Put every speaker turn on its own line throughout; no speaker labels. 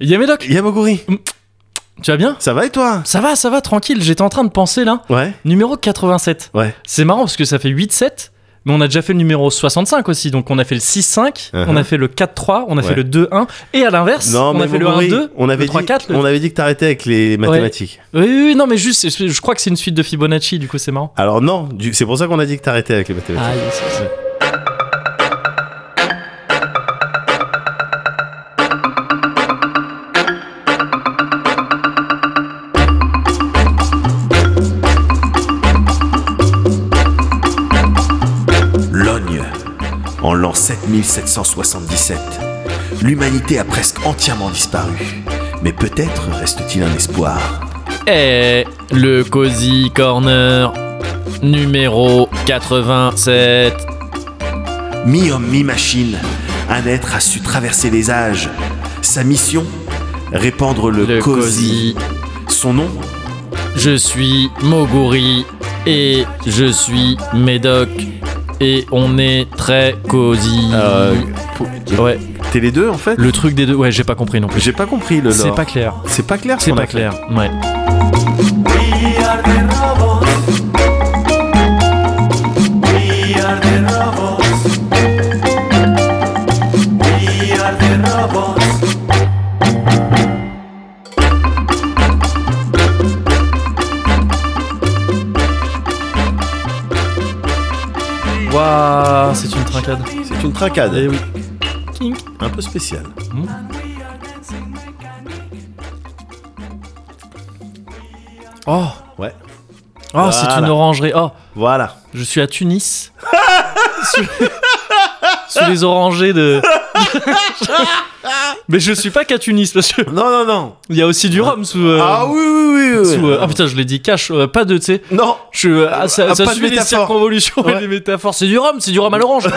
Yamedoc,
Yamoguri,
tu vas bien
ça va et toi
Ça va, ça va, tranquille, j'étais en train de penser là.
Ouais,
Numéro 87.
ouais.
C'est marrant parce que ça fait 8-7, mais on a déjà fait le numéro 65 aussi. Donc on a fait le 6-5,
Uh-huh.
on a fait le 4-3, on a fait
Ouais.
le 2-1, et à l'inverse,
Non,
on
mais
a fait le
Moguri,
1-2,
on avait
le 3-4.
dit,
le-
on avait dit que t'arrêtais avec les mathématiques.
Oui, oui, oui, non, mais juste, c'est- je crois que c'est une suite de Fibonacci, du coup c'est marrant.
Alors non, du- c'est pour ça qu'on a dit que t'arrêtais avec les mathématiques.
Ah, yes, yes.
Ah. Logne. En l'an 7777, l'humanité a presque entièrement disparu. Mais peut-être reste-t-il un espoir.
Et Eh, le Cozy Corner, numéro 87.
Mi-homme, mi-machine, un être a su traverser les âges. Sa mission Répandre le,
Le
cosy.
Cozy.
Son nom
Je suis Moguri et je suis Médoc et on est très cosy.
Euh, pour-
Ouais,
T'es les deux en fait
le truc des deux. Ouais, j'ai pas compris non plus.
J'ai pas compris le
C'est
lore.
pas clair.
C'est pas clair ce
C'est
qu'on a
pas
fait.
clair. Ouais. Waouh, c'est une trincade.
C'est une trincade.
Eh oui.
Un peu spéciale.
Oh,
Ouais.
oh c'est une
Voilà.
orangerie. Oh,
Voilà.
je suis à Tunis. sous, sous les orangers de. Mais je suis pas qu'à Tunis parce que
Non, non, non.
il y a aussi du rhum sous. euh,
ah oui, oui, oui. oui.
sous, euh, ah putain, je l'ai dit cash, euh, pas de, tu sais.
Non.
Je, euh, ah, ça
Ah,
ça
pas de
suit les
métaphore.
circonvolutions et
Ouais.
les métaphores. C'est du rhum, c'est du rhum à l'orange.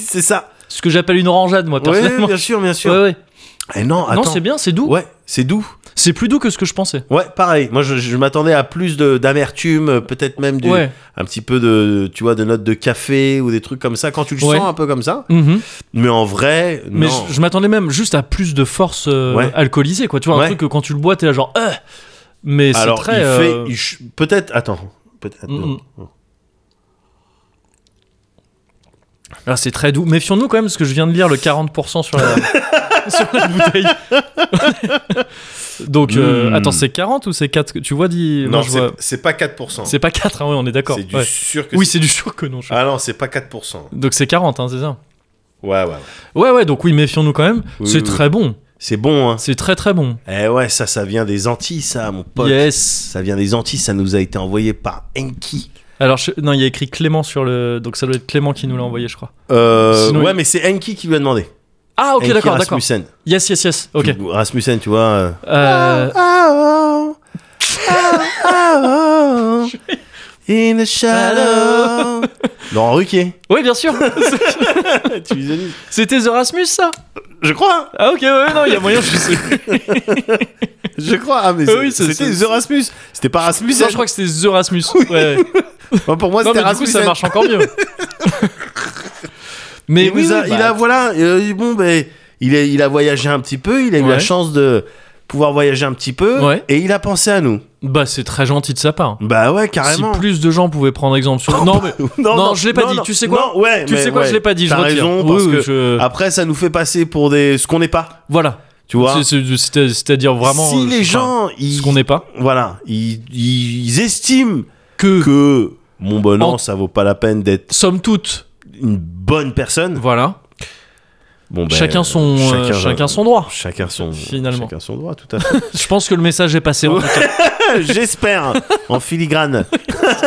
c'est ça.
Ce que j'appelle une orangeade, moi,
Oui,
personnellement.
bien sûr, bien sûr.
Ouais, ouais.
Et non, attends.
Non, c'est bien, c'est doux.
Ouais, c'est doux.
C'est plus doux que ce que je pensais.
Ouais, pareil. Moi, je, je m'attendais à plus de d'amertume, euh, peut-être même du,
Ouais.
un petit peu de, tu vois, de notes de café ou des trucs comme ça. Quand tu le
Ouais.
sens un peu comme ça.
Mhm.
Mais en vrai,
Mais
non.
je, je m'attendais même juste à plus de force euh,
Ouais.
alcoolisée, quoi. Tu vois,
Ouais.
un truc que quand tu le bois, t'es là genre. Euh mais c'est
Alors,
très.
il
euh,
fait, il ch- peut-être, attends, peut-être.
Mm, mm. Ah, c'est très doux. Méfions-nous quand même, parce que je viens de lire le 40% sur la, sur la bouteille. Donc, euh,
Mm.
attends, c'est 40 ou c'est 4 Tu vois, dit.
Non,
moi, je
c'est-
vois-
c'est pas 4%.
C'est pas 4, hein, oui, on est d'accord.
C'est du
ouais.
sûr que
Oui, c'est du chaud que non. je-
Ah non, c'est pas 4%.
Donc, c'est 40, hein, c'est ça
Ouais, ouais. ouais.
Ouais, ouais, donc oui, méfions-nous quand même.
Oui,
c'est
oui,
très bon.
C'est bon, hein.
C'est très, très bon.
Eh ouais, ça, ça vient des Antilles, ça, mon pote.
Yes.
Ça vient des Antilles, ça nous a été envoyé par Enki.
Alors, je- non, il y a écrit Clément sur le. Donc, ça doit être Clément qui nous l'a envoyé, je crois.
Euh,
Sinon,
ouais,
il-
mais c'est Enki qui lui a demandé.
Ah, ok,
Enki
d'accord, d'accord.
Rasmussen.
Yes, yes, yes. Ok.
Tu- Rasmussen, tu vois. euh,
Euh,
Oh, oh, oh, oh, oh, in the shadow. Laurent Ruquier.
Oui, bien sûr.
tu visualises
C'était The Rasmus, ça
Je crois,
Ah ok, ouais, ouais, non, il y a moyen, je sais.
je crois. Ah, mais
Ah oui,
c'est-
c'est-
c'était
c'est-
The Rasmus. C'était pas Rasmus.
Non, je crois que c'était The Rasmus. Ouais, ouais.
Pour moi,
Non, mais du coup,
c'était Rasmus.
ça marche encore mieux. Mais
il,
oui,
nous a,
oui,
il
bah,
a voilà, euh, bon ben il a, il a voyagé un petit peu, il a eu la
Ouais.
chance de pouvoir voyager un petit peu
Ouais.
et il a pensé à nous.
bah, c'est très gentil de sa part.
Bah ouais, carrément.
Si plus de gens pouvaient prendre exemple sur... Non, mais... Non, je l'ai pas dit. Tu sais quoi
Non, ouais,
Tu
mais
sais quoi,
ouais.
je l'ai pas dit, je
T'as
retire.
raison
Oui,
parce
oui,
que
je-
après ça nous fait passer pour des ce qu'on n'est pas,
Voilà.
tu vois.
C'est- c'est- c'est- C'est-à-dire vraiment...
si
euh,
les
enfin,
gens ils
Ce qu'on n'est pas.
voilà, ils, ils estiment
Que,
que mon bon
En-
an, ça vaut pas la peine d'être
somme toute,
une bonne personne.
voilà,
Bon ben,
chacun, son, euh, chacun, son droit.
Chacun son,
Finalement.
chacun son droit, tout à fait.
Je pense que le message est passé. en tout cas.
J'espère, en filigrane.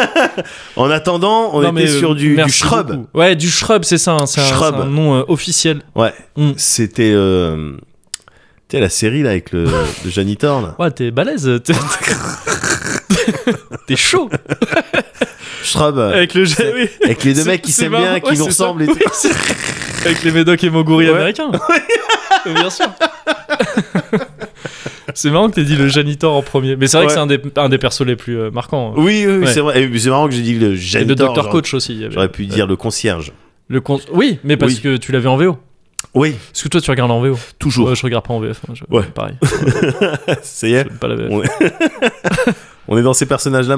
en attendant, on
Non, mais,
était
euh,
sur du, du
merci
shrub.
beaucoup. Ouais, du shrub, c'est ça. hein, C'est un,
Shrub.
c'est un nom euh, officiel.
Ouais,
Mm.
c'était euh, tu sais, la série là avec le, le janitor là.
Ouais, t'es balèze. T'es, t'es chaud
Shrub euh,
avec le jet. oui.
avec les deux
C'est-
mecs qui
c'est
s'aiment
marrant.
bien, qui
Ouais,
nous
c'est
ressemblent. Et
ça.
tout.
Oui, c'est- avec les médocs et Moguri
Ouais.
américains. Bien sûr. c'est marrant que t'aies dit le janitor en premier. Mais c'est vrai que
Ouais.
c'est un des, un des persos les plus euh, marquants.
Oui, oui,
Ouais.
c'est vrai. Et C'est marrant que j'ai dit le
Et
janitor.
le docteur
genre,
coach aussi. il y avait.
J'aurais pu dire le concierge.
Le con- Oui, mais parce
Oui.
que tu l'avais en VO.
Oui,
Parce que toi, tu regardes en VO.
toujours.
Moi, je regarde pas en VF. hein, je-
Ouais.
Pareil.
Ça y est,
J'aime pas la VF.
On- on est dans ces personnages-là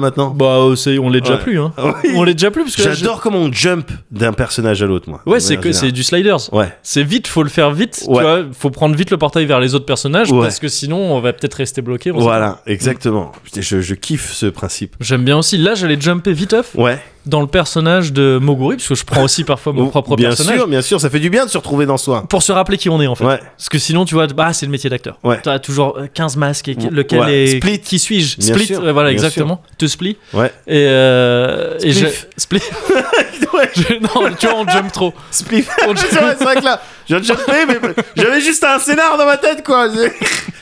maintenant.
Bah, euh, c'est- on l'est déjà
Ouais.
plus, hein.
Ah oui.
On l'est déjà plus parce que là,
J'adore comment on jump d'un personnage à l'autre, moi.
je- Ouais, c'est que
que
c'est du sliders.
Ouais.
C'est vite, faut le faire vite.
Ouais.
Tu vois, faut prendre vite le portail vers les autres personnages
Ouais.
parce que sinon, on va peut-être rester bloqué. on sait pas.
Voilà, exactement. Putain, Je, je kiffe ce principe.
J'aime bien aussi. Là, j'allais jumper vite off
Ouais.
dans le personnage de Moguri parce que je prends aussi parfois mon
Oh,
propre
bien
personnage
sûr, bien sûr, ça fait du bien de se retrouver dans soi.
pour se rappeler qui on est en fait.
Ouais.
Parce que sinon, tu vois, bah, c'est le métier d'acteur.
Ouais.
T'as toujours euh, 15 masques et que- lequel
Ouais.
est.
Split.
Qui suis-je
Bien
Split,
sûr,
ouais, voilà,
bien
exactement. Te split.
Ouais.
Et. euh, et je-
Spliff.
Split. Je- Non, tu vois, on jump trop.
Spliff.
On
c'est vrai, c'est vrai que là, je viens de jumper, mais j'avais juste un scénar dans ma tête, quoi. C'est-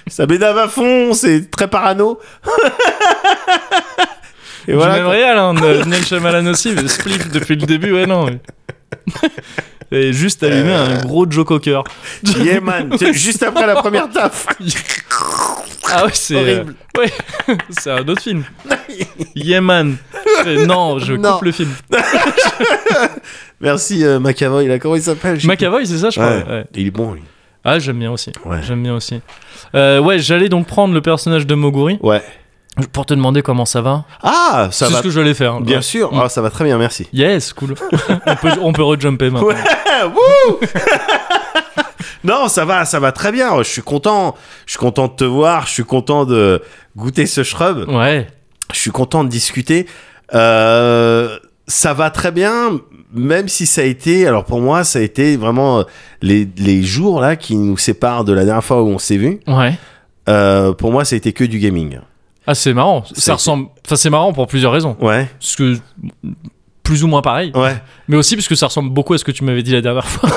Ça bédave à fond, c'est très parano. Et
Du
voilà.
même
quoi.
réel, hein, de Niel Shyamalan aussi, mais Spliff depuis le début, ouais, non. mais- Et juste allumer
Euh.
un gros Joe Cocker.
Yeah, man. C'est Juste après la première taf.
Ah ouais, c'est.
Horrible.
euh, ouais, c'est un autre film. Yeman. non, je coupe
Non.
le film.
Merci euh, McAvoy, là. Comment il s'appelle je sais
McAvoy, c'est ça, je
plus.
crois.
Ouais.
ouais.
Il est bon, lui.
Ah, j'aime bien aussi.
Ouais.
J'aime bien aussi. Euh, ouais, j'allais donc prendre le personnage de Moguri
Ouais.
pour te demander comment ça va.
Ah, ça
c'est
va.
ce que j'allais faire.
Bien
Ouais.
sûr.
Mm.
Ah, ça va très bien, merci.
Yes, cool. on peut, on peut rejumper maintenant.
Ouais, wouh Non, ça va, ça va très bien. Je suis content. Je suis content de te voir. Je suis content de goûter ce shrub.
Ouais.
Je suis content de discuter. Euh, ça va très bien, même si ça a été. Alors pour moi, ça a été vraiment euh, les, les jours là qui nous séparent de la dernière fois où on s'est vu.
Ouais.
Euh, pour moi, ça a été que du gaming.
Ah, c'est marrant. Ça
C'est-
ressemble. Enfin, c'est marrant pour plusieurs raisons.
Ouais,
Parce que plus ou moins pareil,
ouais,
mais aussi parce que ça ressemble beaucoup à ce que tu m'avais dit la dernière fois.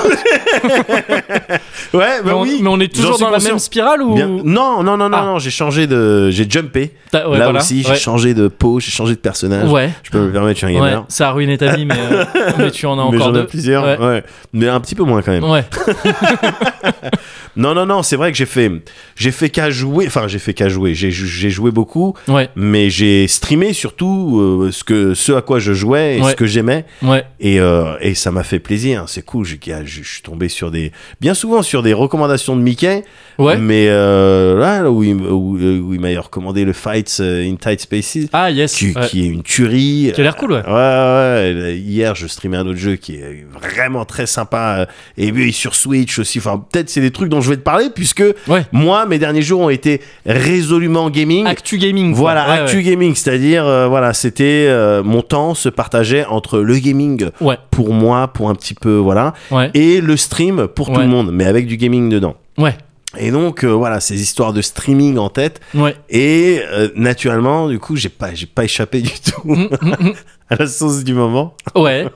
ouais. Bah
mais, on,
oui.
mais on est
j'en
toujours
suis
dans la
conscient.
même spirale ou
Bien. Non, non, non, non,
Ah.
non. J'ai changé de, j'ai jumpé.
T'as- ouais,
Là
voilà.
aussi, j'ai
ouais.
changé de peau, j'ai changé de personnage.
Ouais.
Je peux me permettre, je suis un
Ouais,
gamer.
ça a ruiné ta vie, mais, euh, mais tu en as
mais
encore
j'en ai
deux.
plusieurs,
Ouais.
ouais. mais un petit peu moins quand même.
Ouais.
Non, non, non, c'est vrai que j'ai fait, j'ai fait qu'à jouer, enfin j'ai fait qu'à jouer, j'ai, j'ai joué beaucoup,
Ouais.
mais j'ai streamé surtout euh, ce que, ce à quoi je jouais et
Ouais.
ce que j'aimais,
Ouais.
et, euh, et ça m'a fait plaisir. C'est cool, j'ai- je, je suis tombé sur des, bien souvent sur des recommandations de Mickey,
Ouais.
mais euh, là, là où il, m- où, euh, où il m'a recommandé le Fights euh, in Tight Spaces,
Ah, yes.
qui,
ouais.
qui est une tuerie.
Qui a l'air cool, ouais.
Ouais, ouais, ouais. Hier, je streamais un autre jeu qui est vraiment très sympa. euh, Et oui, sur Switch aussi. Enfin, peut-être c'est des trucs dont je vais te parler, puisque
Ouais.
moi, mes derniers jours ont été résolument gaming.
Actu Gaming. quoi.
Mm. voilà,
Ouais,
Actu Gaming, c'est-à-dire, euh, voilà, c'était euh, mon temps se partageait entre le gaming
Ouais.
pour moi, pour un petit peu, voilà,
Ouais.
et le stream pour tout
Ouais.
le monde, mais avec du gaming dedans.
Ouais.
Et donc, euh, voilà, ces histoires de streaming en tête.
Ouais. ouais.
Et euh, naturellement, du coup, j'ai pas, j'ai pas échappé du tout
Mm, mm, mm.
à la sauce du moment.
Ouais.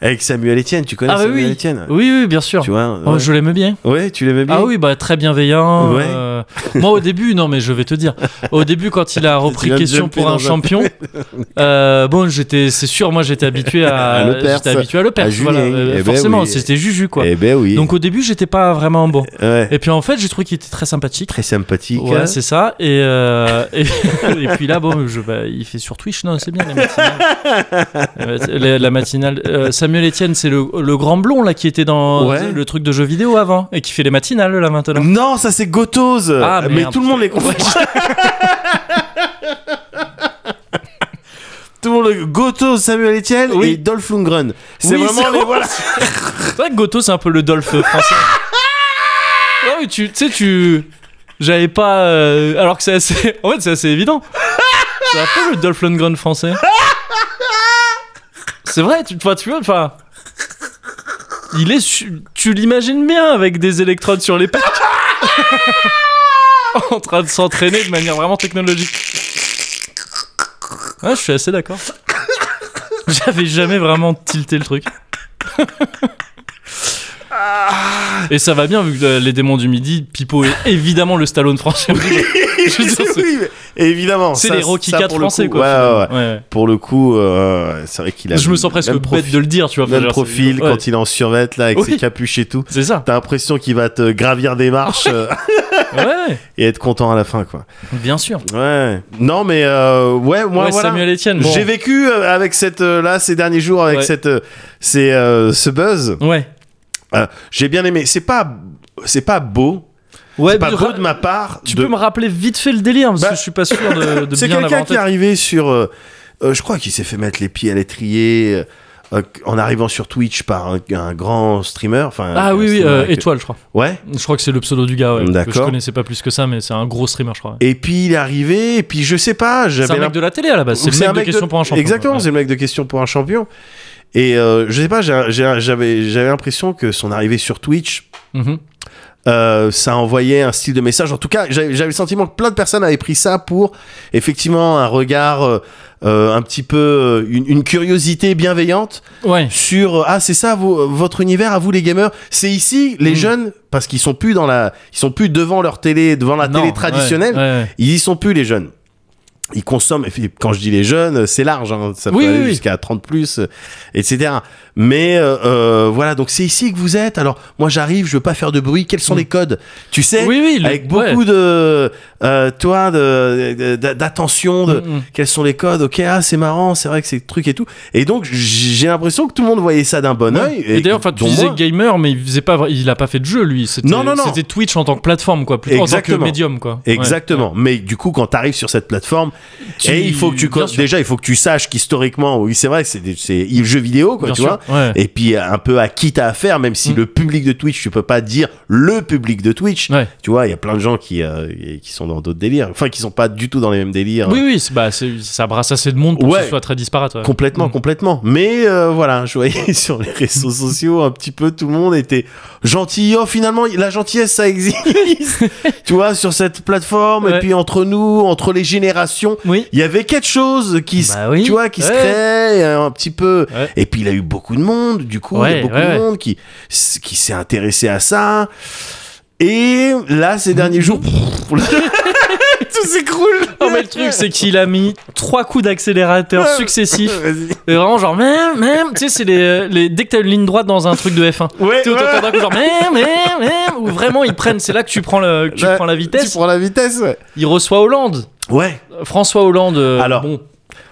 Avec Samuel Etienne, tu connais
Ah, bah
Samuel
oui.
Etienne
Oui, oui, bien sûr.
Tu vois
Oh,
ouais.
je l'aimais bien.
Ouais, tu l'aimais bien
Ah oui, bah très bienveillant.
Ouais.
euh, moi au début, non mais je vais te dire, au début quand il a repris
viens de
question
jumper
pour un
dans un-
champion, euh, bon j'étais, c'est sûr, moi j'étais habitué à,
À Lepers.
j'étais habitué à le
À
voilà,
Julien,
euh,
eh ben
forcément,
oui.
c'était Juju quoi.
Eh ben oui.
Donc au début j'étais pas vraiment bon.
Ouais.
Et puis en fait j'ai trouvé qu'il était très sympathique.
Très sympathique. hein.
Ouais, c'est ça. Et, euh, et, et puis là, bon, je, bah, il fait sur Twitch. Non, c'est bien la matinale. La mat- La, la matinale. Euh, Samuel Etienne, c'est le, le grand blond là qui était dans
Ouais.
le truc de jeux vidéo avant et qui fait les matinales là maintenant.
Non, ça c'est Gotose
Ah,
Mais
merde.
tout le monde les confond. tout le monde le- Gotose, Samuel Etienne
Oui.
et Dolph Lundgren. C'est
Oui,
vraiment
c'est-
les voilà.
C'est vrai que Goto, c'est un peu le Dolph français. ouais, mais tu tu sais, tu. J'avais pas. euh, alors que c'est assez. En fait, c'est assez évident. C'est un peu le Dolph Lundgren français. C'est vrai, tu, enfin, tu vois, enfin. Il est. su- Tu l'imagines bien avec des électrodes sur les pattes. en train de s'entraîner de manière vraiment technologique. Ouais, je suis assez d'accord. J'avais jamais vraiment tilté le truc. Et ça va bien vu que euh, les démons du midi, Pipo est évidemment le Stallone français. Je veux dire, c'est-
oui, mais évidemment.
c'est
ça-
les Rocky
ça,
4
pour le
français
coup,
quoi.
ouais,
finalement.
ouais, ouais.
Ouais,
Pour le coup, euh, c'est vrai qu'il a.
ouais. Je me
le
sens presque
même
bête
profil,
de le dire, tu vois.
Même
genre, c'est-
profil
ouais,
quand il est en survêt là avec
Oui.
ses capuches et tout.
C'est ça.
T'as l'impression qu'il va te gravir des marches euh,
Ouais,
et être content à la fin, quoi.
bien sûr.
Ouais. Non, mais euh, ouais, moi,
ouais,
voilà.
Samuel Etienne. bon.
J'ai vécu euh, avec cette euh, là ces derniers jours avec
Ouais.
cette euh, ces, euh, ce buzz
Ouais.
Euh, J'ai bien aimé. C'est pas, c'est pas beau.
Ouais,
c'est pas
mais
beau
ra-
de ma part.
Tu
de-
peux me rappeler vite fait le délire parce
Bah,
que je suis pas sûr de, de
C'est
bien l'avoir
quelqu'un
en
qui est
tête.
arrivé sur. euh, euh, je crois qu'il s'est fait mettre les pieds à l'étrier euh, euh, en arrivant sur Twitch par un, un grand streamer. Enfin,
Ah
un
oui, oui,
streamer
euh,
que-
étoile, je crois.
Ouais.
Je crois que c'est le pseudo du gars. Ouais, que Je
D'accord.
connaissais pas plus que ça, mais c'est un gros streamer, je crois. ouais.
Et puis il est arrivé, et puis je sais pas.
C'est un
J'avais
mec de la télé à la base. C'est
C'est
le
un
mec de question pour un champion.
Exactement,
ouais.
c'est le mec de question pour un champion. Et euh, je sais pas, j'ai- j'ai- j'avais j'avais l'impression que son arrivée sur Twitch,
Mhm.
euh, ça envoyait un style de message. En tout cas, j'avais j'avais le sentiment que plein de personnes avaient pris ça pour effectivement un regard euh, euh, un petit peu, euh, une, une curiosité bienveillante
Ouais.
sur euh, ah c'est ça vo- votre univers à vous les gamers. C'est ici les
Mm.
jeunes parce qu'ils sont plus dans la, ils sont plus devant leur télé, devant la
Non,
télé traditionnelle.
ouais, ouais.
Ils y sont plus les jeunes. Ils consomment, et puis, quand je dis les jeunes, c'est large, hein, ça peut
Oui,
aller
oui, oui.
jusqu'à 30 plus, euh, etc. Mais euh, euh, voilà, donc c'est ici que vous êtes. Alors moi j'arrive, je veux pas faire de bruit. Quels sont
Mm.
les codes Tu sais,
Oui, oui. le-
avec
ouais.
beaucoup de, euh, toi, de- de- de- d'attention, de,
Mhm.
quels sont les codes Ok, ah c'est marrant, c'est vrai que c'est truc et tout. Et donc j'ai l'impression que tout le monde voyait ça d'un bon oeil.
Et d'ailleurs, enfin, tu disais gamer, mais il faisait pas, vra- il a pas fait de jeu, lui. C'était-
Non, non, non.
C'était Twitch en tant que plateforme, quoi, plutôt en tant que
Exactement.
médium, quoi. Ouais.
Exactement. Mais du coup, quand tu arrives sur cette plateforme,
Tu-
et il faut que tu
bien
con-
sûr.
déjà il faut que tu saches qu'historiquement oui c'est vrai que c'est des- c'est le jeu vidéo quoi
Bien
tu
sûr,
vois
ouais.
et puis euh, un peu à qui t'as affaire même si
Mm.
le public de Twitch tu peux pas dire le public de Twitch
Ouais.
tu vois il y a plein de gens qui euh, et- qui sont dans d'autres délires enfin qui sont pas du tout dans les mêmes délires
Oui, oui, c'est- bah, c'est- ça brasse assez de monde pour que
euh, Ouais.
ce soit très disparate. ouais.
Complètement,
Mm.
complètement. Mais euh, voilà, je voyais sur les réseaux sociaux un petit peu tout le monde était gentil. Oh, finalement, la gentillesse, ça existe. tu vois, sur cette plateforme.
Ouais.
Et puis entre nous, entre les générations,
Oui.
il y avait quelque chose qui se-
Bah oui.
tu vois qui se
Ouais.
créait euh, un petit peu
Ouais.
et puis il a eu beaucoup de monde du coup il y
Ouais,
a beaucoup
ouais, ouais.
de monde qui s- qui s'est intéressé à ça et là ces derniers jours pff, tout s'écroule
Non, Oh, mais le truc, c'est qu'il a mis trois coups d'accélérateur
Ouais.
successifs.
Vas-y.
Et vraiment, genre, même, même. Tu sais, c'est les, euh, les. Dès que t'as une ligne droite dans un truc de F1.
ouais,
Tu sais, où t'entends d'un coup, genre, même, même, même. Ou vraiment, ils prennent. C'est là que tu prends, le, que tu
Ouais.
prends la
tu
vitesse.
prends la vitesse ouais,
Il reçoit Hollande.
Ouais.
François Hollande. euh,
Alors,
bon.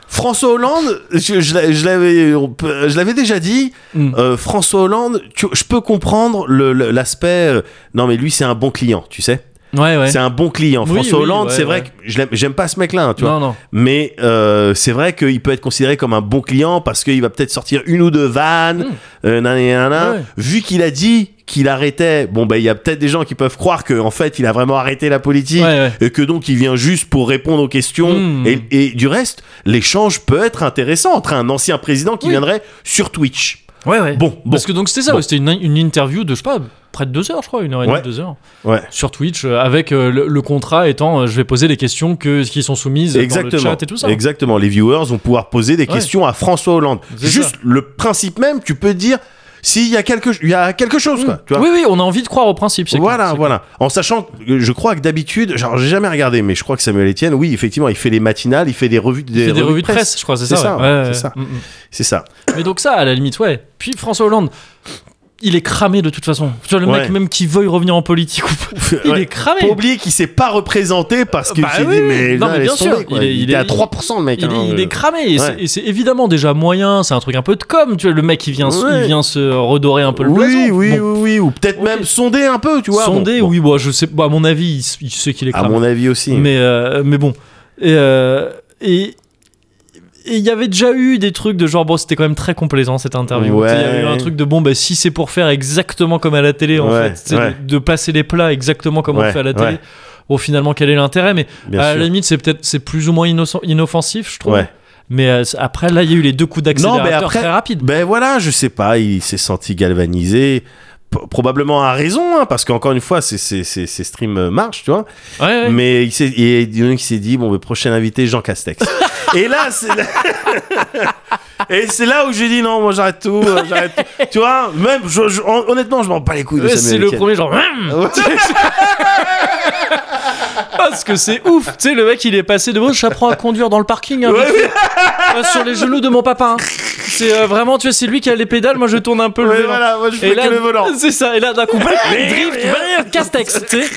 François Hollande, je, je l'a- je l'avais, on peut- je l'avais déjà dit.
Mm.
euh, François Hollande, tu- je peux comprendre le- le- l'aspect. euh, non, mais lui, c'est un bon client, tu sais.
Ouais, ouais.
C'est un bon client.
Oui,
François
oui,
Hollande,
ouais,
c'est vrai
ouais.
que je l'aime- j'aime pas ce mec-là, hein, tu vois.
Non, non.
Mais euh, c'est vrai qu'il peut être considéré comme un bon client parce qu'il va peut-être sortir une ou deux vannes. euh, nan, nan, nan, nan.
Hmm. Ouais.
Vu qu'il a dit qu'il arrêtait, bon, ben il y a peut-être des gens qui peuvent croire qu'en fait, il a vraiment arrêté la politique.
Ouais, ouais.
Et que donc il vient juste pour répondre aux questions.
Mm.
Et, et du reste, l'échange peut être intéressant entre un ancien président qui
Oui.
viendrait sur Twitch.
Ouais, ouais.
Bon, bon.
Parce que donc c'était ça,
Bon.
ouais, c'était une, une interview de, je sais pas, près de deux heures, je crois, une heure et demie,
Ouais.
deux heures.
Ouais.
Sur Twitch, euh, avec euh, le, le contrat étant, euh, je vais poser les questions que, qui sont soumises dans le chat et tout ça.
Exactement. Les viewers vont pouvoir poser des
Ouais.
questions à François Hollande.
C'est
Juste le principe même, tu peux dire s'il y a quelque, il y a quelque chose, quoi. Tu vois
Mm. Hmm. Oui, oui, on a envie de croire au principe. c'est
voilà,
clair, c'est
voilà. En sachant que je crois que d'habitude, genre j'ai jamais regardé, mais je crois que Samuel Etienne, oui, effectivement, il fait les matinales, il fait des revues,
clair. C'est des revues de presse, je crois, c'est ça.
C'est ça,
ouais. Ouais,
c'est
ouais.
ça.
Mm, mm.
C'est ça.
Mais donc ça, à la limite, ouais. Puis François Hollande, il est cramé de toute façon. Tu vois, le
Ouais.
mec même qui veuille revenir en politique, ou pas, il
Ouais.
est cramé.
Faut pas oublier qu'il s'est pas représenté parce qu'il
Bah
s'est
oui,
dit
oui.
mais,
Non,
là,
mais
laisse
bien sûr,
tomber, quoi.
il est-
Il
il
était à
est-
3% le mec.
Il
hein.
est, il est cramé et
Ouais.
c'est- et c'est évidemment déjà moyen, c'est un truc un peu de com, tu vois, le mec il vient, se-
Ouais.
il vient se redorer un peu le blason.
oui, oui,
Bon,
oui, oui, ou peut-être
Ok.
même sonder un peu, tu vois. Bon,
Sondé,
bon.
oui, bon, je sais, bon, à mon avis, il, s- il sait qu'il est
À
cramé.
mon avis aussi.
mais, euh, mais bon. Et euh, et- et il y avait déjà eu des trucs de genre, bon, c'était quand même très complaisant cette interview.
Ouais.
Tu sais, Il y a eu un truc de bon, bah, si c'est pour faire exactement comme à la télé, en
Ouais,
fait, tu sais,
ouais.
de, de passer les plats exactement comme on
Ouais,
fait à la télé,
ouais.
bon, finalement, quel est l'intérêt Mais
Bien
à
sûr.
la limite, c'est peut-être c'est plus ou moins innocent- inoffensif, je trouve.
Ouais.
Mais euh, c- après, là, il y a eu les deux coups
Non, mais
d'accélérateur
après-
très rapides.
Ben voilà, je sais pas, il s'est senti galvanisé. p- Probablement à raison, hein, parce qu'encore une fois, ces- ces ces- ces streams euh, marchent, tu vois.
Ouais, ouais.
Mais il s'est, il, donc il s'est dit, bon, le prochain invité, Jean Castex. et là, c'est et c'est là où j'ai dit, non, moi j'arrête tout, euh, j'arrête tout. Tu vois, même, je- je- hon- honnêtement, je m'en bats les couilles de
Ouais, Euh, c'est
Samuel
le
Etienne.
premier genre. hein, Parce que c'est ouf, tu sais, le mec il est passé de oh, moi, j'apprends à conduire dans le parking, hein, vite fait. Euh, sur les genoux de mon papa. hein. C'est euh, vraiment, tu vois, c'est lui qui a les pédales, moi je tourne un peu le
Ouais,
volant.
voilà, moi je
Et
fais
là,
que le volant.
c'est ça, et là d'un coup, bam, drift, bam, Castex, tu sais.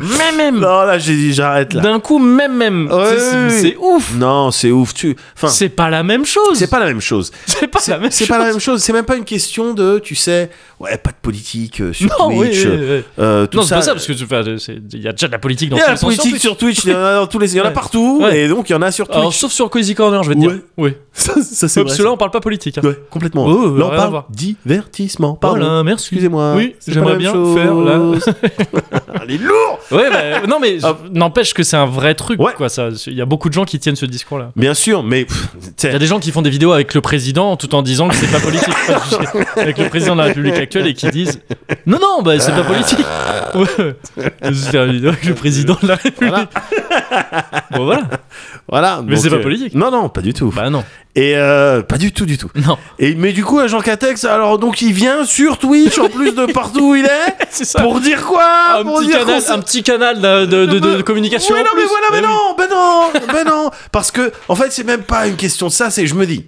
Même, même.
Non, là, j'ai dit, j'arrête là.
D'un coup, même, même. C'est-
Ouais,
c'est-
ouais, ouais.
C'est ouf.
Non, c'est ouf. Tu... Enfin,
C'est pas la même chose.
c'est pas la même chose.
C'est pas la même
C'est
chose.
pas la même chose. C'est même pas une question de, tu sais, ouais, pas de politique euh, sur
Non, oui,
Twitch.
oui, oui.
euh, tout
Non, c'est pas ça, parce que tu enfin, c'est- il y a déjà de la politique dans
Il y a
tous
la
les sens sur
politique
Twitch.
sur Twitch, il y en a dans tous les, il y en a
Ouais.
partout,
Ouais.
et donc il y en a sur
Alors,
Twitch.
sauf sur Cozy Corner, je vais te
Ouais.
dire. Oui.
ça, ça,
Parce que là, on parle pas politique. hein.
ça. Ouais, complètement.
Oh, euh,
là, on
rien à
parle
voir.
divertissement. Pardon.
Voilà, merci.
Excusez-moi.
Oui,
c'est pas la
j'aimerais
même
bien
chose.
faire là.
Elle est lourde.
Ouais, bah, non, mais
Ah.
n'empêche que c'est un vrai truc,
Ouais.
quoi. ça. Il y a beaucoup de gens qui tiennent ce discours-là.
Bien sûr, mais pff, tu sais,
Il y a des gens qui font des vidéos avec le président tout en disant que c'est pas politique. avec le président de la République actuelle et qui disent Non, non, bah, c'est pas politique. Ouais. Je vais faire une vidéo avec le président de la République. Bon, voilà.
voilà.
Mais
donc,
c'est pas
euh,
politique.
Non, non, pas du tout.
Bah, non.
Et euh, pas du tout, du tout.
Non.
Et mais du coup, Jean Catex, alors donc il vient sur Twitch en plus de partout où il est
C'est ça.
pour dire quoi
un,
Pour
petit
dire
canal,
qu'on-
un petit canal de, de- de- de- de communication.
Ouais,
en
non, mais
plus.
voilà, mais
Bah oui.
non, ben non, ben non. Parce que, en fait, c'est même pas une question de ça, c'est je me dis.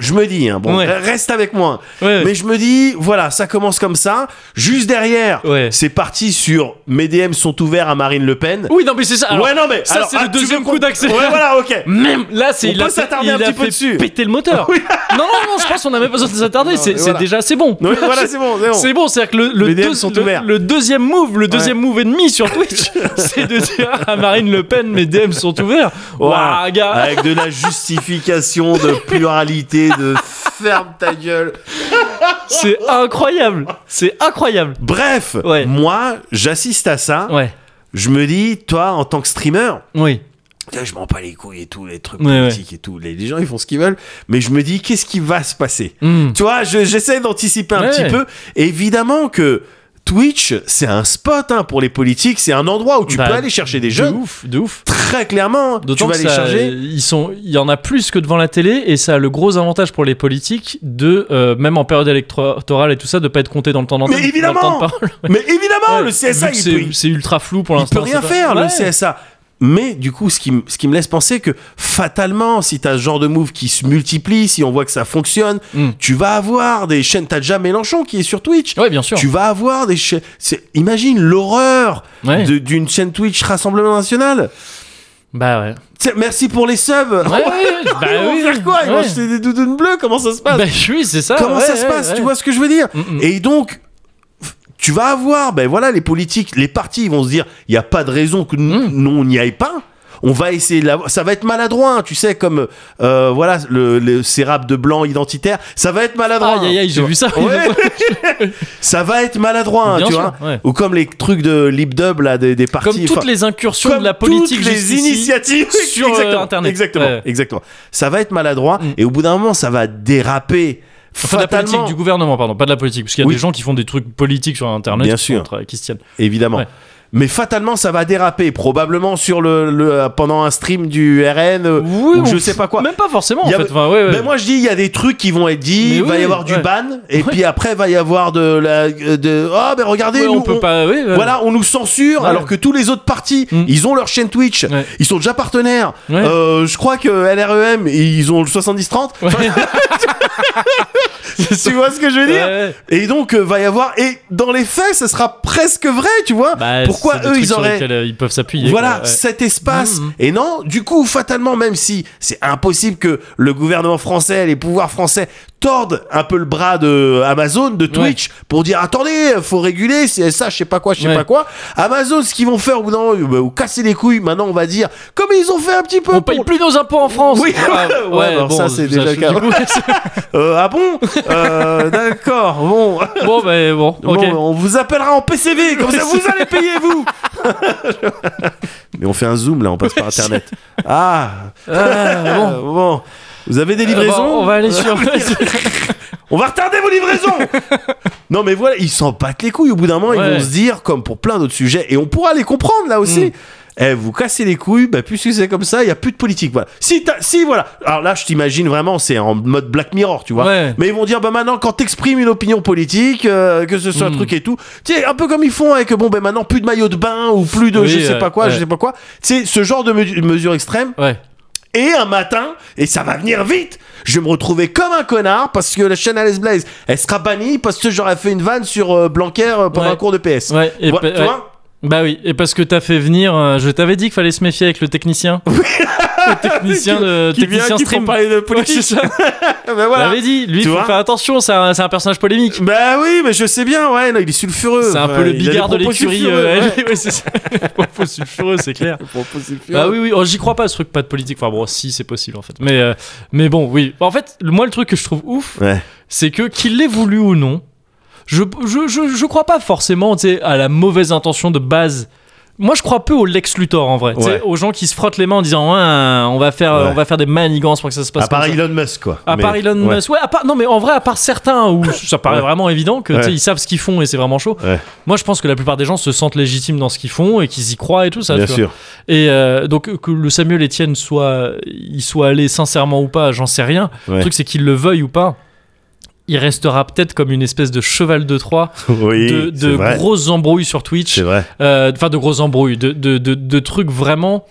Je me dis, hein, bon,
Ouais.
reste avec moi.
Ouais,
Mais je me dis, voilà, ça commence comme ça. Juste derrière,
Ouais.
c'est parti sur mes DM sont ouverts à Marine Le Pen.
Oui, non, mais c'est ça. Alors,
ouais, non, mais.
ça,
alors,
c'est le
ah, tu
deuxième
veux
coup
qu'on-
d'accélérateur.
Ouais, voilà, ok.
Même là, c'est
On
il
peut
a fait,
s'attarder
il
un
a
petit peu
fait
dessus.
péter le moteur. Non, non, non, je pense qu'on n'a même pas besoin de s'attarder.
Non,
C'est
mais
c'est
voilà.
déjà, c'est bon.
Non, mais voilà, c'est bon, c'est bon.
C'est bon, c'est-à-dire que le, le,
Les DM
deux-
sont
le-
ouverts.
le deuxième move, le deuxième move ennemi sur Twitch, c'est de dire à Marine Le Pen, mes DM sont ouverts. Waouh,
Voilà.
gars.
Avec de la justification de pluralité, de ferme ta gueule.
C'est incroyable. C'est incroyable.
Bref,
Ouais.
moi, j'assiste à ça.
Ouais.
Je me dis, toi, en tant que streamer,
Oui.
Putain, je m'en bats les couilles et tout, les trucs
Ouais,
politiques et tout. Les, les gens, ils font ce qu'ils veulent. Mais je me dis, qu'est-ce qui va se passer
Hmm.
Tu vois, je- j'essaie d'anticiper un
Ouais.
petit peu. Évidemment que Twitch, c'est un spot hein, pour les politiques. C'est un endroit où tu
Bah,
peux aller chercher des
de
jeux.
ouf, de ouf.
Très clairement, tu
D'autant
vas
que
les
ça,
charger.
ils sont, il y en a plus que devant la télé et ça a le gros avantage pour les politiques de, euh, même en période électorale et tout ça, de pas être compté dans le temps d'antenne.
Mais évidemment
dans le temps de parole.
Mais évidemment,
Ouais,
le
vu
CSA,
que
il
c'est,
peut,
c'est ultra flou pour
il
l'instant.
peut rien
c'est pas-
faire, le
Ouais.
CSA. Mais du coup, ce qui, m- ce qui me laisse penser que fatalement, si t'as ce genre de move qui se multiplie, si on voit que ça fonctionne,
Mm.
tu vas avoir des chaînes. T'as déjà Mélenchon qui est sur Twitch.
Ouais, bien sûr.
Tu vas avoir des chaînes. c'est- Imagine l'horreur
Ouais.
de- d'une chaîne Twitch Rassemblement National.
Bah ouais.
Tiens, merci pour les subs.
Ouais, ouais, ouais. bah
Ils vont
oui.
faire quoi Ils vont
ouais.
acheter des doudounes bleues Comment ça se passe
Bah oui, c'est ça.
Comment
ouais,
ça se
ouais,
passe
ouais.
Tu vois ce que je veux dire
Mm, mm.
Et donc. f- Tu vas avoir, ben voilà, les politiques, les partis ils vont se dire, il n'y a pas de raison que
Mm.
nous, nous, on n'y aille pas. On va essayer de l'avoir. Ça va être maladroit, hein, tu sais, comme, euh, voilà, le, le ces raps de blanc identitaire. Ça va être maladroit.
Aïe, aïe, aïe, j'ai vu ça.
Ouais. ça va être maladroit, hein,
Bien
tu
sûr,
vois.
ouais.
Ou comme les trucs de LibDub, là, des, des partis.
Comme toutes
enfin,
les incursions
comme
de la politique
toutes les
jusqu'ici.
initiatives
sur, euh,
exactement,
Internet.
Exactement,
Ouais. Mm.
exactement. Ça va être maladroit et au bout d'un moment, ça va déraper
Enfin, de la politique
fatalement.
du gouvernement, pardon, pas de la politique, parce qu'il y a
Oui.
des gens qui font des trucs politiques sur Internet,
Bien
qui
sûr.
sont, euh, qui se tiennent.
Évidemment.
Ouais.
Mais fatalement, ça va déraper, probablement sur le, le- pendant un stream du RN euh,
Oui,
ou je
on-
sais pas quoi.
Même pas forcément, en
Il y a-
fait. Enfin, ouais, ouais.
Mais moi je dis, il y a des trucs qui vont être
Mais
dits, il va
oui,
y avoir du
ouais.
ban,
Ouais.
et puis après va y avoir de la, de, oh ben regardez,
Ouais,
nous,
on peut
on-
pas. oui, ouais.
Voilà, on nous censure
Ouais.
alors que tous les autres partis,
Mm.
ils ont leur chaîne Twitch,
Ouais.
ils sont déjà partenaires.
Ouais.
Euh, je crois que LREM, ils ont le 70-30.
Ouais.
Tu vois ce que je veux dire
Ouais.
Et donc euh, va y avoir et dans les faits, ça sera presque vrai, tu vois
Bah,
Pourquoi
c'est des
eux
trucs
ils
sur
auraient
lesquels, euh, ils peuvent s'appuyer.
voilà
quoi, ouais.
cet espace
Mhm.
et non du coup fatalement même si c'est impossible que le gouvernement français les pouvoirs français tordent un peu le bras de Amazon de Twitch pour dire attendez faut réguler c'est ça je sais pas quoi je sais
Ouais.
pas quoi Amazon ce qu'ils vont faire ou non bah, ou casser les couilles maintenant on va dire comme ils ont fait un petit peu
On
pour-
paye plus nos impôts en France.
Oui.
Ah,
Ouais, alors ça, c'est déjà le
du
cas.
coup, c'est-
Euh, ah bon Euh, d'accord bon
bon, bah, bon, ok.
Bon, on vous appellera en PCV, comme ça vous allez payer vous. Mais on fait un zoom là, on passe par internet. Ah,
Ah, bon.
euh, bon. Vous avez des livraisons
Bon, on va aller sur.
On va retarder vos livraisons. non mais voilà, ils s'en battent les couilles au bout d'un moment, ils
Ouais.
vont se dire comme pour plein d'autres sujets et on pourra les comprendre là aussi.
Mm.
Eh, vous cassez les couilles, bah, puisque c'est comme ça, il y a plus de politique. Voilà. Si, t'as- si, voilà. Alors là, je t'imagine vraiment, c'est en mode Black Mirror, tu vois.
Ouais.
Mais ils vont dire, bah maintenant, quand t'exprimes une opinion politique, euh, que ce soit un
Mm.
truc et tout, tu sais, un peu comme ils font avec, bon, ben maintenant, plus de maillot de bain ou plus de
Oui,
je sais
ouais,
pas quoi, je
ouais.
sais pas quoi. Tu sais, ce genre de me- mesures extrêmes,
ouais.
et un matin, et ça va venir vite, je vais me retrouver comme un connard parce que la chaîne Alice Blaze, elle sera bannie parce que j'aurais fait une vanne sur euh, Blanquer euh, pendant
Ouais.
un cours de PS.
Ouais. Et
Ouais,
pa-
tu
ouais.
vois
Bah oui, et parce que t'as fait venir, euh, je t'avais dit qu'il fallait se méfier avec le technicien. le technicien, de
Qui vient,
technicien
qui
stream.
font parler de
Ouais, c'est
politique.
ça. Bah
ben
Je
voilà.
l'avais dit, lui,
Tu
il faut
vois
faire attention, c'est un, c'est un personnage polémique.
Bah oui, mais je sais bien, ouais, non, il est sulfureux.
C'est un
Enfin,
peu le
il a des
bigard de
propos
l'écurie.
sulfureux,
euh,
ouais.
LG, ouais, c'est ça. Propos sulfureux, c'est clair.
Propos sulfureux.
Bah oui, oui, oh, j'y crois pas ce truc, pas de politique. Enfin bon, si, c'est possible en fait. Mais, euh, mais bon, oui. En fait, le- moi, le truc que je trouve ouf,
Ouais.
c'est que qu'il l'ait voulu ou non, je, je, je, je crois pas forcément tu sais, à la mauvaise intention de base. Moi, je crois peu au Lex Luthor en vrai. Tu sais,
Ouais.
Aux gens qui se frottent les mains en disant ouais, on, va faire, euh,
Ouais.
on va faire des manigances pour que ça se passe.
À part
comme ça.
Elon Musk, quoi.
À
Mais-
part Elon
ouais.
Musk, ouais, à part, non mais en vrai, à part certains où ça paraît
Ouais.
vraiment évident que tu sais,
Ouais.
ils savent ce qu'ils font et c'est vraiment chaud.
Ouais.
Moi, je pense que la plupart des gens se sentent légitimes dans ce qu'ils font et qu'ils y croient et tout ça.
Bien
tu vois.
sûr.
Et euh, donc que le Samuel Etienne soit, il soit allé sincèrement ou pas, j'en sais rien.
Ouais.
Le truc c'est qu'il le veuille ou pas, il restera peut-être comme une espèce de cheval de Troie
Oui.
de,
c'est
de
vrai.
grosses embrouilles sur Twitch,
C'est vrai.
Euh, enfin de grosses embrouilles, de, de, de, de trucs vraiment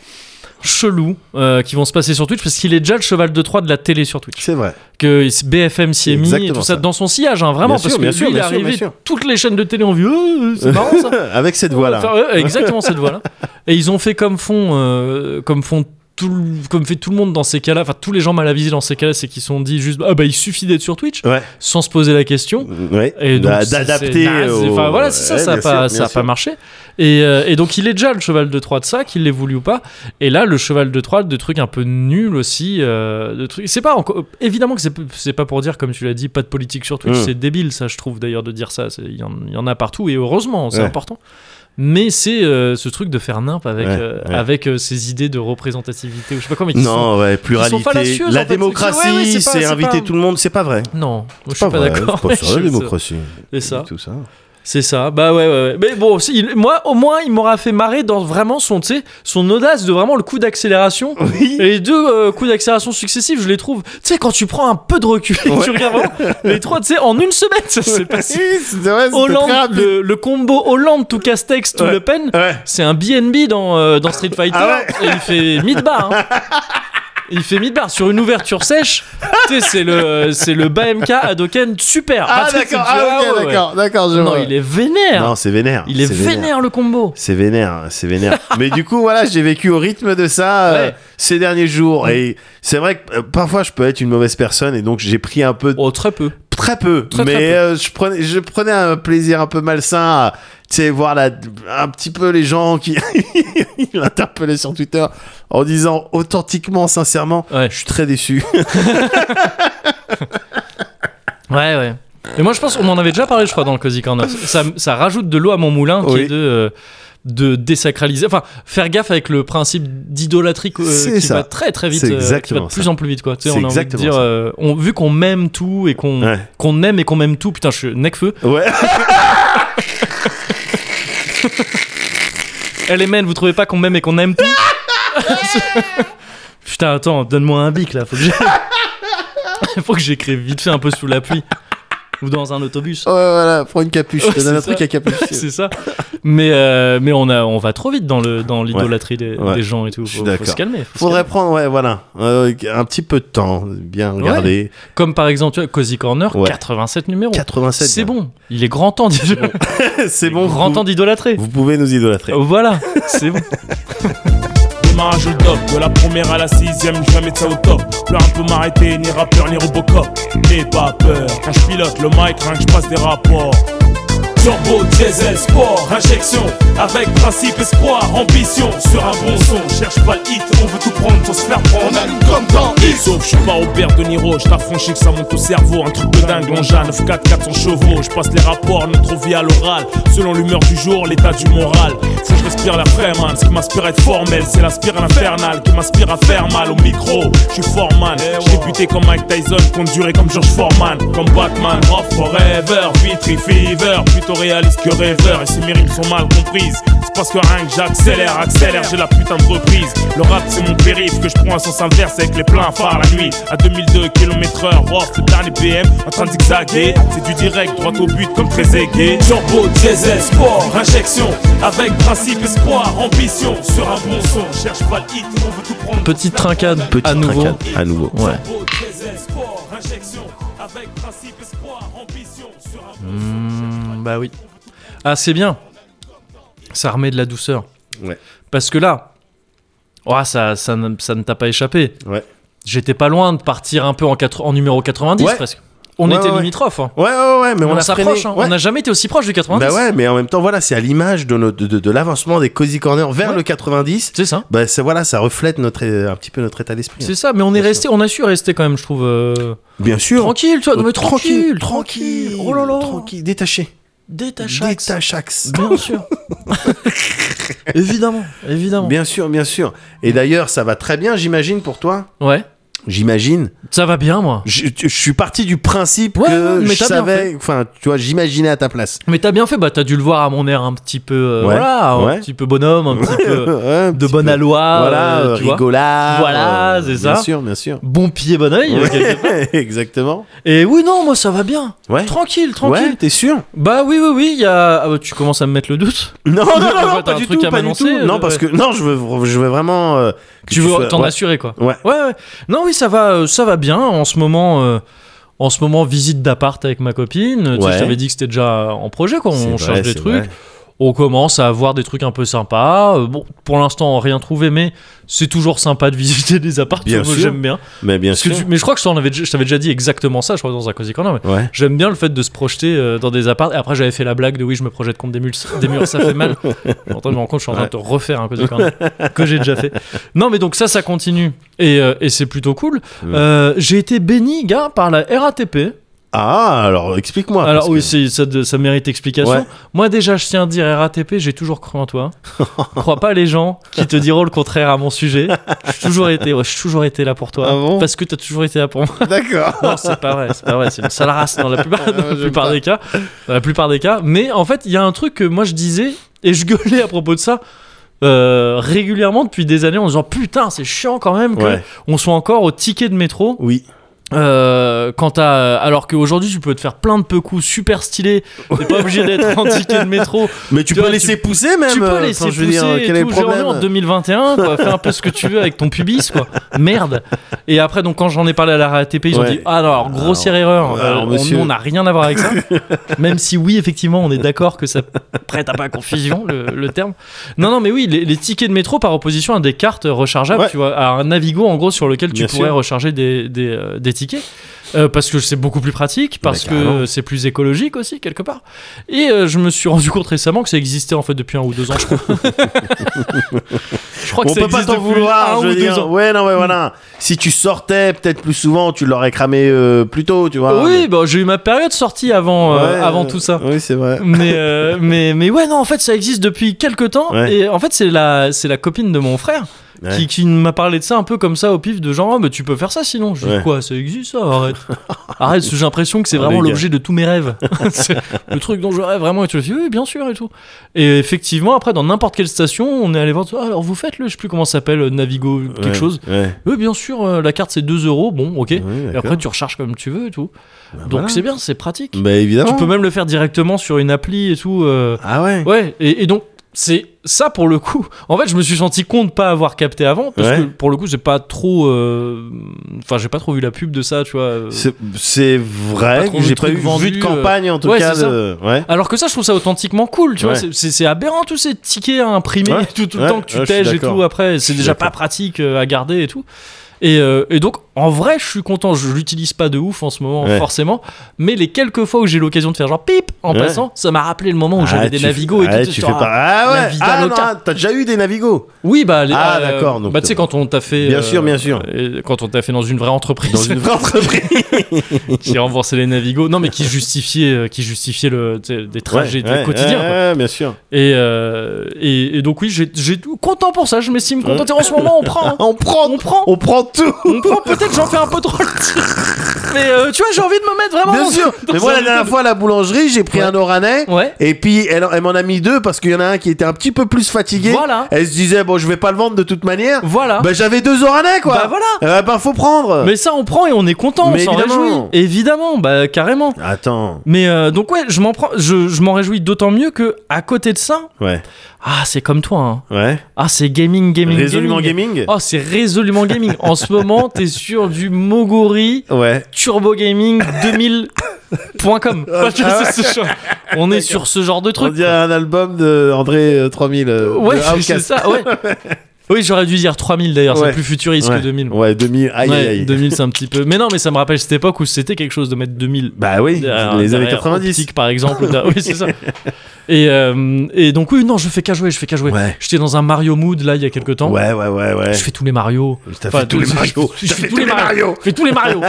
chelous euh, qui vont se passer sur Twitch parce qu'il est déjà le cheval de Troie de la télé sur Twitch.
C'est vrai.
Que BFM s'y est mis et
Exactement
tout ça,
ça.
dans son sillage, hein, vraiment,
Bien
parce
sûr,
que
bien
lui,
sûr,
il est
bien sûr,
arrivé,
bien sûr.
toutes les chaînes de télé ont vu, Oh, c'est marrant ça.
Avec cette voix-là.
Enfin, ouais, exactement cette voix-là. Et ils ont fait comme font, euh, comme font tout, le- comme fait tout le monde dans ces cas-là. Enfin, tous les gens mal avisés dans ces cas-là, c'est qu'ils se sont dit juste, ah bah il suffit d'être sur Twitch,
Ouais.
sans se poser la question.
Ouais.
Et donc,
D'a-
c'est-
D'adapter.
c'est naze.
au-
Enfin, voilà, c'est ça,
Ouais,
ça n'a
bien sûr,
pas,
bien
ça a
sûr.
pas marché. Et, euh, et donc, il est déjà le cheval de Troie de ça, qu'il l'ait voulu ou pas. Et là, le cheval de Troie de trucs un peu nuls aussi. euh, de trucs... C'est pas encore... Évidemment que c'est p- c'est pas pour dire, comme tu l'as dit, pas de politique sur Twitch.
Mm.
C'est débile, ça, je trouve d'ailleurs, de dire ça. C'est- Il y, en- il y en a partout, et heureusement, c'est
Ouais.
important. Mais c'est euh, ce truc de faire nimp avec,
Ouais,
euh,
ouais.
avec euh, ces idées de représentativité, ou je sais pas comment ils sont.
Non, ouais,
sont fallacieuses,
pluralité.
en fait.
La
Ouais, ouais, c'est
démocratie,
pas-
c'est
c'est
inviter
pas-
tout le monde, c'est pas vrai.
Non, je suis
C'est
pas,
vrai,
d'accord.
C'est pas ça,
Je-
la démocratie.
C'est ça.
Tout ça.
C'est ça, bah ouais, ouais, ouais. Mais bon, si, il- moi, au moins, il m'aura fait marrer dans vraiment son, tu sais, son audace de vraiment le coup d'accélération. Et les deux euh, coups d'accélération successifs, je les trouve. Tu sais, quand tu prends un peu de recul, et que tu regardes vraiment les trois, tu sais, en une semaine, ça s'est passé.
c'est vrai, c'était très
Hollande,
rapide.
le, le combo Hollande tout Castex tout
Ouais.
Le Pen,
Ouais.
c'est un BNB dans, euh, dans Street Fighter.
Ah
Et il fait mid-bar. hein. Il fait mid-bar sur une ouverture sèche. Tu sais, c'est le, c'est le bas MK Hadoken super.
Ah,
Tu sais,
d'accord,
tu dis,
ah,
ah, ouais,
ok,
ouais.
d'accord, d'accord, je
Non,
vois.
il est vénère.
Non, c'est vénère.
Il est,
Ah, c'est
vénère, le combo.
C'est vénère, c'est vénère. Mais du coup, voilà, j'ai vécu au rythme de ça euh,
Ouais.
ces derniers jours. Et c'est vrai que euh, parfois, je peux être une mauvaise personne et donc j'ai pris un peu,
Oh, très peu.
très peu.
très, très
mais
peu.
euh, je prenais, je prenais un plaisir un peu malsain à, tu sais, voir la, un petit peu les gens qui l'interpellaient sur Twitter en disant authentiquement, sincèrement,
Ouais.
je suis très déçu.
Ouais, ouais. Et moi, je pense, on en avait déjà parlé, je crois, dans le Cozy Corner. Ça, ça rajoute de l'eau à mon moulin, qui
Oui.
est de, euh, de désacraliser. Enfin, faire gaffe avec le principe d'idolâtrie euh,
C'est
qui
ça.
va très très vite,
C'est
euh, qui va
exactement
de plus
ça.
en plus vite, quoi. Tu sais,
C'est
on a envie de
exactement
dire,
ça.
euh, on, vu qu'on m'aime tout et qu'on
Ouais.
qu'on aime et qu'on m'aime tout, putain, je suis nec feu.
Ouais.
LMN, vous trouvez pas qu'on m'aime et qu'on aime tout Putain, attends, donne-moi un bic là, faut que j'ai- faut que j'écrive vite fait un peu sous la pluie ou dans un autobus.
Ouais, voilà, prends une capuche.
Ouais,
je te donne
c'est
un truc
ça.
à capuche.
c'est ça. Mais euh, mais on a on va trop vite dans le dans l'idolâtrie des,
Ouais.
des gens et tout.
Je suis
Faut, faut
d'accord.
se calmer. faut se
Faudrait
calmer.
prendre, ouais, voilà, euh, un petit peu de temps, bien regarder.
Comme par exemple tu vois, Cozy Corner,
Ouais.
87 numéros.
87.
C'est bon. Il est grand temps. Déjà.
c'est bon.
grand
vous-
temps Oh. d'idolâtrer.
Vous pouvez nous idolâtrer.
Voilà. C'est bon.
Démarrage au top, de la première à la sixième, jamais de ça au top. Plein peut m'arrêter, ni rappeur, ni Robocop. N'aie pas peur, quand je pilote le mic, rien que je passe des rapports. Turbo, diesel, sport, injection. Avec principe, espoir, ambition. Sur un bon son, cherche pas le hit, on veut tout prendre pour se faire prendre. On allume comme dans Hit. Sauf, je suis pas Robert De Niro, je t'affranchis que ça monte au cerveau. Un truc de dingue, l'engin, 9 4 400 chevaux. Je passe les rapports, notre vie à l'oral. Selon l'humeur du jour, l'état du moral. Faut que je respire la man. Ce qui m'inspire à être formel, c'est l'aspirine infernale qui m'inspire à faire mal au micro. Je suis foreman, j'ai débuté comme Mike Tyson, conduiré comme George Foreman, comme Batman, Rob Forever, Vitry Fever, plutôt réaliste que rêveur. Et ces mérites sont mal comprises. C'est parce que rien que j'accélère, accélère, j'ai la putain de reprise. Le rap c'est mon périph que je prends à sens inverse avec les pleins phares la nuit. À 2002 km heure, off, le dernier BM en train de zigzaguer. C'est du direct, droit au but comme très aigué. Turbo, diesel, sport, injection. Avec principe, espoir, ambition. Sur un bon son, cherche pas le hit, on veut tout prendre.
Petite trincade
Petite
à nouveau.
trincade, à nouveau.
Ouais.
Turbo, diesel, sport, injection. Avec principe, espoir, ambition. Sur un bon son, cherche pas le hit,
Bah oui. Ah c'est bien. ça remet de la douceur.
Ouais.
Parce que là, ouah, ça, ça, ne- ça ne t'a pas échappé.
Ouais.
J'étais pas loin de partir un peu en, quatre- en numéro 90
Ouais.
presque. On
Ouais,
était
ouais, ouais.
limitrophes. hein.
Ouais, ouais, ouais, mais on,
on
a
s'approche.
freiné.
hein.
Ouais.
On n'a jamais été aussi proche du 90.
Bah ouais, mais en même temps, voilà, c'est à l'image de, notre- de, de- de l'avancement des Cozy Corner vers
Ouais.
le 90.
C'est ça.
Bah c'est voilà, ça reflète notre, euh, un petit peu notre état d'esprit.
C'est ça, mais on est
Bien sûr.
resté, on a su rester quand même, je trouve. euh,
Bien sûr. Euh,
Tranquille, tu vois, non, mais tranquille,
tranquille,
Oh là là,
tranquille, détaché,
détachax.
détachax.
Bien sûr. évidemment, évidemment.
Bien sûr, bien sûr. Et d'ailleurs, ça va très bien, j'imagine pour toi.
Ouais,
J'imagine.
ça va bien, moi.
Je, tu- je suis parti du principe
Ouais,
que
ouais, mais
je
t'as bien
savais. Enfin, tu vois, j'imaginais à ta place.
Mais t'as bien fait, bah t'as dû le voir à mon air un petit peu, euh,
Ouais,
voilà, un
ouais.
petit peu bonhomme, un petit peu
Ouais, un
de
petit
bonne
peu.
aloi,
Voilà,
euh,
euh,
tu vois.
rigolard.
Voilà,
euh,
c'est ça.
Bien sûr, bien sûr.
Bon pied, bon oeil.
Ouais, exactement.
Et oui, non, moi ça va bien.
Ouais.
Tranquille, tranquille.
Eh. Ouais, t'es sûr
Bah oui, oui, oui, il y a. ah, bah, tu commences à me mettre le doute.
Non, non, non,
T'as
non,
un
pas du
truc
tout,
à
pas du
m'annoncer,
tout.
euh,
Non, parce que non, je veux, je veux vraiment. euh, que
Tu, veux
sois-
t'en
ouais.
assurer, quoi.
Ouais.
Ouais, ouais. Non, oui, ça va, euh, ça va bien. En ce moment, euh, en ce moment, visite d'appart avec ma copine. Tu sais,
Ouais.
je t'avais dit que c'était déjà en projet, quoi.
C'est
On
vrai,
cherche des
c'est
trucs.
vrai.
On commence à avoir des trucs un peu sympas. Euh, bon, pour l'instant, rien trouvé, mais c'est toujours sympa de visiter des apparts.
Bien
Moi,
sûr.
J'aime bien.
Mais bien
Parce que
sûr.
tu- mais je crois que je t'en avais, déjà- je t'avais déjà dit exactement ça, je crois, dans un Cozy Corner. mais
Ouais.
J'aime bien le fait de se projeter euh, dans des apparts. Et après, j'avais fait la blague de oui, je me projette contre des murs, des murs ça fait mal. En train de me rendre compte, je suis en train de te refaire un Cozy Corner que j'ai déjà fait. Non, mais donc ça, ça continue. Et, euh, et c'est plutôt cool.
Ouais.
Euh, j'ai été béni, gars, par la RATP.
Ah, alors explique-moi.
Alors
parce
oui,
que-
c'est- ça, de- ça mérite explication.
Ouais.
Moi déjà, je tiens à dire RATP, j'ai toujours cru en toi. Crois pas les gens qui te diront le contraire à mon sujet. J'ai toujours été, ouais, j'ai toujours été là pour toi.
Ah bon
parce que t'as toujours été là pour moi.
D'accord.
Non, c'est pas vrai, c'est pas vrai. C'est une sale race dans la plupart, dans la
j'aime
plupart
pas.
des cas. Dans la plupart des cas. Mais en fait, il y a un truc que moi je disais et je gueulais à propos de ça. euh, régulièrement depuis des années en disant putain c'est chiant quand même que
Ouais.
on soit encore au ticket de métro
Oui.
euh, quand t'as- alors qu'aujourd'hui tu peux te faire plein de peu coups super stylés, t'es pas obligé d'être en ticket de métro,
Mais tu
Tu
peux
vois,
laisser pousser même.
tu peux
euh,
laisser
enfin, je veux
pousser
dire,
et
quel est le
tout, genre, on est
problème
en 2021, quoi, fais un peu ce que tu veux avec ton pubis, quoi. Merde. Et après, donc quand j'en ai parlé à la RATP, ils ont
Ouais.
dit, ah non, alors, grossière erreur,
alors,
euh, on-
monsieur.
nous, on n'a rien à voir avec ça. Même si oui, effectivement, on est d'accord que ça prête à pas confusion, le, le terme. Non, non, mais oui, les, les tickets de métro par opposition à des cartes rechargeables,
Ouais.
tu vois, à un Navigo, en gros, sur lequel tu
Bien
pourrais
sûr.
recharger des, des, euh, des tickets. Euh, parce que c'est beaucoup plus pratique, parce
Bah, carrément.
que c'est plus écologique aussi quelque part. Et euh, je me suis rendu compte récemment que ça existait en fait depuis un ou deux ans, je crois. je crois que
On
ça
peut pas
existe
t'en
depuis
vouloir,
un
je
ou
veux
deux
dire.
ans.
Ouais, non, mais voilà. Si tu sortais peut-être plus souvent, tu l'aurais cramé euh, plus tôt, tu vois.
oui, bah, j'ai eu ma période sortie avant, euh,
Ouais,
avant
euh,
tout ça.
Oui, c'est vrai.
mais, euh, mais, mais ouais, non, en fait, ça existe depuis quelques temps.
Ouais.
Et en fait, c'est la, c'est la copine de mon frère
Ouais.
qui, qui m'a parlé de ça un peu comme ça au pif de genre, Ah, mais tu peux faire ça sinon. Je dis,
Ouais.
quoi, ça existe ça Arrête. Arrête, parce que j'ai l'impression que c'est
Oh,
vraiment
les gars.
l'objet de tous mes rêves. C'est le truc dont je rêve vraiment. Et tu le dis, oui, bien sûr et tout. Et effectivement, après, dans n'importe quelle station, on est allé voir, Ah, alors vous faites le, je sais plus comment ça s'appelle, euh, Navigo, quelque
Ouais,
chose.
Ouais.
Oui, bien sûr, euh, la carte c'est 2 euros, bon, ok. Et
Oui, d'accord. Bah,
après, tu recharges comme tu veux et tout. Donc
voilà.
c'est bien, c'est pratique.
Bah évidemment.
Tu peux même le faire directement sur une appli et tout. euh,
Ah ouais.
Ouais, et, et donc c'est ça pour le coup. En fait, je me suis senti con de pas avoir capté avant parce
Ouais.
que pour le coup, j'ai pas trop. euh, Enfin, j'ai pas trop vu la pub de ça, tu vois. euh.
C'est- C'est
Pas
vrai
trop
que
de
j'ai pas
trucs
eu
vendus, euh.
vu de campagne en tout
ouais,
cas.
c'est ça.
de- Ouais.
Alors que ça, je trouve ça authentiquement cool, tu vois.
Ouais.
c'est- C'est c'est aberrant tous ces tickets à imprimer
Ouais,
tout, tout le
ouais,
temps que tu
ouais, je suis
tèges et
d'accord.
tout. Après,
suis
c'est déjà pas
d'accord.
pratique euh, à garder et tout. Et, euh, et donc, en vrai, je suis content. Je l'utilise pas de ouf en ce moment,
Ouais.
forcément. Mais les quelques fois où j'ai l'occasion de faire genre pip en
Ouais.
passant, ça m'a rappelé le moment où j'avais
Ah,
des
tu-
navigos et
ah,
tout.
Tu
genre,
fais pas. Ah
la
ouais.
Vida
Ah non,
Loca.
t'as déjà eu des navigos.
Oui, bah, les-
Ah, d'accord, donc-
Bah, tu sais, quand on t'a fait.
Bien sûr, bien sûr.
et Quand on t'a fait dans une vraie entreprise.
Dans une vraie entreprise.
qui remboursait les navigos. Non, mais qui justifiait, euh, qui justifiait le, tu sais, des trajets
Ouais, ouais,
quotidiens.
ouais,
quoi.
ouais, bien sûr.
Et, euh, et, et donc, oui, j'ai j'ai- content pour ça. Je m'estime content. Et En ce moment, on prend. hein.
On prend,
On prend.
on prend tout.
On prend. Peut-être que j'en fais un peu trop. mais euh, tu vois, j'ai envie de me mettre vraiment.
Bien
dans-
sûr.
dans
Mais moi,
un
la dernière
état
fois, à la boulangerie, j'ai pris
Ouais.
un oranais.
de- Ouais.
Et puis, elle, elle m'en a mis deux parce qu'il y en a un qui était un petit peu plus fatigué.
Voilà.
Elle se disait, bon, je vais pas le vendre de toute manière.
Voilà.
Bah, j'avais deux oranais, quoi.
Bah, voilà.
Euh, bah, faut prendre.
Mais ça, on prend et on est content.
Mais
on s'en réjouit.
évidemment.
Évidemment. Bah, carrément.
Attends.
Mais euh, donc ouais, je m'en prends, je, je m'en réjouis d'autant mieux que à côté de ça,
Ouais.
ah c'est comme toi, hein.
Ouais.
ah c'est gaming, gaming,
Résolument gaming.
Oh c'est résolument gaming. en ce moment, t'es sur du Mogori
Ouais.
Turbo Gaming 2000 Point com. C'est ce genre- On est sur ce genre de
Ah, On
truc.
dirait un album de André euh, 3000. euh,
Ouais,
de
c'est- c'est
Outkast.
ça, ouais. Oui, j'aurais dû dire 3000 d'ailleurs,
Ouais.
c'est plus futuriste
ouais.
que 2000.
Ouais, 2000. Aïe,
Ouais,
aïe, aïe.
2000, c'est un petit peu. Mais non, mais ça me rappelle cette époque où c'était quelque chose de mettre 2000
Bah oui,
Derrière-
les années
Euh, derrière
90.
Optique, par exemple. ou derrière- oui, c'est ça. Et, euh, et donc, oui, non, je fais qu'à jouer, je fais qu'à jouer.
Ouais.
J'étais dans un Mario mood, là, il y a quelques temps.
Ouais, ouais, ouais, ouais.
Je fais tous les Mario.
T'as
Enfin,
fait tous les
je-
Mario.
Je, je
T'as
fais tous les Mario. Je fais tous les Mario.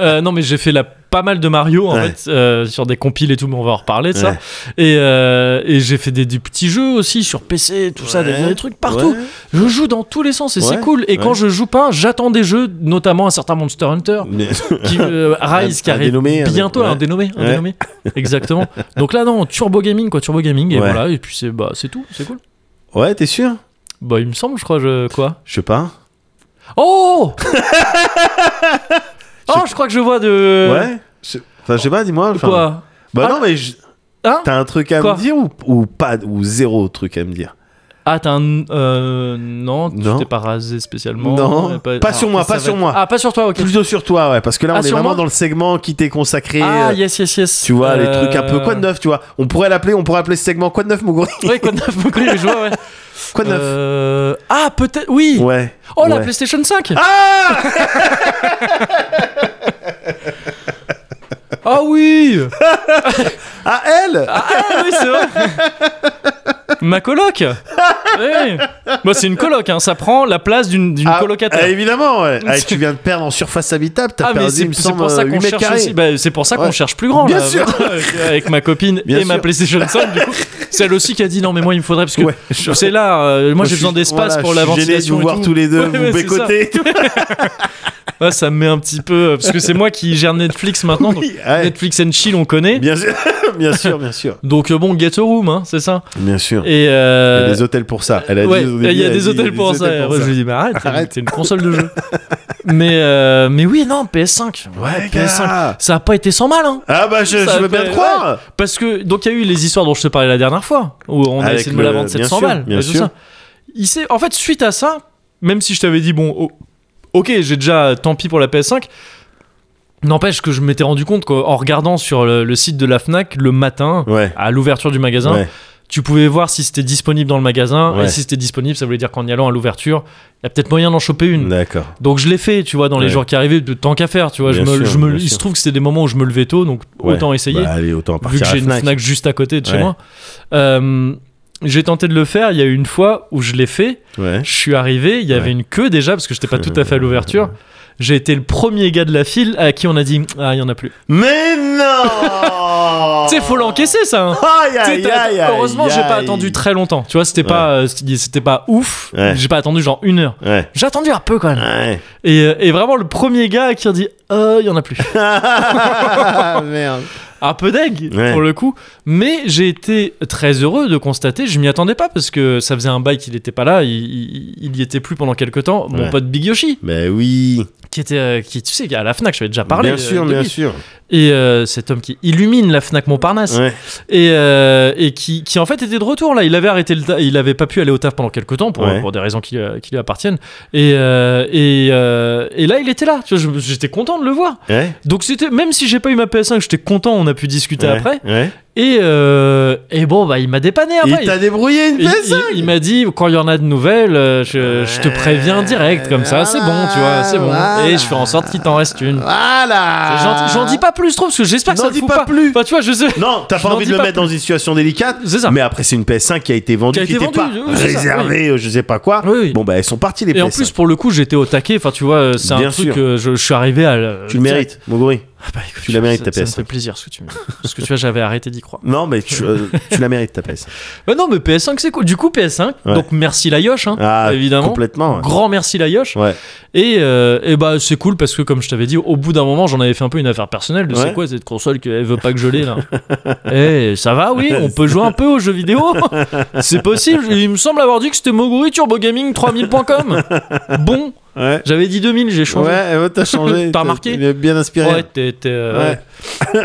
Euh, non, mais j'ai fait la, pas mal de Mario, en
Ouais.
fait, euh, sur des compiles et tout, mais on va en reparler de ça.
Ouais.
Et, euh, et j'ai fait des, des petits jeux aussi sur PC, tout ça, des,
Ouais.
des trucs partout.
Ouais.
Je joue dans tous les sens et c'est
Ouais.
cool. Et quand
Ouais.
je joue pas, j'attends des jeux, notamment un certain Monster Hunter
Mais-
qui, euh, Rise
Un-
qui
un
arrive
dénommé, un-
bientôt un
ouais.
dénommé, un
Ouais.
dénommé. exactement donc là non Turbo Gaming quoi Turbo Gaming et
Ouais.
voilà et puis c'est bah c'est tout c'est cool
Ouais, t'es sûr
bah il me semble je crois je quoi
Je sais pas.
oh oh je crois que je vois de
Ouais. Je- Enfin, je sais pas, dis-moi. enfin-
quoi
Bah
Ah.
non, mais je-
hein
t'as un truc à
Quoi
me dire ou, ou pas Ou zéro truc à me dire
ah t'as un euh, non tu
Non.
t'es pas rasé spécialement
Non.
Ouais,
Pas sur moi,
ça
pas
va
sur moi.
ah pas sur toi ok
Plutôt sur toi, ouais, parce que là,
Ah,
on est
sur
vraiment
moi
dans le segment qui t'est consacré.
ah
euh,
yes yes yes
Tu vois, les
Euh,
trucs un peu quoi de neuf, tu vois. On pourrait l'appeler, on pourrait appeler ce segment quoi de neuf, Mougouri
ouais quoi de neuf beaucoup je vois ouais
Quoi de neuf
Euh, ah peut-être oui
Ouais.
oh la
ouais.
PlayStation 5
Ah
ah oui
Ah, elle
Ah oui, c'est vrai. Ma coloc. Oui. Bah, c'est une coloc, hein. ça prend la place d'une d'une
Ah,
colocataire.
ah, évidemment, ouais. Ah,
C'est-
tu viens de perdre en surface habitable, t'as
Ah, mais
perdu, il
c'est
me
c'est
semble,
pour ça
8
qu'on
mètres
cherche
carrés.
aussi. Bah, c'est pour ça qu'on
Ouais.
cherche plus grand.
Bien
là.
sûr.
Avec ma copine
Bien
et ma
sûr.
PlayStation 5, du coup. C'est elle aussi qui a dit non, mais moi il me faudrait parce que
Ouais.
c'est là. euh, moi
je
j'ai
suis-
besoin d'espace
voilà,
pour
je
la
suis gêné de
ventilation.
vous
et
voir
tout.
tous les deux,
Ouais,
vous
ouais, c'est
bécoter et tout.
Ça. Ouais, ça me met un petit peu euh, parce que c'est moi qui gère Netflix maintenant. donc
Oui, ouais.
Netflix and chill, on connaît.
Eh. Bien sûr, bien sûr, bien sûr.
Donc euh, bon, get a room, hein, c'est ça.
Bien sûr.
Et euh,
Il y a des hôtels pour ça. Elle a
Ouais,
dit au
il
début,
y a
elle
des
dit,
hôtels pour
des
ça.
hôtels pour
Ouais,
ça.
Je lui dis, mais arrête,
Arrête.
c'est une console de jeu. mais, euh, mais oui, non, PS5.
Ouais,
PS5.
gars.
Ça a pas été sans mal, hein.
Ah bah je,
Ça hein.
je veux
peut-
bien te croire.
Parce que, donc, il y a eu les histoires dont je te parlais la dernière fois, où on a
Avec
essayé de me la
le-
vendre
bien
700
sûr,
balles.
bien
et tout
sûr.
ça. Il s'est- en fait, suite à ça, même si je t'avais dit, bon, oh, ok, j'ai déjà, euh, tant pis pour la PS5, n'empêche que je m'étais rendu compte qu'en regardant sur le, le site de la Fnac le matin,
Ouais.
à l'ouverture du magasin,
ouais.
tu pouvais voir si c'était disponible dans le magasin
Ouais.
et si c'était disponible ça voulait dire qu'en y allant à l'ouverture il y a peut-être moyen d'en choper une
D'accord.
donc je l'ai fait tu vois dans les
Ouais.
jours qui arrivaient de tant qu'à faire tu vois je
Bien
me,
sûr,
je me-
bien
il se
sûr.
trouve que c'était des moments où je me levais tôt donc
Ouais.
autant essayer
Bah, allez, autant partir
vu que
à
j'ai
la
une
Fnac.
Fnac. juste à côté de chez
Ouais.
moi Euh, j'ai tenté de le faire il y a eu une fois où je l'ai fait
Ouais.
je suis arrivé il y avait
Ouais.
une queue déjà parce que j'étais pas tout à fait à l'ouverture j'ai été le premier gars de la file à qui on a dit ah il y en a plus
Mais non
tu sais faut l'encaisser ça hein.
Aïe,
Tu sais,
aïe,
t'as-
aïe, aïe,
heureusement, j'ai pas
aïe.
attendu très longtemps. Tu vois, c'était
Ouais.
pas, euh, c'était c'était pas ouf.
Ouais.
J'ai pas attendu genre une heure.
Ouais.
J'ai attendu un peu quand même.
Ouais.
Et, euh, et vraiment, le premier gars qui a dit, euh, il y en a plus.
Merde.
un peu deg
Ouais.
pour le coup. Mais j'ai été très heureux de constater. Je m'y attendais pas parce que ça faisait un bail qu'il était pas là. Il, il, il y était plus pendant quelques temps. Mon
Ouais.
pote Big Yoshi,
Mais Bah oui.
qui était, euh, qui tu sais, à la Fnac, je j'avais déjà parlé.
Bien
euh,
sûr,
de
bien
lui.
sûr.
Et euh, cet homme qui illumine la Fnac Montparnasse.
Ouais.
et, euh, et qui, qui en fait était de retour là. Il avait arrêté le ta- il avait pas pu aller au taf pendant quelques temps pour,
Ouais.
pour des raisons qui, lui- qui lui appartiennent. Et, euh, et, euh, et là, il était là. Tu vois, je- j'étais content de le voir.
Ouais.
Donc c'était même si j'ai pas eu ma PS5, j'étais content. On a pu discuter
Ouais.
après.
Ouais.
Et, euh, et bon, bah il m'a dépanné après.
Il t'a débrouillé une
Il-
pièce
il- il m'a dit quand il y en a de nouvelles, euh, je, je te préviens direct comme ça, c'est bon, tu vois, c'est bon.
Voilà.
Et je fais en sorte qu'il t'en reste une.
Voilà
C'est gentil. J'en dis pas plus trop parce que j'espère que
N'en
ça te
dis
fout
pas plus.
Enfin, tu vois, je sais.
Non, t'as
Je
pas
n'en
envie
dis
de le
pas
mettre
plus.
dans une situation délicate.
C'est ça.
Mais après, c'est une PS5 qui a été vendue,
Qui a
qui
été
n'était pas
vendue, oui, c'est ça,
réservée, euh, je sais pas quoi.
Oui, oui.
Bon, bah, elles sont parties, les
Et
PS5.
en plus, pour le coup, j'étais au taquet. Enfin, tu vois, euh, c'est un
Bien
truc
sûr.
que je, je suis arrivé à. le-
tu
direct.
le mérites, Moguri.
Ah bah, écoute,
Tu la mérites,
ça-
ta
Ça me
PS5.
fait plaisir ce que tu me dis. Parce que tu vois, j'avais arrêté d'y croire.
Non, mais tu, euh, tu la mérites, ta PS5.
Bah non, mais PS5, c'est cool. Du coup, PS5,
Ouais.
donc merci la Yoche, hein,
Ah,
évidemment.
Complètement. ouais.
Grand merci la Yoche.
Ouais.
Et, euh, et bah, c'est cool parce que, comme je t'avais dit, au bout d'un moment, j'en avais fait un peu une affaire personnelle de c'est
Ouais.
quoi cette console qu'elle veut pas que je l'ai là. Eh, ça va, oui, on peut jouer un peu aux jeux vidéo. c'est possible. Il me semble avoir dit que c'était Moguri Turbo Gaming 3000.com. Bon,
Ouais.
j'avais dit 2000, j'ai changé.
Ouais, ouais, t'as changé.
T'as remarqué
Il est bien inspiré.
Ouais, t'es. t'es, euh,
Ouais.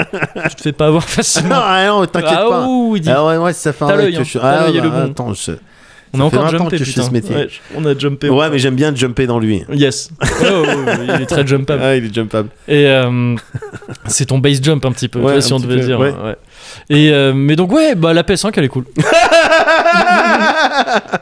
tu te fais pas avoir
Non,
facilement.
ah non, t'inquiète
ah
pas.
ouh, il dit.
Ah ouais, ouais, ça fait un
T'as
mec
l'œil,
que je suis-
hein. T'as
Ah,
l'œil et le
bah,
bon.
Attends, je...
On
Ça
a
fait
encore
20 ans
jumpé,
que je fais
putain.
ce métier.
Ouais, on a jumpé.
Ouais, mais j'aime bien jumper dans lui.
Yes. Ouais, ouais, ouais, il est très jumpable.
Ah, il est jumpable.
Et euh, c'est ton base jump un petit peu, tu
Ouais,
vois, si
un
on
petit
devait
peu,
dire.
ouais.
ouais. Et euh, mais donc ouais, bah la PS5 elle est cool.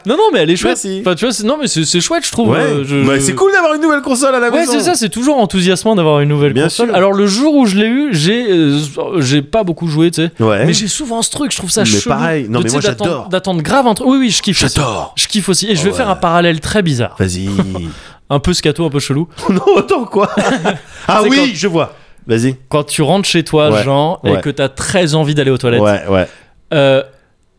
non non mais elle est chouette.
Merci.
Enfin tu vois, c'est- non mais c'est c'est chouette je trouve.
Ouais,
euh, je-
Bah,
je-
c'est cool d'avoir une nouvelle console à la
Ouais
maison.
c'est ça, c'est toujours enthousiasmant d'avoir une nouvelle
Bien
console.
sûr.
Alors le jour où je l'ai eu, j'ai euh, j'ai pas beaucoup joué, tu sais.
Ouais.
Mais j'ai souvent ce truc, je trouve ça
Mais
chelou
pareil. Non,
de,
mais
tu
moi,
sais, d'attendre-
j'adore.
D'attendre grave un truc. Oui oui, je kiffe. aussi.
J'adore. Oh,
Je kiffe aussi et je vais
Ouais.
faire un parallèle très bizarre.
Vas-y.
Un peu scato, un peu chelou.
non, attends quoi Ah
C'est
oui,
quand-
je vois. Vas-y.
Quand tu rentres chez toi,
Ouais.
Jean, et
Ouais.
que t'as très envie d'aller aux toilettes.
Ouais, ouais.
euh,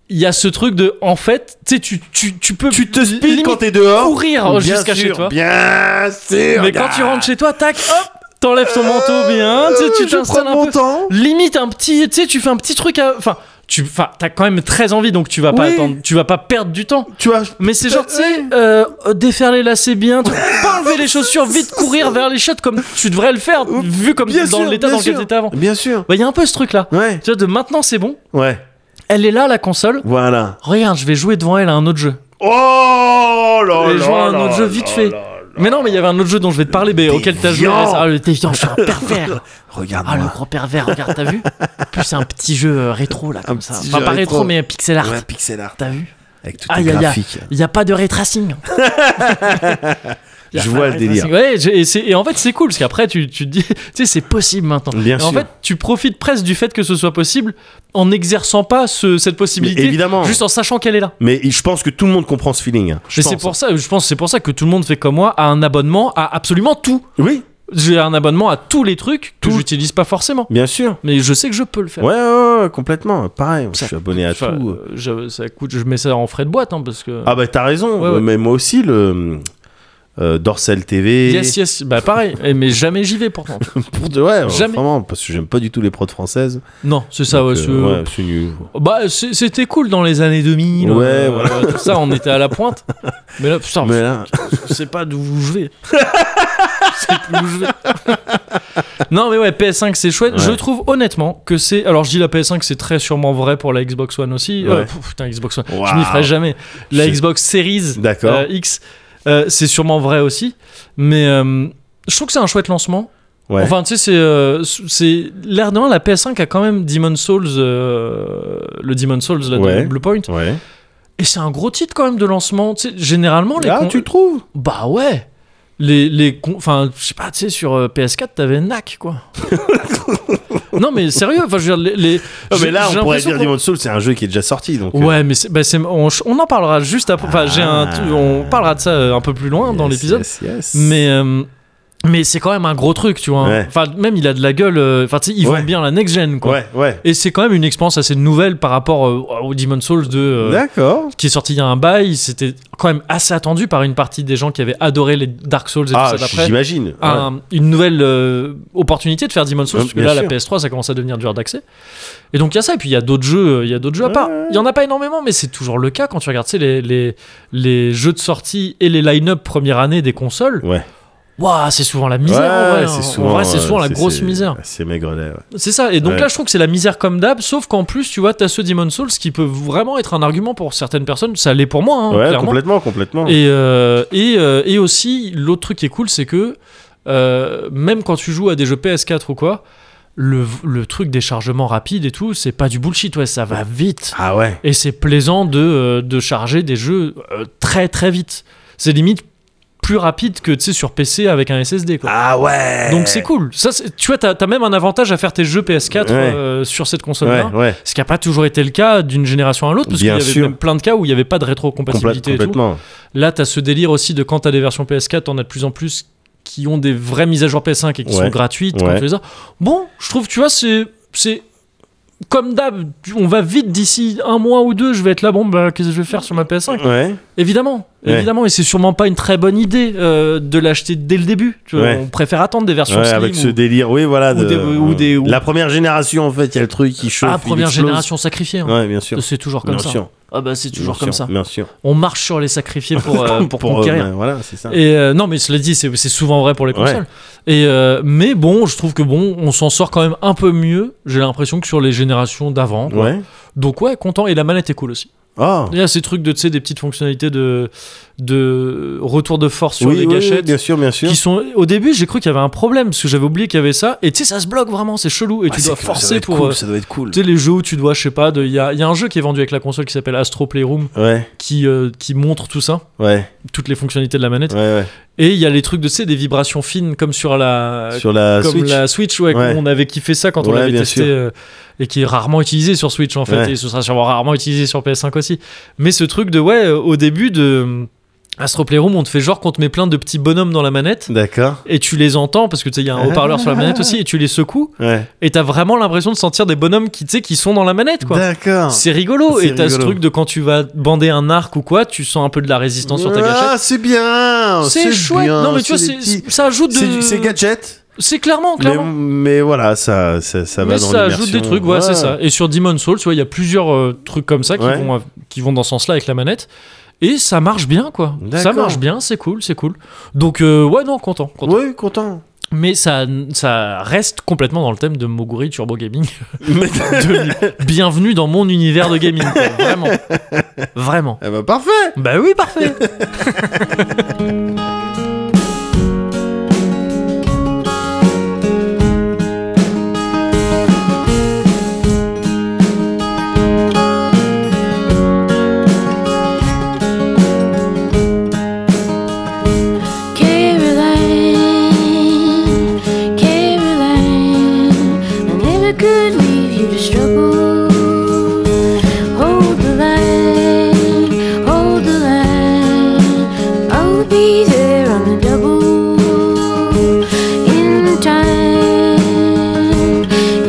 il y a ce truc de en fait tu sais tu, tu, tu peux
Tu te spies
limite
quand t'es dehors.
courir
Bien
jusqu'à
sûr,
chez toi
Bien sûr.
mais quand
gars. Euh,
tu rentres chez toi tac hop t'enlèves ton manteau bien tu sais, tu
je
t'installes
prends
un
mon
peu
temps.
limite un petit tu sais tu fais un petit truc à enfin tu enfin t'as quand même très envie donc tu vas pas
Oui.
attendre tu vas pas perdre du temps
Tu vois.
mais c'est genre tu sais euh, euh, défaire les lacets bien tu pas enlever les chaussures vite courir vers les chiottes comme tu devrais le faire vu comme
Bien
dans
sûr,
l'état
bien
dans lequel
sûr.
t'étais avant bah
Bien sûr.
il y a un peu ce truc là
Ouais.
tu vois de maintenant c'est bon
Ouais.
elle est là la console
Voilà.
regarde je vais jouer devant elle à un autre jeu
Oh là
Et
là
jouer à un
là
autre jeu vite
là
fait.
là là.
Mais non, mais il y avait un autre jeu dont je vais te parler, mais auquel t'as joué.
Déviant.
Ah, le déviant, je suis un pervers. Ah, le
Regarde-moi.
gros pervers, regarde, t'as vu Plus c'est un petit jeu euh, rétro, là, comme ça.
petit
Enfin,
jeu
pas rétro,
rétro.
mais un pixel art.
Ouais, pixel art.
T'as vu
Avec tout
Aïe,
les
aïe, aïe.
graphiques.
Il n'y a pas de ray tracing. Y a
Je
pas
vois
de ray
le délire.
tracing. Ouais, j'ai- et, Ah, c'est- et en fait, c'est cool, parce qu'après, tu, tu te dis, tu sais, c'est possible maintenant.
Bien
Et en
sûr.
fait, tu profites presque du fait que ce soit possible en n'exerçant pas ce- cette
Mais
possibilité,
évidemment.
juste en sachant qu'elle est là.
Mais je pense que tout le monde comprend ce feeling. hein. Je
Mais c'est
pense.
pour ça, je pense, que c'est pour ça que tout le monde fait comme moi, a un abonnement à absolument tout.
Oui,
J'ai un abonnement à tous les trucs que
Tout.
j'utilise pas forcément.
bien sûr.
Mais je sais que je peux le faire.
Ouais, ouais, ouais, complètement. Pareil, je
Ça-
suis abonné à
Enfin,
tout.
euh, je, ça coûte, je mets ça en frais de boîte hein, parce que.
Ah bah t'as raison.
Ouais, ouais.
Mais moi aussi le euh, Dorsal TV.
Yes, yes, bah pareil, Eh, mais jamais j'y vais pourtant.
Pour de ouais,
Jamais.
vraiment parce que j'aime pas du tout les prods françaises.
Non, c'est ça, ouais.
Donc,
c'est-
euh, ouais, c'est nul.
Bah, c'est- c'était cool dans les années 2000.
Ouais,
euh,
voilà.
tout ça, on était à la pointe. Mais là, putain,
Mais là,
je sais pas d'où je vais. Je sais plus où je vais. non, mais ouais, PS5, c'est chouette.
Ouais.
Je trouve honnêtement que c'est. Alors, je dis la PS5, c'est très sûrement vrai pour la Xbox One aussi. Euh,
Ouais.
pff, putain, Xbox One, je
Waouh.
m'y ferai jamais. La
C'est-
Xbox Series
D'accord.
euh, X, euh, c'est sûrement vrai aussi. Mais euh, je trouve que c'est un chouette lancement.
ouais.
Enfin, tu sais, c'est. euh, c'est L'air de rien, la PS5 a quand même Demon Souls, euh, le Demon Souls là,
Ouais.
de Blue Point.
ouais.
Et c'est un gros titre quand même de lancement. Tu sais, généralement, les.
Ah,
con-
tu trouves
Bah ouais! Les. les con- Enfin, je sais pas, tu sais, sur euh, PS4, t'avais NAC, quoi. non, mais sérieux, enfin, je veux dire, les. les-
Ah, Mais
j'ai-
là,
j'ai
on pourrait
l'impression
dire
qu'on-
Demon's Souls, c'est un jeu qui est déjà sorti donc. euh,
Ouais, mais c'est- bah, c'est- on, on en parlera juste après. Enfin, j'ai un,
Ah.
on parlera de ça euh, un peu plus loin dans
yes,
l'épisode.
yes, yes.
Mais euh, mais c'est quand même un gros truc, tu vois.
Ouais.
Enfin, même il a de la gueule. euh, Enfin, tu sais, ils
Ouais.
vont bien la next gen, quoi.
ouais, ouais.
Et c'est quand même une expérience assez nouvelle par rapport euh, au Demon Souls de euh,
D'accord.
qui est sorti il y a un bail. C'était quand même assez attendu par une partie des gens qui avaient adoré les Dark Souls et
Ah,
tout ça d'après.
j'imagine. Ouais.
Un- une nouvelle euh, opportunité de faire Demon Souls
Ouais,
parce que
bien
là la
sûr.
PS3 ça commence à devenir dur d'accès et donc il y a ça et puis il y a d'autres jeux euh, il y a d'autres jeux à part il y en a pas énormément mais c'est toujours le cas quand tu regardes tu sais, les, les, les jeux de sortie et les line-up première année des consoles
Ouais.
Waouh, c'est souvent la misère en
Ouais,
vrai. hein.
c'est
En
souvent,
vrai, c'est souvent
euh,
la
c'est-
grosse
c'est-
misère.
C'est maigrelet. ouais.
C'est ça. Et donc
Ouais.
là, je trouve que c'est la misère comme d'hab, sauf qu'en plus, tu vois, t'as ce Demon Souls qui peut vraiment être un argument pour certaines personnes. Ça l'est pour moi, hein,
Ouais,
clairement.
complètement, complètement.
Et, euh, et, euh, et aussi, l'autre truc qui est cool, c'est que euh, même quand tu joues à des jeux PS4 ou quoi, le, le truc des chargements rapides et tout, c'est pas du bullshit, ouais, ça va vite.
Ah ouais.
Et c'est plaisant de, euh, de charger des jeux euh, très très vite. C'est limite plus rapide que tu sais sur PC avec un SSD quoi.
Ah ouais.
Donc c'est cool. Ça, c'est- tu vois, t'as as même un avantage à faire tes jeux PS4
Ouais.
euh, sur cette console-là.
Ouais, ouais.
Ce qui n'a pas toujours été le cas d'une génération à l'autre, parce qu'il y
Bien
avait
sûr.
même plein de cas où il n'y avait pas de
Complète-
rétrocompatibilité et tout.
complètement.
Là, t'as ce délire aussi de quand t'as des versions PS4, t'en as de plus en plus qui ont des vraies mises à jour PS5 et qui
Ouais.
sont gratuites quand
Ouais.
tu les as. Bon, je trouve, tu vois, c'est. c'est comme d'hab, tu- on va vite d'ici un mois ou deux, je vais être là, bon, bah, qu'est-ce que je vais faire sur ma PS5
Ouais.
Évidemment,
Ouais.
évidemment, et c'est sûrement pas une très bonne idée euh, de l'acheter dès le début. Tu vois,
Ouais.
On préfère attendre des versions
Ouais,
Slim
avec
ou-
ce délire, oui, voilà.
ou
de-
des- ou des- ou-
La première génération, en fait, il y a le truc qui chauffe.
Ah,
il
première
explose.
génération sacrifiée. hein.
Ouais, bien sûr.
C'est toujours comme
Bien
ça.
sûr.
Ah bah c'est toujours
bien
comme
sûr,
ça.
Bien sûr.
On marche sur les sacrifiés pour, euh, pour,
euh,
conquérir.
ben, voilà, c'est ça.
Et euh, non, mais cela dit, c'est c'est souvent vrai pour les consoles. Et euh, mais bon, je trouve que bon, on s'en sort quand même un peu mieux. J'ai l'impression que sur les générations d'avant.
Ouais.
Donc ouais, content. Et la manette est cool aussi.
Ah.
Il y a ces trucs de, tu sais, des petites fonctionnalités de, de retour de force sur
oui,
les
oui, oui,
gâchettes.
bien sûr, bien sûr.
qui sont au début j'ai cru qu'il y avait un problème parce que j'avais oublié qu'il y avait ça et tu sais ça se bloque vraiment c'est chelou et
Ah,
tu
c'est
dois
que ça doit
forcer
être
pour
cool,
euh,
ça doit être cool.
tu sais les jeux où tu dois je sais pas de- il y a, il y a un jeu qui est vendu avec la console qui s'appelle Astro Playroom
Ouais,
qui, euh, qui montre tout ça
ouais,
toutes les fonctionnalités de la manette
ouais, ouais.
et il y a les trucs de tu sais des vibrations fines comme sur la
Sur la
comme
Switch.
la Switch ouais,
Ouais.
on avait kiffé ça quand on
Ouais,
l'avait
bien
testé
sûr.
euh, et qui est rarement utilisé sur Switch en fait
Ouais.
et ce sera sûrement rarement utilisé sur PS5 aussi mais ce truc de ouais euh, au début de Astro Playroom on te fait genre qu'on te met plein de petits bonhommes dans la manette
D'accord.
et tu les entends parce que tu sais il y a un haut-parleur sur la
Ah.
manette aussi et tu les secoues
Ouais.
et t'as vraiment l'impression de sentir des bonhommes qui tu sais qui sont dans la manette quoi
D'accord.
c'est rigolo
Ah. C'est
et t'as ce
rigolo.
truc de quand tu vas bander un arc ou quoi tu sens un peu de la résistance sur ta gâchette
Ah, c'est bien.
c'est chouette
ah, bien,
non mais tu vois
des
c'est-
petits-
c'est- ça ajoute
c'est
de
du- c'est gadget.
c'est clairement
Mais,
clairement
mais voilà, ça, ça, ça va
mais
dans
ça ajoute
l'immersion.
des trucs ouais, c'est ça et sur Demon Souls tu vois il y a plusieurs euh, trucs comme ça qui
Ouais.
vont euh, qui vont dans ce sens là avec la manette et ça marche bien quoi ça
D'accord.
marche bien c'est cool c'est cool donc euh, ouais non content content
Oui, content.
Mais ça, ça reste complètement dans le thème de Moguri Turbo Gaming.
Mais-
De- bienvenue dans mon univers de gaming. quoi. Vraiment. Vraiment.
Eh ben, parfait.
Bah oui, parfait.
Caroline, Caroline, I never could leave you to struggle. Hold the line, hold the line. I'll be there on the double. In time,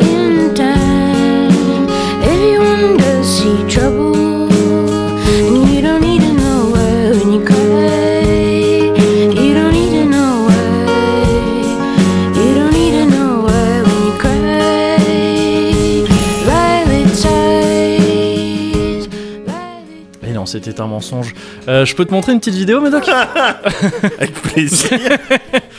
in time, everyone does see trouble. And you don't need to know why when you cry. You don't need to know why. You don't need to know why when you cry. Violet's eyes. Violet's
Mais non, c'était un mensonge. Euh, je peux te montrer une petite vidéo, Médoc
Avec plaisir.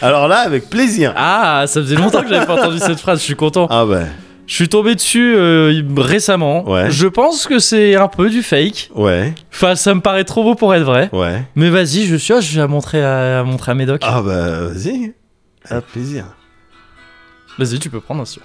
Alors là, avec plaisir.
Ah, ça faisait longtemps que j'avais pas entendu cette phrase. Je suis content.
Ah ben,
Je suis tombé dessus euh, récemment.
Ouais.
Je pense que c'est un peu du fake.
ouais,
Enfin, ça me paraît trop beau pour être vrai.
ouais.
Mais vas-y, je suis je vais la montrer à, à montrer à Médoc.
Ah bah, vas-y. Avec plaisir.
Vas-y, tu peux prendre un sûr.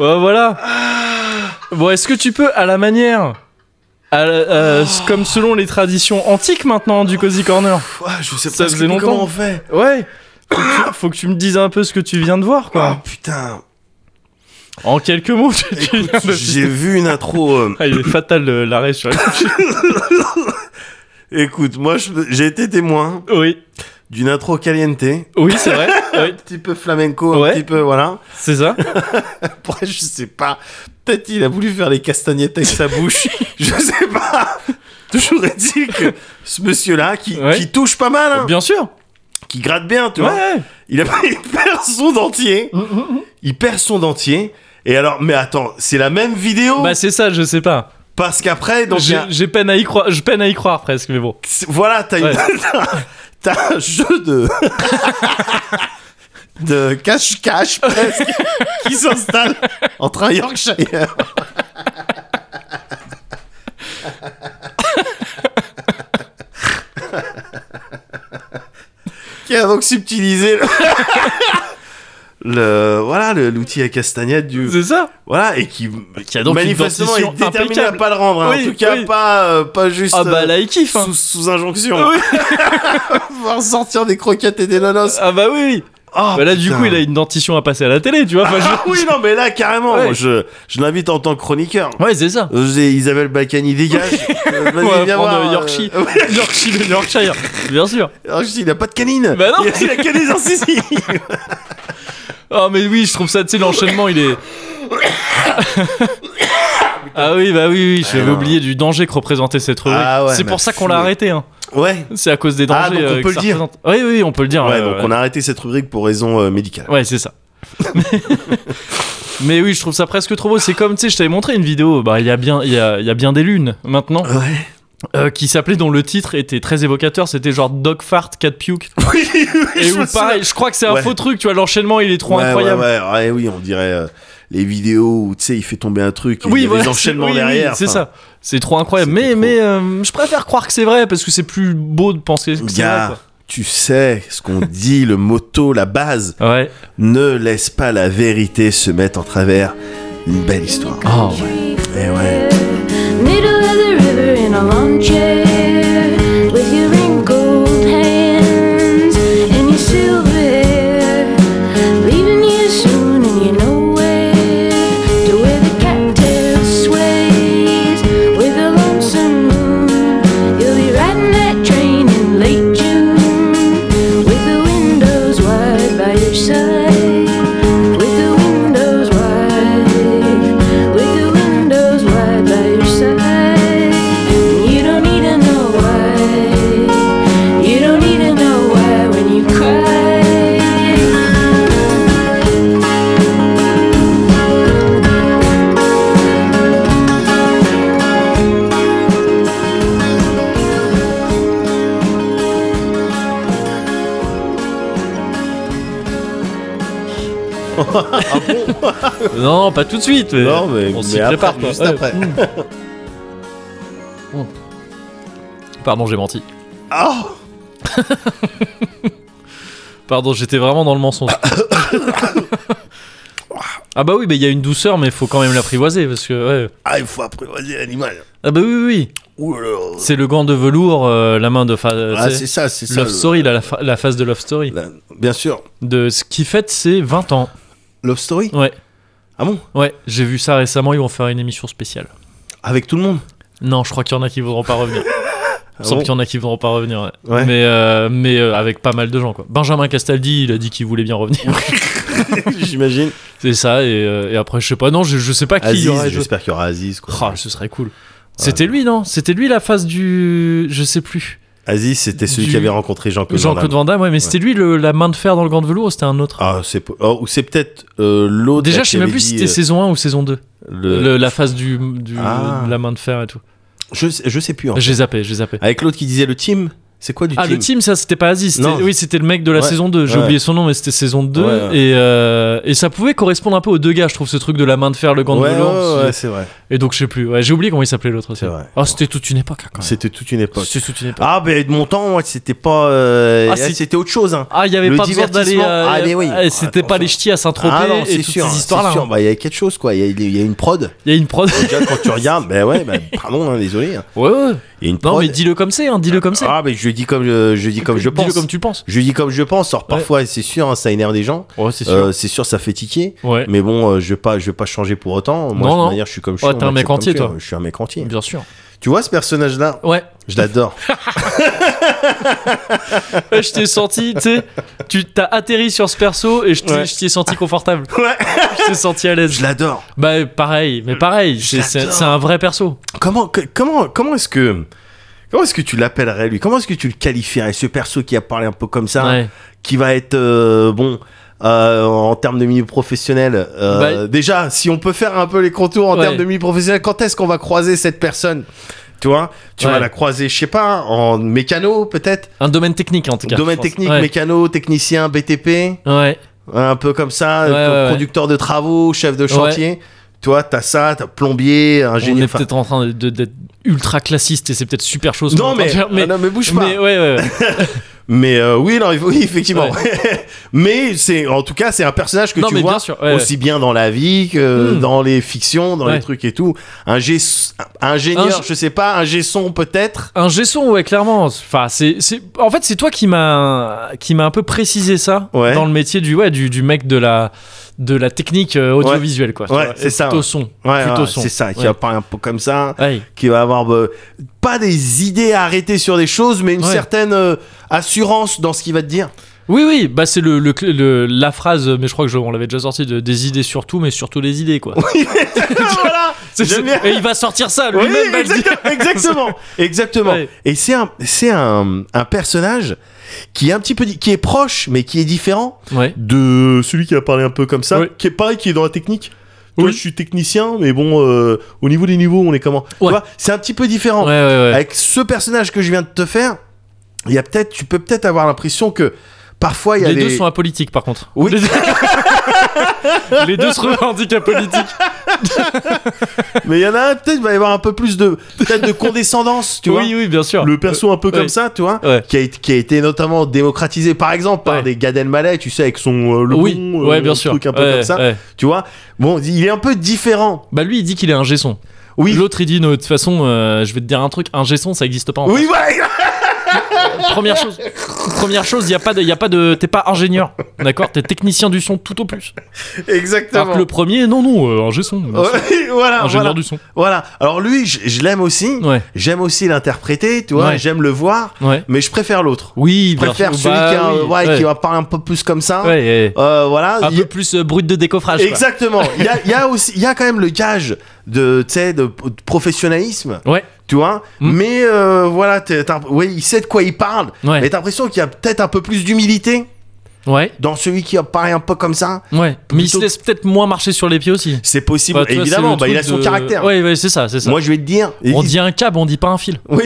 Ouais, voilà.
Ah.
Bon, est-ce que tu peux, à la manière, à la- euh,
Ah.
s- comme selon les traditions antiques maintenant du Cozy Corner,
Ouah, je sais
Ça
pas
faisait longtemps.
comment on fait.
ouais, faut que, tu, faut que tu me dises un peu ce que tu viens de voir,
Ah
quoi.
putain.
En quelques mots, tu- tu viens de-
J'ai vu une intro. euh,
Ah, il est fatal le- l'arrêt sur la-
Écoute, moi, je- j'ai été témoin
Oui,
d'une intro caliente, un
oui, c'est vrai. Oui,
petit peu flamenco,
Ouais.
un petit peu, voilà.
c'est ça.
Après, je sais pas. Peut-être il a voulu faire les castagnettes avec sa bouche. je sais pas. Toujours est-il que ce monsieur-là, qui,
Ouais.
qui touche pas mal, hein,
Bien sûr.
qui gratte bien, tu
Ouais.
vois. Il, a, il perd son dentier. Il perd son dentier. Et alors, mais attends, c'est la même vidéo
Bah c'est ça, je sais pas.
Parce qu'après, Oh. donc, il y
J'ai
a-
j'ai peine à y croire, je peine à y croire presque, mais bon.
c'est- voilà, t'as une-
Ouais.
t'as- t'as un jeu de. de cache-cache presque qui s'installe entre un Yorkshire. qui a donc subtilisé le- le voilà le- l'outil à castagnette du
C'est ça
voilà et qui,
Qui a donc une
manifestement est
dentition
déterminé à
impeccable.
pas le rendre hein.
Oui,
en tout cas
oui.
pas euh, pas juste
Ah bah
euh,
là, il kiffe. hein.
sous, sous injonction
Ah oui.
voir sortir des croquettes et des nanos
Ah bah oui, oui.
Ah,
Bah là, du
putain.
coup, il a une dentition à passer à la télé, tu vois. Enfin, je-
ah oui non mais là carrément
Ouais.
moi, je je l'invite en tant que chroniqueur
Ouais, c'est ça.
Euh, j'ai Isabelle Bacani dégage Euh,
On va
vas-y viens
prendre
voir euh,
Yorkshire.
ouais.
Yorkshire, le Yorkshire. Bien sûr.
Yorkshire, il a pas de canine
Bah non.
il a que des incisives
Ah mais oui, je trouve ça, tu sais, l'enchaînement, il est. ah oui, bah oui, oui, j'avais oublié du danger que représentait cette rubrique.
Ah ouais,
c'est
mais
pour ça qu'on l'a
fou.
arrêté. Hein.
ouais
C'est à cause des dangers.
Ah, donc on
euh,
peut
que
le
ça
dire.
représente. Oui, oui, on peut le dire.
ouais
euh,
donc on a arrêté cette rubrique pour raison euh, médicale
Ouais, c'est ça. Mais oui, je trouve ça presque trop beau. C'est comme, tu sais, je t'avais montré une vidéo. Bah, il y a bien, il y a, il y a bien des lunes maintenant,
ouais
euh, qui s'appelait dont le titre était très évocateur. C'était genre Dog Fart, Cat Puke. Et
Je
où,
me
pareil, je crois que c'est un
Ouais.
faux truc. Tu vois, l'enchaînement, il est trop
Ouais,
incroyable.
Ouais, ouais, ouais, oui, on dirait euh, les vidéos où tu sais, il fait tomber un truc et il y a
voilà,
des enchaînements
c'est- oui, oui,
derrière.
c'est
enfin,
ça. C'est trop incroyable.
C'était
Mais,
trop.
mais euh, je préfère croire que c'est vrai parce que c'est plus beau de penser que c'est vrai.
Gars, tu sais ce qu'on dit, le motto, la base.
quoi. Ouais.
Ne laisse pas la vérité se mettre en travers. Une belle histoire.
Oh, ouais.
Eh ouais.
Middle of the river in a lawn chair with your wrinkled hands and your silver hair. Leaving you soon and you know where to where the cattail sways with a lonesome moon. You'll be riding that train in late June with the windows wide by your side. With the windows wide, with the windows wide by your side, you don't need to know why. You don't need to know why when you cry.
Non, non, pas tout de suite. mais
Non, mais-
on s'y
mais après,
prépare. quoi.
juste
Ouais.
après.
Mm. Mm. Pardon, j'ai menti.
Oh
Pardon, j'étais vraiment dans le mensonge. ah bah oui, mais il y a une douceur, mais faut quand même l'apprivoiser parce que. ouais.
ah, il faut apprivoiser l'animal.
Ah bah oui, oui, oui.
Ouh là là.
C'est le gant de velours, euh, la main de. Fa...
Ah,
tu sais,
c'est ça, c'est ça.
Love
le-
Story, la, la fa- la phase de Love Story.
la- bien sûr.
De ce qui fête ses 20 ans.
Love Story
Ouais,
Ah bon
ouais, j'ai vu ça récemment, ils vont faire une émission spéciale.
Avec tout le monde
Non, je crois qu'il y en a qui voudront pas revenir. Il me semble
Ah bon
qu'il y en a qui voudront pas revenir, ouais.
Ouais.
Mais, euh, mais euh, avec pas mal de gens, quoi. Benjamin Castaldi, il a dit qu'il voulait bien revenir.
J'imagine.
C'est ça, et, euh, et après, je sais pas, non, je, je sais pas qui il y
Aziz,
aurait.
j'espère qu'il y aura Aziz. Quoi.
Ah, ce serait cool. C'était lui, non C'était lui la phase du. Je sais plus.
Aziz, c'était celui
Du-
qui avait rencontré Jean-Claude Van
Jean-Claude
Damme.
Van Damme, ouais, mais c'était lui le- la main de fer dans le gant de velours ou c'était un autre
Ah, c'est po- oh, ou c'est peut-être euh, l'autre. là,
Déjà, je
qui
sais même
avait
plus si
dit,
c'était
euh,
saison 1 ou saison 2.
le-
Le- la phase du, du-
euh, Ah.
de la main de fer et tout.
Je, sais- je sais plus. hein.
J'ai zappé, j'ai zappé.
Avec l'autre qui disait le team. C'est quoi du
Ah,
team
le team, ça, c'était pas Aziz. c'était-
Non.
Oui, c'était le mec de la
Ouais.
saison 2. J'ai
Ouais.
oublié son nom, mais c'était saison 2.
Ouais, ouais.
Et, euh, et ça pouvait correspondre un peu aux deux gars, je trouve, ce truc de la main de fer, le gant
Ouais,
de velours.
ouais, ouais, c'est vrai.
Et donc, je sais plus. Ouais, j'ai oublié comment il s'appelait l'autre aussi.
C'est vrai.
Ah, c'était toute une époque, hein, quand même.
C'était toute une époque.
C'était toute une époque.
Ah, ben de mon temps, moi, c'était pas. euh,
Ah,
eh,
c'est-
c'était autre chose. Hein.
Ah, il y avait
Le
pas besoin d'aller.
divertissement. Ah, mais oui.
eh, C'était pas
Attention.
les ch'tis à Saint-Tropez
ah non,
et
c'est
toutes
sûr.
ces
c'est
histoires-là.
sûr.
hein.
Bah, il y a quelque chose, quoi. Il y, a- il y a une prod.
Il y a une prod.
Déjà, quand tu regardes, ben ouais, bah, pardon, hein, désolé. hein.
ouais, ouais.
Il y a une prod.
Non, mais dis-le comme c'est, hein, dis-le comme c'est.
Ah, mais je dis comme je, je dis comme je pense.
Dis-le comme tu penses.
Je dis comme je pense. Alors, parfois, c'est sûr, hein, ça énerve des gens.
Ouais, c'est
Euh, C'est sûr, ça fait tiquer.
ouais,
Mais bon, euh, je vais pas, je vais pas changer pour autant.
Non,
Moi, de toute
non.
manière, je suis comme je
Oh,
suis.
t'es
on
un mec
m'accepte comme
entier,
je suis,
toi.
Je suis un mec entier.
bien sûr.
Tu vois ce personnage-là
Ouais.
Je l'adore.
Ouais, je t'ai senti, tu sais, tu t'as atterri sur ce perso et je t'ai
Ouais.
je t'y ai senti confortable.
Ouais.
Je t'ai senti à l'aise.
Je l'adore.
Bah pareil, mais pareil, c'est c'est-
l'adore.
c'est un vrai perso.
Comment, que- comment, comment est-ce que, comment est-ce que tu l'appellerais lui Comment est-ce que tu le qualifierais ce perso qui a parlé un peu comme ça,
Ouais.
qui va être euh, bon euh, en termes de milieu professionnel euh,
Bah-
Déjà, si on peut faire un peu les contours en
Ouais.
termes de milieu professionnel, quand est-ce qu'on va croiser cette personne tu vois, tu
Ouais.
vas la croiser, je sais pas, en mécano peut-être,
Un domaine technique en tout cas. je
domaine
pense.
technique,
Ouais.
mécano, technicien, BTP,
Ouais.
un peu comme ça,
Ouais, ouais, ouais.
producteur de travaux, chef de chantier. Toi, t'as ça, t'as plombier,
On
ingénieur.
est
enfin,
peut-être en train de- de- d'être ultra classiste et c'est peut-être super chose. qu'on est
non
en train
mais,
de faire, mais
ah non mais bouge pas.
mais ouais, ouais, ouais.
Mais euh, oui, non, il faut- oui, effectivement. Mais c'est, en tout cas, c'est un personnage que
Non,
tu
mais
vois
bien sûr, ouais,
aussi bien dans la vie que
Hmm.
dans les fictions, dans les
Ouais.
trucs et tout. Un G, ingénieur,
Un-
je sais pas, un G son peut-être.
Un gesson, ouais, clairement. Enfin, c'est, c'est- en fait, c'est toi qui m'a, qui m'a un peu précisé ça
Ouais.
dans le métier du, ouais, du, du mec de la, de la technique euh, audiovisuelle, quoi. tu
Ouais,
vois.
c'est ça,
Plutôt
ouais.
son.
Ouais,
plutôt
ouais,
son.
c'est ça, qui
Ouais.
va parler un peu comme ça,
Ouais.
qui va avoir euh, pas des idées arrêtées sur des choses, mais une
Ouais.
certaine euh, assurance dans ce qu'il va te dire.
Oui, oui, bah c'est le, le- le- la phrase, mais je crois que je- on l'avait déjà sorti, de, des idées surtout, mais surtout les idées, quoi.
voilà,
C'est-
j'aime bien.
Et il va sortir ça
Oui,
lui-même. va le dire.
exactement, exactement, exactement.
Ouais.
Et c'est un, c'est un, un personnage qui est un petit peu, di- qui est proche, mais qui est différent
Ouais.
de celui qui a parlé un peu comme ça,
Oui.
qui est pareil, qui est dans la technique. Toi,
Oui.
je suis technicien, mais bon, euh, au niveau des niveaux, on est comment Tu
Ouais.
vois, c'est un petit peu différent.
Ouais, ouais, ouais.
Avec ce personnage que je viens de te faire, il y a peut-être, tu peux peut-être avoir l'impression que parfois il y a
Les
des.
deux sont apolitiques, par contre.
Oui.
Les deux, les deux se revendiquent apolitiques.
Mais il y en a un, peut-être, il va y avoir un peu plus de, peut-être de condescendance, tu vois.
oui, oui, bien sûr.
le perso un peu comme
ouais.
ça, tu vois,
Ouais.
qui, a, été- qui a été notamment démocratisé par exemple par
Ouais.
des Gad Elmaleh, tu sais, avec son euh, le
oui,
bon, euh,
ouais, bien sûr.
truc un peu
Ouais,
comme ça,
ouais.
tu vois. Bon, il est un peu différent.
Bah lui, il dit qu'il est un gesson.
Oui.
L'autre, il dit, non, de toute façon, euh, je vais te dire un truc, un gesson, ça existe pas en
Oui, ouais,
France. Première chose, première chose, il y a pas de, il y a pas de, t'es pas ingénieur, d'accord, t'es technicien du son tout au plus. Alors
exactement.
que le premier, non, non, euh, un gesson, bien sûr.
Ouais, voilà,
ingénieur
voilà,
du son.
voilà. Alors lui, je, je l'aime aussi.
Ouais,
J'aime aussi l'interpréter, tu vois.
Ouais.
J'aime le voir,
ouais.
mais je préfère l'autre.
Oui,
Je
bien
préfère
sûr.
celui
Bah
qui, a-
oui,
ouais,
ouais.
qui va parler un peu plus comme ça.
Ouais, ouais.
Euh, voilà.
un
Il-
peu plus euh, brut de décoffrage. quoi.
Exactement. Il y a, il y a aussi, il y a quand même le gage de, tu sais, de, de professionnalisme.
Ouais.
Tu vois.
Mm.
Mais euh, voilà, t'es- t'as- ouais, il sait de quoi il parle.
Ouais.
Mais t'as l'impression qu'il y a peut-être un peu plus d'humilité
Ouais,
dans celui qui apparaît un peu comme ça.
ouais. Mais il se
Plutôt-
laisse peut-être moins marcher sur les pieds aussi.
C'est possible,
Bah, tu vois,
évidemment.
c'est
Bah,
le
il a
truc
son
de-
caractère.
Ouais, ouais, c'est ça, c'est ça.
Moi, je vais te dire.
on
il-
dit un câble, on dit pas un fil.
Oui.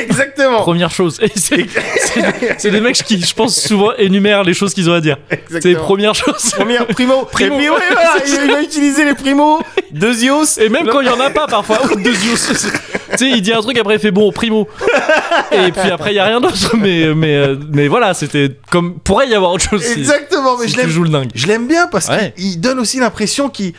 Exactement.
Première chose. Et c'est- C'est c'est des mecs qui, je pense, souvent énumèrent les choses qu'ils ont à dire. C'est
Exactement.
première chose.
Première primo.
Primo.
Et puis, ouais, voilà, il, il a utilisé les primos. Deux ios.
Et même quand il y en a pas parfois, ou deux yeux. c'est- Tu sais, il dit un truc après il fait bon primo. Et puis après il y a rien d'autre. Mais mais euh, mais voilà, c'était comme pourrait y avoir autre chose. si-
Exactement. Mais
si
je
tu
l'aime
joues le dingue.
Je l'aime bien parce
Ouais.
qu'il il donne aussi l'impression qu'il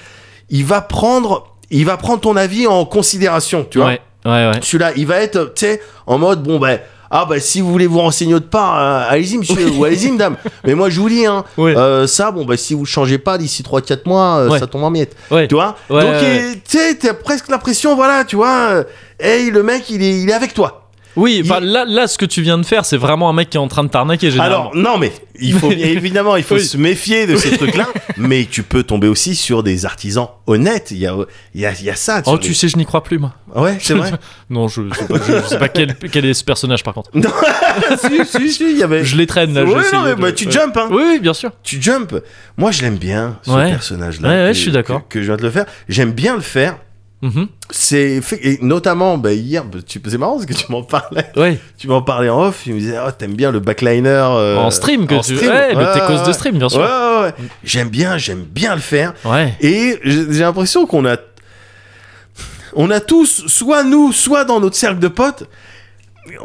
il va prendre il va prendre ton avis en considération, tu vois.
ouais, ouais, ouais.
Celui-là, il va être tu sais en mode bon ben ah bah si vous voulez vous renseigner autre part, euh, allez-y monsieur ou allez-y madame. Mais moi je vous dis hein,
Ouais.
euh, ça bon bah si vous changez pas d'ici 3 4 mois, euh,
Ouais.
ça tombe en miettes.
Ouais.
Tu vois
Ouais,
Donc
ouais,
il- tu sais t'as presque l'impression voilà, tu vois, euh, hey le mec il est il est avec toi.
Oui, enfin
Il-
là, là, ce que tu viens de faire, c'est vraiment un mec qui est en train de t'arnaquer. généralement.
Alors non mais il faut évidemment il faut
Oui.
se méfier de ces trucs-là, mais tu peux tomber aussi sur des artisans honnêtes. Il y a il y a, il y a ça.
oh,
sur
tu
les-
sais, je n'y crois plus, moi.
Ouais c'est vrai.
Non, je sais pas, je- je sais pas quel, quel est ce personnage, par contre.
si si si il y avait.
Je les traîne, là,
Ouais,
j'ai
non,
essayé
mais
de-
bah, tu
ouais.
jumpes, hein.
Oui, oui, bien sûr.
Tu jump. Moi je l'aime bien ce
Ouais.
personnage-là.
Ouais, ouais,
que-
je suis d'accord.
Que, que je viens de le faire. J'aime bien le faire.
Mhm.
C'est fait- et notamment bah, hier. bah, tu- C'est marrant parce que tu m'en parlais.
Ouais.
Tu m'en parlais en off. Tu me disais oh t'aimes bien le backliner. euh,
en stream, que
en
tu.
stream.
Ouais, mais
Ouais,
t'es cause de
ouais.
stream, bien
Ouais,
sûr.
ouais, ouais. J'aime bien, j'aime bien le faire.
Ouais.
Et j'ai j'ai l'impression qu'on a. On a tous, soit nous, soit dans notre cercle de potes,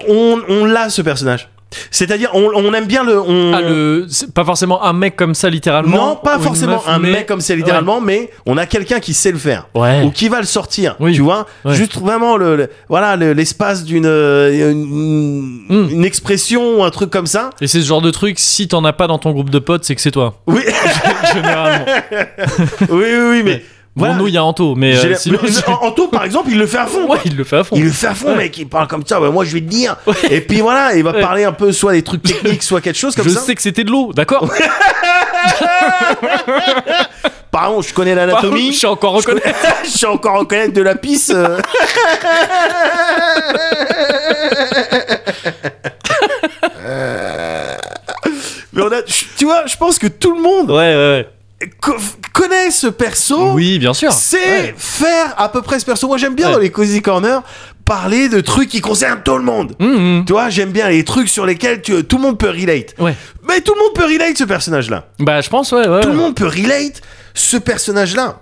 on, on l'a ce personnage. C'est-à-dire, on, on aime bien le. on-
Ah, le... c'est pas forcément un mec comme ça, littéralement.
Non, pas
ou une
forcément
meuf,
un
mais-
mec comme c'est littéralement, mais on a quelqu'un qui sait le faire.
Ouais.
Ou qui va le sortir,
Eh. Oui.
tu vois.
Ouais.
Juste vraiment le, le- voilà le- l'espace d'une euh, une,
Mm.
une expression ou un truc comme ça.
Et c'est ce genre de truc, si t'en as pas dans ton groupe de potes, c'est que c'est toi.
Oui,
Généralement.
oui, oui, oui, mais
Ouais.
voilà.
Bon, nous, il y a Anto, mais.
J'ai
euh,
la-
sinon-
En- Anto, par exemple, il le fait à fond.
Ouais, il le fait à fond.
Il le fait à fond,
Ouais.
mec. Il parle comme ça. Ouais, moi, je vais te dire.
Ouais.
Et puis voilà, il va
Ouais.
parler un peu soit des trucs techniques, soit quelque chose comme
Je
ça.
sais que c'était de l'eau, d'accord
Pardon, je connais
Je
l'anatomie.
suis encore reconnu.
je sais encore reconnaître de la pisse. euh. Mais on a, tu vois, je pense que tout le monde
Ouais, ouais,
co- connaît ce perso.
ouais. Oui, bien sûr.
C'est
Ouais.
faire à peu près ce perso. Moi, j'aime bien
Ouais.
dans les Cozy Corner parler de trucs qui concernent tout le monde.
Hum, hum.
Tu vois, j'aime bien les trucs sur lesquels tu- tout le monde peut relate.
Ouais.
Mais tout le monde peut relate ce personnage-là.
Bah, je pense, ouais, ouais.
Tout le monde peut relate ce personnage-là.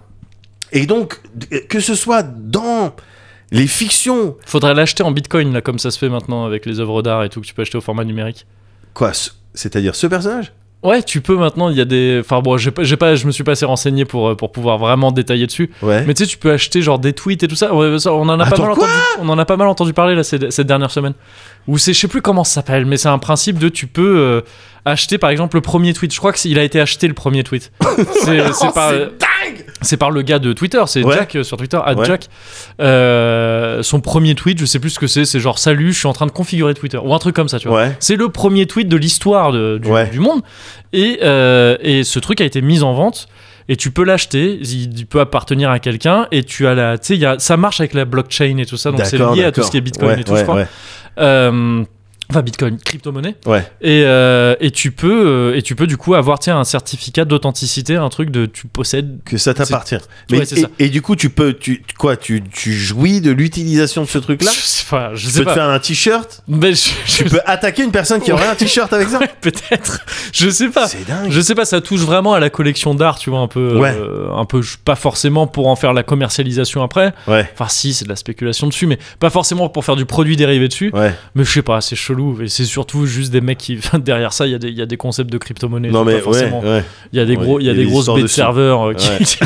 Et donc, d- euh, que ce soit dans les fictions.
Faudrait l'acheter en bitcoin, là, comme ça se fait maintenant avec les œuvres d'art et tout que tu peux acheter au format numérique.
Quoi ce- C'est-à-dire ce personnage
Ouais, tu peux maintenant. Il y a des. Enfin bon, j'ai pas, j'ai pas, je me suis pas assez renseigné pour euh, pour pouvoir vraiment détailler dessus.
Ouais.
Mais tu sais, tu peux acheter genre des tweets et tout ça. Ouais, ça, on en a pas
Attends,
mal
quoi
entendu. On en a pas mal entendu parler là ces- cette dernière semaine. Ou c'est, je sais plus comment ça s'appelle, mais c'est un principe de tu peux euh, acheter par exemple le premier tweet. Je crois que c'est- il a été acheté le premier tweet.
Oh,
C'est c'est par. C'est par le gars de Twitter, c'est
Ouais.
Jack euh, sur Twitter, à
Ouais.
Jack. Euh, son premier tweet, je sais plus ce que c'est, c'est genre salut, je suis en train de configurer Twitter ou un truc comme ça, tu vois.
Ouais.
C'est le premier tweet de l'histoire de- du,
Ouais.
du monde. Et, euh, et ce truc a été mis en vente. Et tu peux l'acheter, il, il peut appartenir à quelqu'un, et tu as la, tu sais, il y a- ça marche avec la blockchain et tout ça, donc c'est
D'accord,
lié à tout
d'accord.
ce qui est Bitcoin
Ouais,
et tout,
ouais,
je crois.
ouais.
Euh, enfin, Bitcoin, crypto-monnaie.
Ouais.
Et, euh, et tu peux, euh, et tu peux du coup avoir, tiens, un certificat d'authenticité, un truc de, tu possèdes.
Que ça t'appartient.
Ouais,
Mais
c'est
et,
ça.
et du coup, tu peux, tu quoi, tu, tu jouis de l'utilisation de ce truc-là.
je sais pas, je
Tu
sais
peux te
pas.
faire un t-shirt.
Mais je- je-
Tu peux attaquer une personne qui aurait un t-shirt avec ça.
peut-être, je sais pas.
C'est dingue.
Je sais pas, ça touche vraiment à la collection d'art, tu vois, un peu,
Ouais.
euh, un peu, je- pas forcément pour en faire la commercialisation après.
Ouais.
Enfin, si, c'est de la spéculation dessus, mais pas forcément pour faire du produit dérivé dessus.
Ouais.
Mais je sais pas, c'est chelou. Et c'est surtout juste des mecs qui, derrière ça, il y, a des- il y a des concepts de crypto-monnaie. c'est
Non mais
pas
ouais,
forcément-
ouais.
Il y a des gros,
Ouais,
il y a des grosses
histoires
baies de
dessus.
serveurs euh, qui,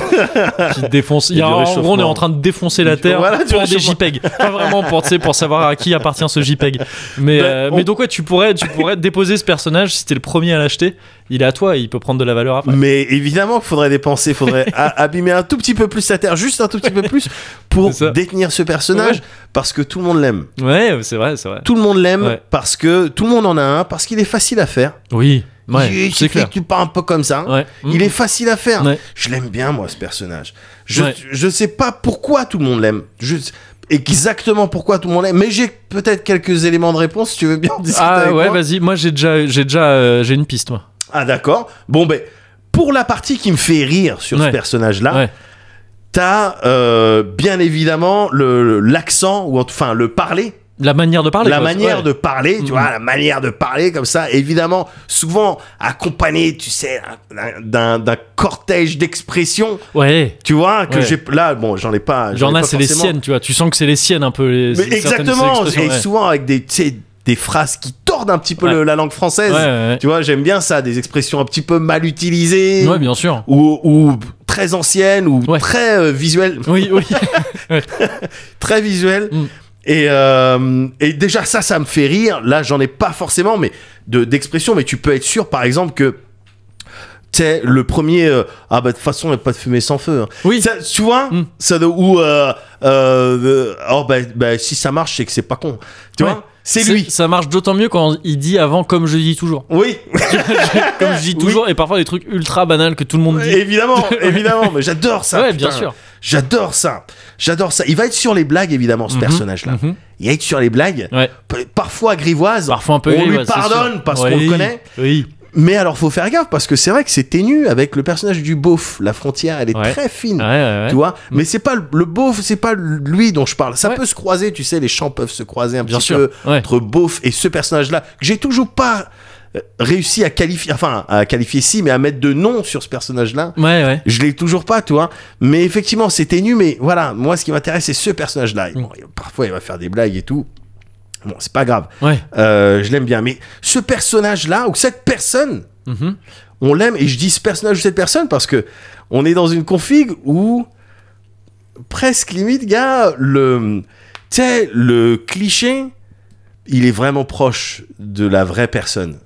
qui défoncent. Il y
Et
a,
du
en gros, on est
réchauffement.
en train de défoncer la
Du-
Terre
voilà, du
pour des
réchauffement.
JPEG. Pas vraiment pour, tu sais, pour savoir à qui appartient ce JPEG. Mais,
Ben,
euh,
on-
mais donc, ouais, tu pourrais, tu pourrais déposer ce personnage si t'es le premier à l'acheter. Il est à toi et il peut prendre de la valeur après.
Mais évidemment qu'il faudrait dépenser, faudrait a- abîmer un tout petit peu plus la terre, juste un tout petit peu plus, pour
C'est ça.
détenir ce personnage, parce que tout le monde l'aime.
Ouais, c'est vrai, c'est vrai.
Tout le monde l'aime
Ouais.
parce que tout le monde en a un, parce qu'il est facile à faire.
Oui,
Il-
ouais,
il
c'est
suffit
clair.
que tu pars un peu comme ça.
Ouais. Hmm.
Il est facile à faire.
Ouais.
Je l'aime bien, moi, ce personnage. Je,
Ouais.
je sais pas pourquoi tout le monde l'aime. Je- Exactement pourquoi tout le monde l'aime. Mais j'ai peut-être quelques éléments de réponse, si tu veux bien en discuter
Ah
avec
ouais,
moi.
vas-y. Moi, j'ai déjà, j'ai déjà, euh, j'ai une piste, moi.
Ah d'accord. Bon ben pour la partie qui me fait rire sur
Ouais.
ce personnage-là,
Ouais.
t'as euh, bien évidemment le l'accent ou enfin le parler,
La manière de parler.
la
quoi,
manière
Ah, ouais.
de parler, tu
Mhm.
vois, la manière de parler comme ça. Évidemment, souvent accompagné, tu sais, d'un- d'un d'un cortège d'expressions,
Ouais.
tu vois, que
Ouais.
j'ai là bon j'en ai pas. Ah, j'en ai
Genre là,
pas
c'est les
forcément.
siennes, tu vois. Tu sens que c'est les siennes un peu. Les,
Mais
certaines-
exactement.
ces
Et
expressions,
souvent avec des tu sais, des phrases qui tordent un petit peu
Ouais.
le- la langue française.
ouais. Ouais, ouais,
Tu vois, j'aime bien ça, des expressions un petit peu mal utilisées.
ouais. Ouais, bien sûr.
ou, ou très ancienne ou
Ouais.
très euh, visuelle
Oui, oui.
très visuelle
Mm.
et, euh, et déjà ça ça me fait rire là j'en ai pas forcément mais de d'expression mais tu peux être sûr par exemple que tu sais le premier euh, ah bah de toute façon il n'y a pas de fumée sans feu hein.
Oui.
Ça, tu vois
Mm.
ça de- ou euh, euh, oh bah, bah, si ça marche c'est que c'est pas con tu
Ouais.
vois c'est lui
Ça marche d'autant mieux quand il dit avant, comme je dis toujours.
oui
Comme je dis
Oui.
toujours, et parfois des trucs ultra banals que tout le monde dit.
évidemment évidemment mais j'adore ça
ouais,
putain.
bien sûr.
j'adore ça j'adore ça il va être sur les blagues évidemment ce
Mhm.
personnage là
Mhm.
il va être sur les blagues
Ouais.
P- parfois grivoise,
Parfois un peu.
on
gris,
lui
ouais, c'est
pardonne
sûr.
parce
Ouais.
qu'on le connaît.
Oui.
Mais alors faut faire gaffe parce que c'est vrai que c'est ténu avec le personnage du beauf. La frontière, elle est
Ouais.
très fine.
Ouais, ouais,
Mmh. Tu
ouais.
vois, mais c'est pas le, le beauf, c'est pas lui dont je parle. Ça
Ouais.
peut se croiser, tu sais, les champs peuvent se croiser un
Bien
petit
sûr.
peu
Ouais.
entre beauf et ce personnage-là que j'ai toujours pas euh, réussi à qualifier, enfin à qualifier si, mais à mettre de nom sur ce personnage-là.
Ouais, ouais.
Je l'ai toujours pas, tu vois. Mais effectivement, c'est ténu, mais voilà, moi ce qui m'intéresse, c'est ce
Mm.
personnage-là. Et bon, parfois, il va faire des blagues et tout. Bon, c'est pas grave.
Ouais.
Euh, je l'aime bien. Mais ce personnage-là, ou cette personne,
Mhm.
on l'aime, et je dis ce personnage ou cette personne parce que on est dans une config où presque limite, gars, le, tu sais, le cliché, il est vraiment proche de la vraie personne.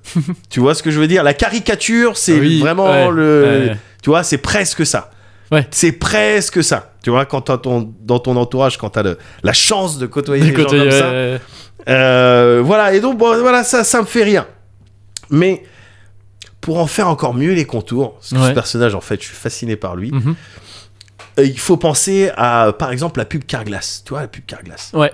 tu vois ce que je veux dire La caricature, c'est
Oui,
vraiment
ouais,
le.
ouais.
Tu vois, c'est presque ça.
Ouais.
C'est presque ça. Tu vois, quand t'as ton, dans ton entourage, quand t'as le- la chance de côtoyer
Du
des gens
côté,
comme
ouais,
ça,
ouais, ouais.
euh, voilà, et donc bon, voilà, ça, ça me fait rien. Mais pour en faire encore mieux les contours, parce que
Ouais.
ce personnage, en fait, je suis fasciné par lui,
Mhm.
euh, il faut penser à, par exemple, la pub Carglass. Tu vois, la pub Carglass.
Ouais.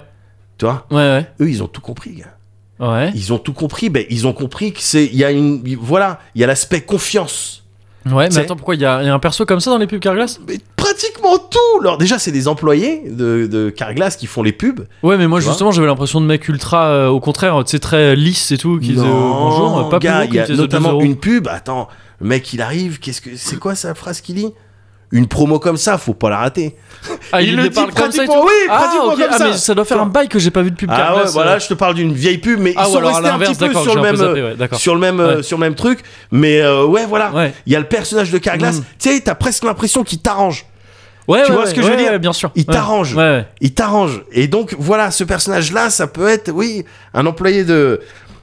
Tu vois,
Ouais,
eux, ils ont tout compris, gars.
ouais. Ouais.
Ils ont tout compris, ben, ils ont compris que c'est, il y a une, voilà, il y a l'aspect confiance.
Ouais, mais
C'est-
attends, pourquoi il y, a il y a un perso comme ça dans les pubs Carglass
Mais pratiquement tout! Alors, déjà, c'est des employés de, de Carglass qui font les pubs.
Ouais, mais moi
Tu
justement, j'avais l'impression de mec ultra, euh, au contraire, tu sais, très lisse et tout, qui disait euh, bonjour, euh, pas
gars,
plus
il y a
notamment
notamment une pub. Attends, le mec il arrive, qu'est-ce que c'est quoi sa phrase qu'il dit Une promo comme ça, faut pas la rater.
Ah,
Il le dit
parle comme ça et
pratiquement,
tout
oui,
ah,
pratiquement
ok.
comme
Ah,
ça.
mais ça doit faire un bail que j'ai pas vu depuis
Ah ouais, voilà, je te parle d'une vieille pub, mais
euh. Ah,
ils
ou
sont
alors à
restés un
l'inverse,
petit peu
d'accord,
sur le
j'ai un
même,
peu zappé, ouais,
euh,
d'accord.
sur le même, euh,
Ouais.
sur le même truc. Mais euh, ouais, voilà, il
Ouais.
y a le personnage de Carglass.
Mm.
Tu sais, t'as presque l'impression qu'il t'arrange.
Ouais,
Tu
ouais,
vois ce que je
ouais,
veux dire
ouais, Bien sûr.
Il
Ouais.
t'arrange.
Ouais, ouais.
Il t'arrange. Et donc voilà, ce personnage-là, ça peut être, oui, un employé de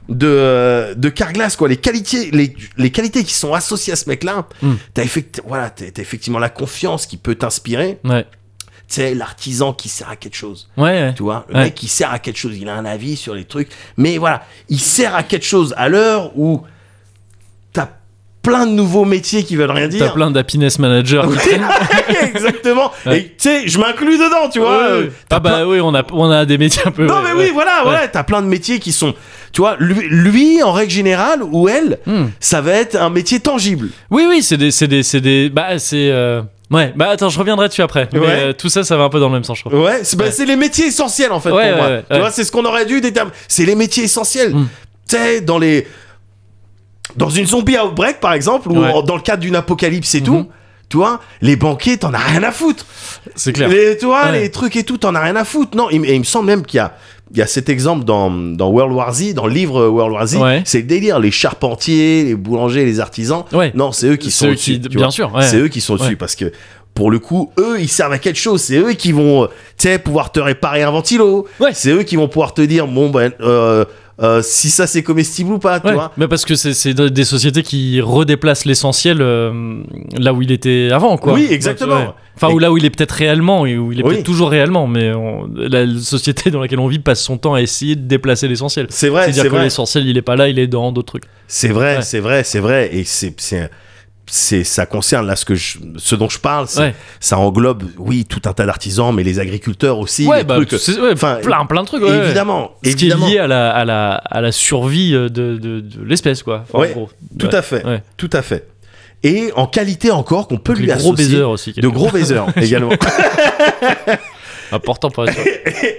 de euh, de Carglass quoi. Les qualités, les, les qualités qui sont associées à ce mec-là.
Mm.
T'as effecti- voilà, t'as- t'as effectivement la confiance qui peut t'inspirer.
Ouais.
Tu sais, l'artisan qui sert à quelque chose.
Ouais, ouais.
Tu vois, le
Ouais.
mec il sert à quelque chose, il a un avis sur les trucs, mais voilà, il sert à quelque chose à l'heure où t'as plein de nouveaux métiers qui veulent rien
T'as
dire.
plein d'happiness managers.
Oui, Exactement.
Ouais.
Et tu sais, je m'inclus dedans, tu vois. euh, t'as
Ah bah
plein-
oui, on a, on a des métiers un peu.
Non
ouais,
mais
ouais.
oui, voilà, voilà, t'as plein de métiers qui sont, tu vois, lui, lui, en règle générale ou elle,
Hmm.
ça va être un métier tangible.
Oui, oui, c'est des, c'est des, c'est des. Bah, c'est. euh, Ouais, bah attends, je reviendrai dessus après. Mais
Ouais.
euh, tout ça, ça va un peu dans le même sens, je trouve.
Ouais, c'est bah,
Ouais.
c'est les métiers essentiels en fait
Ouais,
pour moi.
ouais, ouais,
tu
ouais.
vois, c'est ce qu'on aurait dû déterminer. C'est les métiers essentiels.
Mm.
Tu sais, dans les. Dans une zombie outbreak par exemple, ou
Ouais. Mhm.
en- dans le cadre d'une apocalypse et tout. Tu vois, les banquiers, t'en as rien à foutre.
C'est clair.
Les, tu vois,
Ouais.
les trucs et tout, t'en as rien à foutre. Non, il, et il me semble même qu'il y a, il y a cet exemple dans, dans World War Z, dans le livre euh, World War Z.
Ouais.
C'est le délire, les charpentiers, les boulangers, les artisans.
Ouais.
Non, c'est eux qui
Ceux
sont
qui-
au-dessus. tu
bien
vois.
sûr, ouais.
C'est eux qui sont
Ouais.
au-dessus parce que pour le coup, eux, ils servent à quelque chose. C'est eux qui vont, euh, tu sais, pouvoir te réparer un ventilo.
Ouais.
C'est eux qui vont pouvoir te dire, bon, ben, euh, euh, si ça c'est comestible ou pas, tu
Ouais,
vois.
mais parce que c'est- c'est de- des sociétés qui redéplacent l'essentiel euh, là où il était avant, quoi.
Oui, exactement.
Ouais. Enfin,
Et-
ou là où il est peut-être réellement, et où il est
Oui.
peut-être toujours réellement, mais on- la société dans laquelle on vit passe son temps à essayer de déplacer l'essentiel.
C'est vrai, c'est
C'est-à-dire que
vrai.
l'essentiel, il est pas là, il est dans d'autres trucs.
C'est vrai,
Ouais.
c'est vrai, c'est vrai. Et c'est, c'est, c'est, ça concerne là ce que je, ce dont je parle. c'est-
Ouais.
Ça englobe, oui, tout un tas d'artisans, mais les agriculteurs aussi.
ouais,
les
bah,
trucs-
c'est- ouais,
enfin,
plein, plein de trucs. ouais, ouais.
évidemment,
Ce qui est
évidemment.
lié à la, à la, à la survie euh, de, de, de l'espèce, quoi. Enfin,
Ouais,
en gros.
Tout à fait,
Ouais.
tout à fait. Et en qualité encore qu'on peut
Donc,
lui
les
associer.
gros baiseurs aussi.
de gros baiseurs également.
Important pour la survie.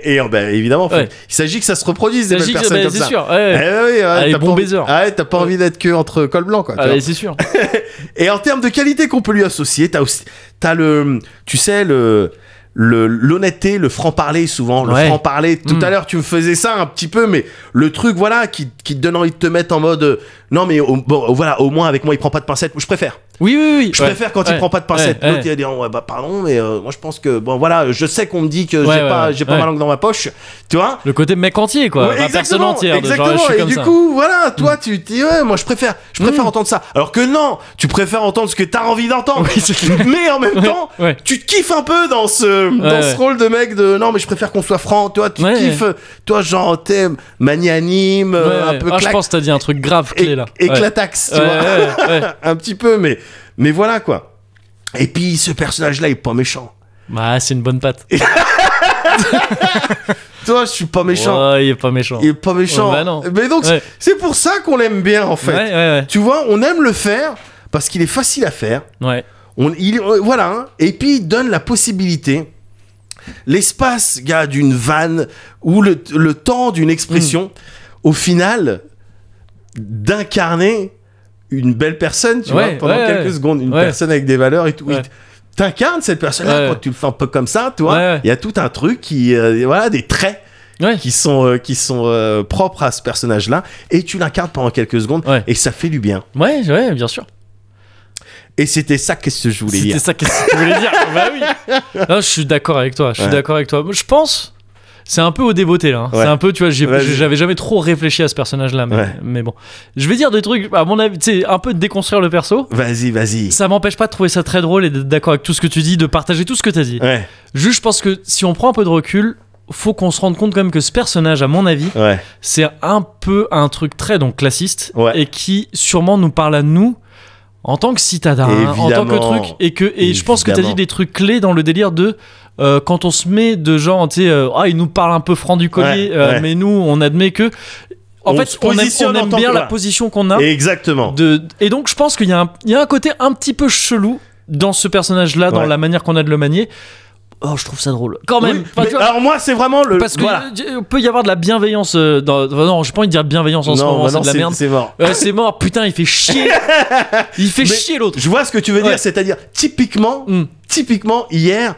Et euh, bah, évidemment, faut-
Ouais.
il s'agit que ça se reproduise des
Bah,
belles
j'ai-
personnes
bah,
comme
C'est
ça.
sûr.
Eh
ouais.
ouais, ouais,
Ah, les
t'as
bons
pas envie-
baiseurs.
Ah ouais, t'as pas
Ouais.
envie d'être que entre col blanc, quoi. tu
Ah,
vois.
bah, c'est sûr.
Et en termes de qualité qu'on peut lui associer, t'as aussi, t'as le, tu sais, le, le, l'honnêteté, le franc-parler, souvent, le
Ouais.
franc-parler. Tout à
Mm.
l'heure, tu me faisais ça un petit peu, mais le truc, voilà, qui, qui te donne envie de te mettre en mode, euh, non, mais au- bon, voilà, au moins, avec moi, il prend pas de pincettes. Je préfère.
Oui, oui, oui.
Je
ouais.
préfère quand
Ouais.
il prend pas de pincettes.
Ouais,
L'autre, il va dire, ouais, bah, pardon, mais euh, moi, je pense que, bon, voilà, je sais qu'on me dit que
Ouais,
j'ai
ouais,
pas,
ouais.
j'ai pas
Ouais.
ma langue dans ma poche. Tu vois?
Le côté mec entier, quoi.
Ouais,
la personne
exactement,
entière. de genre,
exactement.
je suis
et
comme
du
ça. Mm.
coup, voilà, toi, tu dis, ouais, moi, je préfère, je préfère entendre ça. Alors que non, tu préfères entendre ce que t'as envie d'entendre.
Oui, c'est clair.
mais en même
Ouais,
temps,
ouais.
tu te kiffes un peu dans ce, dans
ouais.
ce rôle de mec de, non, mais je préfère qu'on soit franc. Toi, tu
Ouais,
kiffes, toi, genre, t'es magnanime,
Ouais,
euh, un
ouais.
peu
Ah, je
clac-
pense que t'as dit un truc grave
é-
clé là.
éclataxe,
Ouais.
tu vois.
Ouais, ouais, ouais.
un petit peu, mais, mais voilà, quoi. Et puis, ce personnage-là, il est pas méchant.
Bah, c'est une bonne patte.
Toi, je suis pas méchant.
Ouais, il est pas méchant.
Il est pas méchant.
Ouais, bah non.
Mais donc,
Ouais.
c'est pour ça qu'on l'aime bien, en fait.
Ouais, ouais,
Tu vois, on aime le faire parce qu'il est facile à faire.
ouais. ouais.
On, il, euh, voilà. hein. Et puis, il donne la possibilité, l'espace, gars, d'une vanne ou le, le temps d'une expression,
Hmm.
au final, d'incarner une belle personne, tu
Ouais,
vois, pendant
ouais,
quelques
ouais.
secondes, une
Ouais.
personne avec des valeurs et tout.
Ouais.
Il t- T'incarnes cette personne-là
Ouais.
quand tu le fais un peu comme ça, tu vois.
Ouais, ouais.
Il y a tout un truc qui, euh, voilà, des traits
Ouais.
qui sont, euh, qui sont euh, propres à ce personnage-là, et tu l'incarnes pendant quelques secondes,
Ouais.
et ça fait du bien.
Ouais, ouais, bien sûr.
Et c'était ça que je voulais
C'était
dire.
ça qu'est-ce que tu voulais dire. bah oui. Non, je suis d'accord avec toi. Je suis
Ouais.
d'accord avec toi. Je pense. C'est un peu au débeauté là. hein.
Ouais.
C'est un peu, tu vois, j'ai-
Vas-y.
j'avais jamais trop réfléchi à ce personnage-là, mais,
Ouais.
mais bon. Je vais dire des trucs, à mon avis, tu sais, un peu de déconstruire le perso.
Vas-y, vas-y.
Ça m'empêche pas de trouver ça très drôle et d'être d'accord avec tout ce que tu dis, de partager tout ce que t'as dit.
Ouais,
Juste, je pense que si on prend un peu de recul, faut qu'on se rende compte quand même que ce personnage, à mon avis,
ouais,
c'est un peu un truc très donc classiste
Ouais.
et qui sûrement nous parle à nous en tant que citadin, hein, en tant que
Évidemment.
truc et que et je pense que t'as dit
Évidemment.
des trucs clés dans le délire de euh, quand on se met de genre tu sais euh, ah il nous parle un peu franc du collier
Ouais,
euh,
ouais.
mais nous on admet que en
On
fait
se
on aime,
positionne
on
en
aime
tant
bien
que-
la
voilà.
position qu'on a
exactement.
de- et donc je pense qu'il y, a un- il y a un côté un petit peu chelou dans ce personnage là dans
Ouais.
la manière qu'on a de le manier oh je trouve ça drôle quand même
Oui,
Enfin, tu
mais
vois,
alors moi, c'est vraiment le.
parce que
voilà.
euh, peut y avoir de la bienveillance euh, dans, enfin, non j'ai pas envie de dire bienveillance en ce moment
bah
c'est de la merde
c'est mort.
Euh, c'est mort putain il fait chier il fait
Mais
chier l'autre
Je vois ce que tu veux
Ouais.
dire, c'est-à-dire typiquement,
Mm.
typiquement, hier,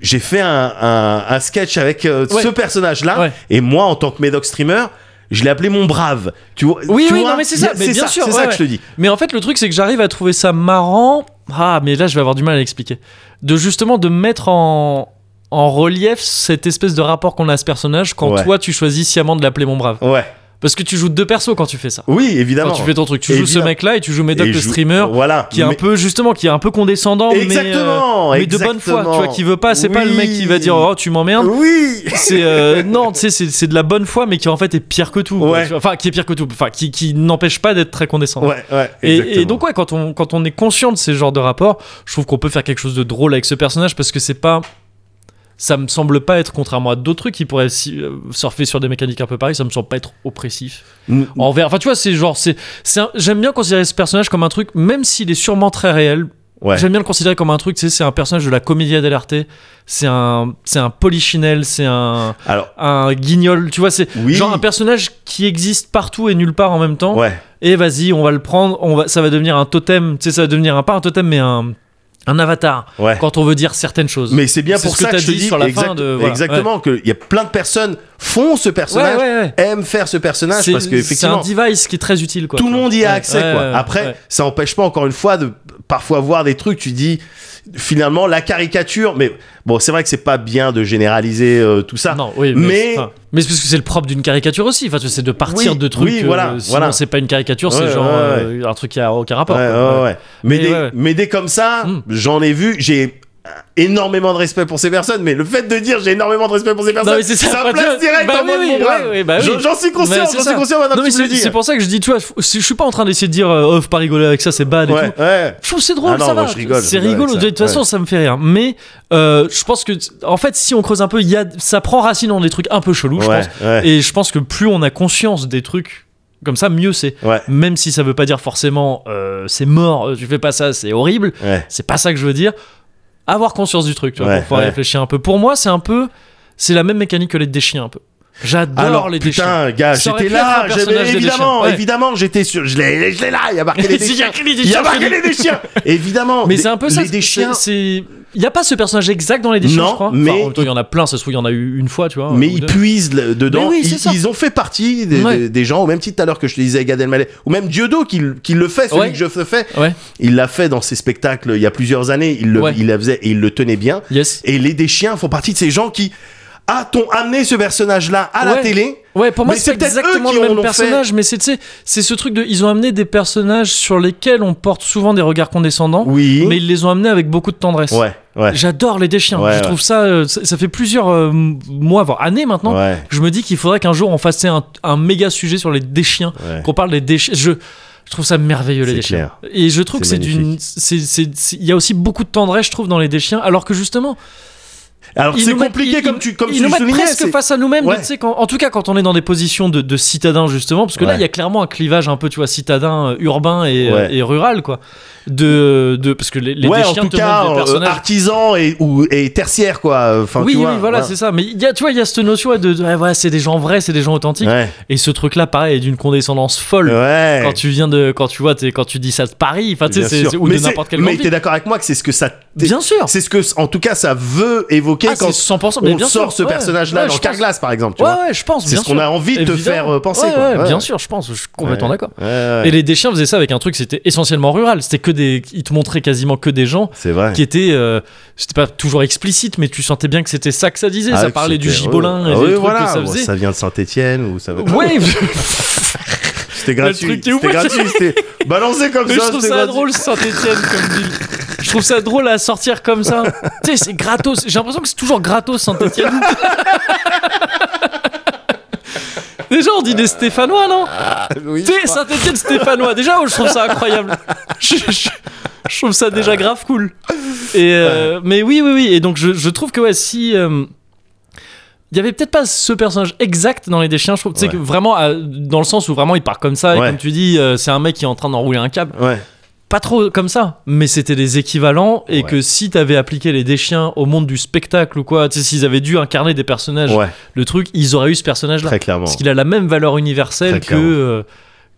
j'ai fait un, un- un sketch avec euh,
Ouais.
ce personnage-là.
Ouais.
Et moi, en tant que médoc streamer, je l'ai appelé mon brave. Tu vois
Oui,
tu
oui,
vois,
non, mais c'est ça,
y a-
mais
c'est
bien
ça,
sûr,
c'est
ouais,
ça
ouais.
que je te dis.
Mais en fait, le truc, c'est que j'arrive à trouver ça marrant. Ah, mais là, je vais avoir du mal à l'expliquer. De justement de mettre en, en relief cette espèce de rapport qu'on a à ce personnage quand
Ouais.
toi, tu choisis sciemment de l'appeler mon brave.
Ouais.
Parce que tu joues deux persos quand tu fais ça.
Oui,
Quand
évidemment.
tu fais ton truc, tu joues ce
Évidemment.
mec-là et tu joues Médoc
Et
le
je-
streamer.
Voilà.
Qui est un
Mais-
peu justement, qui est un peu condescendant, mais, euh,
Exactement,
mais, de bonne foi, tu vois,
exactement.
qui veut pas, c'est pas le mec qui va dire
Oui.
oh tu m'emmerdes,
Oui
c'est euh, non tu sais c'est c'est de la bonne foi mais qui en fait est pire que tout quoi,
Ouais.
tu vois. enfin qui est pire que tout enfin qui, qui n'empêche pas d'être très condescendant
Ouais, ouais.
et, et
exactement.
donc ouais quand on quand on est conscient de ces genres de rapports je trouve qu'on peut faire quelque chose de drôle avec ce personnage parce que c'est pas ça me semble pas être contrairement à d'autres trucs qui pourraient si- euh, surfer sur des mécaniques un peu pareilles ça me semble pas être oppressif
Mm.
envers enfin tu vois c'est genre c'est c'est un- j'aime bien considérer ce personnage comme un truc même s'il est sûrement très réel
Ouais.
J'aime bien le considérer comme un truc, tu sais, c'est un personnage de la comédie dell'arte, c'est un, c'est un polichinelle, c'est un,
Alors,
un guignol, tu vois, c'est
Oui.
genre un personnage qui existe partout et nulle part en même temps.
ouais.
Et vas-y, on va le prendre, on va, ça va devenir un totem, tu sais, ça va devenir un, pas un totem, mais un, un avatar
Ouais.
quand on veut dire certaines choses.
Mais c'est bien
C'est
pour
ce que
ça que,
t'as
je te
dit
dis
sur la fin
exact-
de- voilà,
exactement qu'il y a plein de personnes font ce personnage,
Ouais, ouais, ouais.
aiment faire ce personnage
C'est-
parce que
c'est un
effectivement
device qui est très utile, quoi.
tout le
tu vois.
monde y a
Ouais,
accès.
ouais,
quoi.
ouais,
Après,
ouais.
ça empêche pas encore une fois de parfois voir des trucs. Tu dis finalement la caricature, mais bon, c'est vrai que c'est pas bien de généraliser euh, tout ça.
Non, oui,
mais-
mais. enfin, Mais, c'est parce que c'est le propre d'une caricature aussi. Enfin, tu vois, c'est de partir
Oui,
de trucs.
oui,
euh,
voilà,
sinon,
voilà.
c'est pas une caricature,
Ouais,
c'est genre
ouais, ouais.
euh, un truc qui a aucun rapport.
Ouais,
quoi.
ouais, ouais. Mais,
Mais
des,
ouais, ouais.
mais des comme ça,
Mm.
j'en ai vu. J'ai énormément de respect pour ces personnes, mais le fait de dire j'ai énormément de respect pour ces personnes,
mais c'est ça, bah,
place
tu vois,
direct
bah
en
oui,
mode
oui,
mon
ouais,
brave.
ouais, bah oui.
J'en- J'en suis conscient,
Ouais, c'est
j'en suis
ça.
conscient maintenant
Non,
que
mais
tu me
c'est
le dis.
c'est pour ça que je dis, tu vois, je je suis pas en train d'essayer de dire, euh, oh, faut pas rigoler avec ça, c'est bad et
Ouais,
tout.
ouais.
Je trouve que c'est drôle,
Ah non,
ça
moi,
va.
je rigole, je
c'est
rigole
rigolo. De
avec ça,
toute façon,
ouais.
ça me fait rire. Mais euh, je pense que, en fait, si on creuse un peu, il y a, ça prend racine dans des trucs un peu chelous, je
Ouais,
pense.
ouais.
Et je pense que plus on a conscience des trucs comme ça, mieux c'est.
Ouais.
Même si ça veut pas dire forcément euh, c'est mort, euh, tu fais pas ça, c'est horrible.
Ouais.
C'est pas ça que je veux dire. Avoir conscience du truc, tu vois,
Ouais,
pour pouvoir
ouais.
réfléchir un peu. Pour moi, c'est un peu, c'est la même mécanique que les déchets un peu. J'adore
Alors,
les déchets.
putain, gars,
Ça aurait
j'étais
pu être
là,
un
j'avais-
personnage des
évidemment,
déchets, ouais.
évidemment, j'étais sur, je l'ai, je l'ai là, il y a marqué les
Il y a
déchiens.
que les
Il y a
déchets
marqué
chez
les
nous.
déchiens, évidemment.
Mais
des-
c'est un peu ça.
Les déchiens,
c'est- c'est- Il n'y a pas ce personnage exact dans les déchets,
Non,
je crois. Enfin,
mais-
en même temps, il y en a plein, ça se trouve, il y en a eu une fois, tu vois.
mais
ou
ils
deux.
puisent le- dedans.
Oh, Mais oui, c'est
ils,
ça.
ils ont fait partie des,
Ouais.
des- des gens, au même titre tout à l'heure que je te disais Gad Elmaleh, ou même Diodo qui, le- qui le fait, celui
Ouais.
que je fais.
Ouais.
Il l'a fait dans ses spectacles il y a plusieurs années. Il le,
Ouais.
il la faisait et il le tenait bien.
Yes.
Et les déchiens font partie de ces gens qui, ah, t'ont amené ce personnage-là à la
Ouais.
télé.
Ouais, pour moi,
Mais
c'est
c'est peut-être eux
exactement
qui
le
en ont
même personnage, mais c'est tu sais, c'est ce truc de. Ils ont amené des personnages sur lesquels on porte souvent des regards condescendants,
Oui.
Oh. mais ils les ont amenés avec beaucoup de tendresse.
Ouais, ouais,
J'adore les déchiens.
Ouais,
je
ouais.
trouve ça, euh, ça. ça fait plusieurs euh, mois, voire années maintenant.
Ouais.
que Je me dis qu'il faudrait qu'un jour on fasse tu sais, un, un méga sujet sur les déchiens,
Ouais.
qu'on parle des déchiens. Je, je trouve ça merveilleux les
C'est
déchiens.
clair.
Et je trouve que
C'est
c'est d'une. c'est- c'est- c'est- Il y a aussi beaucoup de tendresse, je trouve, dans les déchiens, alors que justement.
Alors
ils
c'est
nous mettent-
compliqué
ils-
comme tu comme
ils
tu
nous
le
mettent
soulignais.
presque
c'est-
face à nous-mêmes.
Ouais.
tu sais, quand- en tout cas, quand on est dans des positions de, de citadins justement, parce que là,
Ouais.
il y a clairement un clivage un peu, tu vois, citadin, euh, urbain et, euh,
Ouais.
et rural, quoi. De, de parce que les, les
ouais, en
déchiens
tout
te
cas,
montrent des
euh,
personnages.
artisans et ou et tertiaires quoi. Enfin,
oui,
tu vois,
oui, voilà,
ouais.
c'est ça. Mais il y a, tu vois, il y a cette notion ouais, de, de, ouais, voilà, c'est des gens vrais, c'est des gens authentiques.
Ouais.
Et ce truc-là, pareil, est d'une condescendance folle.
Ouais.
Quand tu viens de, quand tu vois, t'es- quand tu dis ça de Paris, enfin, tu sais,
Bien
c'est-
sûr.
c'est- ou
mais
de
c'est-
n'importe quelle
Mais
grande
t'es
ville.
d'accord avec moi que c'est ce que ça. t'es-
Bien sûr.
C'est ce que, en tout cas, ça veut évoquer
Ah, c'est
quand
100%. mais
on
bien
sort
sûr.
ce
Ouais.
personnage-là
Ouais,
dans
je pense-
Carglass, par exemple. Tu
Ouais,
vois.
ouais, je pense.
C'est
bien
ce qu'on
sûr.
a envie de te
Évidemment.
faire, euh, penser,
Ouais,
quoi.
ouais,
Ouais, ouais.
Bien sûr, je pense. Je suis complètement
Ouais.
d'accord.
Ouais, ouais.
Et les déchiens faisaient ça avec un truc, c'était essentiellement rural. C'était que des, ils te montraient quasiment que des gens
C'est vrai.
qui étaient, euh, c'était pas toujours explicite, mais tu sentais bien que c'était ça que ça disait.
Ah,
ça
que
parlait du
c'était-
gibolin
ouais.
et
Ah
des
oui,
trucs
voilà.
que ça
Bon,
faisait.
vient de Saint-Etienne ou ça.
Ouais,
C'était
truc
gratuit.
qui est
C'était
ouvert.
gratuit. C'était balancé comme
Mais
ça.
je trouve
c'était
ça
gratuit.
drôle Saint-Etienne comme ville. Je trouve ça drôle à sortir comme ça. tu sais, c'est gratos. J'ai l'impression que c'est toujours gratos Saint-Etienne. Déjà, on dit des Stéphanois, non
Ah, Oui.
Tu sais, Saint-Etienne Stéphanois. Déjà, oh, je trouve ça incroyable. Je, je- je trouve ça déjà grave cool. Et euh, Mais oui, oui, oui. Et donc, je, je trouve que, ouais, si. euh, il y avait peut-être pas ce personnage exact dans les déchiens, je trouve. Tu sais,
Ouais.
que vraiment, à- dans le sens où vraiment il part comme ça, et
Ouais.
comme tu dis, euh, c'est un mec qui est en train d'enrouler un câble
Ouais.
pas trop comme ça, mais c'était des équivalents et
Ouais.
que si t'avais appliqué les déchiens au monde du spectacle ou quoi, tu sais, s'ils avaient dû incarner des personnages,
Ouais.
le truc, ils auraient eu ce personnage-là.
Très clairement.
Parce qu'il a la même valeur universelle
Très
que,
clairement.
euh,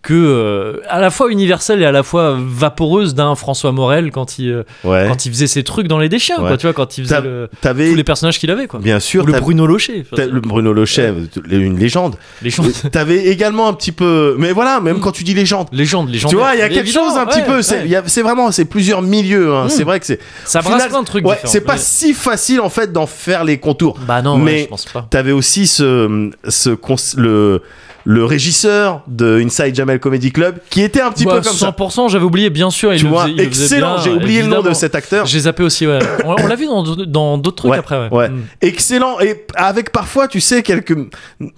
que euh, à la fois universelle et à la fois vaporeuse d'un François Morel quand il, euh,
Ouais.
quand il faisait ses trucs dans les déchets,
Ouais.
quoi, tu vois, quand il
T'as-
faisait le-
T'avais,
tous les personnages qu'il avait, quoi.
bien sûr,
Ou le
t'as-
Bruno Locher,
t'as- le Bruno Lochet, une légende.
les gens,
T'avais également un petit peu, mais voilà, même quand tu dis légende.
légende, légende.
Tu vois, il y a
Mais
quelque
évidemment,
chose un petit
ouais,
peu. C'est
ouais.
il y a- c'est vraiment, c'est plusieurs milieux. hein.
Mm.
C'est vrai que c'est.
Ça brasse
Final-
plein de trucs
Ouais,
différents,
c'est pas
mais-
si facile en fait d'en faire les contours.
Bah non, ouais,
Mais-
je pense pas.
T'avais aussi ce, ce cons- le, le régisseur de Inside Jamel Comedy Club qui était un petit
Ouais,
peu comme ça.
100%, j'avais oublié, bien sûr. Bah, il
Tu
le
vois,
faisait- il le faisait
excellent.
bien,
J'ai oublié le nom de
évidemment.
cet acteur.
J'ai zappé aussi, ouais. On, on l'a vu dans dans d'autres trucs
Ouais,
après, ouais.
ouais.
Mm.
Excellent et avec parfois tu sais quelques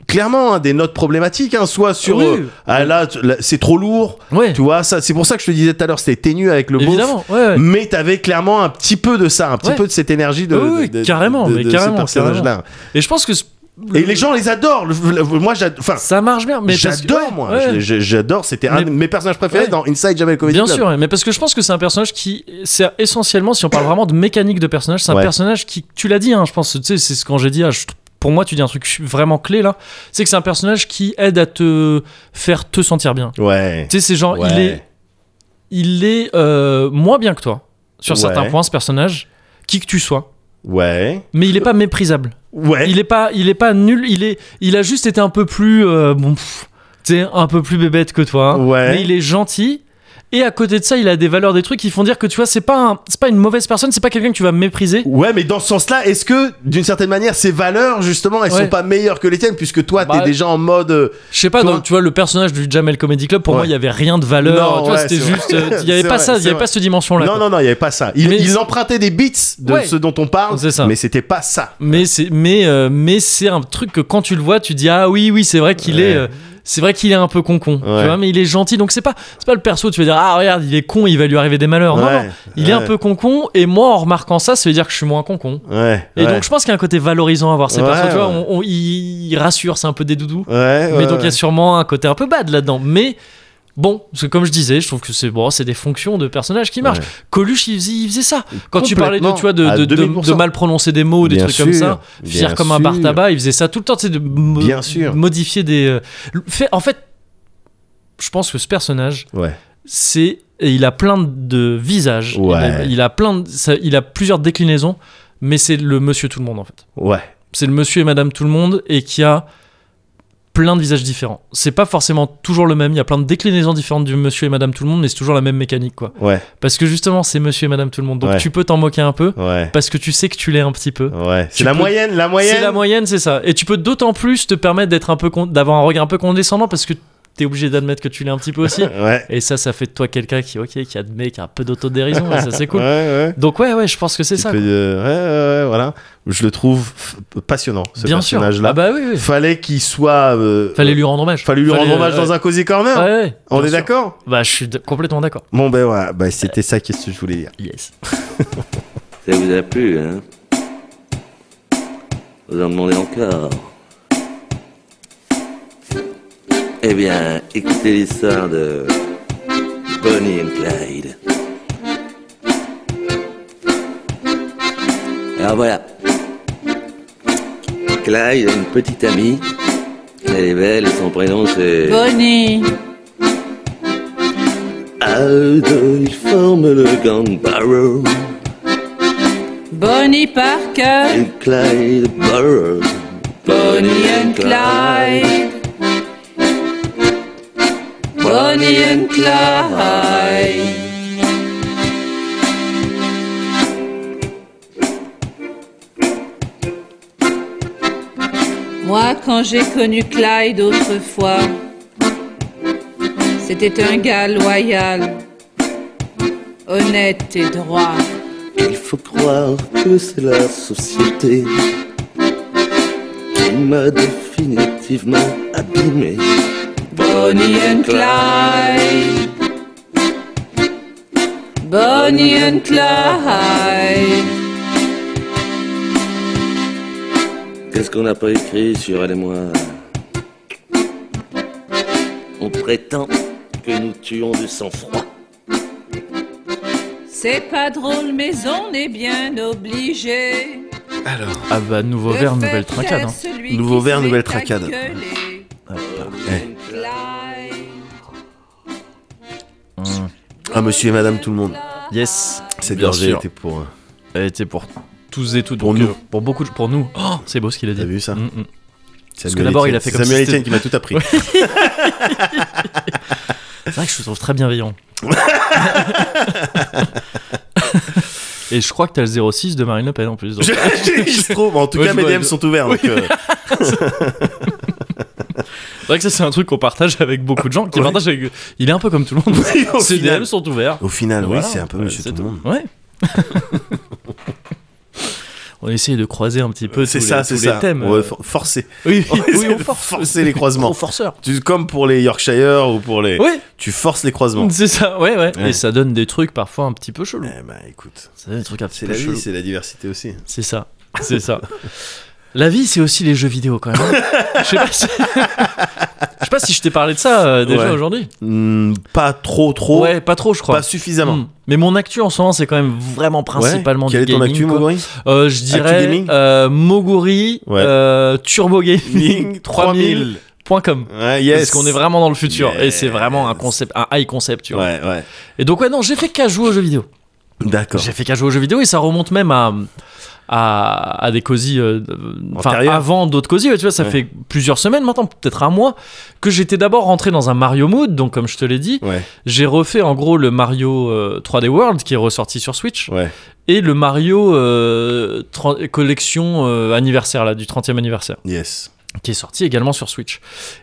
clairement hein, des notes problématiques hein, soit sur
Oui.
euh, ah là, tu- là, c'est trop lourd
Ouais,
tu vois ça c'est pour ça que je te disais tout à l'heure c'était ténu avec le Mm. beauf
évidemment, ouais, ouais.
mais t'avais clairement un petit peu de ça un petit
Ouais.
peu de cette énergie de,
Oui, oui,
de- de-
carrément,
de-
mais
de
carrément,
ce personnage là
Et je pense que. c-
et les gens les adorent Le- le- moi j'ad- enfin
Ça marche bien, mais parce que-
j'adore
ouais,
moi
ouais.
Je- je- j'adore c'était un
Mais-
de mes personnages préférés
Ouais.
dans Inside Jamel Comedy
Bien
Club.
sûr, ouais, mais parce que je pense que c'est un personnage qui sert essentiellement, si on parle vraiment de mécanique de personnage, c'est un
Ouais.
personnage qui, tu l'as dit, hein, je pense, tu sais, c'est ce quand j'ai dit, ah, je- pour moi, tu dis un truc vraiment clé là, c'est que c'est un personnage qui aide à te faire te sentir bien.
ouais
Tu sais, c'est genre, il
Ouais.
est, il est euh, moins bien que toi sur
Ouais.
certains points, ce personnage, qui que tu sois,
ouais
mais il est pas méprisable.
ouais
Il est pas, il est pas nul. Il est, il a juste été un peu plus, euh, bon, pff, t'sais, un peu plus bébête que toi. hein.
Ouais.
Mais il est gentil. Et à côté de ça, il a des valeurs, des trucs qui font dire que tu vois, c'est pas, un- c'est pas une mauvaise personne. C'est pas quelqu'un que tu vas mépriser.
Ouais, mais dans ce sens-là, est-ce que, d'une certaine manière, ces valeurs, justement, elles
Ouais.
sont pas meilleures que les tiennes, puisque toi,
Bah,
t'es déjà en mode. euh,
Je sais pas.
Toi-
dans- tu vois, le personnage du Jamel Comedy Club, pour
Ouais.
moi, il y avait rien de valeur.
Non,
tu vois,
ouais,
c'était
c'est
juste,
vrai.
euh, il y avait
C'est
pas
vrai,
ça, il y
c'est
avait
vrai.
pas cette dimension-là.
Non, non, non, il y avait pas ça. Il,
Mais-
ils empruntaient des beats de
Ouais.
ce dont on parle,
C'est ça.
mais c'était pas ça.
Mais c'est, mais, euh, mais c'est un truc que quand tu le vois, tu dis ah oui, oui, c'est vrai qu'il
Ouais.
est. euh, c'est vrai qu'il est un peu con con,
Ouais.
tu vois, mais il est gentil, donc c'est pas, c'est pas le perso. Tu vas dire ah regarde, il est con, il va lui arriver des malheurs. Non, non,
ouais,
Il est un peu concon, et moi, en remarquant ça, ça veut dire que je suis moins concon.
Ouais.
Et
ouais.
donc, je pense qu'il y a un côté valorisant à avoir ces
Ouais,
personnes. Tu vois,
ouais.
on, on- ils ils rassurent, c'est un peu des doudous.
Ouais,
mais
ouais,
donc, il y
ouais.
a sûrement un côté un peu bad là-dedans. Mais bon, parce que comme je disais, je trouve que c'est bon, c'est des fonctions de personnages qui marchent.
Ouais.
Coluche, il faisait, il faisait ça. Quand tu
Complètement,
parlais de, tu vois, de,
à
de, de-
2000%.
de mal prononcer des mots ou des
Bien
trucs comme
sûr,
ça, fier
bien
comme un bar
sûr.
tabac, il faisait ça tout le temps, tu sais, de mo-
Bien sûr.
modifier des. euh, fait- en fait, je pense que ce personnage,
Ouais.
c'est et il a plein de visages. Il,
Ouais.
a, il a plein, de- ça- il a plusieurs déclinaisons, mais c'est le Monsieur Tout le Monde en fait.
Ouais.
C'est le Monsieur et Madame Tout le Monde et qui a plein de visages différents. C'est pas forcément toujours le même. Il y a plein de déclinaisons différentes du Monsieur et Madame Tout le Monde, mais c'est toujours la même mécanique quoi.
Ouais.
Parce que justement, c'est Monsieur et Madame Tout le Monde, donc
Ouais.
tu peux t'en moquer un peu
Ouais.
parce que tu sais que tu l'es un petit peu.
Ouais.
Tu
C'est la
peux-
moyenne, la moyenne.
C'est la moyenne, c'est ça. Et tu peux d'autant plus te permettre d'être un peu con- d'avoir un regard un peu condescendant parce que t'es obligé d'admettre que tu l'es un petit peu aussi.
Ouais.
Et ça, ça fait de toi quelqu'un qui, ok, qui admet, qui a un peu d'autodérision, et ça c'est cool.
Ouais, ouais.
Donc ouais, ouais, je pense que c'est
Petit
ça.
peu
quoi.
de- ouais, ouais, ouais, voilà. Je le trouve f- passionnant, ce
Bien sûr.
personnage-là.
Ah bah oui, oui.
Fallait qu'il soit. euh,
Fallait lui rendre hommage.
fallait lui rendre hommage dans un Cozy Corner.
Ouais, ouais,
On
bien
est
sûr.
d'accord
Bah je suis d- complètement d'accord.
Bon ben voilà, bah, c'était ça que je voulais dire.
Yes.
Ça vous a plu, hein Vous en demandez encore Eh bien, écoutez l'histoire de Bonnie and Clyde. Alors voilà. Clyde a une petite amie. Elle est belle et son prénom c'est...
Bonnie,
Aldo, il forme le gang Barrow.
Bonnie Parker,
and Clyde Burrow.
Bonnie and Clyde, Bonnie and Clyde. Moi, quand j'ai connu Clyde autrefois, c'était un gars loyal, honnête et droit.
Il faut croire que c'est la société qui m'a définitivement abîmé.
Bonnie and Clyde. Bonnie and Clyde.
Qu'est-ce qu'on n'a pas écrit sur elle et moi On prétend que nous tuons du sang-froid.
C'est pas drôle, mais on est bien obligé.
Ah bah nouveau
de
verre,
faire
nouvelle trincade. hein.
celui
Nouveau
qui
verre,
s'est
nouvelle trincade.
acculé. Bonnie and Clyde.
hein.
à Ah, Monsieur et Madame Tout le Monde.
Yes.
Cette
Bien
gorgée
sûr.
était pour. euh,
Elle était pour tous et toutes.
Pour
donc,
nous.
euh, pour beaucoup de. Pour nous. Oh, c'est beau ce qu'il a dit.
T'as vu ça
Mm, mm.
Parce
que d'abord, il a fait comme
Samuel
si
Etienne qui m'a tout appris.
C'est vrai que je te trouve très bienveillant. et je crois que t'as le 06 de Marine Le Pen en plus. donc.
Je, je- je trouve. En tout
Ouais,
cas,
je
mes
vois,
DM
je-
sont ouverts. donc, euh,
C'est vrai que ça, c'est un truc qu'on partage avec beaucoup de gens. Qui
Ouais.
partagent avec- Il est un peu comme tout le monde.
au
Ses
final.
DM sont ouverts.
Au final,
Voilà.
oui, c'est un peu
Ouais,
Monsieur
c'est
Tout le Monde.
Ouais. On essaye de croiser un petit peu
C'est
tous
ça,
les,
c'est
tous les
ça.
thèmes. euh.
Ouais, for- forcer.
Oui, oui,
On essaie
oui, on
de
force.
forcer les croisements.
On forceur.
Tu, comme pour les Yorkshire ou pour les.
Oui,
Tu forces les croisements.
c'est ça, ouais, ouais,
Ouais.
Et ça donne des trucs parfois un petit peu chelous.
Eh ben, écoute,
Ça donne des trucs un petit
c'est
peu
la vie,
chelous.
c'est la diversité aussi.
C'est ça, c'est ça. La vie, c'est aussi les jeux vidéo quand même. hein. Je sais pas si, je sais pas si je t'ai parlé de ça euh, déjà
Ouais.
aujourd'hui.
Hmm, pas trop, trop.
Ouais, pas trop, je crois.
pas suffisamment.
Mm. Mais mon actu en ce moment, c'est quand même vraiment principalement
Ouais. Quel
du
est ton
gaming,
actu,
quoi.
Mogori
Euh, Je dirais
gaming
euh, Moguri
Ouais.
euh, Turbo Gaming 3000.com.
Ouais, yes.
Parce qu'on est vraiment dans le futur et c'est
Yes.
vraiment un concept, un high concept, tu vois.
Ouais, ouais.
Et donc ouais non, j'ai fait qu'à jouer aux jeux vidéo.
D'accord.
J'ai fait qu'à jouer aux jeux vidéo et ça remonte même à à, à des cosy, euh, enfin
Antérieurs.
avant d'autres cosy, ouais, tu vois, ça
Ouais.
fait plusieurs semaines maintenant, peut-être un mois, que j'étais d'abord rentré dans un Mario mood, donc comme je te l'ai dit,
Ouais,
j'ai refait en gros le Mario euh, 3D World qui est ressorti sur Switch
ouais.
et le Mario euh, tren- collection euh, anniversaire là du 30e anniversaire
Yes.
qui est sorti également sur Switch.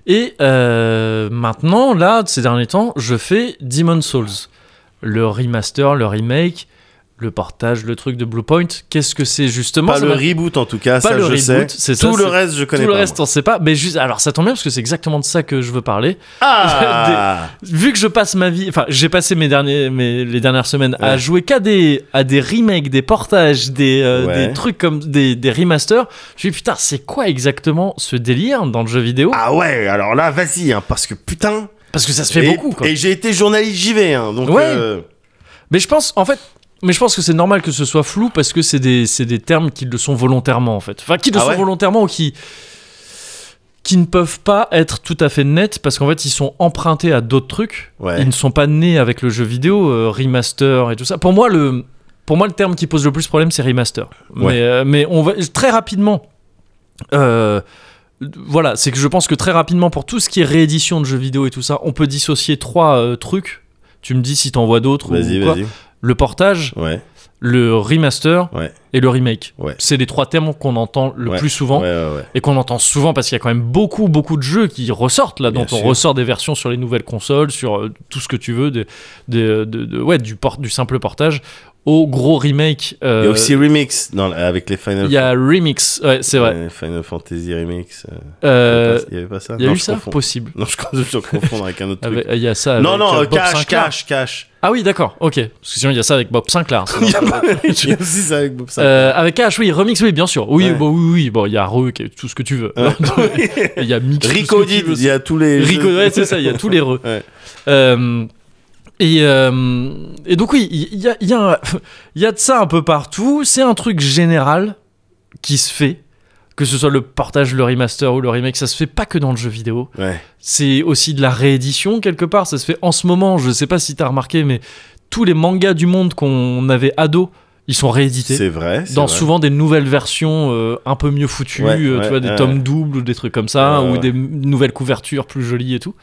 Et euh, maintenant, là, ces derniers temps, je fais Demon Souls. Le remaster, le remake, le portage, le truc de Bluepoint. Qu'est-ce que c'est justement
pas
ça m'a-
le reboot en tout cas,
Pas
ça
le
je
reboot,
sais.
c'est
Tout
ça,
le
c'est-
reste, je connais
Tout le
pas,
reste,
moi.
on sait pas. Mais juste, alors ça tombe bien parce que c'est exactement de ça que je veux parler.
Ah
Vu que je passe ma vie, enfin, j'ai passé mes derniers, mes, les dernières semaines à
Ouais.
jouer qu'à des, à des remakes, des portages, des, euh,
Ouais.
des trucs comme des, des remasters. Je me suis dit, putain, c'est quoi exactement ce délire dans le jeu vidéo
Ah ouais, alors là, vas-y, hein, parce que putain.
Parce que ça se fait
et,
beaucoup. Quoi.
Et j'ai été journaliste JV, hein, donc.
Ouais.
euh,
Mais je pense, en fait, mais je pense que c'est normal que ce soit flou parce que c'est des, c'est des termes qui le sont volontairement, en fait. Enfin, qui le
Ah
sont
ouais
volontairement ou qui, qui ne peuvent pas être tout à fait nets parce qu'en fait, ils sont empruntés à d'autres trucs.
Ouais.
Ils ne sont pas nés avec le jeu vidéo, euh, remaster et tout ça. Pour moi, le, pour moi, le terme qui pose le plus problème, c'est remaster.
Ouais.
Mais, euh, mais on va très rapidement. euh, voilà, c'est que je pense que très rapidement, pour tout ce qui est réédition de jeux vidéo et tout ça, on peut dissocier trois euh, trucs. Tu me dis si t'en vois d'autres ou
Vas-y,
quoi
vas-y.
le portage,
Ouais,
le remaster
Ouais.
et le remake.
Ouais.
C'est les trois termes qu'on entend le
Ouais.
plus souvent
ouais, ouais, ouais.
et qu'on entend souvent parce qu'il y a quand même beaucoup beaucoup de jeux qui ressortent là,
Bien
dont
sûr.
on ressort des versions sur les nouvelles consoles, sur euh, tout ce que tu veux, de, de- de- de- ouais, du, port- du simple portage au gros remake.
Il
euh,
y a aussi Remix dans, avec les Final,
il y a remix, ouais, c'est vrai.
les Final Fantasy Remix. euh,
Euh,
Il y avait pas ça
Il y a
Non,
eu
je
ça
confonds.
Possible.
Non, je crois que je dois confondre avec un autre
Avec-
truc.
Il y a ça.
Non,
avec,
non,
euh,
euh,
Bob
cash,
Sinclair.
cash, cash.
Ah oui, d'accord, ok. Parce que sinon, il y a ça avec Bob Sinclair.
Il y a pas- il y a aussi ça avec Bob Sinclair.
Euh, avec H, oui, remix, oui, bien sûr. Oui,
Ouais.
bon, oui, oui, bon, il y a Reuk et tout ce que tu veux. Il y a mix. tout ce
Rico
que tu
dit,
veux.
il y a tous les.
Rico,
jeux.
ouais, c'est ça, il y a tous les re.
Ouais.
Euh, et, euh, et donc, oui, il y a, il y, a un- il y a de ça un peu partout. C'est un truc général qui se fait. Que ce soit le portage, le remaster ou le remake, ça se fait pas que dans le jeu vidéo.
Ouais.
C'est aussi de la réédition quelque part. Ça se fait en ce moment. Je sais pas si t'as remarqué, mais tous les mangas du monde qu'on avait ado, ils sont réédités
C'est vrai. c'est
dans
vrai.
souvent des nouvelles versions euh, un peu mieux foutues,
Ouais,
euh,
ouais,
tu vois, des
ouais, ouais.
tomes doubles ou des trucs comme ça,
Ouais,
ou
ouais.
des m- nouvelles couvertures plus jolies et tout.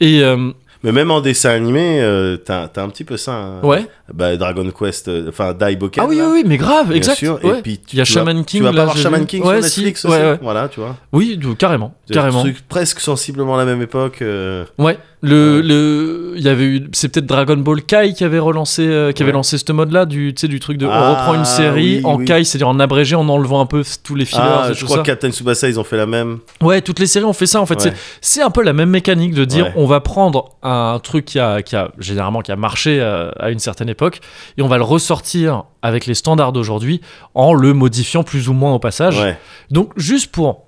Et euh,
Mais même en dessin animé, euh, t'as t'as un petit peu ça. hein.
ouais.
Bah, Dragon Quest, euh, enfin Die Boken.
Ah oui,
là,
oui, oui, mais grave,
bien
exact.
sûr.
ouais.
Et puis tu
Il y a
tu
Shaman
vas,
King,
Tu vas
là,
pas avoir
j'ai
Shaman
vu.
King
Ouais,
sur
si,
Netflix
ouais,
aussi.
ouais.
Voilà, tu vois.
Oui, donc, carrément,
Des
carrément.
Trucs presque sensiblement à la même époque. euh,
Ouais, le le il y avait eu c'est peut-être Dragon Ball Kai qui avait relancé euh, qui avait
Ouais.
lancé ce mode là du tu sais du truc de
Ah,
on reprend une série
oui,
en
oui.
Kai, c'est-à-dire en abrégé en enlevant un peu tous les fillers
Ah,
et
je
tout
crois
ça.
que Captain Tsubasa, ils ont fait la même.
Ouais, toutes les séries ont fait ça en fait.
Ouais.
C'est- C'est un peu la même mécanique de dire
Ouais.
on va prendre un truc qui a, qui a généralement qui a marché euh, à une certaine époque et on va le ressortir avec les standards d'aujourd'hui en le modifiant plus ou moins au passage.
Ouais.
Donc juste pour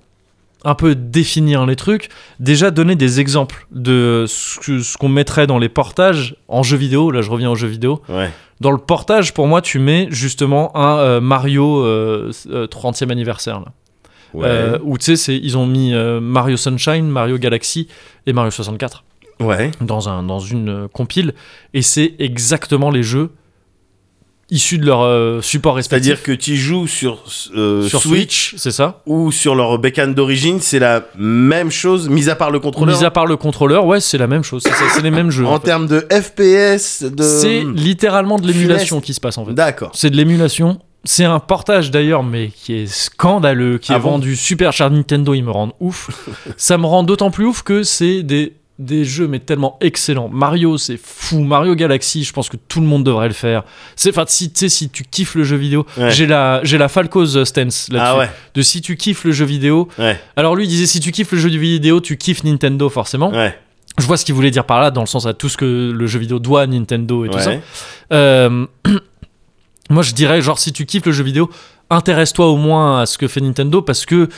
un peu définir les trucs, déjà donner des exemples de ce que- ce qu'on mettrait dans les portages en jeu vidéo. Là, je reviens aux jeux vidéo.
Ouais.
Dans le portage, pour moi, tu mets justement un euh, Mario euh, euh, 30e anniversaire. Là.
Ouais.
Euh, où tu sais, c'est- ils ont mis euh, Mario Sunshine, Mario Galaxy et Mario 64.
Ouais.
dans, un, dans une euh, compile, et c'est exactement les jeux issus de leur euh, support respectif.
C'est-à-dire que tu joues sur, euh,
sur
Switch,
Switch, c'est ça
ou sur leur bécane d'origine, c'est la même chose, mis à part le contrôleur.
Mis à part le contrôleur, ouais, c'est la même chose, c'est ça, c'est les mêmes jeux.
en
en fait.
termes de FPS, de. Hmm.
C'est littéralement de l'émulation qui se passe en fait.
D'accord.
C'est de l'émulation. C'est un portage d'ailleurs, mais qui est scandaleux, qui
Ah
est
bon
vendu super cher Nintendo, ils me rendent ouf. Ça me rend d'autant plus ouf que c'est des, des jeux, mais tellement excellents. Mario, c'est fou. Mario Galaxy, je pense que tout le monde devrait le faire. C'est, enfin, si, tu sais, si tu kiffes le jeu vidéo,
Ouais.
j'ai la, j'ai la Falco's euh, stance là-dessus.
Ah ouais,
De si tu kiffes le jeu vidéo.
ouais,
Alors lui, il disait si tu kiffes le jeu vidéo, tu kiffes Nintendo forcément.
ouais.
Je vois ce qu'il voulait dire par là, dans le sens à tout ce que le jeu vidéo doit à Nintendo et tout
ouais.
ça. Euh, moi, je dirais, genre, si tu kiffes le jeu vidéo, intéresse-toi au moins à ce que fait Nintendo parce que,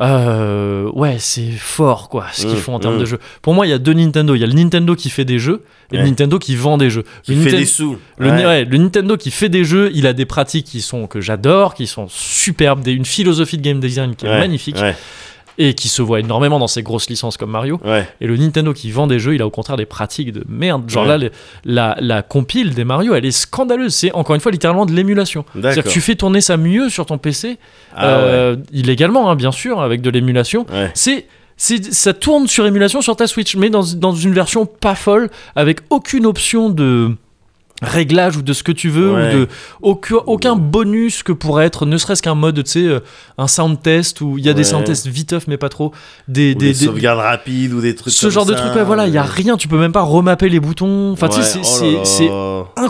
euh, ouais, c'est fort, quoi, ce qu'ils
Mmh,
font en termes
mmh.
de jeux. Pour moi, il y a deux Nintendo. Il y a le Nintendo qui fait des jeux et
Ouais.
le Nintendo qui vend des jeux.
Qui
Le
fait
Ninten-
des sous.
le,
Ouais.
Ni- ouais, le Nintendo qui fait des jeux, il a des pratiques qui sont que j'adore, qui sont superbes, des- une philosophie de game design qui est
Ouais,
magnifique
Ouais,
et qui se voit énormément dans ses grosses licences comme Mario.
ouais.
Et le Nintendo qui vend des jeux, il a au contraire des pratiques de merde. Genre
Ouais.
là, les- la, la compile des Mario, elle est scandaleuse. C'est encore une fois littéralement de l'émulation. C'est-à-dire que
D'accord.
tu fais tourner ça mieux sur ton PC,
Ah
euh, illégalement, hein, bien sûr, avec de l'émulation.
ouais. Ouais.
C'est. c'est- Ça tourne sur émulation sur ta Switch, mais dans, dans une version pas folle, avec aucune option de réglage ou de ce que tu veux,
Ouais.
ou de aucun, aucun bonus que pourrait être, ne serait-ce qu'un mode, tu sais, euh, un sound test, où il y a des
Ouais.
sound tests viteuf, mais pas trop, des, des-
Ou des,
des-
sauvegardes rapides ou des trucs euh,
ce genre de truc là voilà il y a rien tu peux même pas remapper les boutons enfin tu sais, c'est- c'est
Oh
c'est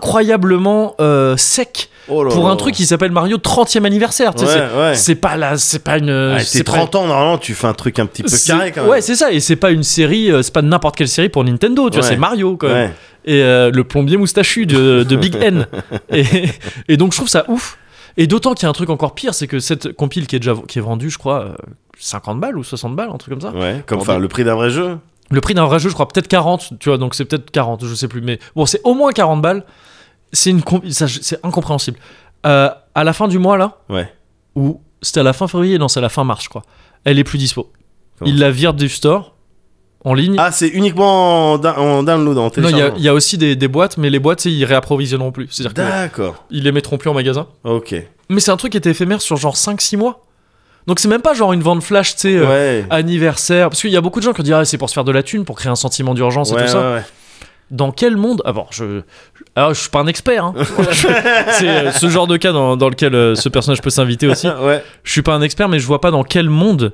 incroyablement euh, sec pour un truc qui s'appelle Mario 30e anniversaire tu
Ouais,
sais,
Oh ouais.
c'est c'est pas là c'est pas une
Ah, t'es
c'est pas-
30 ans, normalement, tu fais un truc un petit peu
c'est-
carré quand même.
ouais c'est ça et c'est pas une série euh, c'est pas n'importe quelle série pour Nintendo tu vois
Ouais.
c'est Mario quand même
Ouais.
et euh, le plombier moustachu de, de Big N. Et, et donc je trouve ça ouf. Et d'autant qu'il y a un truc encore pire, c'est que cette compile qui est déjà qui est vendue, je crois, euh, 50 balles ou 60 balles, un truc comme ça.
Ouais, comme
Pour
enfin, le prix d'un vrai jeu.
Le prix d'un vrai jeu, je crois, peut-être 40, tu vois, donc c'est peut-être 40, je sais plus, mais bon, c'est au moins 40 balles. C'est une comp- ça, je- c'est incompréhensible. Euh, à la fin du mois, là,
Ouais.
ou c'était à la fin février, non, c'est à la fin mars, je crois, elle est plus dispo.
Comment
Ils la virent du store, en ligne.
Ah, c'est uniquement en, down- en download, en
non, il y a- il
téléchargement.
y, a aussi des, des boîtes, mais les boîtes, tu sais, ils réapprovisionneront plus. C'est-à-dire
D'accord.
qu'ils les mettront plus en magasin.
Ok.
Mais c'est un truc qui était éphémère sur genre 5-6 mois. Donc c'est même pas genre une vente flash, tu sais, euh,
Ouais.
anniversaire. Parce qu'il y a beaucoup de gens qui disent, ah, c'est pour se faire de la thune, pour créer un sentiment d'urgence et
Ouais,
tout ça.
ouais, ouais.
dans quel monde Ah bon, je, je, alors, je suis pas un expert. hein. Je- c'est euh, ce genre de cas dans, dans lequel euh, ce personnage peut s'inviter aussi.
Ah, Ouais.
Je suis pas un expert, mais je vois pas dans quel monde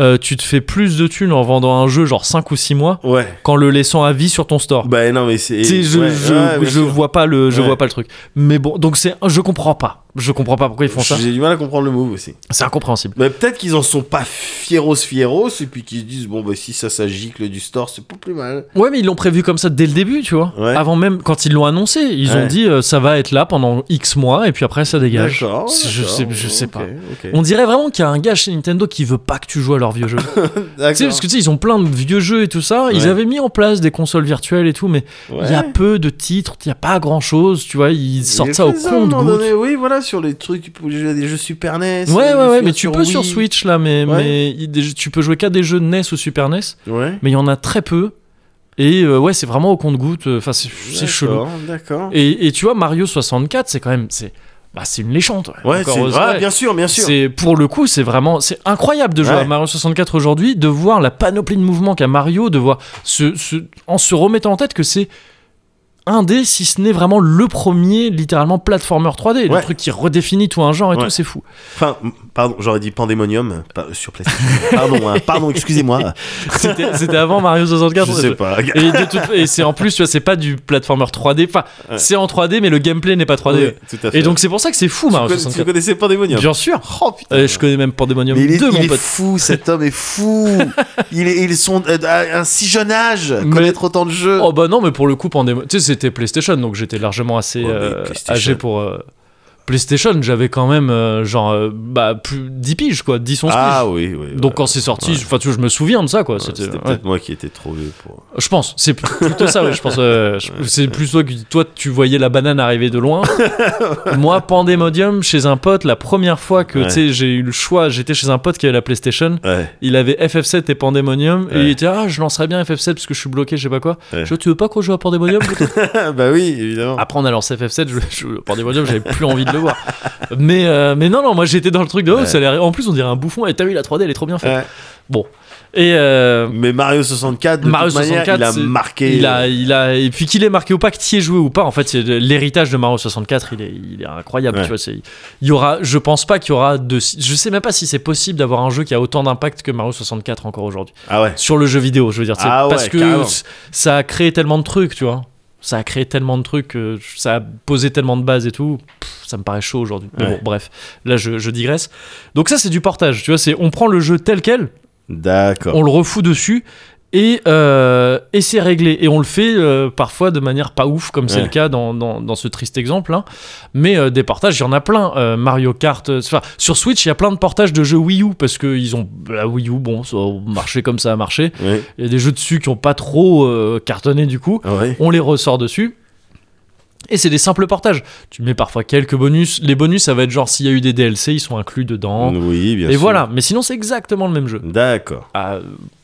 euh, tu te fais plus de thunes en vendant un jeu genre 5 ou 6 mois
Ouais.
qu'en le laissant à vie sur ton store.
Bah non, mais c'est.
Tu sais, je,
ouais,
je,
ouais, bien
je
sûr.
vois pas le je
Ouais.
vois pas le truc mais bon donc c'est je comprends pas je comprends pas pourquoi ils font ça
J'ai du mal à comprendre le move aussi.
c'est incompréhensible
Mais peut-être qu'ils en sont pas fieros fieros et puis qu'ils se disent bon bah si ça ça gicle du store c'est pas plus mal.
ouais mais ils l'ont prévu comme ça dès le début tu vois
Ouais.
avant même quand ils l'ont annoncé ils ont
Ouais.
dit euh, ça va être là pendant X mois et puis après ça dégage
D'accord.
je
d'accord.
sais je sais
Ok,
pas
ok.
On dirait vraiment qu'il y a un gars chez Nintendo qui veut pas que tu joues à leurs vieux jeux. tu
D'accord.
sais, parce que tu sais, ils ont plein de vieux jeux et tout ça. Ils
Ouais.
avaient mis en place des consoles virtuelles et tout, mais il
Ouais.
y a peu de titres, il y a pas grand chose, tu vois. Ils
Il
sortent
est
ça au
fait à un moment
compte-goutte.
donné, Oui voilà sur les trucs tu peux jouer à des jeux Super NES.
Ouais,
euh,
ouais, ouais,
sur-
mais tu peux sur
Wii.
Switch là, mais,
Ouais.
mais il- des- tu peux jouer qu'à des jeux NES ou Super NES,
Ouais.
mais il y en a très peu. Et euh, ouais, c'est vraiment au compte-goutte. Enfin, c'est c'est chelou.
D'accord, D'accord.
Et, et tu vois, Mario 64, c'est quand même. c'est bah, c'est une légende. ouais,
Ouais
encore
c'est
heureuse-
ah,
ouais.
bien sûr bien sûr.
C'est pour le coup, c'est vraiment, c'est incroyable de jouer
Ouais.
à Mario 64 aujourd'hui, de voir la panoplie de mouvements qu'a Mario, de voir ce, ce- en se remettant en tête que c'est un des, si ce n'est vraiment le premier, littéralement platformer 3D, le
Ouais.
truc qui redéfinit tout un genre et
Ouais.
tout, c'est fou.
Enfin m- pardon j'aurais dit Pandemonium pas- euh, sur PlayStation. pardon hein, pardon excusez-moi.
C'était c'était avant Mario 64.
Je sais pas.
Et, de toute- et c'est en plus, tu vois, c'est pas du platformer 3D. Enfin,
Ouais.
c'est en 3D, mais le gameplay n'est pas 3D.
Ouais, tout à fait.
et donc, c'est pour ça que c'est fou, Mario
tu, connais- tu
64.
connaissais Pandemonium.
Bien sûr.
Oh putain.
Euh, je connais même Pandemonium
Mais il est,
2,
il
mon
est
pote.
fou, cet homme est fou. il est, ils sont euh, à un si jeune âge
Mais-
connaître autant de jeux.
Oh bah non, mais pour le coup, Pandémo- tu sais, c'était PlayStation, donc j'étais largement assez
Ouais, mais
euh,
PlayStation.
âgé pour euh, PlayStation, j'avais quand même euh, genre euh, bah, plus 10 piges, quoi, 10 11
Ah
piges.
oui, oui.
Donc
voilà.
quand c'est sorti,
Ouais.
enfin tu vois, je me souviens de ça quoi.
Ouais,
C'était-
C'était
ouais.
peut-être moi qui étais trop vieux pour.
Je pense, c'est pl- plutôt ça, ouais, je pense. euh, je- c'est plus toi que toi, tu voyais la banane arriver de loin. Moi, Pandemodium, chez un pote, la première fois que
Ouais.
tu sais, j'ai eu le choix, j'étais chez un pote qui avait la PlayStation,
Ouais.
il avait FF7 et Pandemonium, et
Ouais.
il était Ah, je lancerais bien FF7 parce que je suis bloqué, je sais pas quoi.
Ouais.
Je dis, Tu veux pas qu'on joue à Pandemonium peut-être
bah oui, évidemment.
Après, on a lancé FF7, je, je- Pandemonium, j'avais plus envie de le voir. Mais, euh, mais non, non, moi j'étais dans le truc de oh,
Ouais.
ça a l'air- En plus, on dirait un bouffon, et t'as vu la 3D, elle est trop bien faite.
Ouais.
Bon. Et. euh,
Mais Mario 64, de
Mario
toute manière,
64, c'est-
il a marqué.
il a, il a, et puis qu'il est marqué ou pas, que t'y aies joué ou pas, en fait, c'est- l'héritage de Mario 64, il est, il est incroyable.
Ouais.
Tu vois, c'est- il y aura, je pense pas qu'il y aura de. Je sais même pas si c'est possible d'avoir un jeu qui a autant d'impact que Mario 64 encore aujourd'hui.
Ah ouais.
Sur le jeu vidéo, je veux dire. tu sais,
Ah ouais,
parce que
carrément.
c- ça a créé tellement de trucs, tu vois. Ça a créé tellement de trucs, euh, ça a posé tellement de bases et tout. Pff, ça me paraît chaud aujourd'hui. Mais
Ouais.
bon, bref, là, je, je digresse. Donc, ça, c'est du portage, tu vois. c'est On prend le jeu tel quel,
D'accord.
on le refout dessus et, euh, et c'est réglé. Et on le fait euh, parfois de manière pas ouf, comme c'est
Ouais.
le cas dans, dans- dans ce triste exemple. hein. Mais euh, des portages, il y en a plein. Euh, Mario Kart, euh, enfin, sur Switch, il y a plein de portages de jeux Wii U parce que ils ont la Wii U, bon, ça a marché comme ça a marché.
Oui.
Il y a des jeux dessus qui ont pas trop euh, cartonné du coup.
Ouais.
On les ressort dessus. Et c'est des simples portages. Tu mets parfois quelques bonus. Les bonus, ça va être genre s'il y a eu des DLC, ils sont inclus dedans.
Oui, bien
et
sûr.
voilà. Mais sinon, c'est exactement le même jeu
D'accord.
à, euh,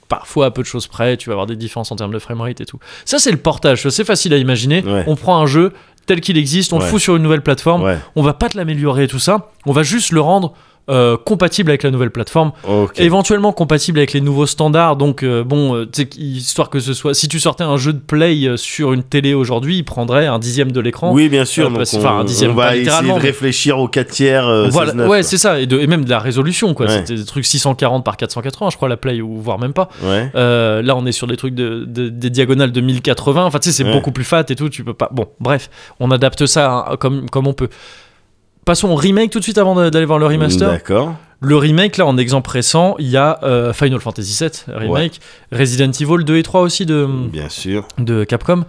parfois à peu de choses près, tu vas avoir des différences en termes de framerate et tout. Ça, c'est le portage, c'est facile à imaginer.
Ouais.
On prend un jeu tel qu'il existe, on le
Ouais.
fout sur une nouvelle plateforme,
Ouais.
on va pas te l'améliorer et tout ça, on va juste le rendre euh, compatible avec la nouvelle plateforme,
Ok.
éventuellement compatible avec les nouveaux standards. Donc, euh, bon, euh, tu sais, histoire que ce soit. Si tu sortais un jeu de play euh, sur une télé aujourd'hui, il prendrait un dixième de l'écran.
Oui, bien sûr.
Euh,
donc
parce-
on,
enfin, un dixième,
on
pas
va essayer de
littéralement, mais-
réfléchir aux 4 tiers. euh,
Voilà,
16-9,
ouais, c'est ça, et, de- et même de la résolution, quoi.
Ouais.
C'était des trucs 640 par 480, je crois, la play, ou voire même pas.
quoi. Ouais.
Euh, là, on est sur des trucs de, de- des diagonales de 1080. Enfin, tu sais, c'est
Ouais.
beaucoup plus fat et tout. Tu peux pas. Bon, bref, on adapte ça hein, comme, comme on peut. Passons au remake tout de suite avant de- d'aller voir le remaster.
D'accord.
Le remake, là, en exemple récent, il y a euh, Final Fantasy VII remake, Resident Evil 2 et 3 aussi de,
Bien sûr.
de Capcom.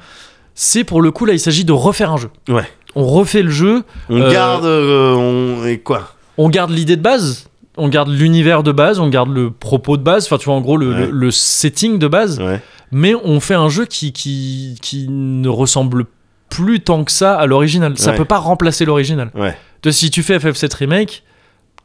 C'est pour le coup, là, il s'agit de refaire un jeu.
Ouais.
On refait le jeu,
On
Euh,
garde. euh, on... Et quoi
on garde l'idée de base, on garde l'univers de base, on garde le propos de base, enfin, tu vois, en gros, le-
Ouais.
le- le setting de base
Ouais.
mais on fait un jeu qui, qui, qui ne ressemble plus tant que ça à l'original. Ça
Ouais.
peut pas remplacer l'original.
Ouais.
Toi, Si tu fais FF7 Remake,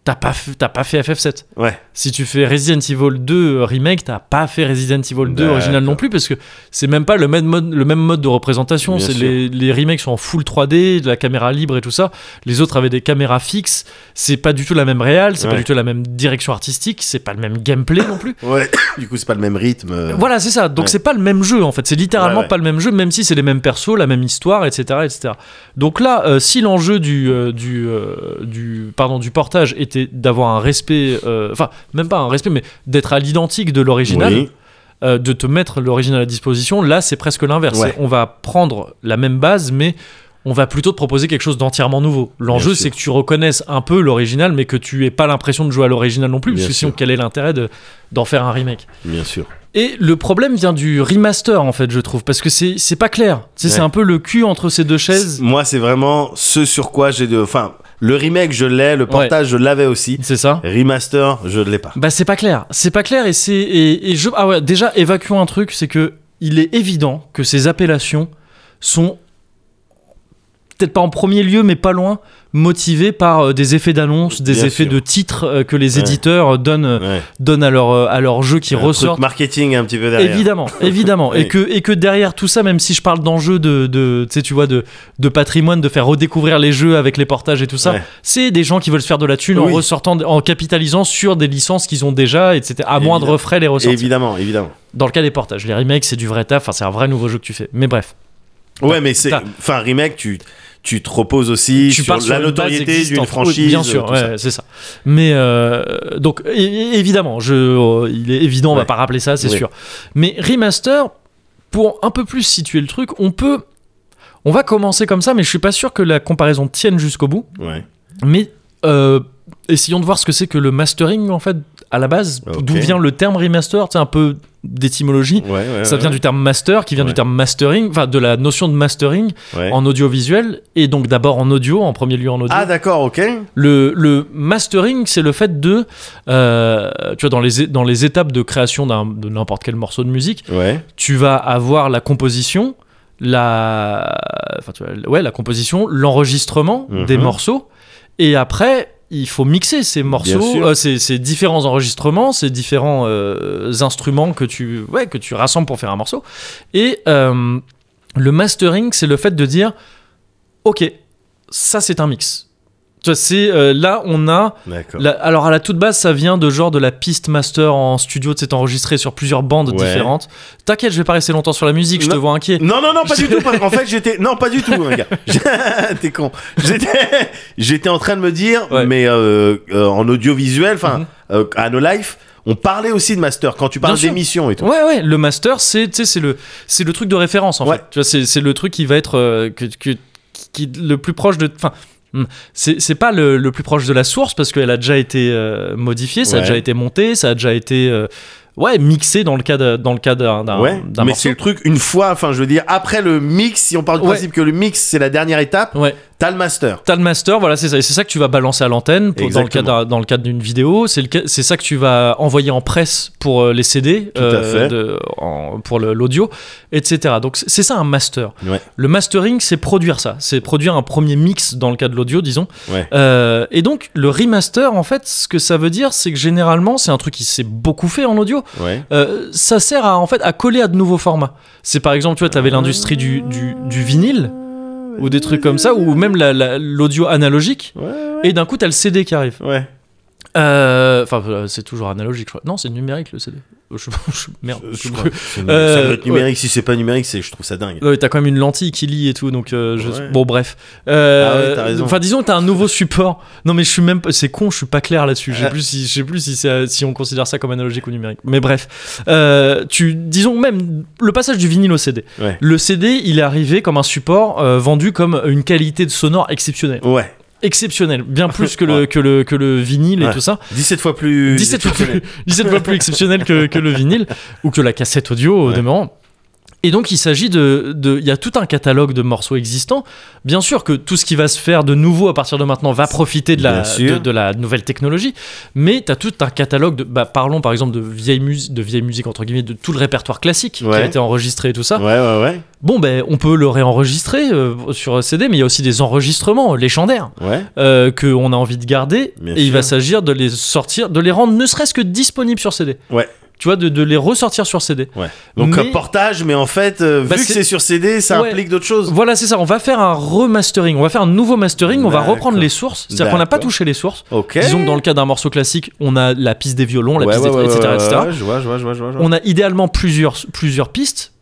t'as pas, fait- t'as pas fait FF7.
Ouais.
Si tu fais Resident Evil 2 Remake, t'as pas fait Resident Evil 2 original non
D'accord.
plus, parce que c'est même pas le même mode, le même mode de représentation.
Bien
C'est
sûr.
les, les remakes sont en full 3D, de la caméra libre et tout ça. Les autres avaient des caméras fixes. C'est pas du tout la même réal, c'est pas
Ouais.
du tout la même direction artistique, c'est pas le même gameplay non plus.
Ouais. du coup, c'est pas le même rythme. euh,
Voilà, c'est ça. Donc
Ouais.
c'est pas le même jeu en fait. C'est littéralement
Ouais, ouais.
pas le même jeu, même si c'est les mêmes persos, la même histoire, etc., etc. Donc là, euh, si l'enjeu du euh, du euh, du pardon du portage était d'avoir un respect, euh, enfin même pas un respect, mais d'être à l'identique de l'original,
Oui.
euh, de te mettre l'original à disposition, là c'est presque l'inverse.
Ouais.
C'est- On va prendre la même base, mais on va plutôt te proposer quelque chose d'entièrement nouveau. L'enjeu,
Bien sûr.
c'est que tu reconnaisses un peu l'original, mais que tu aies pas l'impression de jouer à l'original non plus,
Bien
parce que sinon,
sûr.
quel est l'intérêt de- d'en faire un remake
Bien sûr.
et le problème vient du remaster, en fait, je trouve, parce que c'est c'est pas clair. Tu sais,
Ouais.
C'est un peu le cul entre ces deux chaises.
Moi, c'est vraiment ce sur quoi j'ai de. Enfin, le remake, je l'ai. Le portage, je l'avais aussi.
C'est ça
Remaster, je ne l'ai pas.
Bah, c'est pas clair. C'est pas clair et c'est. Et, et je. Ah ouais, déjà, évacuons un truc, c'est que il est évident que ces appellations sont. Peut-être pas en premier lieu, mais pas loin, motivées par euh, des effets d'annonce, des
Bien
effets
sûr.
de titres euh, que les
Ouais.
éditeurs euh, donnent, euh,
Ouais.
donnent à leur, euh, à leur jeu qui
Un
ressortent.
truc marketing un petit peu derrière.
Évidemment, évidemment.
Oui.
et, que, et que derrière tout ça, même si je parle d'enjeux de, de, tu sais, tu vois, de, de patrimoine, de faire redécouvrir les jeux avec les portages et tout ça,
Ouais.
c'est des gens qui veulent se faire de la thune
Oui.
en ressortant, en capitalisant sur des licences qu'ils ont déjà, etc. À moindre
Évidemment.
frais les ressortir.
Évidemment, évidemment.
Dans le cas des portages, les remakes, c'est du vrai taf, enfin, c'est un vrai nouveau jeu que tu fais. Mais bref.
Ouais, mais c'est.
Bah, t'as-
Enfin, remake, tu, tu te reposes aussi
tu
sur
pars sur
la
une base
notoriété d'une
existante.
franchise. euh,
Oui, bien sûr
tout
ouais,
ça.
c'est ça mais euh, donc é- é- évidemment je euh, il est évident on va
Ouais.
pas rappeler ça c'est
Oui.
sûr mais remaster pour un peu plus situer le truc on peut on va commencer comme ça mais je suis pas sûr que la comparaison tienne jusqu'au bout
Ouais.
mais euh, essayons de voir ce que c'est que le mastering en fait à la base,
Ok.
d'où vient le terme remaster, tu sais, un peu d'étymologie.
Ouais, ouais,
Ça vient du terme master, qui vient
Ouais.
du terme mastering, enfin de la notion de mastering
ouais.
en audiovisuel, et donc d'abord en audio, en premier lieu en audio.
Ah, d'accord, ok.
Le, le mastering, c'est le fait de, euh, tu vois, dans les, é- dans les étapes de création d'un- de n'importe quel morceau de musique,
Ouais.
tu vas avoir la composition, la, enfin, tu vois, ouais, la composition, l'enregistrement des
Mhm.
morceaux, et après, il faut mixer ces morceaux,
sûr.
euh, ces, ces différents enregistrements, ces différents euh, instruments que tu, ouais, que tu rassembles pour faire un morceau. Et euh, le mastering, c'est le fait de dire, ok, ça c'est un mix. Tu vois, c'est euh, là on a
D'accord.
la- alors à la toute base, ça vient de genre de la piste master en studio, c'est enregistré sur plusieurs bandes
Ouais.
différentes. T'inquiète, je vais pas rester longtemps sur la musique, je te
Non.
vois inquiet.
Non, non, non, pas du tout. Parce qu'en fait, j'étais. Non, pas du tout, mon gars. T'es con. J'étais... j'étais en train de me dire,
Ouais.
mais euh, euh, en audiovisuel, enfin,
Mhm.
euh, à nos life, on parlait aussi de master quand tu parles
Bien sûr.
d'émission et tout.
Ouais, ouais, le master, c'est tu sais, c'est le, c'est le truc de référence en
Ouais.
fait. Tu vois, c'est, c'est le truc qui va être euh, que, que- qui, le plus proche de. Enfin, hmm, c'est, c'est pas le, le plus proche de la source parce qu'elle a déjà été euh, modifiée, ça a
Ouais.
déjà été monté, ça a déjà été. euh, ouais, mixé dans le cas, de- dans le cas d'un, d'un,
ouais,
d'un
mais
morceau.
c'est le truc, une fois, enfin, je veux dire, après le mix, si on parle du
Ouais.
principe que le mix, c'est la dernière étape,
Ouais.
t'as le master.
T'as le master, voilà, c'est ça. Et c'est ça que tu vas balancer à l'antenne pour- dans le
Exactement.
cadre d'un- dans le cadre d'une vidéo. C'est le ca- c'est ça que tu vas envoyer en presse pour euh, les CD,
Tout à fait.
de- en- pour le- l'audio, etc. Donc c'est- c'est ça un master.
Ouais.
Le mastering, c'est produire ça, c'est produire un premier mix dans le cas de l'audio, disons.
Ouais.
Euh, et donc le remaster, en fait, ce que ça veut dire, c'est que généralement, c'est un truc qui s'est beaucoup fait en audio.
Ouais.
Euh, ça sert à en fait à coller à de nouveaux formats. C'est par exemple, tu vois, t'avais l'industrie du, du, du vinyle ou des trucs comme ça, ou même la- la- l'audio analogique.
Ouais,
Et d'un coup, t'as le CD qui arrive.
Ouais.
Euh, Enfin, euh, c'est toujours analogique, je crois. Non, c'est numérique le CD. Euh, Je, je- merde. je
Je-
sais
je
plus.
crois que c'est-
Euh,
ça doit être
ouais.
numérique. Si c'est pas numérique, c'est, je trouve ça dingue.
Non, mais t'as quand même une lentille qui lit et tout, donc euh, je-
Ouais.
bon bref. Euh,
Ah ouais, t'as raison.
Enfin disons que t'as un nouveau support. Non mais je suis même pas- c'est con, je suis pas clair là-dessus. Je sais plus si je sais plus si c'est- si on considère ça comme analogique ou numérique. Mais bref, Euh, tu disons même le passage du vinyle au CD.
Ouais.
Le CD il est arrivé comme un support euh, vendu comme une qualité de sonore exceptionnelle,
Ouais.
exceptionnelle, bien plus que le que le que le vinyle
Ouais.
et tout ça.
17 fois plus.
17 fois plus, 17 fois plus exceptionnel que, que le vinyle ou que la cassette audio au
Ouais.
demeurant. Et donc il s'agit de, de- il y a tout un catalogue de morceaux existants. Bien sûr que tout ce qui va se faire de nouveau à partir de maintenant va profiter de la,
Bien sûr.
de, de la nouvelle technologie, mais tu as tout un catalogue de, bah, parlons par exemple de vieille musique, de vieille musique entre guillemets, de tout le répertoire classique qui a
Ouais.
été enregistré et tout ça.
Ouais, ouais, ouais.
Bon ben on peut le réenregistrer euh, sur CD, mais il y a aussi des enregistrements légendaires
Ouais.
euh, qu'on a envie de garder
Bien
et il
sûr.
va s'agir de les sortir, de les rendre ne serait-ce que disponibles sur CD.
Ouais.
Tu vois, de, de les ressortir sur CD.
Donc,
Mais-
un portage, mais en fait, euh,
Bah,
vu que
c'est-
c'est sur CD, ça
Ouais.
implique d'autres choses.
Voilà, c'est ça. On va faire un remastering. On va faire un nouveau mastering. On va
D'accord.
reprendre les sources. C'est-à-dire qu'on n'a pas
D'accord.
touché les sources.
Ok.
Disons que dans le cas d'un morceau classique, on a la piste des violons, la
Ouais,
piste
ouais,
des
ouais,
etc.,
ouais,
etc.
ouais, je vois, je vois, je vois, je vois, je vois.
On a idéalement plusieurs, plusieurs pistes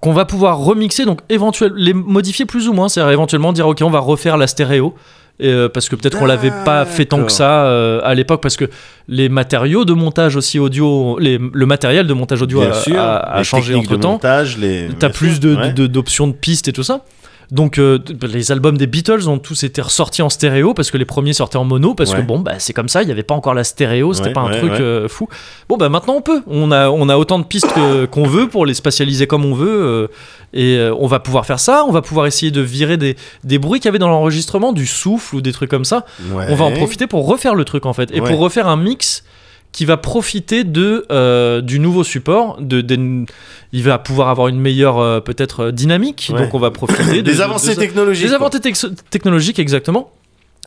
qu'on va pouvoir remixer, donc éventuellement les modifier plus ou moins. C'est-à-dire éventuellement dire, ok, on va refaire la stéréo. et, euh, parce que peut-être qu'on l'avait pas fait tant que ça euh, à l'époque, parce que les matériaux de montage aussi audio, les- le matériel de montage audio a,
Bien sûr.
a- a
Les
changé
techniques
entre
de
temps.
montage, les.
T'as
bien
plus
sûr,
de-
ouais.
de- d'options de, pistes et tout ça. Donc euh, t- les albums des Beatles ont tous été ressortis en stéréo parce que les premiers sortaient en mono parce que
Ouais.
bon bah c'est comme ça il n'y avait pas encore la stéréo c'était
Ouais,
pas un
ouais,
truc
ouais.
euh, fou bon bah maintenant on peut on a on a autant de pistes que- qu'on veut pour les spatialiser comme on veut euh, et euh, on va pouvoir faire ça on va pouvoir essayer de virer des, des bruits qu'il y avait dans l'enregistrement du souffle ou des trucs comme ça
Ouais.
on va en profiter pour refaire le truc en fait et
Ouais.
pour refaire un mix qui va profiter de euh, du nouveau support de, des- il va pouvoir avoir une meilleure euh, peut-être euh, dynamique
Ouais.
donc on va profiter de-
Des
de-
avancées
de-
technologiques.
des
quoi.
avancées tex- technologiques exactement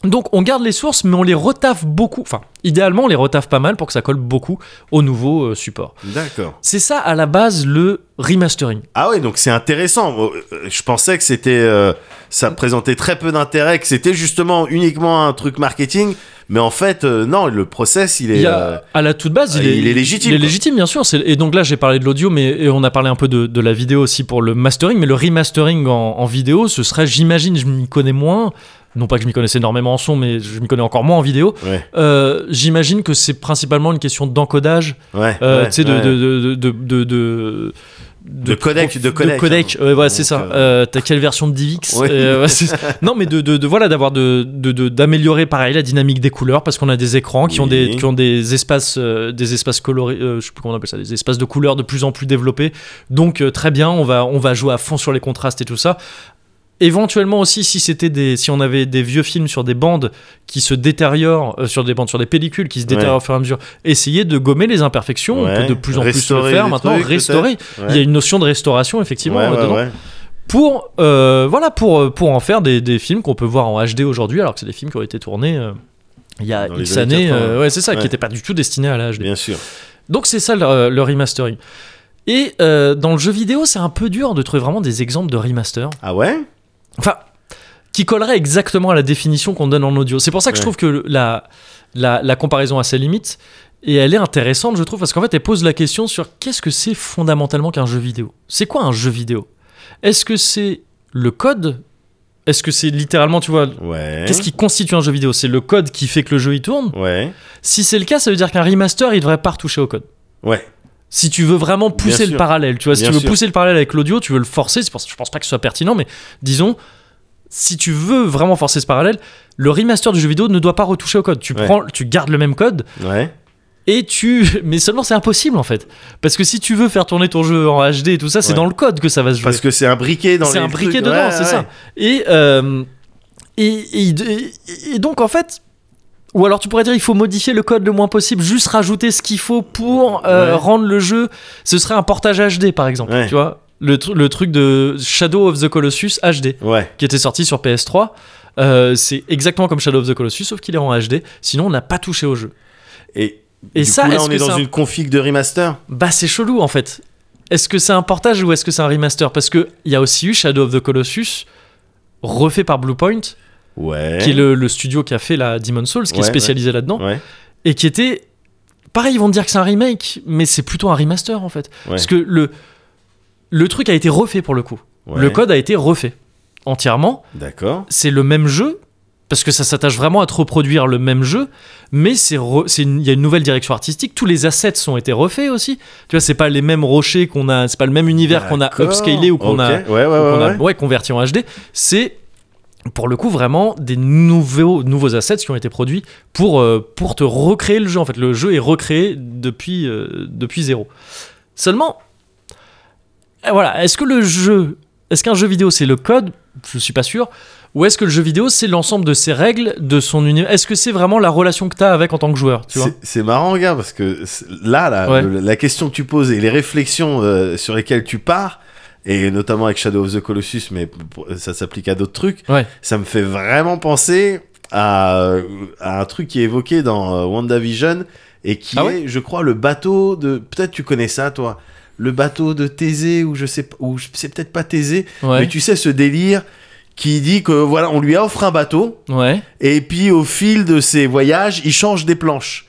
donc on garde les sources mais on les retaffe beaucoup enfin idéalement on les retaffe pas mal pour que ça colle beaucoup au nouveau euh, support
D'accord.
c'est ça à la base le remastering
Ah ouais, donc c'est intéressant. Euh, euh, Je pensais que c'était, euh, ça présentait très peu d'intérêt, que c'était justement uniquement un truc marketing, mais en fait, euh, non, le process, il est.
Il y a-
euh,
à la toute base, il,
il
est,
est légitime,
Il est
quoi.
légitime, bien sûr. C'est- Et donc là, j'ai parlé de l'audio, mais et on a parlé un peu de, de la vidéo aussi pour le mastering. Mais le remastering en, en vidéo, ce serait, j'imagine, je m'y connais moins. Non pas que je m'y connaisse énormément en son, mais je m'y connais encore moins en vidéo.
Ouais.
Euh, j'imagine que c'est principalement une question d'encodage,
ouais,
euh,
ouais,
tu sais, de,
ouais.
de, de, de, de- de- de,
De codec,
prof-
de codec,
ouais, voilà, c'est
Donc,
ça.
euh,
Euh, T'as quelle version de Divix
Ouais.
Euh, ouais, c'est- Non, mais de, de, de- voilà d'avoir de de- de- d'améliorer pareil la dynamique des couleurs parce qu'on a des écrans qui ont
Oui.
des qui ont des espaces euh, des espaces colorés, euh, je sais plus comment on appelle ça, des espaces de couleurs de plus en plus développés. Donc euh, très bien, on va on va jouer à fond sur les contrastes et tout ça. Éventuellement aussi, si c'était des, si on avait des vieux films sur des bandes qui se détériorent, euh, sur des bandes, sur des pellicules qui se détériorent au fur et à mesure, essayer de gommer les imperfections. On
Ouais.
peut de plus en plus
Restaurer
le faire
des
maintenant,
trucs,
restaurer. Il y a une notion de restauration effectivement
Ouais,
euh,
ouais,
dedans.
ouais.
Pour euh, voilà pour euh, pour en faire des, des films qu'on peut voir en HD aujourd'hui, alors que c'est des films qui ont été tournés. euh, il y a
Dans les
X
années
années,
80,
euh, ouais, c'est ça, qui
ouais.
n'étaient pas du tout destinés à la HD.
Bien sûr.
Donc c'est ça le, le remastering. Et euh, dans le jeu vidéo, c'est un peu dur de trouver vraiment des exemples de remaster.
Ah ouais
Enfin, qui collerait exactement à la définition qu'on donne en audio. C'est pour ça que je
Ouais.
trouve que le- la, la, la comparaison a ses limites. Et elle est intéressante, je trouve, parce qu'en fait, elle pose la question sur qu'est-ce que c'est fondamentalement qu'un jeu vidéo C'est quoi un jeu vidéo Est-ce que c'est le code Est-ce que c'est littéralement, tu vois,
Ouais.
qu'est-ce qui constitue un jeu vidéo C'est le code qui fait que le jeu il tourne
Ouais.
Si c'est le cas, ça veut dire qu'un remaster, il devrait pas retoucher au code
Ouais.
si tu veux vraiment pousser le
sûr.
parallèle, tu vois, si
Bien
tu veux
sûr.
pousser le parallèle avec l'audio, tu veux le forcer, c'est pour ça que je pense pas que ce soit pertinent, mais disons, si tu veux vraiment forcer ce parallèle, le remaster du jeu vidéo ne doit pas retoucher au code. Tu
Ouais.
prends, tu gardes le même code
Ouais.
et tu, mais seulement c'est impossible en fait, parce que si tu veux faire tourner ton jeu en HD et tout ça, c'est
Ouais.
dans le code que ça va se jouer.
Parce que c'est imbriqué dans
C'est
les
un briquet
trucs.
dedans,
Ouais,
c'est
ouais.
ça. Et, euh, et, et- et- et donc, en fait, ou alors tu pourrais dire il faut modifier le code le moins possible, juste rajouter ce qu'il faut pour euh,
Ouais.
rendre le jeu. Ce serait un portage HD, par exemple.
Ouais.
Tu vois le, tru- le truc de Shadow of the Colossus HD,
Ouais.
qui était sorti sur PS3. euh, c'est exactement comme Shadow of the Colossus, sauf qu'il est en HD. Sinon, on n'a pas touché au jeu.
Et,
Et
du
ça,
coup, là,
est-ce
on
que
est dans
c'est un-
une config de remaster
Bah, c'est chelou en fait. Est-ce que c'est un portage ou est-ce que c'est un remaster Parce qu'il y a aussi eu Shadow of the Colossus, refait par Bluepoint,
Ouais.
qui est le, le studio qui a fait la Demon's Souls, qui est
Eh. Ouais,
spécialisé là-dedans,
Ouais.
et qui était. Pareil, ils vont te dire que c'est un remake, mais c'est plutôt un remaster en fait.
Ouais.
Parce que le, le truc a été refait pour le coup.
Ouais.
Le code a été refait entièrement.
D'accord.
C'est le même jeu, parce que ça s'attache vraiment à te reproduire le même jeu, mais c'est re- c'est une- il y a une nouvelle direction artistique. Tous les assets ont été refaits aussi. Tu vois, c'est pas les mêmes rochers qu'on a, c'est pas le même univers qu'on a
D'accord.
upscalé ou qu'on a
Ok. Ouais, ouais,
qu'on
ouais.
a-
ouais.
ouais, converti en HD, c'est pour le coup vraiment des nouveaux, nouveaux assets qui ont été produits pour, euh, pour te recréer le jeu. En fait, le jeu est recréé depuis, euh, depuis zéro. Seulement, euh, voilà, est-ce que le jeu, est-ce qu'un jeu vidéo c'est le code Je suis pas sûr. Ou est-ce que le jeu vidéo c'est l'ensemble de ses règles, de son univers Est-ce que c'est vraiment la relation que tu as avec en tant que joueur tu vois
C'est- C'est marrant, gars, parce que c'est- là, là,
Ouais.
le- la question que tu poses et les réflexions euh, sur lesquelles tu pars, et notamment avec Shadow of the Colossus, mais p- p- ça s'applique à d'autres trucs,
Ouais.
ça me fait vraiment penser à, à un truc qui est évoqué dans euh, WandaVision et qui
Ah
est,
ouais
je crois, le bateau de. Peut-être tu connais ça, toi. Le bateau de Thésée, ou je sais pas, ou je- c'est peut-être pas Thésée, mais
Ouais.
tu sais, ce délire qui dit que voilà, on lui offre un bateau,
ouais.
et puis au fil de ses voyages, il change des planches.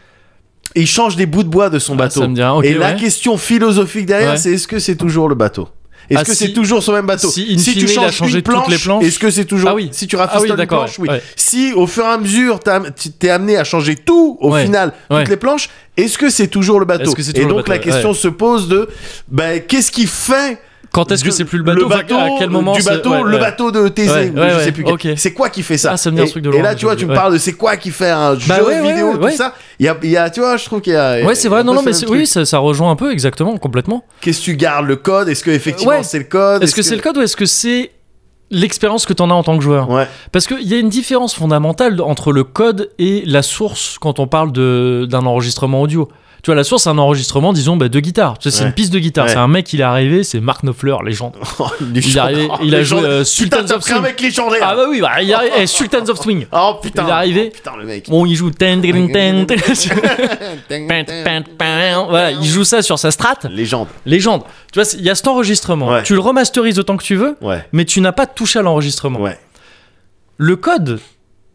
Il change des bouts de bois de son bateau.
Ah, Ça me dit rien. Ok,
et la
ouais.
question philosophique derrière,
Ouais.
c'est est-ce que c'est toujours le bateau Est-ce
Ah,
que
si-
c'est toujours ce même bateau
si, in fine, il a changé
une
toutes les planches-
est-ce que c'est toujours
Ah oui.
Si tu
Ah
rafistoles
oui,
une
d'accord.
planche, oui.
ouais.
Si au fur et à mesure t'as- tu t'es amené à changer tout au
Ouais.
final,
Ouais.
toutes les planches, est-ce que c'est toujours le bateau
Est-ce que c'est
Et
toujours le
donc
bateau,
la
ouais.
question se pose de ben, qu'est-ce qui fait
Quand est-ce que
de-
c'est plus le bateau, Enfin, À quel moment
euh, du
c'est-
bateau,
ouais,
le
ouais.
bateau de Thésée,
Ouais,
ou
ouais,
je
ouais,
sais plus.
ok.
C'est quoi qui fait ça
Ah, ça me dit un
Et-
truc de
Et
loin,
là, tu vois,
j'ai
tu me
oublié,
parles de c'est quoi qui fait un jeu
Bah ouais, ouais,
vidéo,
ouais,
tout
ouais.
ça. Il y a, il y a- tu vois, je trouve qu'il y a.
Ouais, c'est vrai,
il y a
non,
un
non,
peu
mais
ce
c'est-
même
oui,
truc.
ça, ça rejoint un peu, exactement, complètement.
Qu'est-ce que tu gardes le code Est-ce que effectivement
Ouais.
c'est le code
Est-ce que c'est le code ou est-ce que c'est l'expérience que t'en as en tant que joueur
Ouais,
Parce qu'il y a une différence fondamentale entre le code et la source quand on parle de- d'un enregistrement audio. Tu vois, la source, c'est un enregistrement, disons, bah, de guitare. Tu sais, C'est
Ouais.
une piste de guitare.
Ouais.
C'est un mec, il est arrivé, c'est Mark Knopfler, légende.
Oh,
Il est arrivé, il a joué euh,
Putain,
Sultans
t'as
of
pris un
Swing.
mec légendaire
Ah bah oui, bah, il est arrivé, eh, Sultans of Swing.
Oh putain
Il est arrivé.
Putain, le mec
Bon, il joue. ten, ten, ten, ten. Pin, pin, pin. Voilà, il joue ça sur sa strat.
Légende,
Légende. Tu vois, c'est- il y a cet enregistrement.
Ouais.
Tu le remasterises autant que tu veux,
ouais,
mais tu n'as pas touché à l'enregistrement.
ouais.
Le code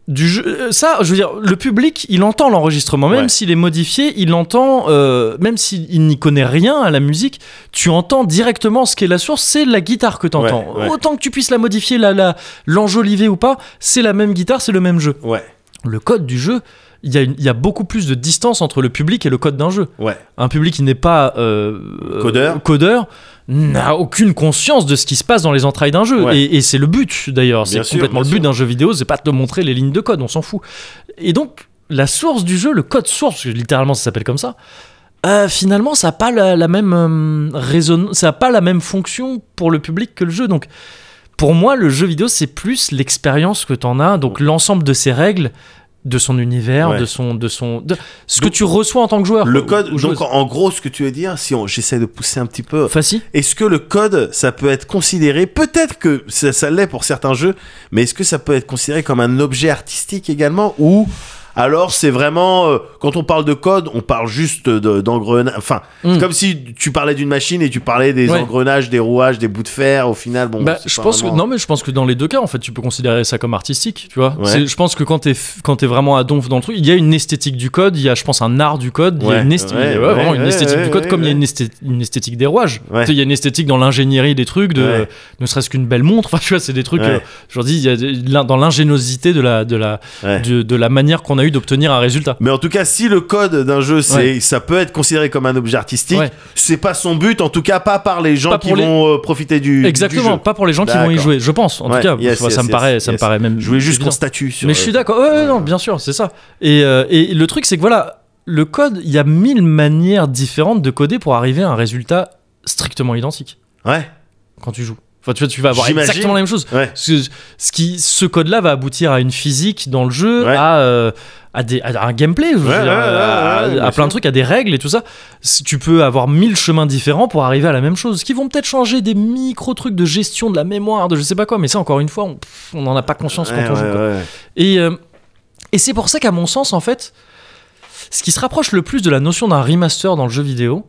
du jeu, euh, ça, je veux dire, le public, il entend l'enregistrement, même
Ouais.
s'il est modifié, il entend, euh, même s'il n'y connaît rien à la musique, tu entends directement ce qu'est la source, c'est la guitare que tu entends.
Ouais, ouais.
Autant que tu puisses la modifier, la, la, l'enjoliver ou pas, c'est la même guitare, c'est le même jeu.
Ouais,
Le code du jeu, il y, a une- il y a beaucoup plus de distance entre le public et le code d'un jeu
ouais,
un public qui n'est pas euh,
Codeur.
euh, codeur n'a aucune conscience de ce qui se passe dans les entrailles d'un jeu.
Ouais.
Et, et c'est le but d'ailleurs. C'est
Bien sûr,
complètement
bien
le but
sûr.
d'un jeu vidéo, c'est pas de te montrer les lignes de code, on s'en fout. Et donc, la source du jeu, le code source, parce que littéralement ça s'appelle comme ça, euh, finalement, ça n'a pas la, la même euh, raisonn- ça a pas la même fonction pour le public que le jeu. Donc, pour moi, le jeu vidéo, c'est plus l'expérience que t'en as, donc l'ensemble de ses règles, de son univers,
Ouais.
de son, de son, de ce
Donc,
que tu reçois en tant que joueur.
Le
ou-
code,
ou joueuse.
donc en gros, ce que tu veux dire, si on- j'essaie de pousser un petit peu,
Enfin, si.
est-ce que le code, ça peut être considéré, peut-être que ça, ça l'est pour certains jeux, mais est-ce que ça peut être considéré comme un objet artistique également ou alors c'est vraiment euh, quand on parle de code, on parle juste de- d'engrenage. Enfin,
Hmm.
comme si tu parlais d'une machine et tu parlais des
Ouais.
engrenages, des rouages, des bouts de fer. Au final, bon,
Bah,
c'est
je
pas
pense
vraiment-
que non mais je pense que dans les deux cas en fait tu peux considérer ça comme artistique tu vois
Ouais.
C'est- je pense que quand t'es f- quand t'es vraiment à donf dans le truc il y a une esthétique du code il y a je pense un art du code il y a
Ouais,
une, esth-
ouais,
il y a
ouais,
vraiment une
ouais,
esthétique
ouais,
du code
ouais,
comme il y a
ouais.
une, esthé- une esthétique des rouages
Ouais.
Tu sais, il y a une esthétique dans l'ingénierie des trucs de
Ouais.
ne serait-ce qu'une belle montre enfin tu vois c'est des trucs
Ouais.
euh, je leur dis il y a de- l'in- dans l'ingéniosité de la de la
Ouais.
de, de la manière qu'on a eu d'obtenir un résultat
Mais en tout cas, si le code d'un jeu, c'est, ça peut être considéré comme un objet artistique,
Ouais.
c'est pas son but, en tout cas pas par les gens
Pas
qui
pour les-
vont euh, profiter du, du
exactement
jeu.
pas pour les gens qui vont y
D'accord.
jouer je pense en
Ouais,
tout cas
yes,
tu vois,
yes,
ça me
yes,
paraît
yes.
ça me paraît même
Je voulais juste
évident.
qu'on statue sur.
Mais je suis
euh,
d'accord. Ouais, ouais, non, bien sûr, c'est ça. Et, euh, et le truc, c'est que voilà, le code, il y a mille manières différentes de coder pour arriver à un résultat strictement identique
Ouais.
quand tu joues. Enfin, tu vois, tu vas avoir
J'imagine.
exactement la même chose.
Ouais.
Ce, ce qui, ce code-là va aboutir à une physique dans le jeu,
Ouais.
à, euh, à, des, à un gameplay, je veux
Ouais,
dire,
ouais, ouais,
à,
ouais, ouais,
à
bien
plein de trucs, à des règles et tout ça. Si Tu peux avoir mille chemins différents pour arriver à la même chose, qui vont peut-être changer des micro-trucs de gestion de la mémoire, de je sais pas quoi, mais ça, encore une fois, on- pff, on n'en a pas conscience
Ouais,
quand on joue.
ouais,
quoi.
ouais.
Et, euh, et c'est pour ça qu'à mon sens, en fait, ce qui se rapproche le plus de la notion d'un remaster dans le jeu vidéo,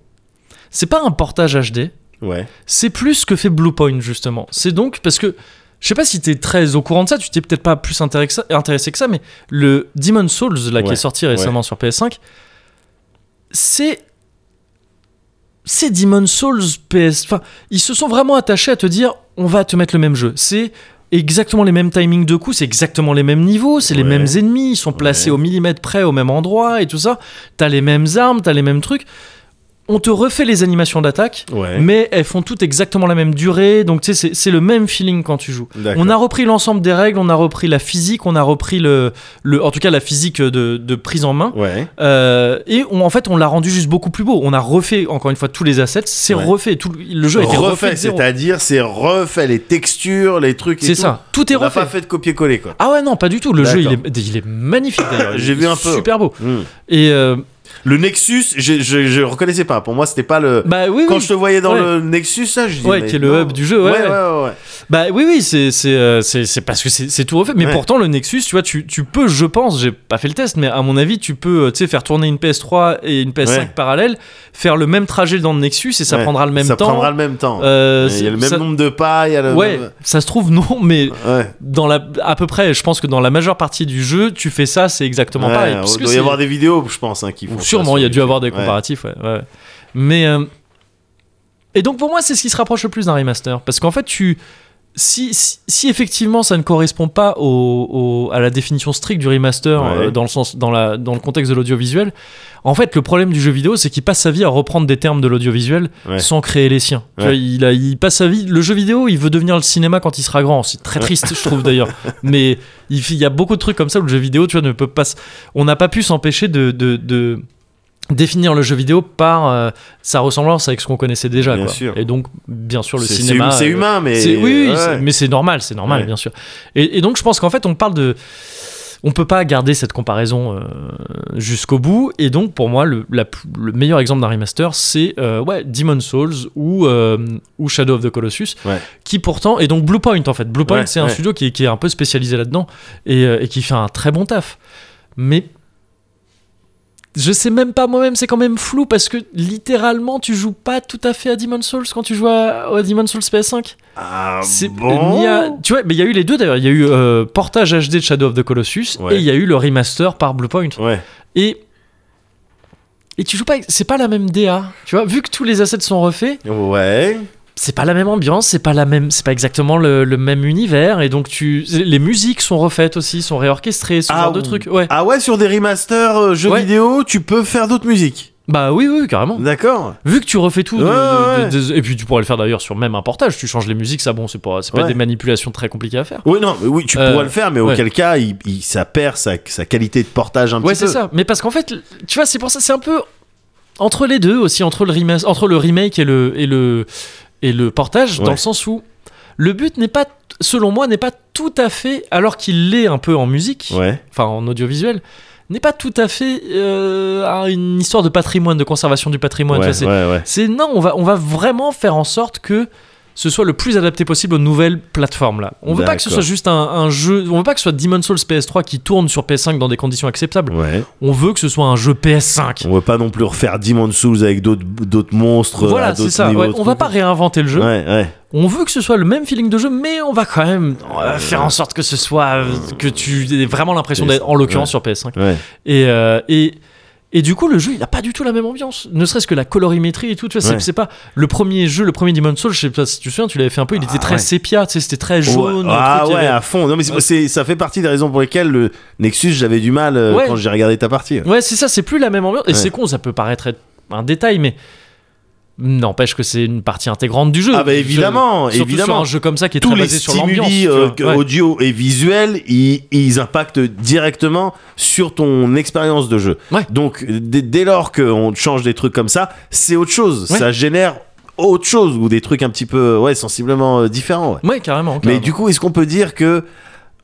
c'est pas un portage HD,
Ouais.
c'est plus ce que fait Bluepoint, justement. C'est donc parce que. Je sais pas si t'es très au courant de ça, tu t'es peut-être pas plus intéressé intéressé que ça, mais le Demon Souls, là, qui
Ouais,
est sorti récemment sur PS5, c'est. C'est Demon Souls PS. Enfin, ils se sont vraiment attachés à te dire on va te mettre le même jeu. C'est exactement les mêmes timings de coups, c'est exactement les mêmes niveaux, c'est les
Ouais.
mêmes ennemis, ils sont placés au millimètre près au même endroit et tout ça. T'as les mêmes armes, t'as les mêmes trucs. On te refait les animations d'attaque,
Ouais.
mais elles font toutes exactement la même durée, donc tu sais, c'est- c'est le même feeling quand tu joues.
D'accord.
On a repris l'ensemble des règles, on a repris la physique, on a repris le, le en tout cas la physique de, de prise en main,
Ouais.
euh, et on, en fait on l'a rendu juste beaucoup plus beau. On a refait encore une fois tous les assets, c'est
Ouais.
refait, tout, le- le jeu a été refait,
refait,
de zéro.
c'est-à-dire c'est refait les textures, les trucs. et
C'est
tout.
ça, tout est
On n'a
refait.
pas fait de copier-coller quoi.
Ah ouais non pas du tout, le jeu il
D'accord.
est, il est magnifique d'ailleurs.
J'ai
Il
vu
est
un peu.
Super beau.
Hmm.
Et euh,
Le Nexus, je, je, je reconnaissais pas. Pour moi, c'était pas le.
bah oui,
Quand
oui.
je te voyais dans
Ouais.
le Nexus, là, je dis.
Ouais,
mais
qui est le
non.
hub du jeu, ouais,
ouais,
ouais.
ouais. ouais.
Bah oui, oui, c'est c'est euh, c'est- c'est parce que c'est c'est tout refait. Mais
Ouais.
pourtant, le Nexus, tu vois, tu, tu peux, je pense, j'ai pas fait le test, mais à mon avis, tu peux, euh, tu sais, faire tourner une PS3 et une PS5
Ouais.
parallèle, faire le même trajet dans le Nexus et ça
Ouais.
prendra le même
ça
temps.
prendra le même temps.
Euh,
il y
c'est-
a le même
ça-
nombre de pas, il y a le.
Ouais, ça se trouve non, mais
Ouais.
dans la, à peu près, je pense que dans la majeure partie du jeu, tu fais ça, c'est exactement
Ouais,
pareil.
Il
parce que
doit y
c'est-
avoir des vidéos, je pense, hein, qui font. ça
Sûrement,
sur
il y a dû
YouTube.
avoir des
Ouais.
comparatifs, ouais. ouais. Mais. euh, Et donc, pour moi, c'est ce qui se rapproche le plus d'un remaster. Parce qu'en fait, tu. Si, si, si effectivement ça ne correspond pas au, au- à la définition stricte du remaster
Ouais.
euh, dans, le sens, dans, la, dans le contexte de l'audiovisuel, en fait le problème du jeu vidéo c'est qu'il passe sa vie à reprendre des termes de l'audiovisuel
Ouais.
sans créer les siens. Tu
Ouais.
vois, il, a- il passe sa vie, le jeu vidéo il veut devenir le cinéma quand il sera grand, c'est très triste je trouve d'ailleurs. Mais il, fait- il y a beaucoup de trucs comme ça où le jeu vidéo tu vois, ne peut pas s- on n'a pas pu s'empêcher de, de- de définir le jeu vidéo par euh, sa ressemblance avec ce qu'on connaissait déjà.
Bien
quoi.
sûr.
Et donc, bien sûr, le
C'est- c'est
cinéma.
hum- C'est
euh,
humain, mais.
c'est- oui, oui,
ouais.
c'est- mais c'est normal, c'est normal,
Ouais.
bien sûr. Et, et donc, je pense qu'en fait, on parle de. On peut pas garder cette comparaison euh, jusqu'au bout. Et donc, pour moi, le, la plus- le meilleur exemple d'un remaster, c'est euh, ouais, Demon's Souls ou, euh, ou Shadow of the Colossus,
Ouais.
qui pourtant. Et donc, Bluepoint, en fait. Bluepoint,
Ouais,
c'est un
ouais.
studio qui, est- qui est un peu spécialisé là-dedans et, euh, et qui fait un très bon taf. Mais je sais même pas moi-même, c'est quand même flou parce que littéralement tu joues pas tout à fait à Demon's Souls quand tu joues à, à Demon's Souls PS5.
Ah,
C'est
bon.
il y a- tu vois, mais il y a eu les deux d'ailleurs. Il y a eu euh, portage HD de Shadow of the Colossus
Ouais.
et il y a eu le remaster par Bluepoint.
Ouais.
Et et tu joues pas, avec- c'est pas la même DA. Tu vois, vu que tous les assets sont refaits,
Ouais.
c'est pas la même ambiance, c'est pas la même, c'est pas exactement le, le même univers. Et donc tu, les musiques sont refaites aussi, sont réorchestrées, ce
Ah
genre de
oui.
trucs. Ouais.
Ah ouais, sur des remasters euh, jeux
Ouais.
vidéo, tu peux faire d'autres musiques.
Bah oui, oui, carrément.
D'accord.
Vu que tu refais tout, de-
Mmh. Ouais,
de-
ouais.
de- de- et puis tu pourrais le faire d'ailleurs sur même un portage, tu changes les musiques, ça bon, c'est pas, c'est pas
Ouais.
des manipulations très compliquées à faire.
Oui, non, mais oui, tu
Euh,
pourras le faire, mais
ouais.
auquel cas, il, il- ça perd sa, sa qualité de portage un
Ouais,
petit peu.
c'est ça. Mais parce qu'en fait, tu vois, c'est pour ça, c'est un peu entre les deux aussi, entre le remake, entre le remake et le et le et le portage,
Ouais.
dans le sens où le but n'est pas, selon moi, n'est pas tout à fait, alors qu'il l'est un peu en musique,
Ouais.
enfin en audiovisuel, n'est pas tout à fait euh, à une histoire de patrimoine, de conservation du patrimoine.
ouais,
tu vois, c'est-
ouais, ouais.
c'est non, on va, on va vraiment faire en sorte que ce soit le plus adapté possible aux nouvelles plateformes là. On veut pas que ce soit
D'accord.
juste un, un jeu, on veut pas que ce soit Demon Souls PS3 qui tourne sur PS5 dans des conditions acceptables.
Ouais.
On veut que ce soit un jeu PS5.
On veut pas non plus refaire Demon's Souls avec d'autres d'autres monstres. à
Voilà,
d'autres
c'est ça.
niveaux
ouais,
de
on va pas
trucs.
réinventer le jeu.
Ouais, ouais.
On veut que ce soit le même feeling de jeu, mais on va quand même euh, faire en sorte que ce soit euh, que tu aies vraiment l'impression d'être, en l'occurrence sur PS5.
Ouais.
Et, euh, et, et du coup, le jeu, il a pas du tout la même ambiance. Ne serait-ce que la colorimétrie et tout. Tu vois, c'est-
Ouais.
c'est pas le premier jeu, le premier Demon's Souls. Je sais pas si tu te souviens, tu l'avais fait un peu. Il était très
Ah, ouais.
sépia. Tu sais, c'était très jaune.
Ouais.
le
Ah
truc, il y
ouais,
avait-
à fond. Non, mais c'est- c'est- ça fait partie des raisons pour lesquelles le Nexus, j'avais du mal euh,
Ouais.
quand j'ai regardé ta partie.
Ouais, c'est ça. C'est plus la même ambiance. Et
Ouais.
c'est con. Ça peut paraître être un détail, mais n'empêche que c'est une partie intégrante du jeu.
Ah bah évidemment,
Surtout sur
évidemment.
un jeu comme ça qui est
Tous
très
les
basé sur l'ambiance.
stimuli
tu
euh,
vois. Ouais.
audio et visuels, ils, ils impactent directement sur ton expérience de jeu.
Ouais.
Donc dès, dès lors qu'on change des trucs comme ça, c'est autre chose.
Ouais.
Ça génère autre chose ou des trucs un petit peu ouais sensiblement euh, différents. ouais.
Ouais, carrément.
Mais
carrément.
du coup, est-ce qu'on peut dire que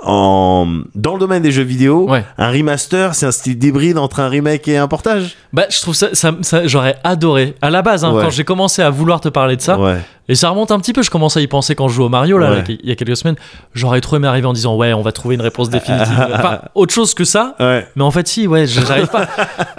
en... dans le domaine des jeux vidéo,
Ouais.
un remaster, c'est un style d'hybride entre un remake et un portage
Bah, je trouve ça, ça, ça- j'aurais adoré. À la base, hein,
Ouais.
quand j'ai commencé à vouloir te parler de ça,
Ouais.
Et ça remonte un petit peu, je commence à y penser quand je joue au Mario, là,
Ouais.
il y a quelques semaines. J'aurais trop aimé arriver en disant, ouais, on va trouver une réponse définitive. Enfin, autre chose que ça.
Ouais.
Mais en fait, si, ouais, je- j'arrive pas.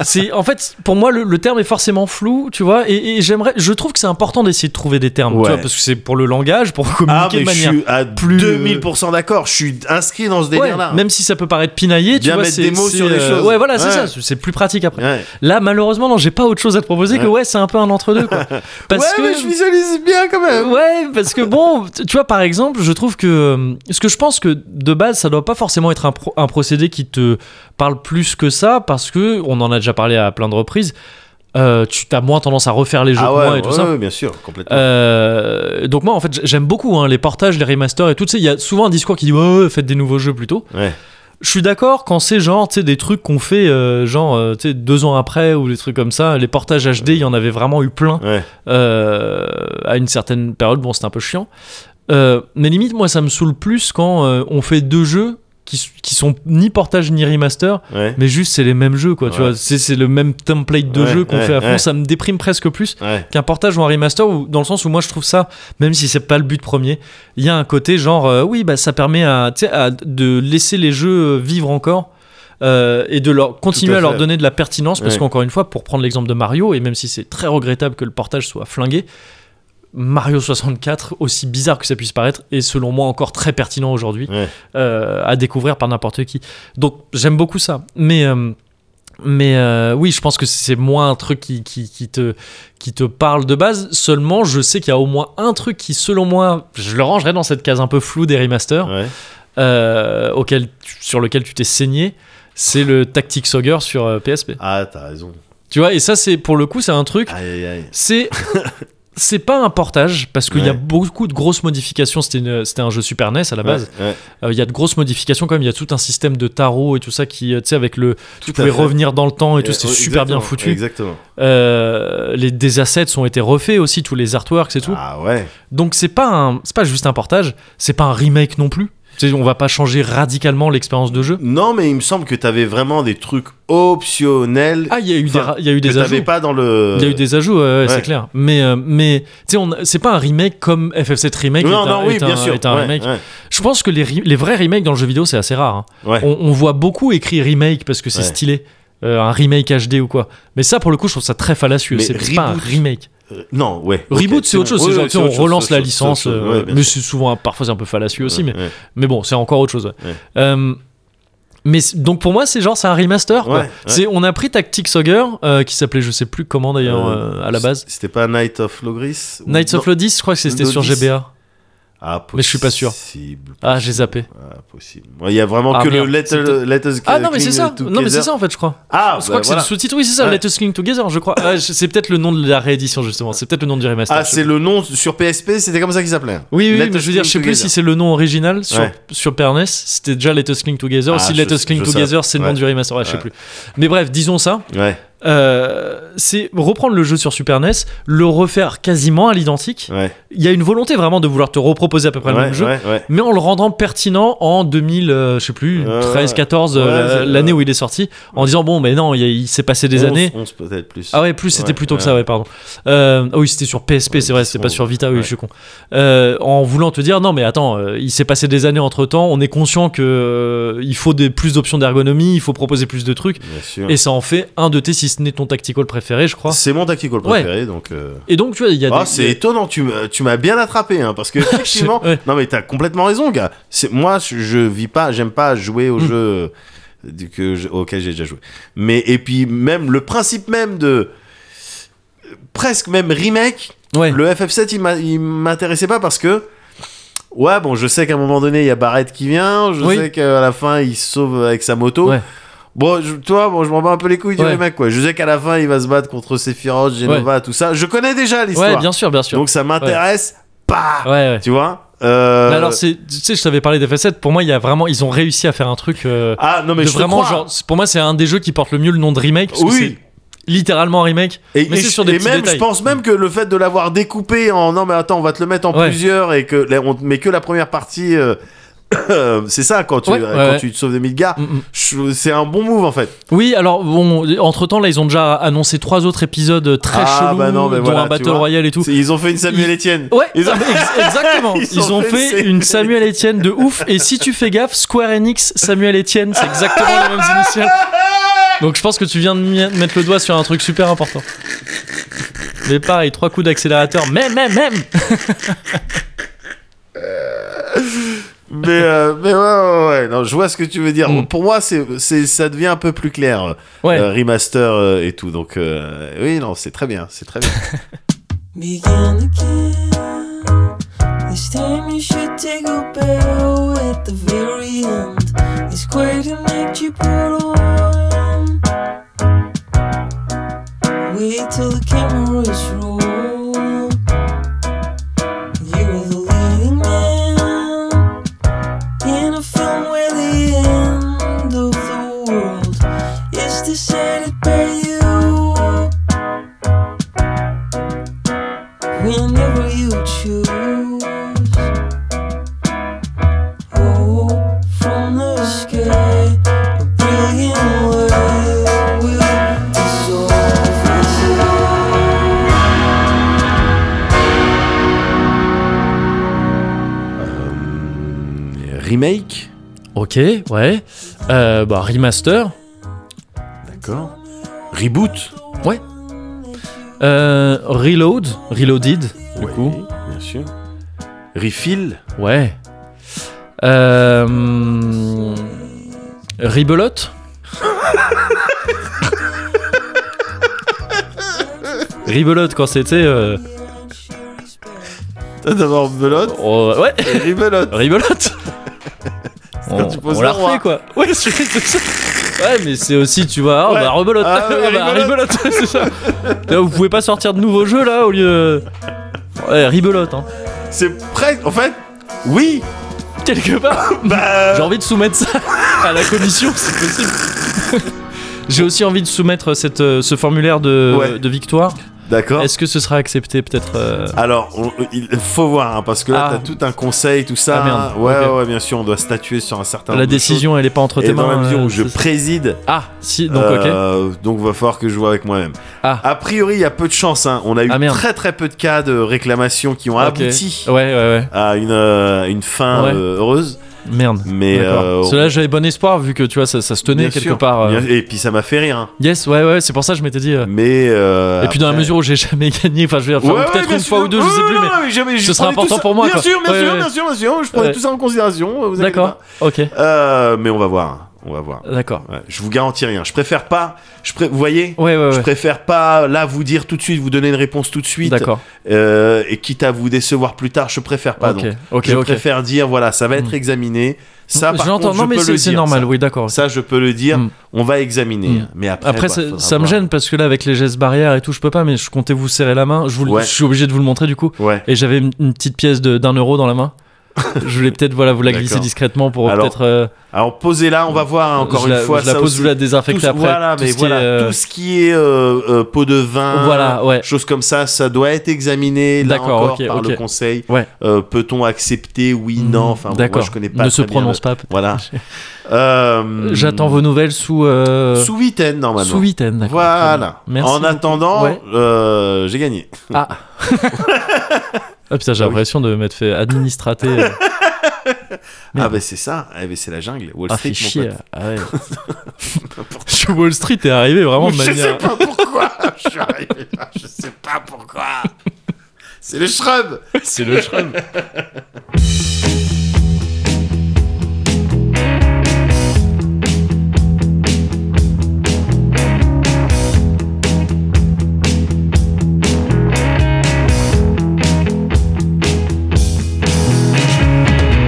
C'est, en fait, pour moi, le, le terme est forcément flou, tu vois, et, et j'aimerais, je trouve que c'est important d'essayer de trouver des termes, tu
Ouais.
vois, parce que c'est pour le langage, pour communiquer
Ah, mais
de
je
manière.
suis à
plus-
2000% d'accord. Je suis inscrit dans ce
Ouais,
délire-là.
même si ça peut paraître pinaillé, tu
Bien
vois,
mettre
c'est,
des mots
c'est,
sur les
euh,
choses.
Ouais, voilà, c'est
Ouais.
ça, c'est plus pratique après.
Ouais.
Là, malheureusement, non, j'ai pas autre chose à te proposer que
Ouais.
ouais, c'est un peu un entre-deux, quoi. Parce
Ouais,
que.
mais je visualise bien quand
Euh,
même.
Ouais, parce que bon, t- tu vois, par exemple, je trouve que. euh, Ce que je pense que de base, ça doit pas forcément être un, pro- un procédé qui te parle plus que ça, parce que, on en a déjà parlé à plein de reprises, euh, tu as moins tendance à refaire les jeux
Ah
que
ouais,
moi et tout
ouais,
ça.
ouais, bien sûr, complètement.
Euh, donc moi en fait j- j'aime beaucoup hein, les portages, les remasters et tout. Tu sais, Il y a souvent un discours qui dit ouais, ouais, faites des nouveaux jeux plutôt.
Ouais.
Je suis d'accord quand c'est genre tu sais, des trucs qu'on fait euh, genre euh, tu sais, deux ans après ou des trucs comme ça. Les portages HD, il y en avait vraiment eu plein
Ouais.
euh, à une certaine période. Bon, c'était un peu chiant. Euh, mais limite, moi ça me saoule plus quand euh, on fait deux jeux qui, s- qui sont ni portage ni remaster,
Ouais.
mais juste c'est les mêmes jeux quoi. Tu
Ouais.
vois, c'est c'est le même template de
Ouais,
jeu qu'on
ouais,
fait à fond.
ouais.
Ça me déprime presque plus
Ouais.
qu'un portage ou un remaster ou dans le sens où moi je trouve ça même si c'est pas le but premier il y a un côté genre euh, oui bah ça permet à, tu sais, à- de laisser les jeux vivre encore euh, et de leur continuer à,
à
leur
fait.
donner de la pertinence parce
Ouais.
qu'encore une fois pour prendre l'exemple de Mario et même si c'est très regrettable que le portage soit flingué Mario 64, aussi bizarre que ça puisse paraître, est selon moi encore très pertinent aujourd'hui
Ouais.
euh, à découvrir par n'importe qui. Donc j'aime beaucoup ça. Mais, euh, mais euh, oui, je pense que c'est moins un truc qui, qui, qui te, qui te parle de base. Seulement, je sais qu'il y a au moins un truc qui, selon moi, je le rangerais dans cette case un peu floue des remasters,
Ouais.
euh, auquel tu- sur lequel tu t'es saigné. C'est le Tactics Ogre sur euh, PSP.
Ah, t'as raison.
Tu vois, et ça, c'est pour le coup, c'est un truc
Aïe, aïe, aïe.
c'est c'est pas un portage parce qu'il y a
Ouais.
beaucoup de grosses modifications c'était une- c'était un jeu Super NES à la base
Ouais, ouais.
Euh, il y a de grosses modifications quand même il y a tout un système de tarot et tout ça qui euh, tu sais avec le tu
à
pouvais
fait.
revenir dans le temps et tout
Ouais,
c'était
ouais,
super bien
exactement,
foutu
Exactement.
Euh, les des assets ont été refaits aussi tous les artworks et tout
Ah ouais.
donc c'est pas un- c'est pas juste un portage c'est pas un remake non plus Tu sais, on va pas changer radicalement l'expérience de jeu
Non, mais il me semble que t'avais vraiment des trucs optionnels
ah il y a eu des
Enfin,
ra- il y a eu
que
des ajouts
t'avais pas dans le.
Il y a eu des ajouts, ouais, ouais, c'est
Ouais.
clair. Mais, euh, mais tu sais, on a- c'est pas un remake comme FF7 Remake.
Non,
est un-
non, oui,
est un-
bien sûr.
est un
Ouais,
remake.
ouais.
Je pense que les, re- les vrais remakes dans le jeu vidéo, c'est assez rare. hein.
Ouais.
On, on voit beaucoup écrit remake parce que c'est
Ouais.
stylé. euh, un remake HD ou quoi. Mais ça, pour le coup, je trouve ça très fallacieux.
Mais
C'est c'est pas un
reboot.
remake.
Euh, Non, ouais.
Reboot,
Ok,
c'est autre chose.
bon.
c'est
Ouais,
genre,
ouais,
tu sais, on
autre chose,
relance
c'est
la
autre chose,
licence.
c'est autre chose.
euh,
Ouais, bien
mais
sûr.
c'est souvent, parfois, c'est un peu fallacieux aussi. Mais,
Ouais.
mais bon, c'est encore autre chose. ouais.
Ouais.
Euh, mais c'est- donc pour moi, c'est genre, c'est un remaster. quoi.
Ouais, ouais.
C'est, on a pris Tactics Ogre, euh, qui s'appelait, je sais plus comment d'ailleurs,
Euh,
euh, à la base.
C'était pas Night of Logris ou-
Nights of
Non.
Lodis, je crois que c'était sur
Lodis.
GBA.
Ah,
Mais je suis pas sûr.
possible.
Ah, j'ai zappé.
Ah, possible. Ouais, Il y a vraiment
Ah,
que
merde.
le let,
C'était-
let us
Ah non mais c'est
cling
ça. Non mais c'est
together.
ça en fait je crois.
Ah,
je
bah,
crois que
voilà.
c'est le sous-titre. Oui c'est ça.
Ouais.
Let Us Cling Together je crois. Ah, je- c'est peut-être le nom de la réédition justement. C'est peut-être le nom du remaster.
Ah,
je sais
c'est le nom sur PSP, c'était comme ça qu'il s'appelait.
Oui, oui,
Let
mais
us
je veux dire,
cling
je sais plus
together.
si c'est le nom original sur,
Ouais.
sur Pernes, c'était déjà Let Us Cling Together,
Ah,
si
je-
Let Us Cling
je sais.
Together, c'est le nom
Ouais.
du remaster, ouais, je sais
Ouais.
plus. Mais bref, disons ça,
Ouais,
euh, c'est reprendre le jeu sur Super NES, le refaire quasiment à l'identique.
ouais.
Il y a une volonté vraiment de vouloir te reproposer à peu près le
ouais,
même jeu,
ouais, ouais.
mais en le rendant pertinent en 2000, euh, je sais plus,
Ouais,
13,
ouais.
14,
Ouais,
euh,
c'est-
l'année où il est sorti, en disant, bon, mais non, il, y a- il s'est passé des
11,
années.
11 peut-être plus.
Ah ouais, plus c'était
Ouais,
plutôt que
ouais.
ça, ouais, pardon. Euh, ah oui, c'était sur PSP,
Ouais,
c'est vrai,
ils
c'était
sont-
pas sur Vita, oui,
ouais.
je suis con. Euh, en voulant te dire, non, mais attends, euh, il s'est passé des années entre temps, on est conscient que euh, il faut des, plus d'options d'ergonomie, il faut proposer plus de trucs,
Bien sûr.
et ça en fait un de tes, si ce n'est ton tactical préféré, je crois.
C'est mon tactical
Ouais.
préféré, donc. euh,
Et donc, tu vois, il y a
Ah,
des-
c'est étonnant, tu, m'as- tu m'as bien attrapé, hein, parce que effectivement,
ouais.
non mais t'as complètement raison, gars. C'est moi, je, je vis pas, j'aime pas jouer aux
Mm.
jeux du- que je- auxquels j'ai déjà joué. Mais et puis même le principe même de presque même remake,
Ouais.
le FF7 il m'a- il m'intéressait pas parce que ouais bon, je sais qu'à un moment donné il y a Barrett qui vient, je
Oui.
sais qu'à la fin il se sauve avec sa moto.
Ouais.
Bon, je, toi, bon, je m'en bats un peu les couilles du
Ouais.
remake, quoi. Je sais qu'à la fin, il va se battre contre Sephiroth, Genova, tout ça. Je connais déjà l'histoire.
Ouais, bien sûr, bien sûr.
Donc ça m'intéresse pas.
ouais, ouais.
Tu vois Euh,
Mais Alors, c'est- tu sais, je t'avais parlé d'FF7, pour moi, il y a vraiment, ils ont réussi à faire un truc. euh,
Ah non mais
de
je te
vraiment,
crois.
genre, c'est- pour moi, c'est un des jeux qui porte le mieux le nom de remake, parce que c'est
Oui.
littéralement un remake.
Et,
mais
et
c'est
je-
sur des
et
petits
même,
détails.
je pense même que le fait de l'avoir découpé en non mais attends, on va te le mettre en
Ouais.
plusieurs et que là, on te met que la première partie. euh, c'est ça quand tu
Ouais, ouais,
quand
ouais.
tu te sauves de Midgar.
Mm, mm.
je- C'est un bon move en fait.
Oui, alors bon, entre temps, là, ils ont déjà annoncé trois autres épisodes très
Ah,
chelous,
bah non, mais
dont
voilà,
un
tu
Battle
vois.
Royale et tout.
C'est- Ils ont fait une Samuel
Ils-
Etienne.
Ouais,
Ils ont-
ex- exactement. Ils,
Ils ont
ont
fait
fait
une
une Samuel Etienne de ouf. Et si tu fais gaffe, Square Enix, Samuel Etienne, c'est exactement les mêmes initiales. Donc je pense que tu viens de mi- mettre le doigt sur un truc super important. Mais pareil, trois coups d'accélérateur, même, même, même.
Mais, euh, mais ouais, ouais, ouais, non, je vois ce que tu veux dire.
Mm.
Pour moi, c'est, c'est, ça devient un peu plus clair.
Ouais.
Euh, remaster euh, et tout. Donc, euh, oui, non, c'est très bien. C'est très bien.
Begin again. This time you should take a bow at the very end. It's quite an act you put on. Wait till the camera is rolled. You're the leading man in a film where the end of the world is decided by you. whenever you choose. Oh, from the sky, a brilliant light will dissolve us.
Remake
Ok, ouais. Euh, bah, remaster.
D'accord. Reboot
Euh, reload. Reloaded, du
Oui,
coup.
Bien sûr. Refill
Ouais. Euh... hum, Ribelote Ribelote quand c'était... euh,
T'as d'abord belote
oh, ouais,
et ribelote.
ribelote
quand
On,
tu poses
on la
le roi.
refait quoi Ouais, c'est- c'est ça. Ouais, mais c'est aussi, tu vois, ah,
Ouais.
bah rebelote
Ah, ouais,
Ah, bah,
ribelote.
ribelote, c'est ça Là, Vous pouvez pas sortir de nouveaux jeux là au lieu... Ouais, ribelote, hein.
C'est presque. En fait, oui
Quelque part
Bah.
J'ai envie de soumettre ça à la commission, si possible. J'ai aussi envie de soumettre cette, euh, ce formulaire de,
Ouais.
de victoire.
D'accord.
Est-ce que ce sera accepté peut-être euh,
Alors, on- il faut voir, hein, parce que là,
Ah.
t'as tout un conseil, tout ça.
Ah, merde.
Ouais,
Ok.
ouais, ouais, bien sûr, on doit statuer sur un certain
La
nombre de
décision, elle est pas entre
choses.
tes
Et dans
mains.
la mesure
euh,
où je
c'est-
préside,
Ah, si, donc ok.
euh, donc va falloir que je vois avec moi-même.
Ah.
A priori, il y a peu de chance. hein. On a eu
Ah, merde. Ah,
très très peu de cas de réclamations qui ont
Ok.
abouti
Ouais, ouais, ouais.
à une, euh, une fin
Ouais.
euh, heureuse.
Merde.
Mais
D'accord.
euh,
Cela, j'avais bon espoir vu que tu vois, ça, ça se tenait
bien
quelque
sûr,
part. euh,
bien- Et puis ça m'a fait rire. hein.
Yes, ouais, ouais, c'est pour ça que je m'étais dit. euh,
Mais euh,
Et puis dans la
après-
mesure où j'ai jamais gagné, enfin, je vais
Ouais, ouais,
peut-être
bien
une fois
sûr.
ou deux, je
Ouais,
sais plus,
non,
mais.
non, mais jamais- je
ce sera
prenais tout
important
ça-
pour moi,
Bien
quoi.
sûr, bien
Ouais,
sûr,
ouais.
bien sûr, bien sûr. Je prenais
Ouais.
tout ça en considération. vous inquiétez
D'accord, ok.
pas. Euh, mais on va voir. On va voir.
D'accord.
Ouais, je vous garantis rien. Je préfère pas. Je pré- Vous voyez
Ouais, ouais,
Je
ouais.
préfère pas là vous dire tout de suite, vous donner une réponse tout de suite.
D'accord.
euh, et quitte à vous décevoir plus tard, je préfère pas.
ok,
donc.
ok,
je
ok.
préfère dire voilà, ça va être examiné. Ça, par
J'entends,
contre,
non,
je
mais
peux
c'est
le
c'est
dire,
normal,
ça.
oui, d'accord.
Ça, je peux le dire.
Mm.
On va examiner.
Mm.
Mais après,
Après,
bah,
ça,
faudra
ça me
voir.
gêne parce que là, avec les gestes barrières et tout, je peux pas, mais je comptais vous serrer la main. Je, vous, le-
Ouais.
je suis obligé de vous le montrer du coup.
Ouais.
Et j'avais une, une petite pièce de- d'un euro dans la main. je voulais peut-être voilà, vous la glisser
D'accord.
discrètement pour
Alors,
peut-être. euh,
Alors posez-la, on va voir hein, encore
je
une
la,
fois.
je la
ça
pose,
aussi.
vous la désinfectez
Tout-
après.
voilà,
tout
mais
ce qui
voilà,
est, euh,
tout ce qui est euh, euh, pot de vin,
Voilà, ouais.
choses comme ça, ça doit être examiné là
D'accord,
encore
ok,
par
ok.
le conseil.
Ouais. Hmm,
Euh, Peut-on accepter Oui, non. Enfin, bon,
d'accord.
moi, je connais pas.
Ne se
très bien
prononce
le- Hmm.
pas. peut-être.
Voilà. Euh,
J'attends vos nouvelles sous. euh,
sous huitaine normalement.
sous huitaine, d'accord.
Voilà.
Merci
en
beaucoup.
attendant,
Ouais.
euh, j'ai gagné.
Ah Ah putain, j'ai
Ah oui.
l'impression de m'être fait administrater. euh, Merde.
Ah bah c'est ça. Eh, bah, c'est la jungle. Wall
ah,
Street,
fait
mon
chier.
pote.
Ah ouais. Je suis Wall Street est arrivé vraiment de
Je sais
manière.
pas pourquoi. je suis arrivé là. Je sais pas pourquoi. C'est le shrub.
C'est le shrub.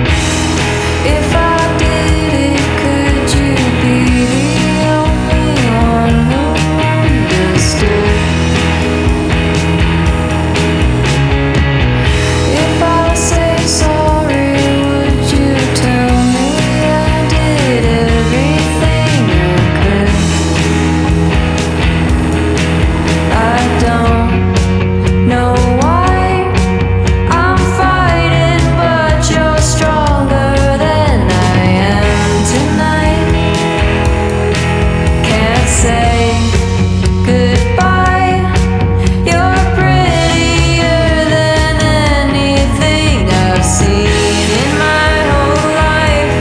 If I did it, could you be the only one who understood? If I say sorry, would you tell me I did everything I could? I don't know why. I'm fighting, but you're stronger than I am tonight. Can't say goodbye. You're prettier than anything I've seen in my whole life.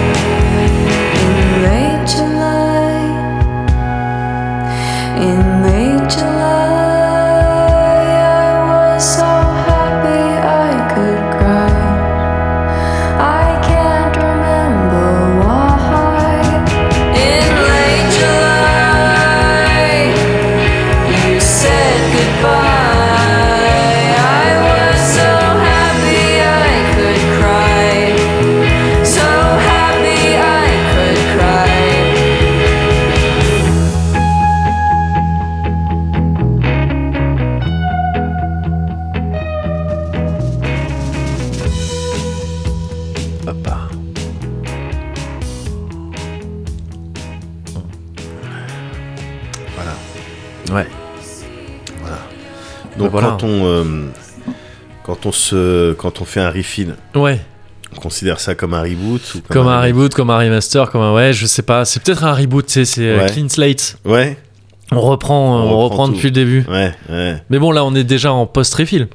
In late July. In late July, I was so happy I could cry. I can't remember why. In late July, you said goodbye. I was so happy I could cry. So happy I could cry.
Ouais. Voilà. Donc
Bah, voilà.
quand on euh, quand on se quand on fait un refill,
Ouais.
on considère ça comme un reboot ou
Comme un reboot, comme un remaster, comme un ouais, je sais pas. C'est peut-être un reboot, tu sais, c'est euh,
Ouais.
clean slate.
Ouais,
On reprend, euh, on,
On reprend
reprend
tout.
depuis le début.
ouais, ouais.
Mais bon, là, on est déjà en post-refill.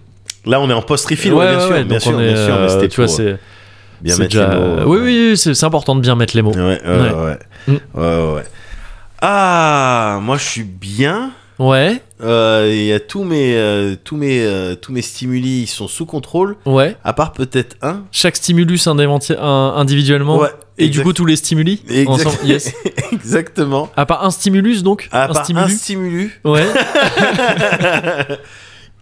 Là, on est en post refill,
Ouais,
bien
ouais,
sûr,
ouais,
bien
donc
sûr,
on est,
bien sûr. mais
euh,
c'était
tu vois,
pour, euh,
c'est
bien
c'est
mettre
déjà.
les mots, euh,
oui, oui, oui, c'est c'est important de bien mettre les mots.
Ouais, ouais, ouais. ouais.
Mm.
Ouais, ouais, ouais. Ah, moi, je suis bien.
Ouais,
Euh, Il y a tous mes euh, tous mes euh, tous mes stimuli, ils sont sous contrôle,
ouais.
à part peut-être un.
Chaque stimulus indéventi- un- individuellement.
Ouais,
Et du
exact-
coup, tous les stimuli
exact-
ensemble. Yes.
exactement.
À part un stimulus, donc
À
Un
part un
stimulus
stimulus.
Ouais.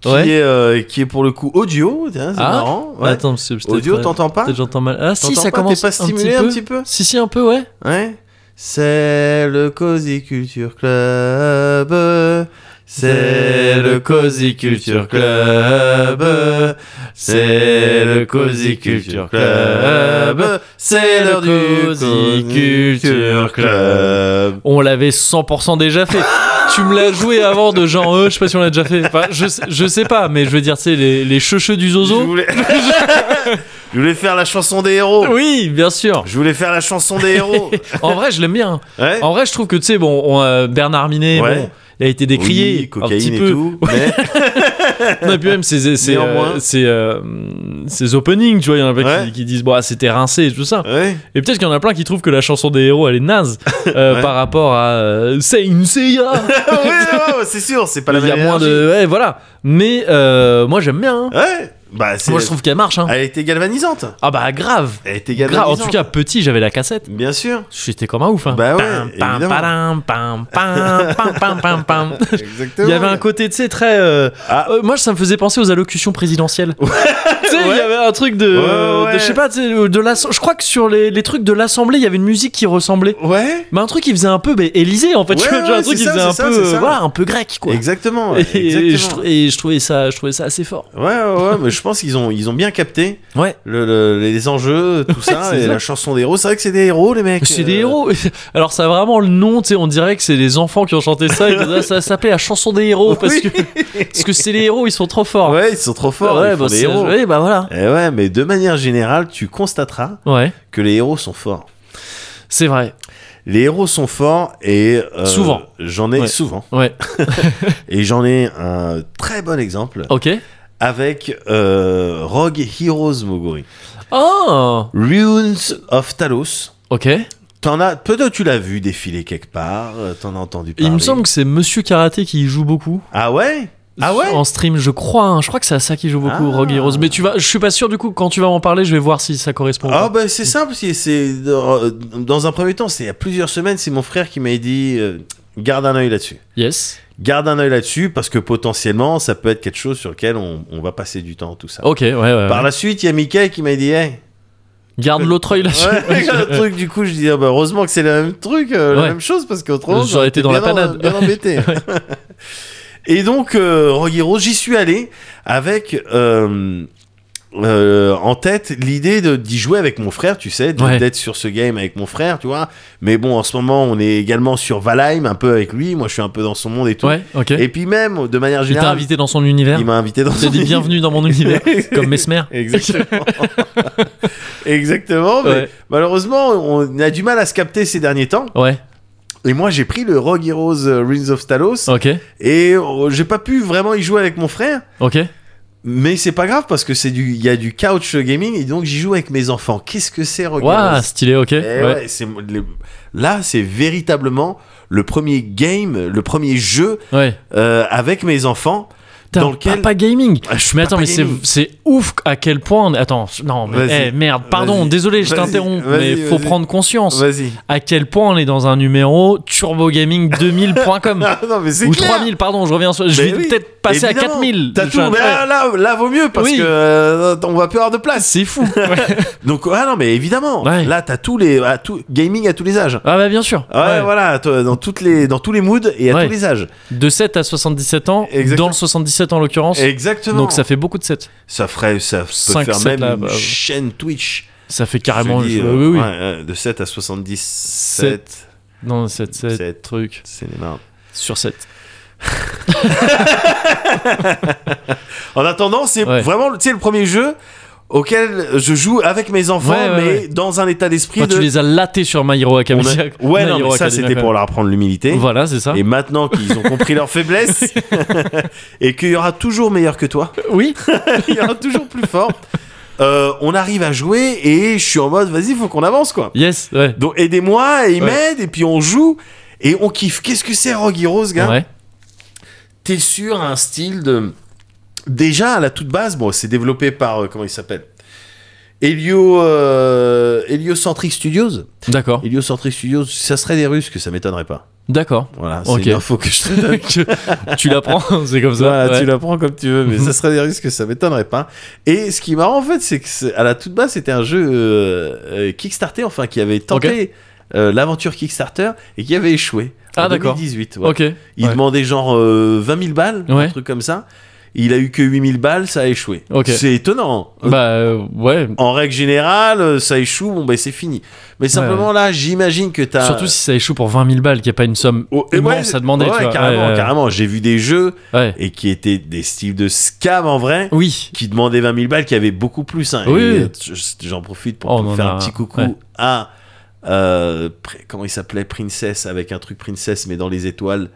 qui,
Ouais.
est, euh, qui est pour le coup audio, tiens, c'est
Ah.
marrant. ouais.
Attends, parce que peut-être,
Audio,
euh,
t'entends pas
peut-être j'entends mal. Ah, si,
T'entends
ça
pas
commence.
T'es pas stimulé un petit peu,
Si, si, un peu, ouais.
Ouais. C'est le Cozy Culture Club. C'est le Cozy Culture Club. C'est le Cozy Culture Club. C'est l'heure du Cozy Culture Club.
On l'avait 100% déjà fait. tu me l'as joué avant de genre, euh, je sais pas si on l'a déjà fait. Enfin, je, sais- je sais pas, mais je veux dire, tu sais, les, les cheveux du
Je,
zozo.
voulais... Je voulais faire la chanson des héros.
Oui, bien sûr.
Je voulais faire la chanson des héros.
En vrai, je l'aime bien.
Ouais.
En vrai, je trouve que, tu sais, bon, on, euh, Bernard Minet,
Ouais.
bon, il a été décrié
Oui,
un petit
cocaïne et
peu.
tout. Mais...
Non, et puis même ces, ces,
Néanmoins.
euh, ces, euh, ces openings, tu vois, il y en a plein qui-
Ouais.
qui, disent, bah, c'était rincé et tout ça.
Ouais.
Et peut-être qu'il y en a plein qui trouvent que la chanson des héros, elle est naze euh,
Ouais.
par rapport à euh, Saint Seiya.
Ah oui, non, c'est sûr, c'est pas la
Il y a
même
moins
énergie.
de. Ouais, voilà. Mais euh, moi, j'aime bien. hein.
Ouais, Bah, c'est-
Moi, je trouve qu'elle marche. Hein.
Elle était galvanisante.
Ah bah grave.
Elle était
Grave. En
galvanisante.
tout cas, petit, j'avais la cassette.
Bien sûr.
J'étais comme un ouf. Hein.
Bah ouais,
Pam, pam,
évidemment.
padam, pam, pam, pam, pam, pam, pam.
Exactement.
Il y avait un côté, tu sais, très. euh,
Ah.
euh, moi, ça me faisait penser aux allocutions présidentielles. tu sais, il y avait un truc de.
Ouais, ouais.
de- je sais pas, tu sais, de l'assem- Je crois que sur les, les trucs de l'Assemblée, il y avait une musique qui ressemblait.
Ouais.
Mais un truc qui faisait un peu. Mais Élysée, en fait. tu
Ouais,
vois, genre
ouais,
un truc
c'est
qui
ça,
faisait
c'est
un
ça,
peu.
c'est
euh,
ça.
voilà, un peu grec, quoi.
Exactement.
Et, je,
Exactement.
trou- et je trouvais ça, je trouvais ça assez fort.
Ouais, ouais, ouais, mais je pense qu'ils ont, ils ont bien capté
Ouais.
le- le- les enjeux, tout ça,
c'est
et
ça.
la chanson des héros. C'est vrai que c'est des héros, les mecs.
C'est des
Euh,
héros. Alors ça a vraiment le nom, tu sais, on dirait que c'est les enfants qui ont chanté ça. et que ça s'appelait la chanson des héros parce que parce que c'est les héros, ils sont trop forts.
Ouais, ils sont trop forts.
Ouais,
ils font
bah,
des
c'est-
héros.
ouais, bah voilà.
Eh ouais, mais de manière générale, tu constateras
Ouais,
que les héros sont forts.
c'est vrai.
Les héros sont forts et euh,
Souvent.
J'en ai
Ouais.
souvent.
Ouais.
Et j'en ai un très bon exemple
Ok.
avec euh, Rogue Heroes Moguri.
Oh.
Runes of Talos.
Ok.
T'en as, peut-être tu l'as vu défiler quelque part, euh, t'en as entendu parler.
Il me semble que c'est Monsieur Karaté qui y joue beaucoup.
Ah ouais Ah ouais
En stream, je crois. hein. Je crois que c'est à ça qu'il joue beaucoup,
Ah.
Rogue Heroes. Mais tu vas, je suis pas sûr du coup. Quand tu vas en parler, je vais voir si ça correspond. ou pas.
Ah bah c'est simple, c'est, c'est- dans dans un premier temps, c'est il y a plusieurs semaines, c'est mon frère qui m'avait dit euh, garde un œil là-dessus.
Yes.
Garde un œil là-dessus parce que potentiellement ça peut être quelque chose sur lequel on, on va passer du temps, tout ça.
Ok. Ouais. ouais,
Par
ouais.
la suite, il y a Mickey qui m'a dit hey.
Garde l'autre œil là-dessus.
Ouais, regarde le truc, du coup, je dis ah bah, heureusement que c'est le même truc, euh,
Ouais.
la même chose parce qu'autrement
J'aurais
j'aurais
été dans
bien
la
en-
panade.
bien embêté. Et donc, euh, Rogue Hero, j'y suis allé avec euh, euh, en tête l'idée de- d'y jouer avec mon frère, tu sais, de-
Ouais.
d'être sur ce game avec mon frère, tu vois. Mais bon, en ce moment, on est également sur Valheim, un peu avec lui. Moi, je suis un peu dans son monde et tout.
Ouais. Ok.
Et puis même, de manière
Il t'a
générale,
invité dans son univers.
il m'a invité dans
T'as
son
dit bienvenue dans mon univers, comme Mesmer.
Exactement. Exactement. Mais
Ouais.
Malheureusement, on a du mal à se capter ces derniers temps.
Ouais,
Et moi, j'ai pris le Rogue Heroes euh, Rings of Talos
ok,
et euh, j'ai pas pu vraiment y jouer avec mon frère.
ok.
Mais c'est pas grave parce que c'est du, il y a du couch gaming et donc j'y joue avec mes enfants. Qu'est-ce que c'est Rogue
Waouh,
Heroes
stylé, ok.
Eh
ouais.
ouais, c'est- les- là, c'est véritablement le premier game, le premier jeu
ouais.
euh, avec mes enfants
Putain,
dans lequel.
Papa Gaming.
Ah, je suis
Mais attends,
Papa
mais c'est,
Gaming.
c'est ouf à quel point. on- Attends, non, mais
Vas-y.
eh, merde, pardon,
Vas-y.
désolé, je
Vas-y.
t'interromps, mais
Vas-y,
faut
vas-y.
prendre conscience
Vas-y.
à quel point on est dans un numéro turbogaming2000.com.
Ah, non, mais c'est
Ou
clair.
3000, pardon, je reviens sur. Je
Mais
vais
oui,
peut-être passer à
Évidemment.
4000.
T'as tout.
Enfin,
mais là, là, là, vaut mieux parce
Oui.
que euh, on va plus avoir de place.
C'est fou. Ouais.
Donc ah non mais évidemment
Ouais.
là t'as tous les à tout, gaming à tous les âges.
Ah bah bien sûr.
Ouais,
Ouais.
voilà toi, dans toutes les dans tous les moods et à
Ouais.
tous les âges.
De 7 à 77 ans,
Exactement.
dans le 77 en l'occurrence.
Exactement.
Donc ça fait beaucoup de 7.
ça ferait ça peut
Cinq,
faire
sept,
même
là,
une
bah, ouais.
chaîne Twitch.
Ça fait carrément.
Je te dis,
Oui,
euh,
oui, oui.
ouais, euh, de 7 à 77
Non, 7, 7,
Sept.
truc.
c'est les marres.
Sur 7.
En attendant, c'est
Ouais.
vraiment tu sais le premier jeu auquel je joue avec mes enfants
Ouais, ouais,
mais
ouais.
dans un état d'esprit
Quand
de
Bah, tu les as latés sur My Hero
On a-
Academia.
Ouais,
My
non,
Hero
mais ça
Academia,
c'était
quand
pour
même.
leur apprendre l'humilité.
Voilà, c'est ça.
Et maintenant qu'ils ont compris leur faiblesse et qu'il y aura toujours meilleur que toi,
Oui,
il y aura toujours plus fort, euh, on arrive à jouer et je suis en mode vas-y, faut qu'on avance quoi.
yes, ouais.
Donc aidez-moi, et ils
Ouais.
m'aident et puis on joue et on kiffe. Qu'est-ce que c'est Rogue Heroes, gars
Ouais,
T'es sur un style de. Déjà à la toute base, bon, c'est développé par. euh, comment il s'appelle Helio, euh, Heliocentric Studios.
d'accord,
Heliocentric Studios, ça serait des Russes que ça m'étonnerait pas.
d'accord.
Voilà, c'est
Ok.
une info que je te donne.
Que- tu l'apprends, c'est comme ça.
Voilà,
ouais.
tu la prends comme tu veux, mais ça serait des risques, ça m'étonnerait pas. Et ce qui est marrant en fait, c'est que c'est- à la toute base, c'était un jeu euh, euh, Kickstarter, enfin qui avait tenté euh, l'aventure Kickstarter et qui avait échoué.
Ah,
en
d'accord.
2018. ouais.
Ok.
Il
ouais.
demandait genre euh, 20 000 balles,
Ouais.
un truc comme ça. Il a eu que 8 000 balles, ça a échoué.
Ok.
C'est étonnant.
Bah euh, ouais.
En règle générale, euh, ça échoue, bon ben c'est fini. Mais simplement là, j'imagine que t'as.
Surtout si ça échoue pour 20 000 balles, qu'il n'y a pas une somme
Oh, et ouais,
immense à demander.
ouais,
tu vois.
carrément,
Ouais, ouais,
carrément. J'ai vu des jeux
ouais.
et qui étaient des styles de scam en vrai
Oui.
qui demandait 20 000 balles, qui avait beaucoup plus. hein.
Oui.
Et, euh, je- J'en profite pour
Oh,
te
on en
faire
a
un
un.
petit coucou
Ouais.
à. euh, Pr- comment il s'appelait Princess, avec un truc Princess, mais dans les étoiles.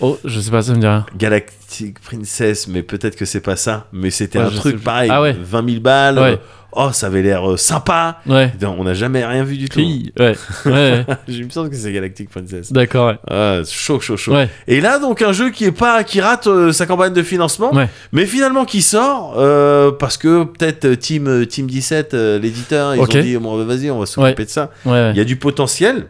Oh, je sais pas, ça me dit rien.
Galactic Princess, mais peut-être que c'est pas ça. Mais c'était
Ouais,
un
je
truc
sais-
pareil,
Ah ouais.
20 000 balles.
Ouais.
euh, Oh, ça avait l'air euh, sympa.
Ouais.
Non, on n'a jamais rien vu du tout.
Oui, ouais. Ouais, ouais.
Je me sens que c'est Galactic Princess.
D'accord, ouais.
Ah, chaud, chaud, chaud.
Ouais.
Et là, donc, un jeu qui est pas, qui rate euh, sa campagne de financement,
Ouais.
mais finalement qui sort euh, parce que peut-être euh, Team euh, Team 17, euh, l'éditeur, ils
Ok.
ont dit bon, vas-y, on va s'occuper
Ouais.
de ça.
Ouais, ouais.
Il y a du potentiel.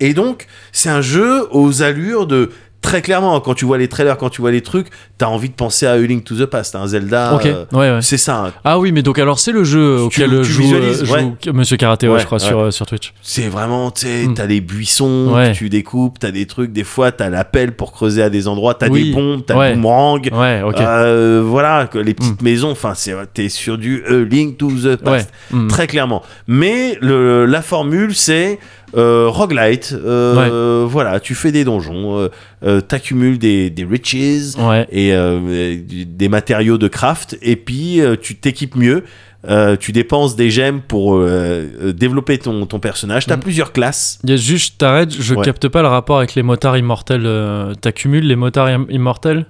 Et donc, c'est un jeu aux allures de très clairement hein, quand tu vois les trailers, quand tu vois les trucs, t'as envie de penser à A Link to the Past, un Zelda.
Ok,
euh,
ouais, ouais.
C'est ça, hein.
Ah oui, mais donc alors c'est le jeu
Tu-
auquel
tu
joue,
visualises,
euh, joue Monsieur Karaté, ouais,
Ouais,
je crois,
ouais.
sur, euh, sur Twitch.
c'est vraiment, tu sais,
Mm.
t'as les buissons
Ouais.
que tu découpes, t'as des trucs, des fois t'as la pelle pour creuser à des endroits, t'as
Oui.
des bombes, t'as
Ouais.
le boomerang,
Ouais, ok. Hmm.
Euh, voilà, que les petites maisons, enfin, c'est- t'es sur du euh, Link to the
ouais.
Past,
Mm.
très clairement. Mais le, la formule, c'est euh, roguelite. euh, Voilà, tu fais des donjons, euh, euh, t'accumules des, des riches
Ouais.
et euh, et du- des matériaux de craft, et puis euh, tu t'équipes mieux. euh, tu dépenses des gemmes pour euh, euh, développer ton, ton personnage. T'as
Mm.
plusieurs classes.
Il y a juste, je t'arrête, je
Ouais.
capte pas le rapport avec les motards immortels. euh, T'accumules les motards im- immortels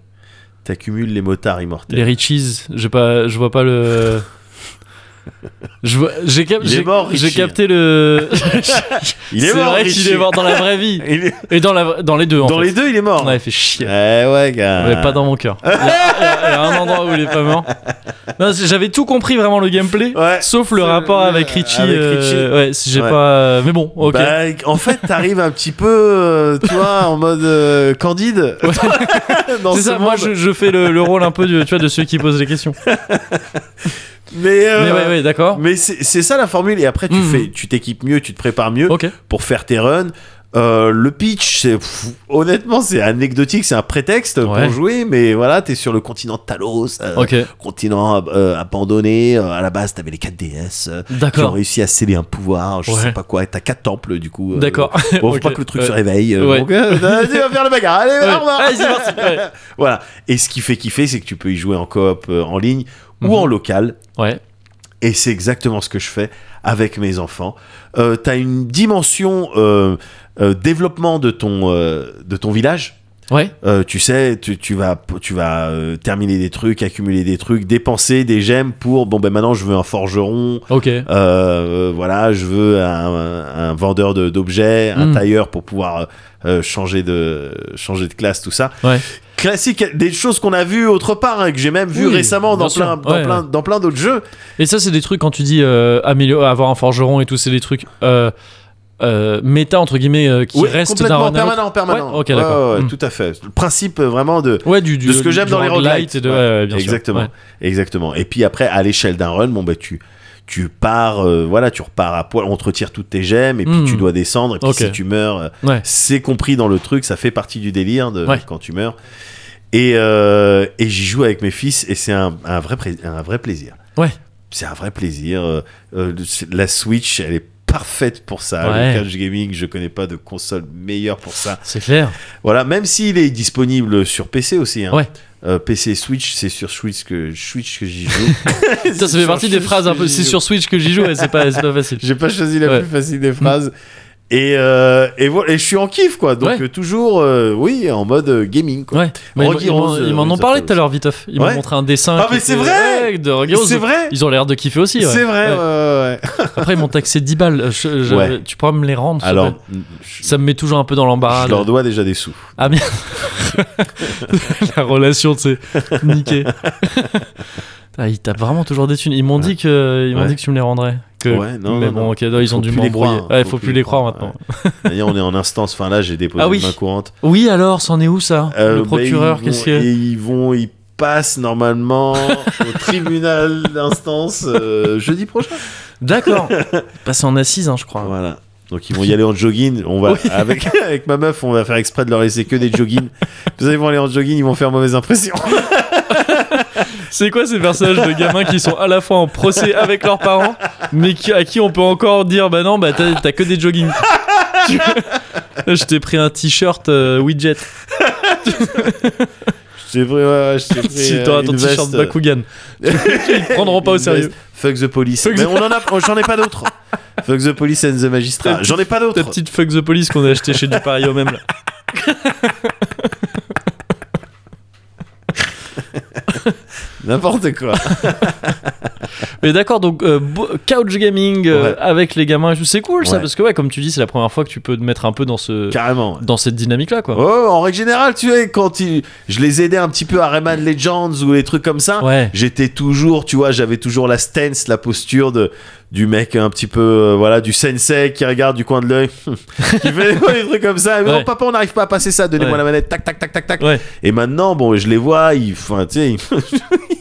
T'accumules les motards
Les
immortels.
Richies J'ai pas, je vois pas le. Je vois- J'ai cap-
Il est
j'ai-
mort,
j'ai
Richie.
capté le.
Il est
C'est
mort.
vrai qu'il
Richie.
est mort dans la vraie vie.
Il est-
Et dans, la... dans les deux, en
Dans
fait.
les deux, hein. il est mort.
On avait fait chier.
Eh ouais, gars.
Mais pas dans mon cœur. Il y, a- il y a- il y a un endroit où il est pas mort. Non, c'est- j'avais tout compris vraiment le gameplay,
Ouais.
sauf le
Euh,
rapport avec Richie.
avec
euh,
Richie.
ouais, si j'ai
Ouais.
pas. euh, Mais bon, ok.
Bah, en fait, t'arrives un petit peu, euh, tu vois, en mode euh, candide. Dans
c'est
ce
ça. Moi,
monde.
je, je fais le, le rôle un peu du, tu vois, de celui qui pose les questions.
Mais, euh,
Mais ouais, ouais, d'accord.
mais c'est c'est ça la formule. Et après, tu
Mhm.
fais, tu t'équipes mieux, tu te prépares mieux
Ok.
pour faire tes runs. Euh, le pitch, c'est- pff, honnêtement, c'est anecdotique, c'est un prétexte
Ouais.
pour jouer, mais voilà, t'es sur le continent de Talos, euh,
Ok.
continent euh, abandonné. euh, à la base, t'avais les 4 déesses euh, qui ont
D'accord.
réussi à sceller un pouvoir, je
Ouais.
sais pas quoi, et t'as 4 temples du coup. euh,
D'accord.
Bon, faut
Ok.
pas que le truc
Ouais.
se réveille. euh,
Ouais.
donc, euh, vas-y, on va faire le bagarre. Allez,
Ouais.
au revoir.
Allez, c'est parti. Ouais.
Voilà. Et ce qui fait kiffer, c'est que tu peux y jouer en coop, euh, en ligne
Mhm.
ou en local.
Ouais.
Et c'est exactement ce que je fais avec mes enfants. Euh, T'as une dimension euh, euh, développement de ton, euh, de ton village.
Ouais.
Euh, tu sais, tu, tu vas, tu vas euh, terminer des trucs, accumuler des trucs, dépenser des gemmes pour bon ben maintenant je veux un forgeron,
Ok.
euh, voilà, je veux un, un vendeur de- d'objets, un
Mm.
tailleur pour pouvoir euh, changer de changer de classe, tout ça.
Ouais.
Classique, des choses qu'on a vues autre part, hein, que j'ai même vu
Oui,
récemment dans
bien sûr.
plein, dans
Ouais,
plein, dans plein d'autres jeux.
Et ça, c'est des trucs quand tu dis euh, améliorer- avoir un forgeron et tout, c'est des trucs euh, euh, méta entre guillemets euh, qui
Ouais,
restent d'un
complètement
run à l'autre.
permanent, permanent.
Ouais, ok, d'accord.
ouais, ouais,
Mm.
Tout à fait. Le principe euh, vraiment de
Ouais, du, du
de ce que
du
j'aime dans les
roguelite
roguelites.
et de,
Ouais,
ouais, ouais, bien sûr.
exactement,
Ouais.
exactement. Et puis après, à l'échelle d'un run, bon bah tu tu pars, euh, voilà, tu repars à poil, on te retire toutes tes gemmes et puis
Mm.
tu dois descendre et puis
Ok.
si tu meurs, euh,
Ouais.
c'est compris dans le truc, ça fait partie du délire de
Ouais.
quand tu meurs. Et, euh, et j'y joue avec mes fils et c'est un, un vrai pré- un vrai plaisir.
Ouais.
C'est un vrai plaisir. euh, euh, c'est- la Switch, elle est parfaite pour ça.
Ouais.
Le couch gaming, je connais pas de console meilleure pour ça.
C'est clair.
Voilà, même s'il est disponible sur PC aussi. hein.
Ouais.
Euh, PC Switch, c'est sur Switch que Switch que j'y joue.
Ça, ça fait
sur
partie des
Switch
phrases un
que
peu.
j'y
C'est
joue.
sur Switch que j'y joue, et c'est pas, c'est pas facile.
J'ai pas choisi la
Ouais. Mm.
plus facile des phrases. Et, euh, et voilà, et je suis en kiff quoi. Donc
Ouais.
euh, toujours, euh, oui, en mode euh, gaming quoi.
Ouais, mais ils m'ont-
Rogue
ils m'en-
Heroes,
ils
euh,
m'en
oui,
ont
ça
parlé
s'appelle
tout à l'heure, vite off. Ils m'ont
Ouais.
montré un dessin.
Ah,
qui
mais c'est
était-
vrai
Ouais, de Rogue Heroes.
C'est vrai.
Ils ont l'air de kiffer aussi. ouais.
C'est vrai.
Ouais.
ouais, ouais, ouais.
Après, ils m'ont taxé 10 balles. euh, Je- je-
Ouais.
Tu pourras me les rendre s'il te
Alors, mm,
plaît
je,
Ça me met toujours un peu dans l'embarras.
je
là.
leur dois déjà des sous.
Ah merde La relation, tu sais, niquée. Ah, ils tapent vraiment toujours des thunes. Ils m'ont dit que, ils m'ont
Ouais.
dit que tu me les rendrais. Que...
Ouais, non,
mais
non,
bon,
non.
ok, non, ils ont
Faut
dû
plus les
m'embrouiller.
croire,
Ouais, faut, plus les croire maintenant.
D'ailleurs, on est en instance. Enfin là, j'ai déposé
Ah oui.
une main courante.
Oui, alors, c'en est où ça
Euh,
Le
bah,
procureur,
ils
qu'est-ce
vont-
que.
et Ils vont, ils passent normalement au tribunal d'instance euh, jeudi prochain.
D'accord. Passé en assise, hein, je crois.
Voilà. Donc ils vont y aller en jogging. On va avec avec ma meuf, on va faire exprès de leur laisser que des joggings. Vous savez, ils vont aller en jogging, ils vont faire mauvaise impression.
C'est quoi ces personnages de gamins qui sont à la fois en procès avec leurs parents, mais qui- à qui on peut encore dire bah non, bah t'as t'as que des joggings. Tu- Je t'ai pris un t-shirt euh, widget.
J'ai pris, ouais, ouais, je t'ai pris,
Si
euh,
t'auras
une
ton t-shirt
veste, euh,
Bakugan. Ils te prendront pas au
une
sérieux.
veste. Fuck the police.
Fuck the-
Mais on en a, oh, j'en ai pas d'autres. Fuck the police and the magistrat. J'en ai pas
Ta
d'autres.
petite fuck the police qu'on a acheté chez du Paris au même là.
N'importe quoi.
Mais d'accord, donc euh, bo- couch gaming euh,
Ouais.
avec les gamins, et tout, c'est cool ça,
Ouais.
parce que ouais, comme tu dis, c'est la première fois que tu peux te mettre un peu dans ce
Carrément.
dans cette dynamique là, quoi.
Oh, en règle générale, tu sais, quand ils- je les aidais un petit peu à Rayman Legends ou les trucs comme ça,
Ouais.
j'étais toujours, tu vois, j'avais toujours la stance, la posture de du mec un petit peu, euh, voilà, du sensei qui regarde du coin de l'œil, qui fait des trucs comme ça. Mais
Ouais.
non, papa, on n'arrive pas à passer ça. Donnez-moi
Ouais.
la manette, tac, tac, tac, tac, tac.
Ouais.
Et maintenant, bon, je les vois, ils, enfin, tu sais, ils-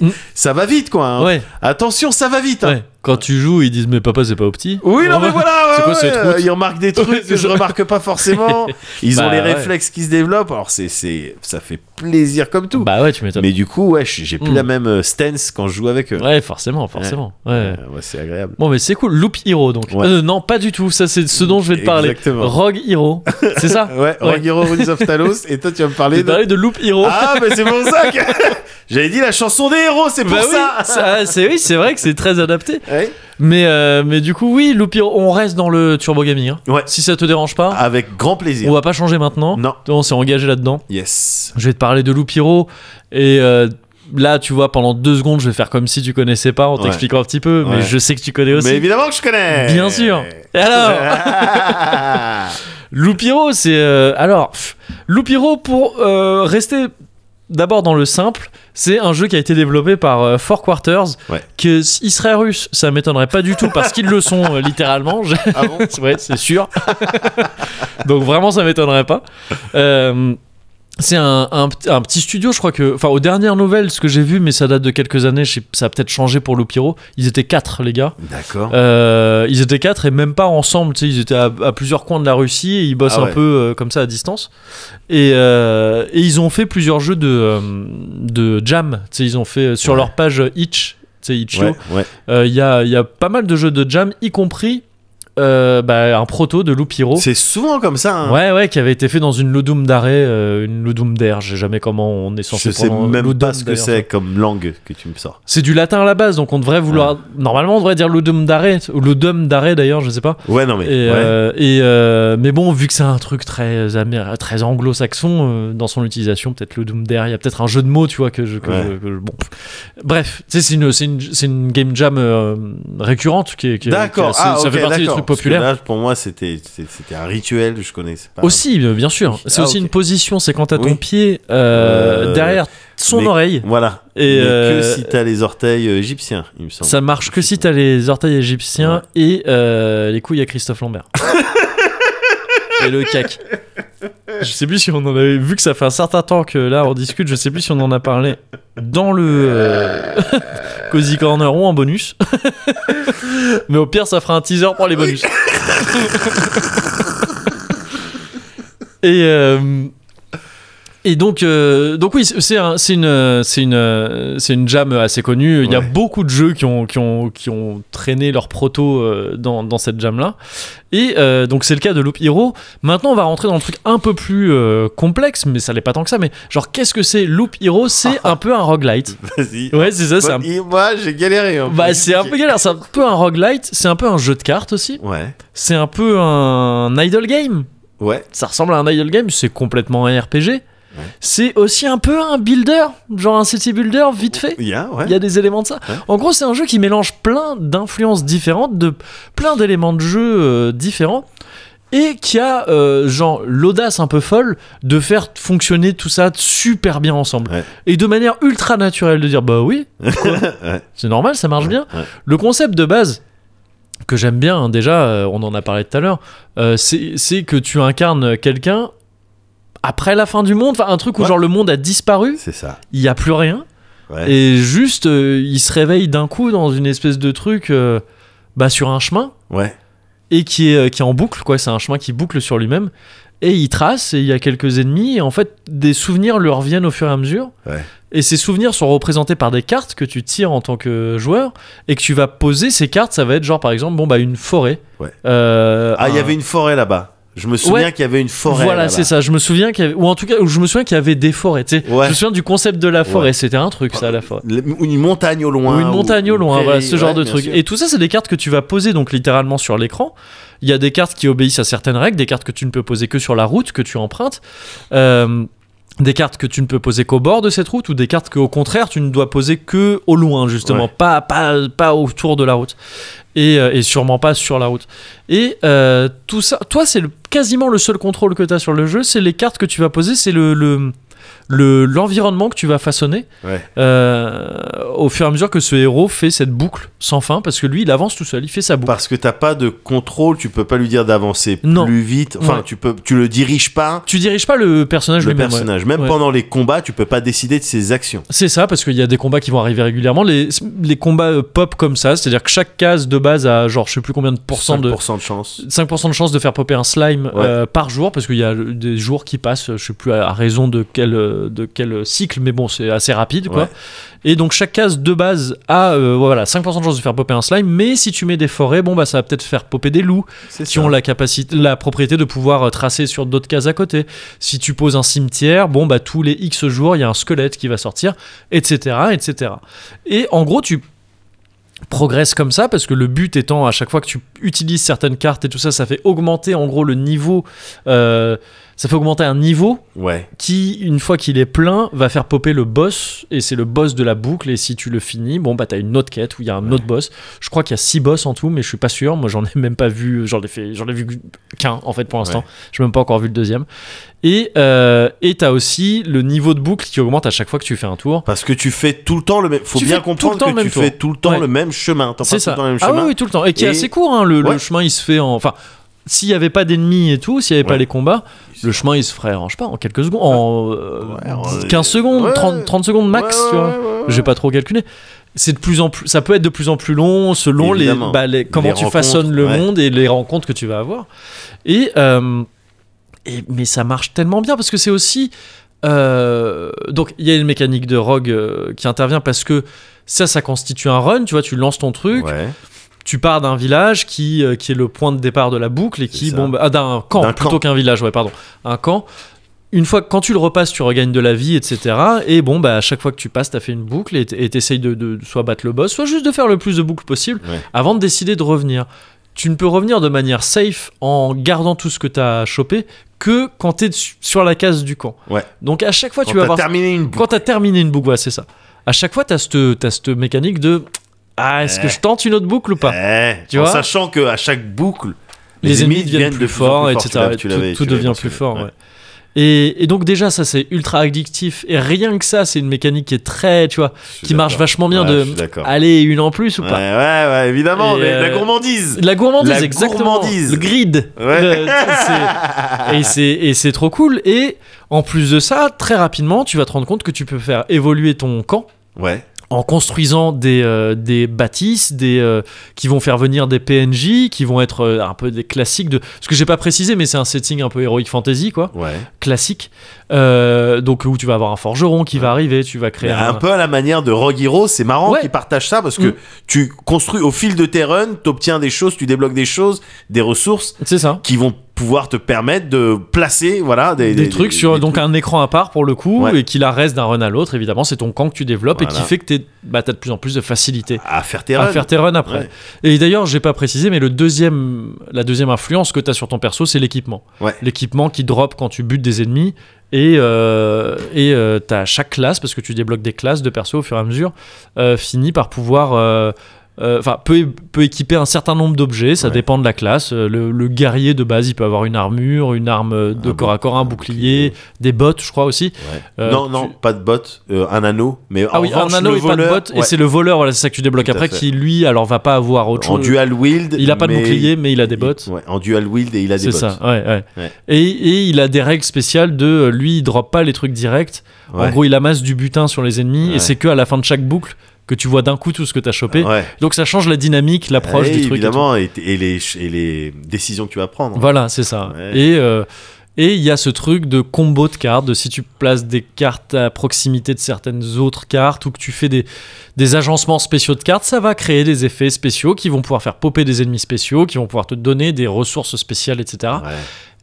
Mm.
ça va vite, quoi. hein.
Ouais,
Attention, ça va vite. hein.
ouais. Quand tu joues, ils disent mais papa c'est pas au petit.
Oui, non,
Ouais.
mais voilà, ouais,
C'est quoi
ouais,
cette
euh,
route
ils remarquent des trucs
Ouais, c'est
que je
ça.
remarque pas forcément. Ils ont
Bah,
les
ouais.
réflexes qui se développent. Alors, c'est, c'est, ça fait plaisir comme tout.
Bah ouais, tu m'étonnes.
mais du coup, ouais, j'ai j'ai plus
Mm.
la même euh, stance quand je joue avec eux.
Ouais, forcément, forcément. Ouais.
Euh, ouais, c'est agréable.
Bon, mais c'est cool. Loop Hero, donc.
Ouais.
Euh, non, pas du tout. Ça, c'est ce dont je vais te parler.
Exactement.
Rogue Hero. C'est ça
Ouais, Rogiro Runes of Talos, et toi, tu vas
Je
me
vais
parler
te
de.
parler de Loop Hero.
Ah, mais c'est pour ça que. J'avais dit la chanson des héros, c'est pour
Bah oui,
ça.
ça, c'est oui, c'est vrai que c'est très adapté.
Ouais.
Mais euh, mais du coup oui, Loop Hero, on reste dans le turbo gaming. hein.
Ouais.
Si ça te dérange pas,
Avec grand plaisir.
on va pas changer maintenant.
Ah, Non.
On s'est engagé là-dedans.
Yes.
Je vais te parler de Loop Hero et euh, Là, tu vois, pendant deux secondes, je vais faire comme si tu connaissais pas en
Ouais.
t'expliquant un petit peu, mais
Ouais.
je sais que tu connais aussi.
Mais évidemment que je connais.
Bien sûr. Et alors,
Ah.
Loupiro, c'est. euh, alors, pff, Loupiro, pour euh, rester d'abord dans le simple, c'est un jeu qui a été développé par euh, Four Quarters.
Ouais.
Que, s- ils seraient russes, ça m'étonnerait pas du tout, parce qu'ils le sont euh, littéralement. Je-
Ah bon
c'est vrai, c'est sûr. Donc vraiment, ça m'étonnerait pas. Euh, c'est un, un p- un petit studio, je crois que. Enfin, aux dernières nouvelles, ce que j'ai vu, mais ça date de quelques années, je sais- ça a peut-être changé pour Loupiro. Ils étaient quatre, les gars.
D'accord.
Euh, ils étaient quatre et même pas ensemble, tu sais, ils étaient à, à plusieurs coins de la Russie et ils bossent
Ah
un
ouais.
peu euh, comme ça à distance. Et, euh, et ils ont fait plusieurs jeux de, euh, de jam, tu sais, ils ont fait euh, sur
Ouais.
leur page euh, Itch, tu sais, Itch.io,
Ouais, ouais.
euh, il y, a, il y a pas mal de jeux de jam, y compris euh, bah, un proto de Loupiro.
C'est souvent comme ça. hein.
Ouais, ouais, qui avait été fait dans une Ludum d'arrêt, une Ludum d'air, je sais jamais comment on est censé
Je sais
prononcer-
même
Ludum
pas ce que
d'ailleurs,
c'est comme langue que tu me sors.
c'est du latin à la base, donc on devrait vouloir. Normalement, on devrait dire ludum dare, ou ludum dare d'ailleurs, je sais pas.
Ouais, non mais.
Et,
ouais.
euh, et, euh, mais bon, vu que c'est un truc très, améri- très anglo-saxon euh, dans son utilisation, peut-être ludum dare, il y a peut-être un jeu de mots, tu vois, que je. que
Ouais.
je- que je- bon. Bref, tu sais, c'est une, c'est une, c'est une game jam euh, récurrente qui est. qui est-
D'accord.
qui est-
Ah,
ça
ok,
fait partie des
d'accord.
trucs
Parce que
populaires.
là, pour moi, c'était c'était c'était un rituel. Je connaissais pas.
Aussi, euh, bien sûr. C'est
Ah,
aussi
ok.
une position, c'est quand t'as ton
Oui.
pied euh,
Euh,
derrière son
mais-
oreille.
Voilà.
Et,
mais
euh,
que si t'as les orteils euh, égyptiens, il me semble.
Ça marche que si t'as les orteils égyptiens et euh, les couilles à Christophe Lambert. et le cac. Je sais plus si on en avait vu que ça fait un certain temps que là on discute. Je sais plus si on en a parlé dans le euh, Cozy Corner ou en bonus. Mais au pire, ça fera un teaser pour les bonus. et euh, et donc, euh, donc oui, c'est- c'est un- c'est une, euh, c'est une, euh, c'est une jam assez connue. Il y a
Ouais.
beaucoup de jeux qui ont, qui ont, qui ont traîné leur proto euh, dans, dans cette jam-là. Et euh, donc, c'est le cas de Loop Hero. Maintenant, on va rentrer dans le truc un peu plus euh, complexe, mais ça l'est pas tant que ça. Mais genre, qu'est-ce que c'est Loop Hero C'est un peu un roguelite.
Vas-y.
Ouais, c'est ça, c'est un,
Et Moi, j'ai galéré. en
bah,
plus.
c'est Bah, un peu galère. C'est un peu un roguelite. C'est un peu un jeu de cartes aussi.
Ouais.
C'est un peu un idle game
Ouais.
ça ressemble à un idle game, c'est complètement un RPG. C'est aussi un peu un builder, genre un city builder vite fait.
Il y a. Ouais.
Il y a des éléments de ça.
Ouais.
En gros, c'est un jeu qui mélange plein d'influences différentes, de plein d'éléments de jeu euh, différents, et qui a euh, genre l'audace un peu folle de faire fonctionner tout ça super bien ensemble,
Ouais.
et de manière ultra naturelle de dire bah oui,
Ouais.
c'est normal, ça marche bien.
ouais.
Le concept de base que j'aime bien, hein, déjà, euh, on en a parlé tout à l'heure, euh, c'est c'est que tu incarnes quelqu'un après la fin du monde, enfin un truc où
Ouais.
genre le monde a disparu,
C'est ça.
il n'y a plus rien,
Ouais.
et juste euh, il se réveille d'un coup dans une espèce de truc euh, bah, sur un chemin
Ouais.
et qui est, euh, qui est en boucle, quoi. C'est un chemin qui boucle sur lui-même. Et il trace, et il y a quelques ennemis, et en fait, des souvenirs lui reviennent au fur et à mesure.
Ouais.
Et ces souvenirs sont représentés par des cartes que tu tires en tant que joueur, et que tu vas poser ces cartes, ça va être genre, par exemple, bon, bah, une forêt.
Ouais.
Euh,
Ah, il y
un-
avait une forêt là-bas. Je me souviens
Ouais.
qu'il y avait une forêt.
Voilà,
là-bas.
c'est ça. Je me souviens qu'il y avait, ou en tout cas, je me souviens qu'il y avait des forêts, tu sais.
Ouais.
Je me souviens du concept de la forêt,
Ouais.
c'était un truc, ça, la forêt.
Le- Une montagne au loin.
Ou une montagne au
une
loin, voilà, ce
prairie,
genre
ouais,
de
bien
truc.
sûr.
Et tout ça, c'est des cartes que tu vas poser donc littéralement sur l'écran. Il y a des cartes qui obéissent à certaines règles, des cartes que tu ne peux poser que sur la route que tu empruntes. Euh, Des cartes que tu ne peux poser qu'au bord de cette route ou des cartes que au contraire tu ne dois poser que au loin justement,
Ouais.
pas, pas, pas autour de la route et, euh, et sûrement pas sur la route. Et euh, tout ça, toi c'est le- quasiment le seul contrôle que tu as sur le jeu, c'est les cartes que tu vas poser, c'est le... le le- l'environnement que tu vas façonner
Ouais.
euh, au fur et à mesure que ce héros fait cette boucle sans fin parce que lui il avance tout seul il fait sa boucle
Parce que t'as pas de contrôle, tu peux pas lui dire d'avancer
Non.
plus vite. Enfin,
Ouais.
tu peux, tu le diriges pas.
tu diriges pas le personnage
Le
lui-même, ouais.
personnage, même
Ouais.
pendant les combats, tu peux pas décider de ses actions.
C'est ça, parce qu'il y a des combats qui vont arriver régulièrement. Les, les combats euh, pop comme ça, c'est-à-dire que chaque case de base a genre je sais plus combien de pourcents de.
5% de chance.
5% de chance de faire popper un slime
Ouais.
euh, par jour parce qu'il y a euh, des jours qui passent euh, je sais plus à à raison de quel, euh, de quel cycle mais bon c'est assez rapide quoi
Ouais.
et donc chaque case de base a euh, voilà 5% de chance de faire popper un slime mais si tu mets des forêts bon bah ça va peut-être faire popper des loups
C'est
qui ont la capacité, la propriété de pouvoir euh, tracer sur d'autres cases à côté. Si tu poses un cimetière, bon bah tous les X jours, il y a un squelette qui va sortir, etc., etc. Et en gros, tu progresses comme ça parce que le but étant à chaque fois que tu utilises certaines cartes et tout ça, ça fait augmenter en gros le niveau, euh, ça fait augmenter un niveau
Ouais.
qui, une fois qu'il est plein, va faire popper le boss, et c'est le boss de la boucle, et si tu le finis, bon, bah t'as une autre quête où il y a un autre boss. Je crois qu'il y a six boss en tout, mais je suis pas sûr, moi j'en ai même pas vu, j'en ai, fait, j'en ai vu qu'un en fait pour l'instant, j'ai même pas encore vu le deuxième. Et euh, et t'as aussi le niveau de boucle qui augmente à chaque fois que tu fais un tour.
Parce que tu fais tout le temps le même. Faut
Tu
bien
fais tout le
comprendre
temps
que
le même
tu
tour.
fais tout le temps
Ouais.
le même chemin. T'en
C'est
passes tout
ça.
le temps le même
ah
chemin.
oui, oui, tout le temps. Et qui est
Et-
assez court, hein, le, le
Ouais.
chemin il se fait en. Enfin, s'il n'y avait pas d'ennemis et tout, s'il n'y avait pas
Ouais.
les combats, le chemin il se ferait, en, je sais pas, en quelques secondes, en euh,
Ouais, en-
15 secondes,
Ouais.
30, 30 secondes max,
Ouais, ouais,
tu vois.
ouais, ouais, ouais.
J'ai pas trop calculé. C'est de plus en plus, ça peut être de plus en plus long selon les,
Évidemment.
bah, les- comment
Les
tu façonnes
rencontres,
le
ouais.
monde et les rencontres que tu vas avoir. Et, euh, et- mais ça marche tellement bien parce que c'est aussi euh, donc il y a une mécanique de rogue euh, qui intervient parce que ça, ça constitue un run. Tu vois, tu lances ton truc, ah,
Ouais.
tu pars d'un village qui, euh, qui est le point de départ de la boucle et qui
ça.
bon bah, ah, d'un camp
D'un
plutôt
camp.
qu'un village ouais pardon un camp une fois que quand tu le repasses tu regagnes de la vie etc et bon bah à chaque fois que tu passes t'as fait une boucle et t- et t'essayes de, de- soit battre le boss soit juste de faire le plus de boucles possible
Ouais.
avant de décider de revenir tu ne peux revenir de manière safe en gardant tout ce que t'as chopé que quand t'es dessus- sur la case du camp
Ouais.
donc à chaque fois
Quand
tu vas
t'as
avoir
terminé une boucle.
quand t'as terminé une boucle ouais, c'est ça à chaque fois t'as cette t'as cette mécanique de ah est-ce que
Ouais.
je tente une autre boucle ou pas
Eh,
Tu
en
vois
sachant que à chaque boucle,
les, ennemis deviennent
de
plus
en
forts,
plus
etc.
forts. Tu l'avais- tu l'avais-
tout, tout
tu l'avais
devient plus
mentionné.
fort.
Ouais.
ouais. Et, et donc déjà ça c'est ultra addictif et rien que ça c'est une mécanique qui est très tu vois
Je suis
qui marche
d'accord.
vachement bien
Ouais, je suis
de
d'accord.
allez une en plus ou
Ouais, ouais,
pas
ouais, évidemment,
Et,
mais la
euh,
gourmandise.
la gourmandise
La
exactement
gourmandise.
le grid
Ouais.
Le- c'est- et c'est et c'est trop cool et en plus de ça très rapidement tu vas te rendre compte que tu peux faire évoluer ton camp
Ouais.
en construisant des, euh, des bâtisses des, euh, qui vont faire venir des PNJ, qui vont être euh, un peu des classiques de... Ce que j'ai pas précisé, mais c'est un setting un peu héroïque fantasy, quoi,
Ouais.
classique. Euh, donc où tu vas avoir un forgeron qui va arriver, tu vas créer
Mais
un...
un peu à la manière de Rogue Hero, c'est marrant
Ouais.
qu'ils partagent ça parce que
Mm.
tu construis au fil de tes runs, t'obtiens des choses, tu débloques des choses, des ressources
C'est ça.
qui vont pouvoir te permettre de placer, voilà, des,
Des, trucs sur
des
donc
trucs.
un écran à part pour le coup
Ouais.
et qui la reste d'un run à l'autre évidemment c'est ton camp que tu développes et qui
Voilà.
fait que t'es- bah, t'as de plus en plus de facilité
à faire tes
à
runs.
faire tes runs après
Ouais.
et d'ailleurs j'ai pas précisé mais le deuxième la deuxième influence que t'as sur ton perso c'est l'équipement
Ouais.
l'équipement qui drop quand tu butes des ennemis et euh, et euh, t'as chaque classe parce que tu débloques des classes de perso au fur et à mesure euh, finit par pouvoir euh, euh, Enfin, peut, peut équiper un certain nombre d'objets, ça
Ouais.
dépend de la classe. Euh, Le, le guerrier de base, il peut avoir une armure, une arme euh, de
Un
corps à corps, un bouclier, des bottes, je crois aussi.
Ouais.
Euh,
non,
tu-
non, pas de bot, euh, un anneau, mais
Ah
en
oui,
revanche,
un anneau
le
et pas de
voleur,
bottes, et
ouais,
c'est le voleur, voilà, c'est ça que tu débloques
Tout à
après,
fait.
qui lui, alors va pas avoir autre
en
chose.
dual wield.
euh, Il a pas de
mais-
bouclier, mais il a des bottes.
Ouais, en dual wield et il a des
C'est
bottes.
ça, ouais, ouais.
Ouais.
Et, et il a des règles spéciales de euh, lui, il drop pas les trucs directs. En
Ouais.
gros, il amasse du butin sur les ennemis
Ouais.
et c'est que à la fin de chaque boucle que tu vois d'un coup tout ce que t'as chopé.
Ouais.
Donc ça change la dynamique, l'approche
Ouais,
du truc. et tout.
évidemment, et, et les, et les décisions que tu vas prendre.
Voilà, c'est ça.
Ouais.
Et euh, et il y a ce truc de combo de cartes, de si tu places des cartes à proximité de certaines autres cartes ou que tu fais des, des agencements spéciaux de cartes, ça va créer des effets spéciaux qui vont pouvoir faire popper des ennemis spéciaux, qui vont pouvoir te donner des ressources spéciales, etc.
Ouais.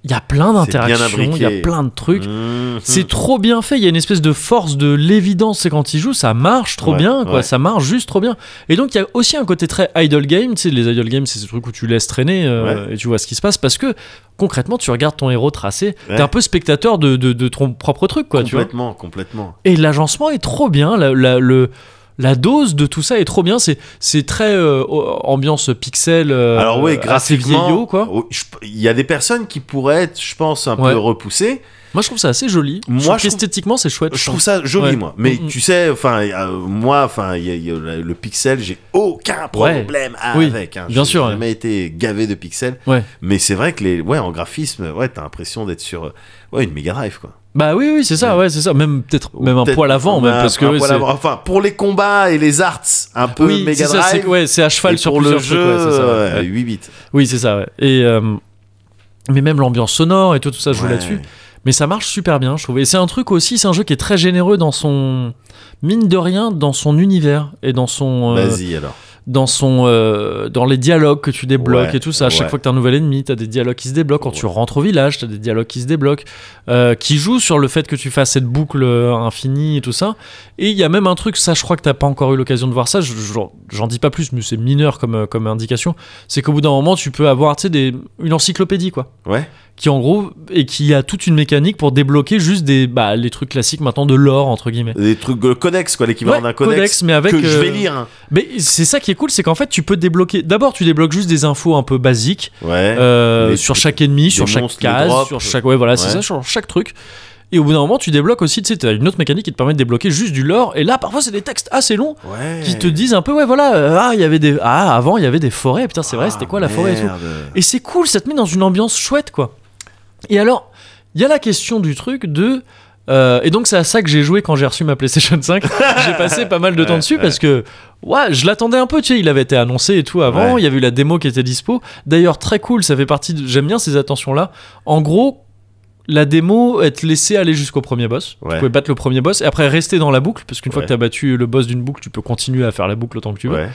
il y a plein
C'est bien
d'interactions, il y a
imbriqué.
plein de trucs.
Mhm.
C'est trop bien fait, il y a une espèce de force de l'évidence, c'est quand il joue, ça marche trop
Ouais,
bien, quoi,
ouais.
ça marche juste trop bien. Et donc il y a aussi un côté très idle game, tu sais, les idle games, c'est ce truc où tu laisses traîner euh, et tu vois ce qui se passe, parce que concrètement, tu regardes ton héros tracé,
Ouais.
t'es un peu spectateur de, de- de ton propre truc, quoi, tu vois.
complètement, complètement.
Et l'agencement est trop bien, la, la- le, la dose de tout ça est trop bien, c'est, c'est très euh, ambiance pixel, euh,
Alors oui,
assez
graphiquement,
vieillot, quoi.
oui, je- il y a des personnes qui pourraient être, je pense, un
Ouais.
peu repoussées.
Moi je trouve ça assez joli,
Moi,
je trouve
je trouve-
qu'esthétiquement c'est chouette.
Je trouve ça joli,
Ouais.
moi. Mais
Mhm.
tu sais, enfin, euh, moi, enfin, il y a- il y a le le pixel, j'ai aucun problème
Oui,
avec. hein.
bien
J'ai-
sûr,
J'ai jamais été gavé de pixels.
Ouais.
Mais c'est vrai que les, ouais, en graphisme, ouais, t'as l'impression d'être sur, euh, ouais, une Mega Drive, quoi.
Bah oui, oui, c'est ça, ouais, c'est ça. Même peut-être même un
Peut-être-
poil avant, même
Ouais,
parce que
un
ouais,
poil
c'est-
avant. enfin, pour les combats et les arts, un peu
oui, c'est
Mega
ça, c'est
Drive.
ouais, c'est à cheval
et
sur
pour
plusieurs
le jeu,
trucs, ouais, c'est ça,
euh,
ouais.
8 bits.
Oui, c'est ça. ouais. Et euh, mais même l'ambiance sonore et tout, tout ça joue
Ouais.
là-dessus. Mais ça marche super bien, je trouve. Et c'est un truc aussi, c'est un jeu qui est très généreux dans son mine de rien, dans son univers et dans son euh,
Vas-y alors.
dans son euh, dans les dialogues que tu débloques
Ouais,
et tout ça à chaque
ouais.
fois que t'as un nouvel ennemi t'as des dialogues qui se débloquent quand tu rentres au village t'as des dialogues qui se débloquent euh, qui jouent sur le fait que tu fasses cette boucle euh, infinie et tout ça et il y a même un truc ça je crois que t'as pas encore eu l'occasion de voir ça je- je- j'en dis pas plus mais c'est mineur comme euh, comme indication c'est qu'au bout d'un moment tu peux avoir tu sais des une encyclopédie quoi
Ouais.
qui en gros et qui a toute une mécanique pour débloquer juste des bah les trucs classiques maintenant de l'or entre guillemets
Des trucs le codex quoi, l'équivalent
Ouais,
d'un codex,
mais avec
que je vais
euh,
lire. hein.
mais c'est ça qui est cool, c'est qu'en fait tu peux débloquer. D'abord, tu débloques juste des infos un peu basiques
Ouais.
euh,
les-
sur chaque ennemi, sur chaque
monstres, les
case,
drops. euh,
sur chaque. Ouais, voilà, c'est
Ouais.
ça, sur chaque truc. Et au bout d'un moment, tu débloques aussi, tu sais, t'as une autre mécanique qui te permet de débloquer juste du lore. Et là, parfois, c'est des textes assez longs
ouais.
qui te disent un peu, ouais, voilà, euh, ah, il y avait des. Ah, avant, il y avait des forêts, putain,
Ah,
c'est vrai, c'était quoi la forêt et tout. Et c'est cool, ça te met dans une ambiance chouette, quoi. Et alors, il y a la question du truc de. euh, et donc, c'est à ça que j'ai joué quand j'ai reçu ma PlayStation 5. j'ai passé pas mal de temps
Ouais,
dessus parce que. Ouais, je l'attendais un peu, tu sais, il avait été annoncé et tout avant,
Ouais.
il y avait eu la démo qui était dispo. D'ailleurs, très cool, ça fait partie de... J'aime bien ces attentions-là. En gros, la démo, elle te laissait aller jusqu'au premier boss. Tu
Ouais.
pouvais battre le premier boss et après rester dans la boucle, parce qu'une fois
Ouais.
que t'as battu le boss d'une boucle, tu peux continuer à faire la boucle autant que tu veux.
Ouais.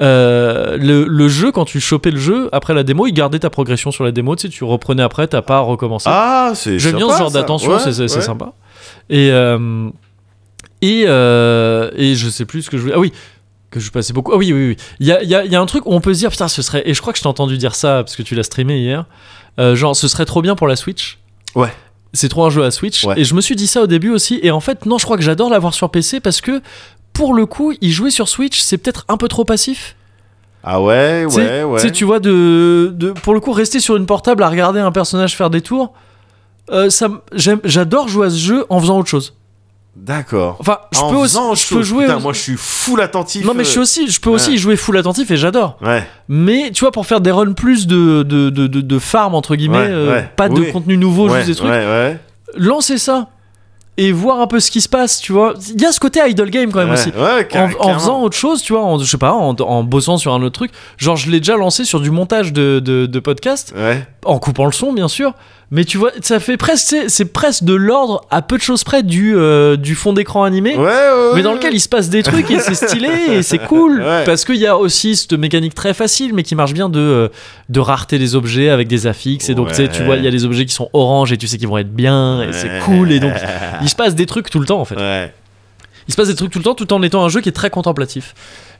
Euh, le, le jeu, quand tu chopais le jeu, après la démo, il gardait ta progression sur la démo, tu sais, tu reprenais après, t'as pas à recommencer.
Ah, c'est
J'aime bien
sympa,
ce genre
ça.
d'attention,
Ouais,
c'est c'est- c'est
ouais.
sympa. Et, euh, et, euh, et je sais plus ce que je voulais. Ah oui! Que je passais beaucoup. Ah oui, oui, oui. Il y a, il y a- il y a un truc où on peut se dire, putain, ce serait. Et je crois que je t'ai entendu dire ça parce que tu l'as streamé hier. Euh, genre, ce serait trop bien pour la Switch.
Ouais.
C'est trop un jeu à Switch.
Ouais.
Et je me suis dit ça au début aussi. Et en fait, non, je crois que j'adore l'avoir sur PC parce que pour le coup, y jouer sur Switch, c'est peut-être un peu trop passif.
Ah ouais,
Tu sais-
ouais,
tu sais,
ouais.
tu vois, de, de, pour le coup, rester sur une portable à regarder un personnage faire des tours, euh, ça m- j'aime- j'adore jouer à ce jeu en faisant autre chose.
D'accord.
Enfin, je
En
peux, aussi,
faisant autre
je peux
chose.
jouer.
Putain,
aux-
moi je suis full attentif.
non, mais je, suis
euh.
aussi, je peux aussi
Ouais.
y jouer full attentif et j'adore.
Ouais.
Mais tu vois, pour faire des runs plus de, de, de, de, de farm, entre guillemets,
Ouais,
euh,
ouais.
pas de
Oui.
contenu nouveau,
ouais,
juste des trucs,
Ouais, ouais.
lancez ça et voir un peu ce qui se passe, tu vois. Il y a ce côté idle game quand même
ouais,
aussi.
ouais,
en,
car-
en
carrément.
faisant autre chose, tu vois, en, je sais pas, en, en bossant sur un autre truc. Genre, je l'ai déjà lancé sur du montage de, de, de podcast
Ouais.
en coupant le son bien sûr mais tu vois ça fait presque c'est- c'est presque de l'ordre à peu de choses près du euh, du fond d'écran animé
Ouais, ouais,
mais
ouais,
dans lequel il se passe des trucs et c'est stylé et c'est cool
Ouais.
parce qu'il y a aussi cette mécanique très facile mais qui marche bien de euh, de rareté des objets avec des affixes et donc tu sais, tu
Ouais.
vois il y a des objets qui sont orange et tu sais qu'ils vont être bien et c'est
Ouais.
cool et donc il se passe des trucs tout le temps en fait
Ouais.
il se passe des trucs tout le temps tout en étant un jeu qui est très contemplatif.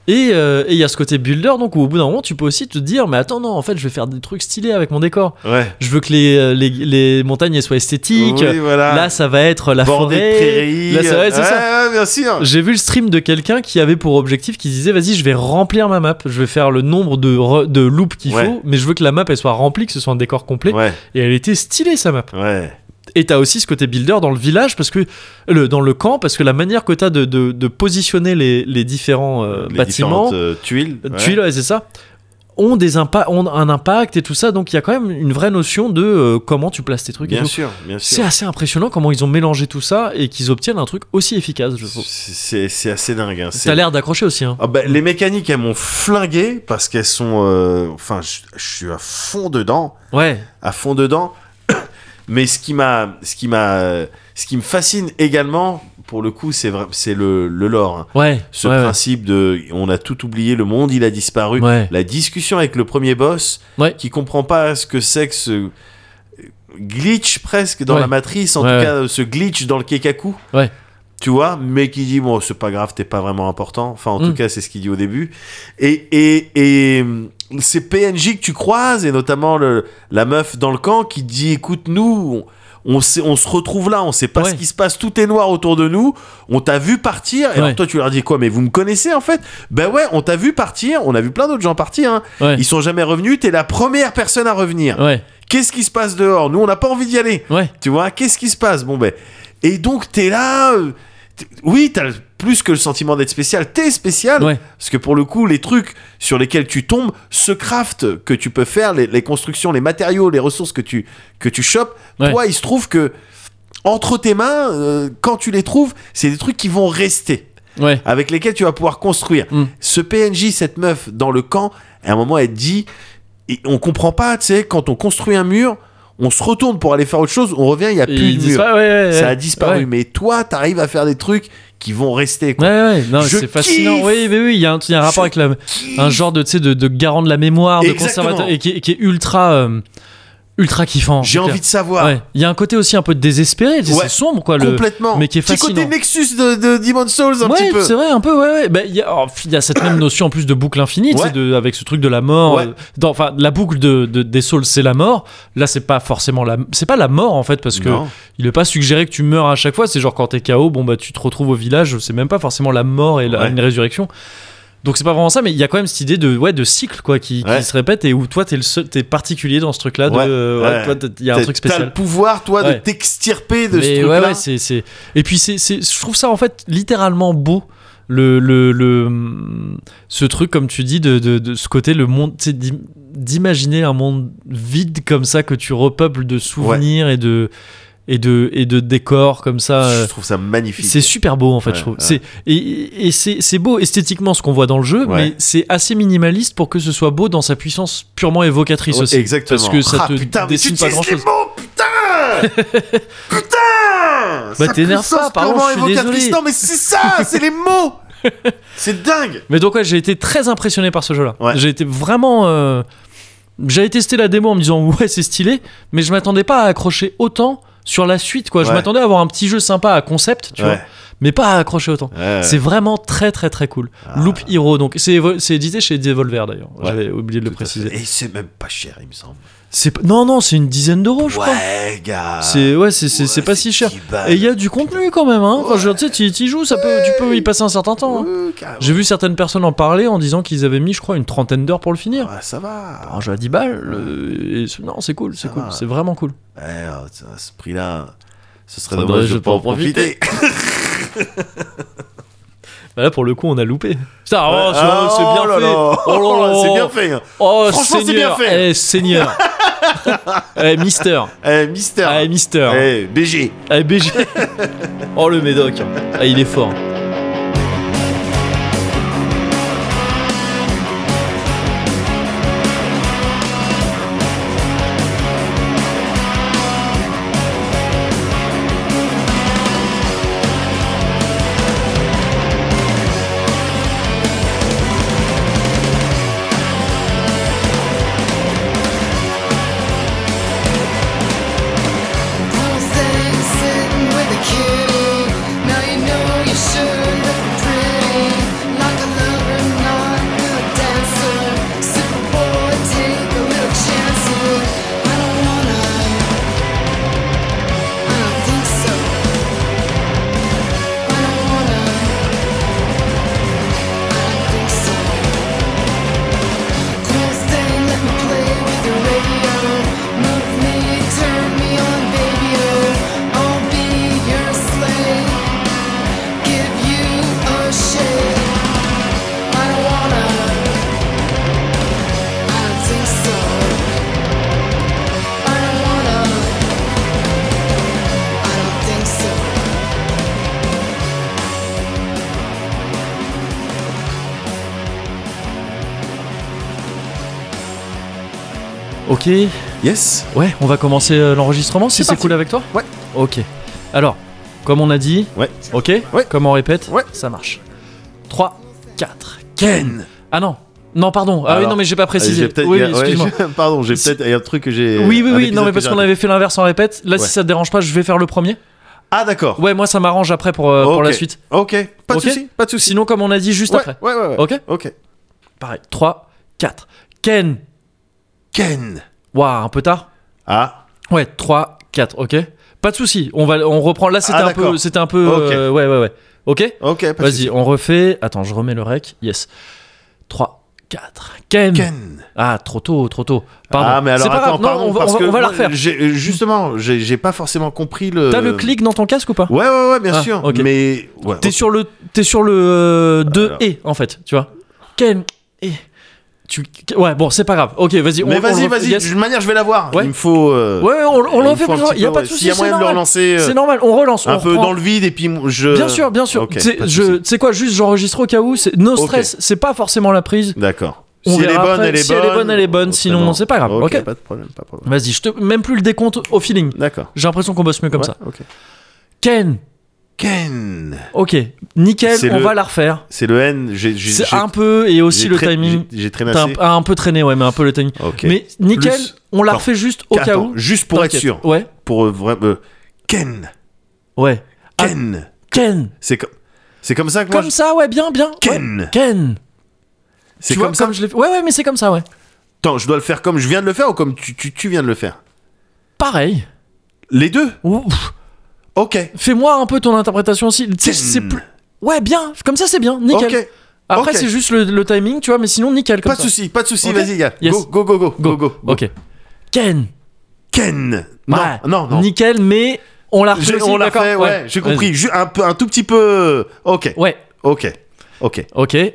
Et euh, et il y a ce côté builder, donc où au bout d'un moment tu peux aussi te dire, mais attends, non, en fait je vais faire des trucs stylés avec mon décor.
Ouais.
Je veux que les, euh, les, les montagnes elles soient esthétiques.
Oui, voilà.
Là ça va être la
Bordée de
forêt.
prairies.
Là, ça va être- c'est
ouais,
ça.
ouais, bien sûr.
J'ai vu le stream de quelqu'un qui avait pour objectif qui disait vas-y je vais remplir ma map, je vais faire le nombre de, re- de loops qu'il
Ouais.
faut, mais je veux que la map elle soit remplie, que ce soit un décor complet.
Ouais,
Et elle était stylée sa map.
ouais.
Et t'as aussi ce côté builder dans le village, parce que le, dans le camp, parce que la manière que t'as de, de, de positionner les, les différents euh,
Les
bâtiments,
différentes, euh, tuiles. ouais.
tuiles, ouais, c'est ça, ont, des impa- ont un impact et tout ça. Donc il y a quand même une vraie notion de euh, comment tu places tes trucs. et
Bien
tout.
sûr, bien
C'est
sûr.
assez impressionnant comment ils ont mélangé tout ça et qu'ils obtiennent un truc aussi efficace, je trouve.
C'est c'est assez dingue. hein. C'est-
T'as l'air d'accrocher aussi. Hein.
Ah bah, les mécaniques, elles m'ont flingué parce qu'elles sont. euh, Enfin, je je suis à fond dedans.
Ouais,
à fond dedans. Mais ce qui m'a, ce qui m'a, ce qui me fascine également, pour le coup, c'est vrai, c'est le, le lore. hein.
ouais.
Ce
ouais, ouais.
principe de, on a tout oublié, le monde, il a disparu.
Ouais.
La discussion avec le premier boss,
Ouais.
qui comprend pas ce que c'est que ce, glitch presque dans
Ouais.
la matrice, en
Ouais,
tout
ouais.
cas euh, ce glitch dans le kekaku.
Ouais.
Tu vois, mais qui dit bon, c'est pas grave, t'es pas vraiment important. Enfin, en
Mm.
tout cas, c'est ce qu'il dit au début. Et et et hum, ces PNJ que tu croises et notamment le, la meuf dans le camp qui dit écoute nous. On, on sait- on se retrouve là, on sait pas
Ouais.
ce qui se passe, tout est noir autour de nous, on t'a vu partir, et alors
Ouais.
toi tu leur dis quoi, mais vous me connaissez en fait Ben ouais, on t'a vu partir, on a vu plein d'autres gens partir, hein.
Ouais.
ils sont jamais revenus, t'es la première personne à revenir.
Ouais,
Qu'est-ce qui se passe dehors Nous, on n'a pas envie d'y aller.
ouais,
Tu vois, qu'est-ce qui se passe Bon, ben. Et donc, t'es là. euh, t'es- Oui, t'as le- plus que le sentiment d'être spécial. T'es spécial.
ouais,
Parce que pour le coup, les trucs sur lesquels tu tombes, ce craft que tu peux faire, les, les constructions, les matériaux, les ressources que tu, que tu chopes,
Ouais.
toi, il se trouve que. Entre tes mains, euh, quand tu les trouves, c'est des trucs qui vont rester,
ouais.
avec lesquels tu vas pouvoir construire.
Mm.
Ce PNJ, cette meuf dans le camp, à un moment, elle dit et on comprend pas, tu sais, quand on construit un mur, on se retourne pour aller faire autre chose, on revient, il y a
Et
plus
ils
de
disent
mur.
pas, ouais, ouais,
Ça
ouais.
a disparu,
Ouais.
mais toi, t'arrives à faire des trucs qui vont rester.
Ouais,
Quoi.
ouais, non, mais
Je
c'est fascinant.
kiffe.
Oui, mais oui, il y a un, il y a un
Je
rapport avec la, un genre de, tu sais, de, de garant de la mémoire, de
Exactement.
conservateur, et qui, est- qui est ultra, euh, ultra kiffant. en
J'ai
tout cas.
envie de savoir
Ouais. Il y a un côté aussi un peu désespéré, tu sais,
Ouais,
c'est sombre, quoi. Le...
complètement.
mais qui est
Petit côté
fascinant.
Nexus de, de Demon's Souls un
ouais,
petit peu.
c'est vrai, un peu, ouais, ouais. Bah, il y, a- alors, il y a cette même notion en plus de boucle infinie, tu sais,
Ouais.
de- avec ce truc de la mort.
Ouais.
euh, dans- Enfin, la boucle de, de- des souls, c'est la mort. Là, c'est pas forcément la, c'est pas la mort en fait, parce que
Non.
il est pas suggéré que tu meurs à chaque fois. C'est genre quand t'es KO, bon bah tu te retrouves au village. C'est même pas forcément la mort et la,
Ouais.
une résurrection. Donc c'est pas vraiment ça, mais il y a quand même cette idée de ouais de cycle quoi qui, qui
Ouais.
se répète et où toi t'es le seul, t'es particulier dans ce euh, truc là.
Ouais, ouais.
il y a un truc
T'as- T'as le
spécial.
pouvoir, toi, de
Ouais.
t'extirper de ce
Mais
truc-là.
ouais, ouais, c'est, c'est... Et puis c'est, c'est- je trouve ça en fait littéralement beau. Le, le, le- ce truc, comme tu dis, de, de, de ce côté, le monde, tu sais, d'im- d'imaginer un monde vide comme ça que tu repeuples de souvenirs et, de, et, de, et de décors comme ça. euh,
Je trouve ça magnifique.
c'est super beau en fait,
Ouais,
je trouve.
ouais.
C'est, et et c'est, c'est beau esthétiquement ce qu'on voit dans le jeu,
Ouais.
mais c'est assez minimaliste pour que ce soit beau dans sa puissance purement évocatrice
Ouais,
aussi.
Exactement.
Parce que ça
Ah,
te
putain, mais tu
dessine pas
utilises les
grand-chose.
mots, putain Putain
Bah,
Sa
t'énerve
puissance
pas, pardon,
purement
je suis
évocatrice.
désolé.
Non, mais c'est ça, c'est les mots C'est dingue
Mais donc ouais, j'ai été très impressionné par ce jeu-là.
Ouais.
J'ai été vraiment... euh, J'avais testé la démo en me disant ouais c'est stylé, mais je m'attendais pas à accrocher autant sur la suite quoi. Je
Ouais.
m'attendais à avoir un petit jeu sympa à concept, tu vois,
Ouais. Euh.
mais pas à accrocher autant.
Ouais.
C'est vraiment très très très cool. Loop Hero donc c'est évo- c'est édité chez Devolver d'ailleurs.
Ah. Ouais.
J'avais oublié de le
Tout à fait.
préciser.
Et c'est même pas cher, il me semble.
C'est p- non non c'est une dizaine d'euros je crois.
Ouais, gars.
C'est ouais c'est c'est- c'est
Ouais,
pas si cher.
10 balles.
Et il y a du contenu quand même hein. Enfin, je veux dire, tu sais tu y joues ça peut tu peux y passer un certain temps. hein.
Ouais, carrément.
J'ai vu certaines personnes en parler en disant qu'ils avaient mis, je crois, une trentaine d'heures pour le finir.
Ouais, ça va.
Un jeu à 10 balles, bah, le- et c'est- non, c'est cool, c'est
Ça
cool,
va.
c'est vraiment cool.
Ouais, alors, tiens, à ce prix-là, ce
Ça
serait dommage
dommage
de
de
pas en profiter.
Bah là, pour le coup, on a loupé. Putain, oh, c'est-
Ah,
c'est bien
oh là
fait.
là.
Oh là là.
C'est bien fait. hein.
Oh,
Franchement, c'est
Seigneur.
bien fait.
Eh, Seigneur. Eh, Mister.
Eh, Mister.
Eh, Mister.
Eh, BG.
Eh, BG. oh, le médoc. Ah, il est fort. Ok,
Yes.
ouais, on va commencer euh, l'enregistrement si
C'est
c'est
parti.
cool avec toi
Ouais.
Ok. Alors, comme on a dit.
Ouais.
Ok
Ouais.
Comme on répète
Ouais.
Ça marche. 3, 4.
Ken.
Ah non Non, pardon. Ah oui,
Alors,
non, mais j'ai pas précisé.
J'ai peut-être-
Oui,
ouais,
excuse-moi.
j'ai- Pardon, j'ai
Si-
peut-être il y a un truc que j'ai.
Oui, oui,
un
oui.
épisode
Non, mais
que
parce
j'ai
qu'on
raté.
avait fait l'inverse en répète. Là,
Ouais.
si ça te dérange pas, je vais faire le premier.
Ah d'accord.
Ouais, moi, ça m'arrange après pour, euh, pour la
Ok.
suite.
Ok. Pas de
Ok.
souci. Pas de souci.
Sinon, comme on a dit juste
Ouais,
après.
ouais, ouais, ouais.
Ok
Ok.
Pareil. 3, 4. Ken.
Ken.
Waouh, un peu tard.
Ah.
Ouais, 3, 4. Ok. Pas de souci. On, va, on reprend. Là, c'était
Ah,
un peu.
d'accord.
C'était un peu.
Ok.
euh, ouais, ouais, ouais. Ok
Ok. pas de souci.
Vas-y, on refait. Attends, je remets le rec. Yes. 3, 4. Ken.
Ken.
Ah, trop tôt, trop tôt. Pardon.
Ah mais alors
C'est pas
attends,
grave. Non,
pardon,
on va,
parce
on va-
que
on va la
moi,
refaire.
j'ai- euh, Justement, j'ai j'ai pas forcément compris le.
T'as le clic dans ton casque ou pas
Euh, Ouais, ouais, ouais, bien
Ah,
sûr.
ok.
Mais ouais,
T'es
ok.
sur le t'es sur le 2 et en fait, tu vois. Ken et tu ouais bon c'est pas grave. Ok vas-y. on-
Mais
on
vas-y,
le-
vas-y.
yes.
De toute manière, je vais la voir.
Ouais.
Il me faut. euh,
Ouais on, on
il
l'en
me
fait
faut un
plus.
petit
Il y a
peu,
pas
ouais.
de souci.
S'il y a
c'est
moyen de le
normal.
relancer. euh,
C'est normal. On relance.
Un
on
peu
reprend.
dans le vide et puis je.
Bien sûr bien sûr.
Ok,
C'est-
pas de
je
souci.
c'est quoi juste j'enregistre au cas où. C'est no stress. C'est pas forcément la prise.
D'accord.
On
si elle est
verra
bonne,
après.
elle est
Si
bonne.
elle est bonne, elle est bonne,
Oh,
sinon,
très bon.
c'est pas grave, ok.
Pas de problème, pas de problème.
Vas-y je te même plus le décompte au feeling.
D'accord.
J'ai l'impression qu'on bosse mieux comme
Ouais,
ça.
ok.
Ken.
Ken.
Ok nickel.
C'est
On
le-
va la refaire.
C'est le N. J'ai j'ai-
C'est
j'ai-
un peu et aussi
j'ai
le
tra-
timing.
j'ai- J'ai
T'as
traînassé.
un, un peu traîné ouais mais un peu le timing.
Ok.
Mais nickel,
Plus-
on la
Attends.
refait juste au cas
Attends,
où.
Juste pour être
T'inquiète.
sûr.
Ouais,
Pour euh, vraiment. euh, Ken.
ouais. Ah.
Ken.
Ken.
C'est comme. C'est comme ça que moi.
Comme ça, ouais, bien, bien. ouais.
Ken.
Ken.
je- C'est
Tu vois,
comme ça.
je l'ai fait. Ouais, ouais, mais c'est comme ça, ouais.
Attends, je dois le faire comme je viens de le faire ou comme tu, tu, tu viens de le faire
Pareil.
Les deux
Ouf.
Ok.
Fais-moi un peu ton interprétation aussi. Tu sais,
Ken.
c'est plus- Ouais, bien. Comme ça, c'est bien. Nickel.
Ok.
Après,
ok.
c'est juste le, le timing, tu vois, mais sinon, nickel. Comme
Pas de
ça.
souci, pas de souci,
Ok.
vas-y, gars.
Yes.
Go, go, go, go, go, go.
Ok. Ken.
Ken. Non,
Ouais.
non, non.
Nickel, mais on la refait.
J'ai-
aussi,
on l'a
d'accord
fait, ouais, j'ai
Vas-y.
compris. Ju- un, peu, un tout petit peu. Ok,
Ouais,
ok, ok.
ok.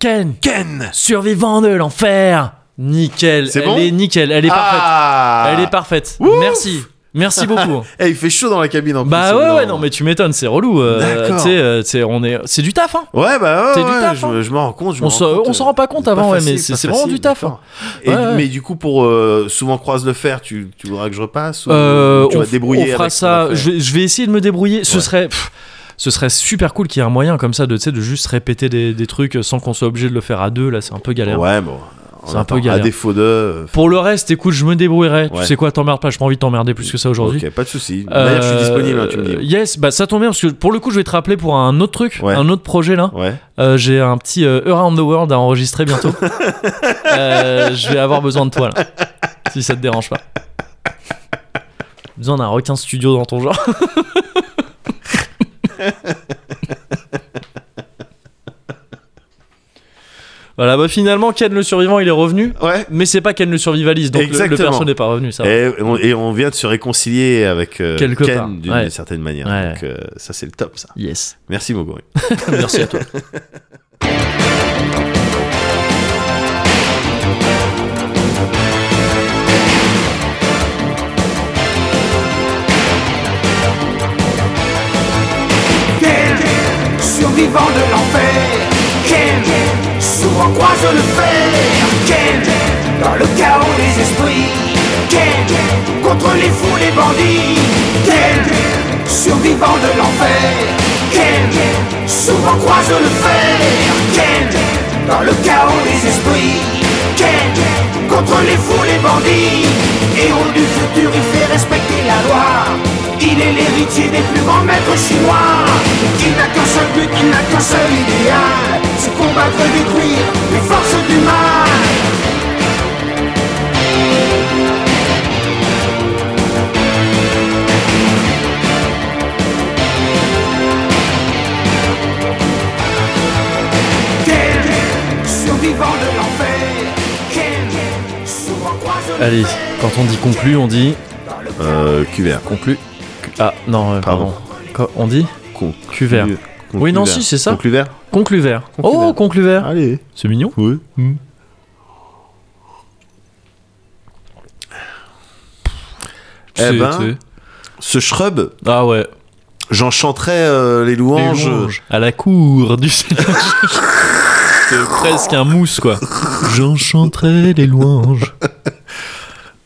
Ken.
Ken
Survivant de l'enfer. Nickel.
C'est
Elle
bon
est nickel. Elle est parfaite.
ah
Elle est parfaite.
Ouf
Merci. Merci beaucoup.
Eh, il fait chaud dans la cabine en
bah
plus.
ouais,
au bout
ouais,
d'un
non,
moment.
mais tu m'étonnes, c'est relou. euh,
D'accord.
tu sais, euh, tu sais, on est, c'est du taf, hein.
Ouais, bah
C'est
ouais,
du
ouais,
taf,
je,
hein.
je m'en rends compte. je
On
m'en
se-
rends
on
compte,
s'en rend pas
euh,
compte avant, ouais, mais
facile,
c'est-
pas
c'est vraiment
facile,
du taf, hein.
d'accord. Et,
Ouais, ouais.
Mais du coup, pour euh, souvent croise le fer, tu, tu voudras que je repasse ou
Euh,
tu
on,
vas te débrouiller
on fera
avec ce qu'on a
ça.
fait
Je vais, je vais essayer de me débrouiller. Ce
Ouais.
serait, pff, ce serait super cool qu'il y ait un moyen comme ça de, tu sais, de juste répéter des, des trucs sans qu'on soit obligé de le faire à deux. Là, c'est un peu galère.
Ouais, bon. on
hein. C'est un peu
attend. À
galère.
défaut de. euh,
Pour le reste, écoute, je me débrouillerai. Tu
Ouais.
sais quoi, t'emmerdes pas. J'ai pas envie de t'emmerder plus que ça aujourd'hui.
Ok, pas de souci. D'ailleurs, je suis
Euh,
disponible, hein, tu me dis.
Yes, bah ça tombe bien parce que pour le coup, je vais te rappeler pour un autre truc,
Ouais.
un autre projet là.
Ouais.
Euh, j'ai un petit euh, Around the World à enregistrer bientôt. Euh, je vais avoir besoin de toi là. Si ça te dérange pas. J'ai Besoin d'un requin studio dans ton genre. voilà, bah finalement, Ken le survivant il est revenu.
Ouais.
Mais c'est pas Ken le survivaliste, donc le- le,
Exactement.
perso n'est pas revenu, ça. va.
Et on, et on vient de se réconcilier avec euh,
Quelque part,
Ken d'une
ouais.
certaine manière.
Ouais.
Donc euh, ça c'est le top ça.
Yes.
Merci Mogori.
Merci à toi.
Ken, survivant de l'enfer. Ken, souvent croise le fer. Ken, dans le chaos des esprits. Ken, contre les fous, les bandits. Ken, survivant de l'enfer. Ken, souvent croise le fer. Ken, dans le chaos des esprits. Ken, contre les fous, les bandits. Héros du futur, il fait respecter la loi. Il est l'héritier des plus grands maîtres chinois. Il n'a qu'un seul but, il n'a qu'un seul idéal. C'est combattre et détruire les forces du mal. Ken, survivant de l'enfer. Ken, souvent croise le
Allez, quand on dit conclu, on dit.
Euh, Cuvert.
Conclu. Ah, non, euh, pardon.
Pardon.
Quand on dit Cuvert. Oui, non, si, c'est ça.
Concluvert.
Conclu vert.
Conclu
Oh,
vert.
conclu vert.
Allez.
C'est mignon.
Oui. Eh
C'est-
ben,
c'est-
Ce shrub,
Ah ouais.
j'en chanterai euh, les
Les
louanges.
louanges. À la cour du Seigneur. C'est presque un mousse, quoi. J'enchanterai les louanges.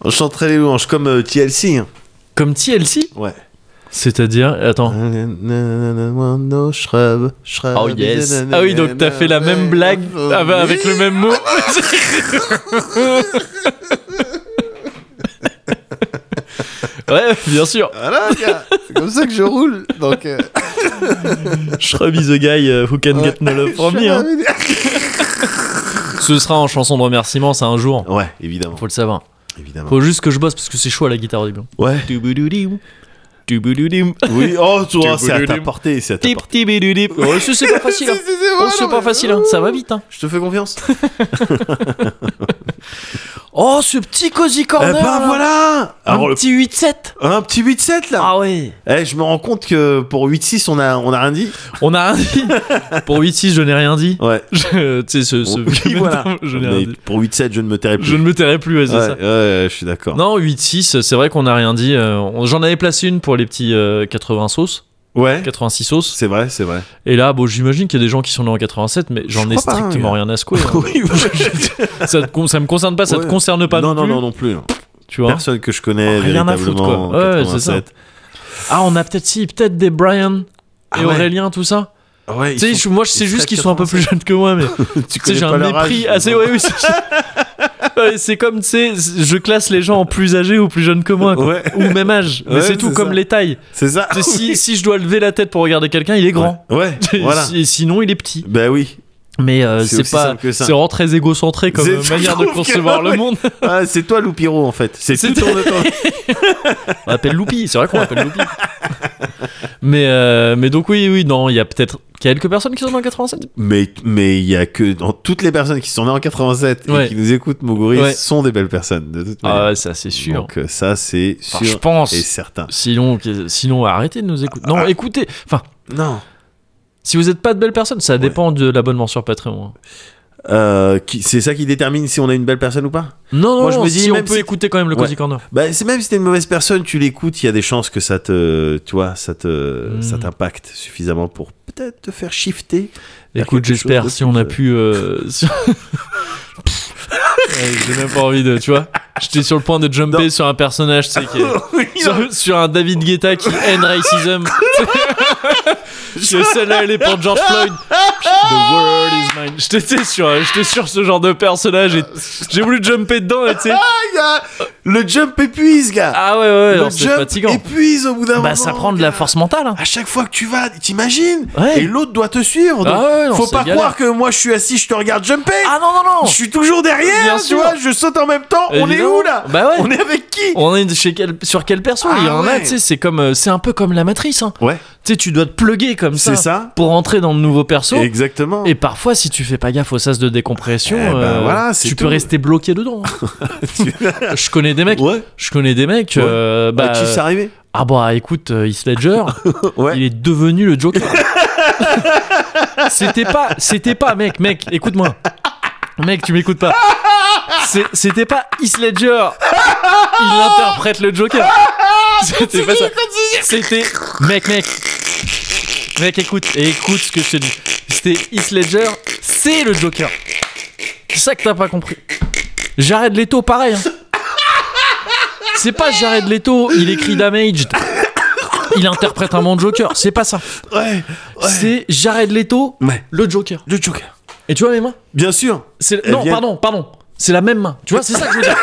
J'en chanterai les louanges comme euh, TLC. hein.
Comme TLC
Ouais.
C'est-à-dire, attends.
No shrub, shrub.
Oh yes. Ah oui, donc t'as fait la même blague ah bah, avec le même mot. ouais, bien sûr.
Voilà, gars, c'est comme ça que je roule. Donc, euh,
Shrub is the guy euh, who can
ouais.
get no love from
Je
me.
suis
hein.
ravi de-
Ce sera en chanson de remerciement, ça un jour.
Ouais, évidemment,
Faut le savoir.
évidemment.
Faut juste que je bosse parce que c'est chaud à la guitare au début.
Ouais.
Douboudoudou. Douboudoudou.
Oui, oh, tu vois, c'est à ta
Tiboudoudim.
portée, c'est à ta
Tip,
portée.
tibidoudip. Oh, ce, c'est pas facile. hein. Oh, c'est pas facile, hein. ça va vite. hein.
Je te fais confiance.
Oh, ce petit cozy
Eh
corner.
ben
là.
voilà Alors,
Un
le-
petit 8-7.
un petit 8-7 là
Ah ouais.
Eh, je me rends compte que pour 8-6, on a, on a rien dit.
On a rien dit. Pour 8-6, je n'ai rien dit.
Ouais.
Je- Tu sais, ce. ce-
Oui, voilà.
je n'ai
Mais
rien dit.
Pour 8-7, je ne me tairai plus.
Je ne me tairai plus, ouais, c'est
ouais,
ça.
ouais, je suis d'accord.
Non, 8-6, c'est vrai qu'on n'a rien dit. Euh, on- J'en avais placé une pour les petits euh, 80 sauces,
Ouais,
86 sauces.
c'est vrai, c'est vrai.
Et là, bon, j'imagine qu'il y a des gens qui sont nés en 87, mais j'en
Je
ai
crois pas,
strictement rien à secouer. hein.
Oui,
ça, te con- ça me concerne pas, ça te
Ouais.
concerne pas
non, non,
plus,
non, non plus. non.
Tu vois
Personne que je connais
Rien à foutre,
véritablement.
quoi. Ouais,
en
c'est ça.
87.
Ah, on a peut-être si, peut-être des Brian et
Ah ouais.
Aurélien, tout ça.
Ah Ouais,
Tu sais,
ils sont-
je- moi, je
ils
sais juste
traitent
qu'ils sont un peu plus jeunes que moi, mais tu
tu
sais,
connais
j'ai
pas
un
leur âge,
mépris
ils
assez.
ont-
Ouais, oui, c'est- Ouais, c'est comme, tu sais, je classe les gens en plus âgés ou plus jeunes que moi, quoi.
Ouais,
ou même âge. Mais
Ouais,
c'est tout
c'est
comme
ça. Ah
les tailles.
c'est ça.
Tu sais, si, si je dois lever la tête pour regarder quelqu'un, il est grand.
Ouais,
Et
voilà.
si- sinon, il est petit.
Ben oui,
Mais euh,
C'est
c'est
aussi
pas.
simple que ça.
C'est vraiment très égocentré comme
C'est-
euh, manière de
je trouve que-
concevoir le
ouais.
monde.
Ah, c'est toi Loupiro en fait. C'est
C'est
tout autour de toi.
On l'appelle Loupi, c'est vrai qu'on l'appelle Loupi. mais, euh, mais donc, oui, oui, non, il y a peut-être quelques personnes qui sont dans le 87.
Mais mais il y a que dans toutes les personnes qui sont nées en 87
Ouais.
et qui nous écoutent, Moguri,
Ouais.
sont des belles personnes de toute manière.
Ah, ouais, ça, c'est sûr.
Donc euh, ça c'est
Enfin, je
sûr
pense.
et certain.
Sinon, que- sinon, arrêtez de nous écouter.
Ah.
Non, écoutez. Enfin,
Non.
si vous n'êtes pas de belles personnes, ça dépend de l'abonnement sur Patreon. hein.
Euh, qui- c'est ça qui détermine si on est une belle personne ou pas.
Non, non,
Moi, je
non,
me dis,
si on
même
peut
si-
écouter quand même le
Ouais.
Cozy Corner.
Bah c'est même si t'es une mauvaise personne, tu l'écoutes, il y a des chances que ça te, tu vois, ça te,
Hmm.
ça t'impacte suffisamment pour peut-être te faire shifter. Il y a
Écoute,
quelque chose de
j'espère si on a
plus,
pu. euh, si- Ouais, J'ai même pas envie de, tu vois. J'étais sur le point de jumper sur un personnage, tu sais, qui est- sur, sur un David Guetta qui haine racism. Je celle-là, elle est pour George Floyd. The world is mine. J'étais sur, j'étais sur ce genre de personnage et j'ai voulu jumper dedans, et tu sais.
Ah, gars, le jump épuise, gars.
Ah ouais, ouais,
le
alors c'est
jump
fatigant.
épuise au bout d'un moment.
Bah, ça prend de la
gars.
force mentale. hein.
À chaque fois que tu vas, t'imagines
Ouais.
Et l'autre doit te suivre. donc
Ah ouais, non,
faut
c'est
pas
galère.
croire que moi je suis assis, je te regarde jumper.
Ah non, non, non
Eh, je suis toujours derrière,
Bien
tu
sûr.
vois, je saute en même temps. On est
Évidemment.
où là
Bah ouais.
On est avec qui
On est chez quel- sur quel perso Il y
Ah
en a,
ouais.
tu sais, c'est comme, euh, c'est un peu comme la matrice. Hein.
Ouais,
Tu sais, tu dois te plugger comme ça,
c'est ça.
pour entrer dans le nouveau perso. Et...
Exactement.
parfois, si tu fais pas gaffe aux sas de décompression,
Eh ben
euh,
voilà, c'est
tu peux
tout.
rester bloqué dedans. hein. je connais des mecs.
Ouais.
Je connais des mecs.
Ouais.
euh, bah,
À qui c'est arrivé
ah bah écoute, euh, Heath Ledger,
Ouais.
il est devenu le Joker. c'était pas, c'était pas, mec, mec, écoute-moi. Mec, tu m'écoutes pas. C'est- C'était pas Heath Ledger. Il interprète le Joker. C'était pas ça. C'était, mec, mec, mec, écoute, et écoute ce que je te dis. C'était Heath Ledger, c'est le Joker. C'est ça que t'as pas compris. Jared Leto, pareil. hein. C'est pas Jared Leto, il écrit Damaged. Il interprète un bon Joker, c'est pas ça.
Ouais. Ouais.
C'est Jared Leto,
Ouais.
le Joker.
Le Joker.
Et tu vois mes mains
Bien sûr.
C'est-
Elle
Non,
vient-
pardon, pardon. C'est la même main. Tu vois, c'est ça que je veux dire.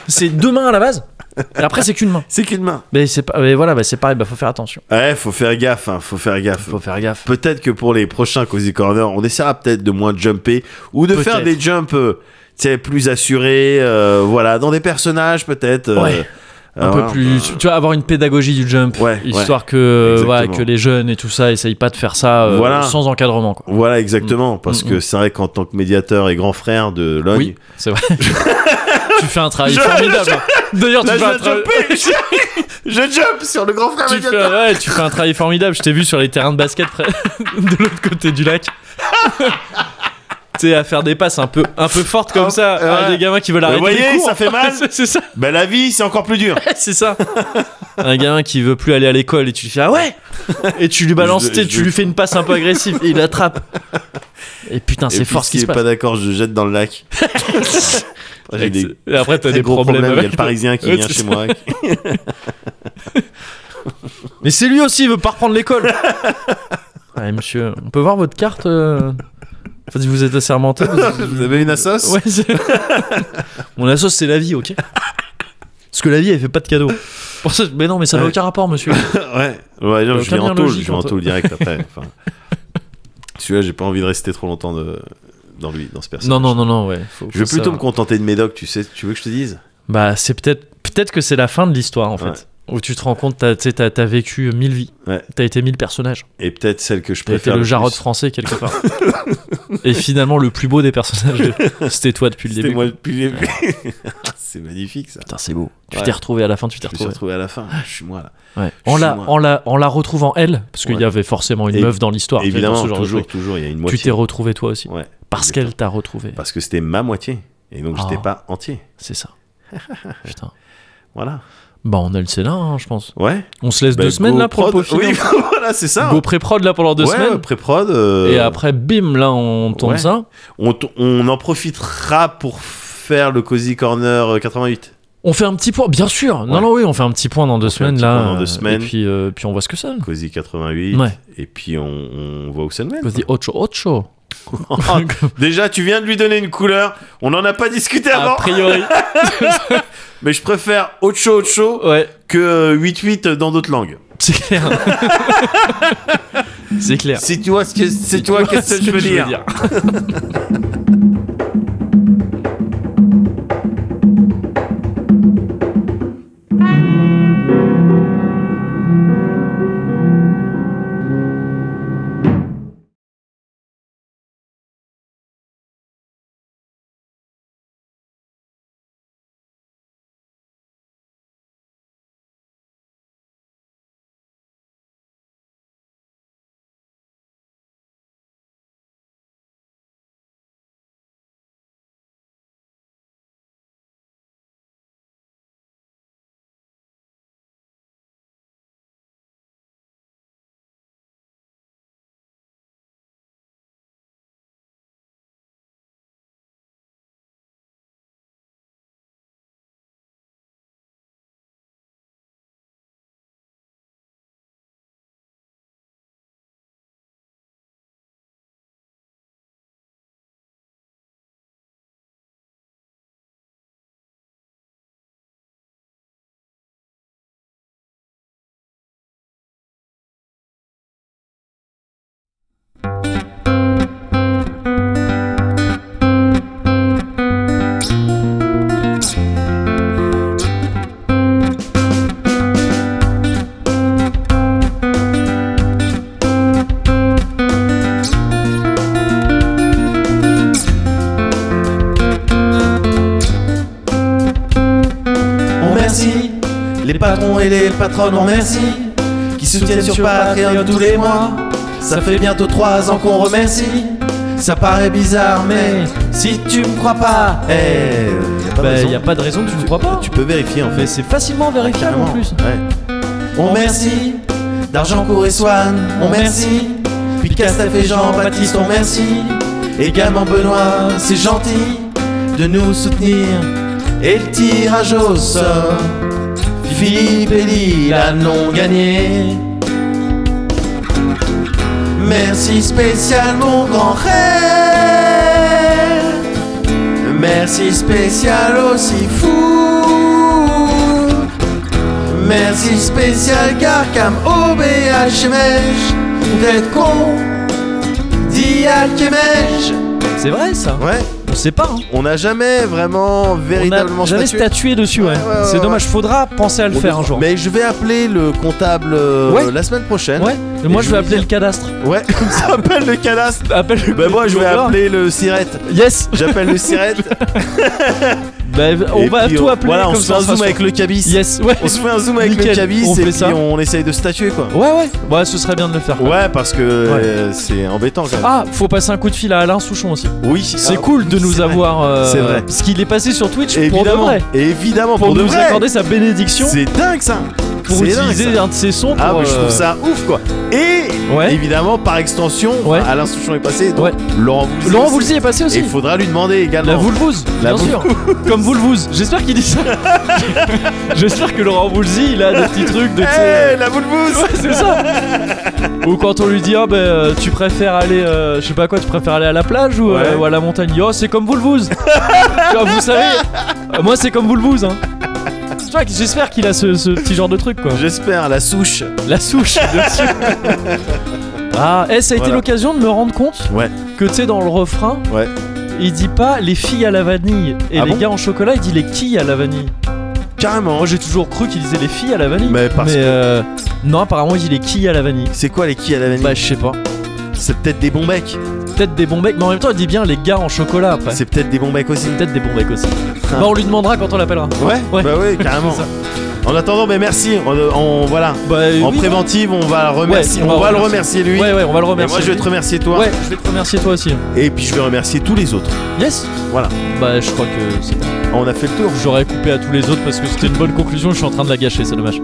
c'est deux mains à la base. Et après, c'est qu'une main.
C'est qu'une main.
Mais c'est pas. Mais voilà, bah, c'est pareil. Bah, faut faire attention.
Ouais, faut faire gaffe, hein, faut faire gaffe.
Faut faire gaffe.
Peut-être que pour les prochains Cozy Corner, on essaiera peut-être de moins jumper ou de faire
Peut-être.
des jumps euh, tu sais, plus assurés, euh, voilà, dans des personnages peut-être. euh,
Ouais.
euh,
Un peu
voilà.
plus. Tu tu vois, avoir une pédagogie du jump,
Ouais,
histoire que
Exactement.
voilà, que les jeunes et tout ça essayent pas de faire ça euh,
Voilà.
sans encadrement. Quoi.
Voilà, exactement, parce
Mm,
que c'est vrai qu'en tant que médiateur et grand frère de Logne,
Oui, c'est vrai. tu fais un travail formidable. D'ailleurs, tu
Là,
fais
je
un
vais
travail.
jumper, je- je jump sur le grand frère
tu fais,
médiateur.
ouais, tu fais un travail formidable. Je t'ai vu sur les terrains de basket près- de l'autre côté du lac. tu sais, à faire des passes un peu, un peu fortes comme
Hop,
ça à
Ah, ouais.
des gamins qui veulent
Vous
arrêter.
voyez,
les cours.
ça fait mal.
c'est c'est ça,
Bah, la vie, c'est encore plus dur.
c'est ça. un gamin qui veut plus aller à l'école et tu lui fais ah ouais Et tu lui balances,
Je-
tu sais,
je-
tu lui fais une passe un peu agressive et il attrape. Et putain,
Et
c'est
puis,
fort ce
si
qui
il
se
est
passe.
pas d'accord, je jette dans le lac. J'ai des
Et après, t'as
très
des
gros
problèmes.
problèmes. Il y a
avec-
le Parisien qui
Ouais,
vient
c'est
chez
ça.
moi.
Mais c'est lui aussi, il veut pas reprendre l'école. ouais, monsieur, on peut voir votre carte euh Enfin, si vous êtes assermenté. vous-
Vous avez une assoce
Ouais, c'est- Mon assos, c'est la vie, ok Parce que la vie, elle fait pas de cadeaux. Pour ça, mais non, mais ça n'a
Ouais.
aucun rapport, monsieur.
Ouais, ouais non,
aucun
je vais
lien
en taule,
logique
je vais en
entre-
taule direct après. enfin. Celui-là, j'ai pas envie de rester trop longtemps de... dans lui, dans ce personnage.
Non, non, non, non, ouais. faut-
Je vais
faut
plutôt
ça.
me contenter de Médoc, tu sais, tu veux que je te dise
Bah, c'est peut-être peut-être que c'est la fin de l'histoire, en fait.
Ouais.
Où tu te rends compte, t'as tu sais, t'as- t'as vécu mille vies.
Ouais.
T'as été mille personnages.
Et peut-être celle que je
T'as été
préfère.
le
plus.
Jarod français, quelque part. Et finalement, le plus beau des personnages, c'était toi depuis le
C'était
début.
moi depuis le début. c'est magnifique ça.
Putain, c'est beau. Tu
Ouais.
t'es retrouvé à la fin, tu t'es
Je me suis
retrouvé.
retrouvé à la fin. Je suis moi là.
Ouais.
Je
En,
suis
la,
moi.
en, la, en la retrouvant elle, parce qu'il
Ouais.
y avait forcément une
Et-
meuf dans l'histoire. tu sais, dans
Évidemment,
ce genre de
toujours,
truc.
toujours, il y a une
Tu
moitié.
t'es retrouvé toi aussi.
Ouais.
Parce
Exactement.
qu'elle t'a retrouvé.
Parce que c'était ma moitié. Et donc, j'étais
Ah.
pas entier.
C'est ça. Putain.
Voilà.
Bah, on a le Célin, hein, je pense.
Ouais.
On se laisse
Bah,
deux semaines là pour le
GoProd-
pot final.
Oui, voilà, c'est ça.
Go pré-prod là pendant deux
ouais,
semaines.
pré-prod. euh,
Et après, bim, là, on tourne
ouais.
ça.
On, t- on en profitera pour faire le Cozy Corner euh, 88.
On fait un petit point, bien sûr. Non,
Ouais.
non, oui, on fait un petit point dans deux
fait un
semaines
petit
là.
point dans deux
euh,
semaines.
Et puis, euh, puis on voit ce que ça.
Cozy 88.
Ouais.
Et puis, on, on voit où ça nous mène.
On se dit ocho, ocho.
Oh, Déjà, tu viens de lui donner une couleur. On n'en a pas discuté avant.
A priori.
Mais je préfère Ocho Ocho
ouais.
que 8-8 dans d'autres langues.
C'est clair. C'est clair.
Si tu vois ce que, si tu vois qu'est-ce que je veux dire.
On remercie les patrons et les patronnes, on remercie qui soutiennent sur Patreon tous les mois. Ça fait bientôt trois ans qu'on remercie. Ça paraît bizarre, mais si tu me crois pas, eh, ben, y a pas de
Bah,
raison.
y a pas de raison que tu ne crois pas.
Tu peux vérifier en
Mais
fait.
c'est facilement vérifiable en
Vraiment.
plus.
Ouais.
On remercie d'Argencourt et Swan, on remercie Puis Castaff et Jean-Baptiste, on remercie Également Benoît, c'est gentil de nous soutenir. Et le tirage au sort, Philippe et Lila l'ont gagné. Merci spécial mon grand frère. Merci spécial aussi fou. Merci spécial Garcam OBHMH E d'être con Dialkemej
C'est vrai ça
Ouais.
On sait pas. hein.
On n'a jamais vraiment
On a
véritablement
jamais
statué.
statué dessus, ouais.
Ouais, ouais, ouais,
c'est
ouais.
dommage, faudra penser à le
On
faire
devra-
un jour.
Mais je vais appeler le comptable euh,
Ouais.
la semaine prochaine.
Ouais, mais moi
Et
je
je
vais
lui
appeler
dis-
le cadastre.
Ouais. Ça appelle le cadastre.
Appelle le
Bah moi je vais
On verra.
appeler le sirette.
Yes
J'appelle le sirette.
Bah, On
Et
va
puis,
tout appeler.
Voilà, on
comme
se fait
ça,
un
sera
zoom
sûr.
avec le cabis.
Yes, ouais.
On se fait un zoom avec
Nickel.
le cabis
On
et
fait
puis
ça.
on essaye de statuer quoi.
Ouais, ouais. Ouais, ce serait bien de le faire. quoi.
Ouais, parce que euh, c'est embêtant quand même.
Ah, faut passer un coup de fil à Alain Souchon aussi.
oui,
C'est
Ah,
cool de nous
c'est vrai.
avoir. euh,
C'est vrai.
Parce qu'il est passé sur Twitch pour de
Évidemment,
vrai.
évidemment
Pour
de
nous
vrai.
accorder sa bénédiction.
C'est dingue ça.
pour
C'est dingue,
utiliser
ça.
un de ses sons.
Ah,
pour,
mais je
euh,
trouve ça ouf quoi. Et
Ouais.
évidemment, par extension,
Ouais.
à Alain Souchon est passé. Donc
Ouais.
Laurent Voulzy.
Laurent
aussi.
Voulzy est passé
Et
aussi.
il faudra lui demander également.
La Voulvouse,
La
bien sûr. Comme Voulvouse. J'espère qu'il dit ça. J'espère que Laurent Voulzy, il a des petits trucs de. tu sais, euh,
Eh, la Voulvouse
Ouais, c'est ça. ou quand on lui dit ah ben euh, tu préfères aller euh, je sais pas quoi tu préfères aller à la plage ou, euh,
Ouais.
ou à la montagne Il dit, oh c'est comme vous le vous vous savez euh, moi c'est comme vous le vous hein. Tu vois, J'espère qu'il a ce, ce petit genre de truc quoi.
J'espère, la souche.
La souche bien sûr. Ah eh, ça a été
Voilà.
l'occasion de me rendre compte
Ouais.
que tu sais dans le refrain
Ouais.
il dit pas les filles à la vanille et
Ah
les
bon
gars en chocolat il dit les qui à la vanille.
Carrément.
Moi j'ai toujours cru qu'il disait les filles à la vanille.
Mais parce que-
euh, non apparemment il dit les qui à la vanille.
C'est quoi les qui à la vanille
Bah je sais pas.
C'est peut-être des bons becs.
peut-être des bons mecs, mais en même temps, il dit bien les gars en chocolat après.
C'est peut-être des bons becs aussi.
C'est peut-être des bons mecs aussi.
Ah.
Bah, on lui demandera quand on l'appellera.
Ouais,
Ouais.
Bah ouais, carrément.
C'est ça.
En attendant, mais merci. On, on- voilà.
Bah, euh,
en
oui,
préventive, on va le remercier.
Ouais,
on, va le remercier lui.
Ouais, ouais, on va le
Et
remercier.
moi, je vais te remercier toi.
Ouais, je vais te remercier toi aussi.
Et puis, je vais remercier tous les autres.
Yes
Voilà.
Bah, je crois que c'est bon.
On a fait le tour.
J'aurais coupé à tous les autres parce que c'était une bonne conclusion, je suis en train de la gâcher, c'est dommage.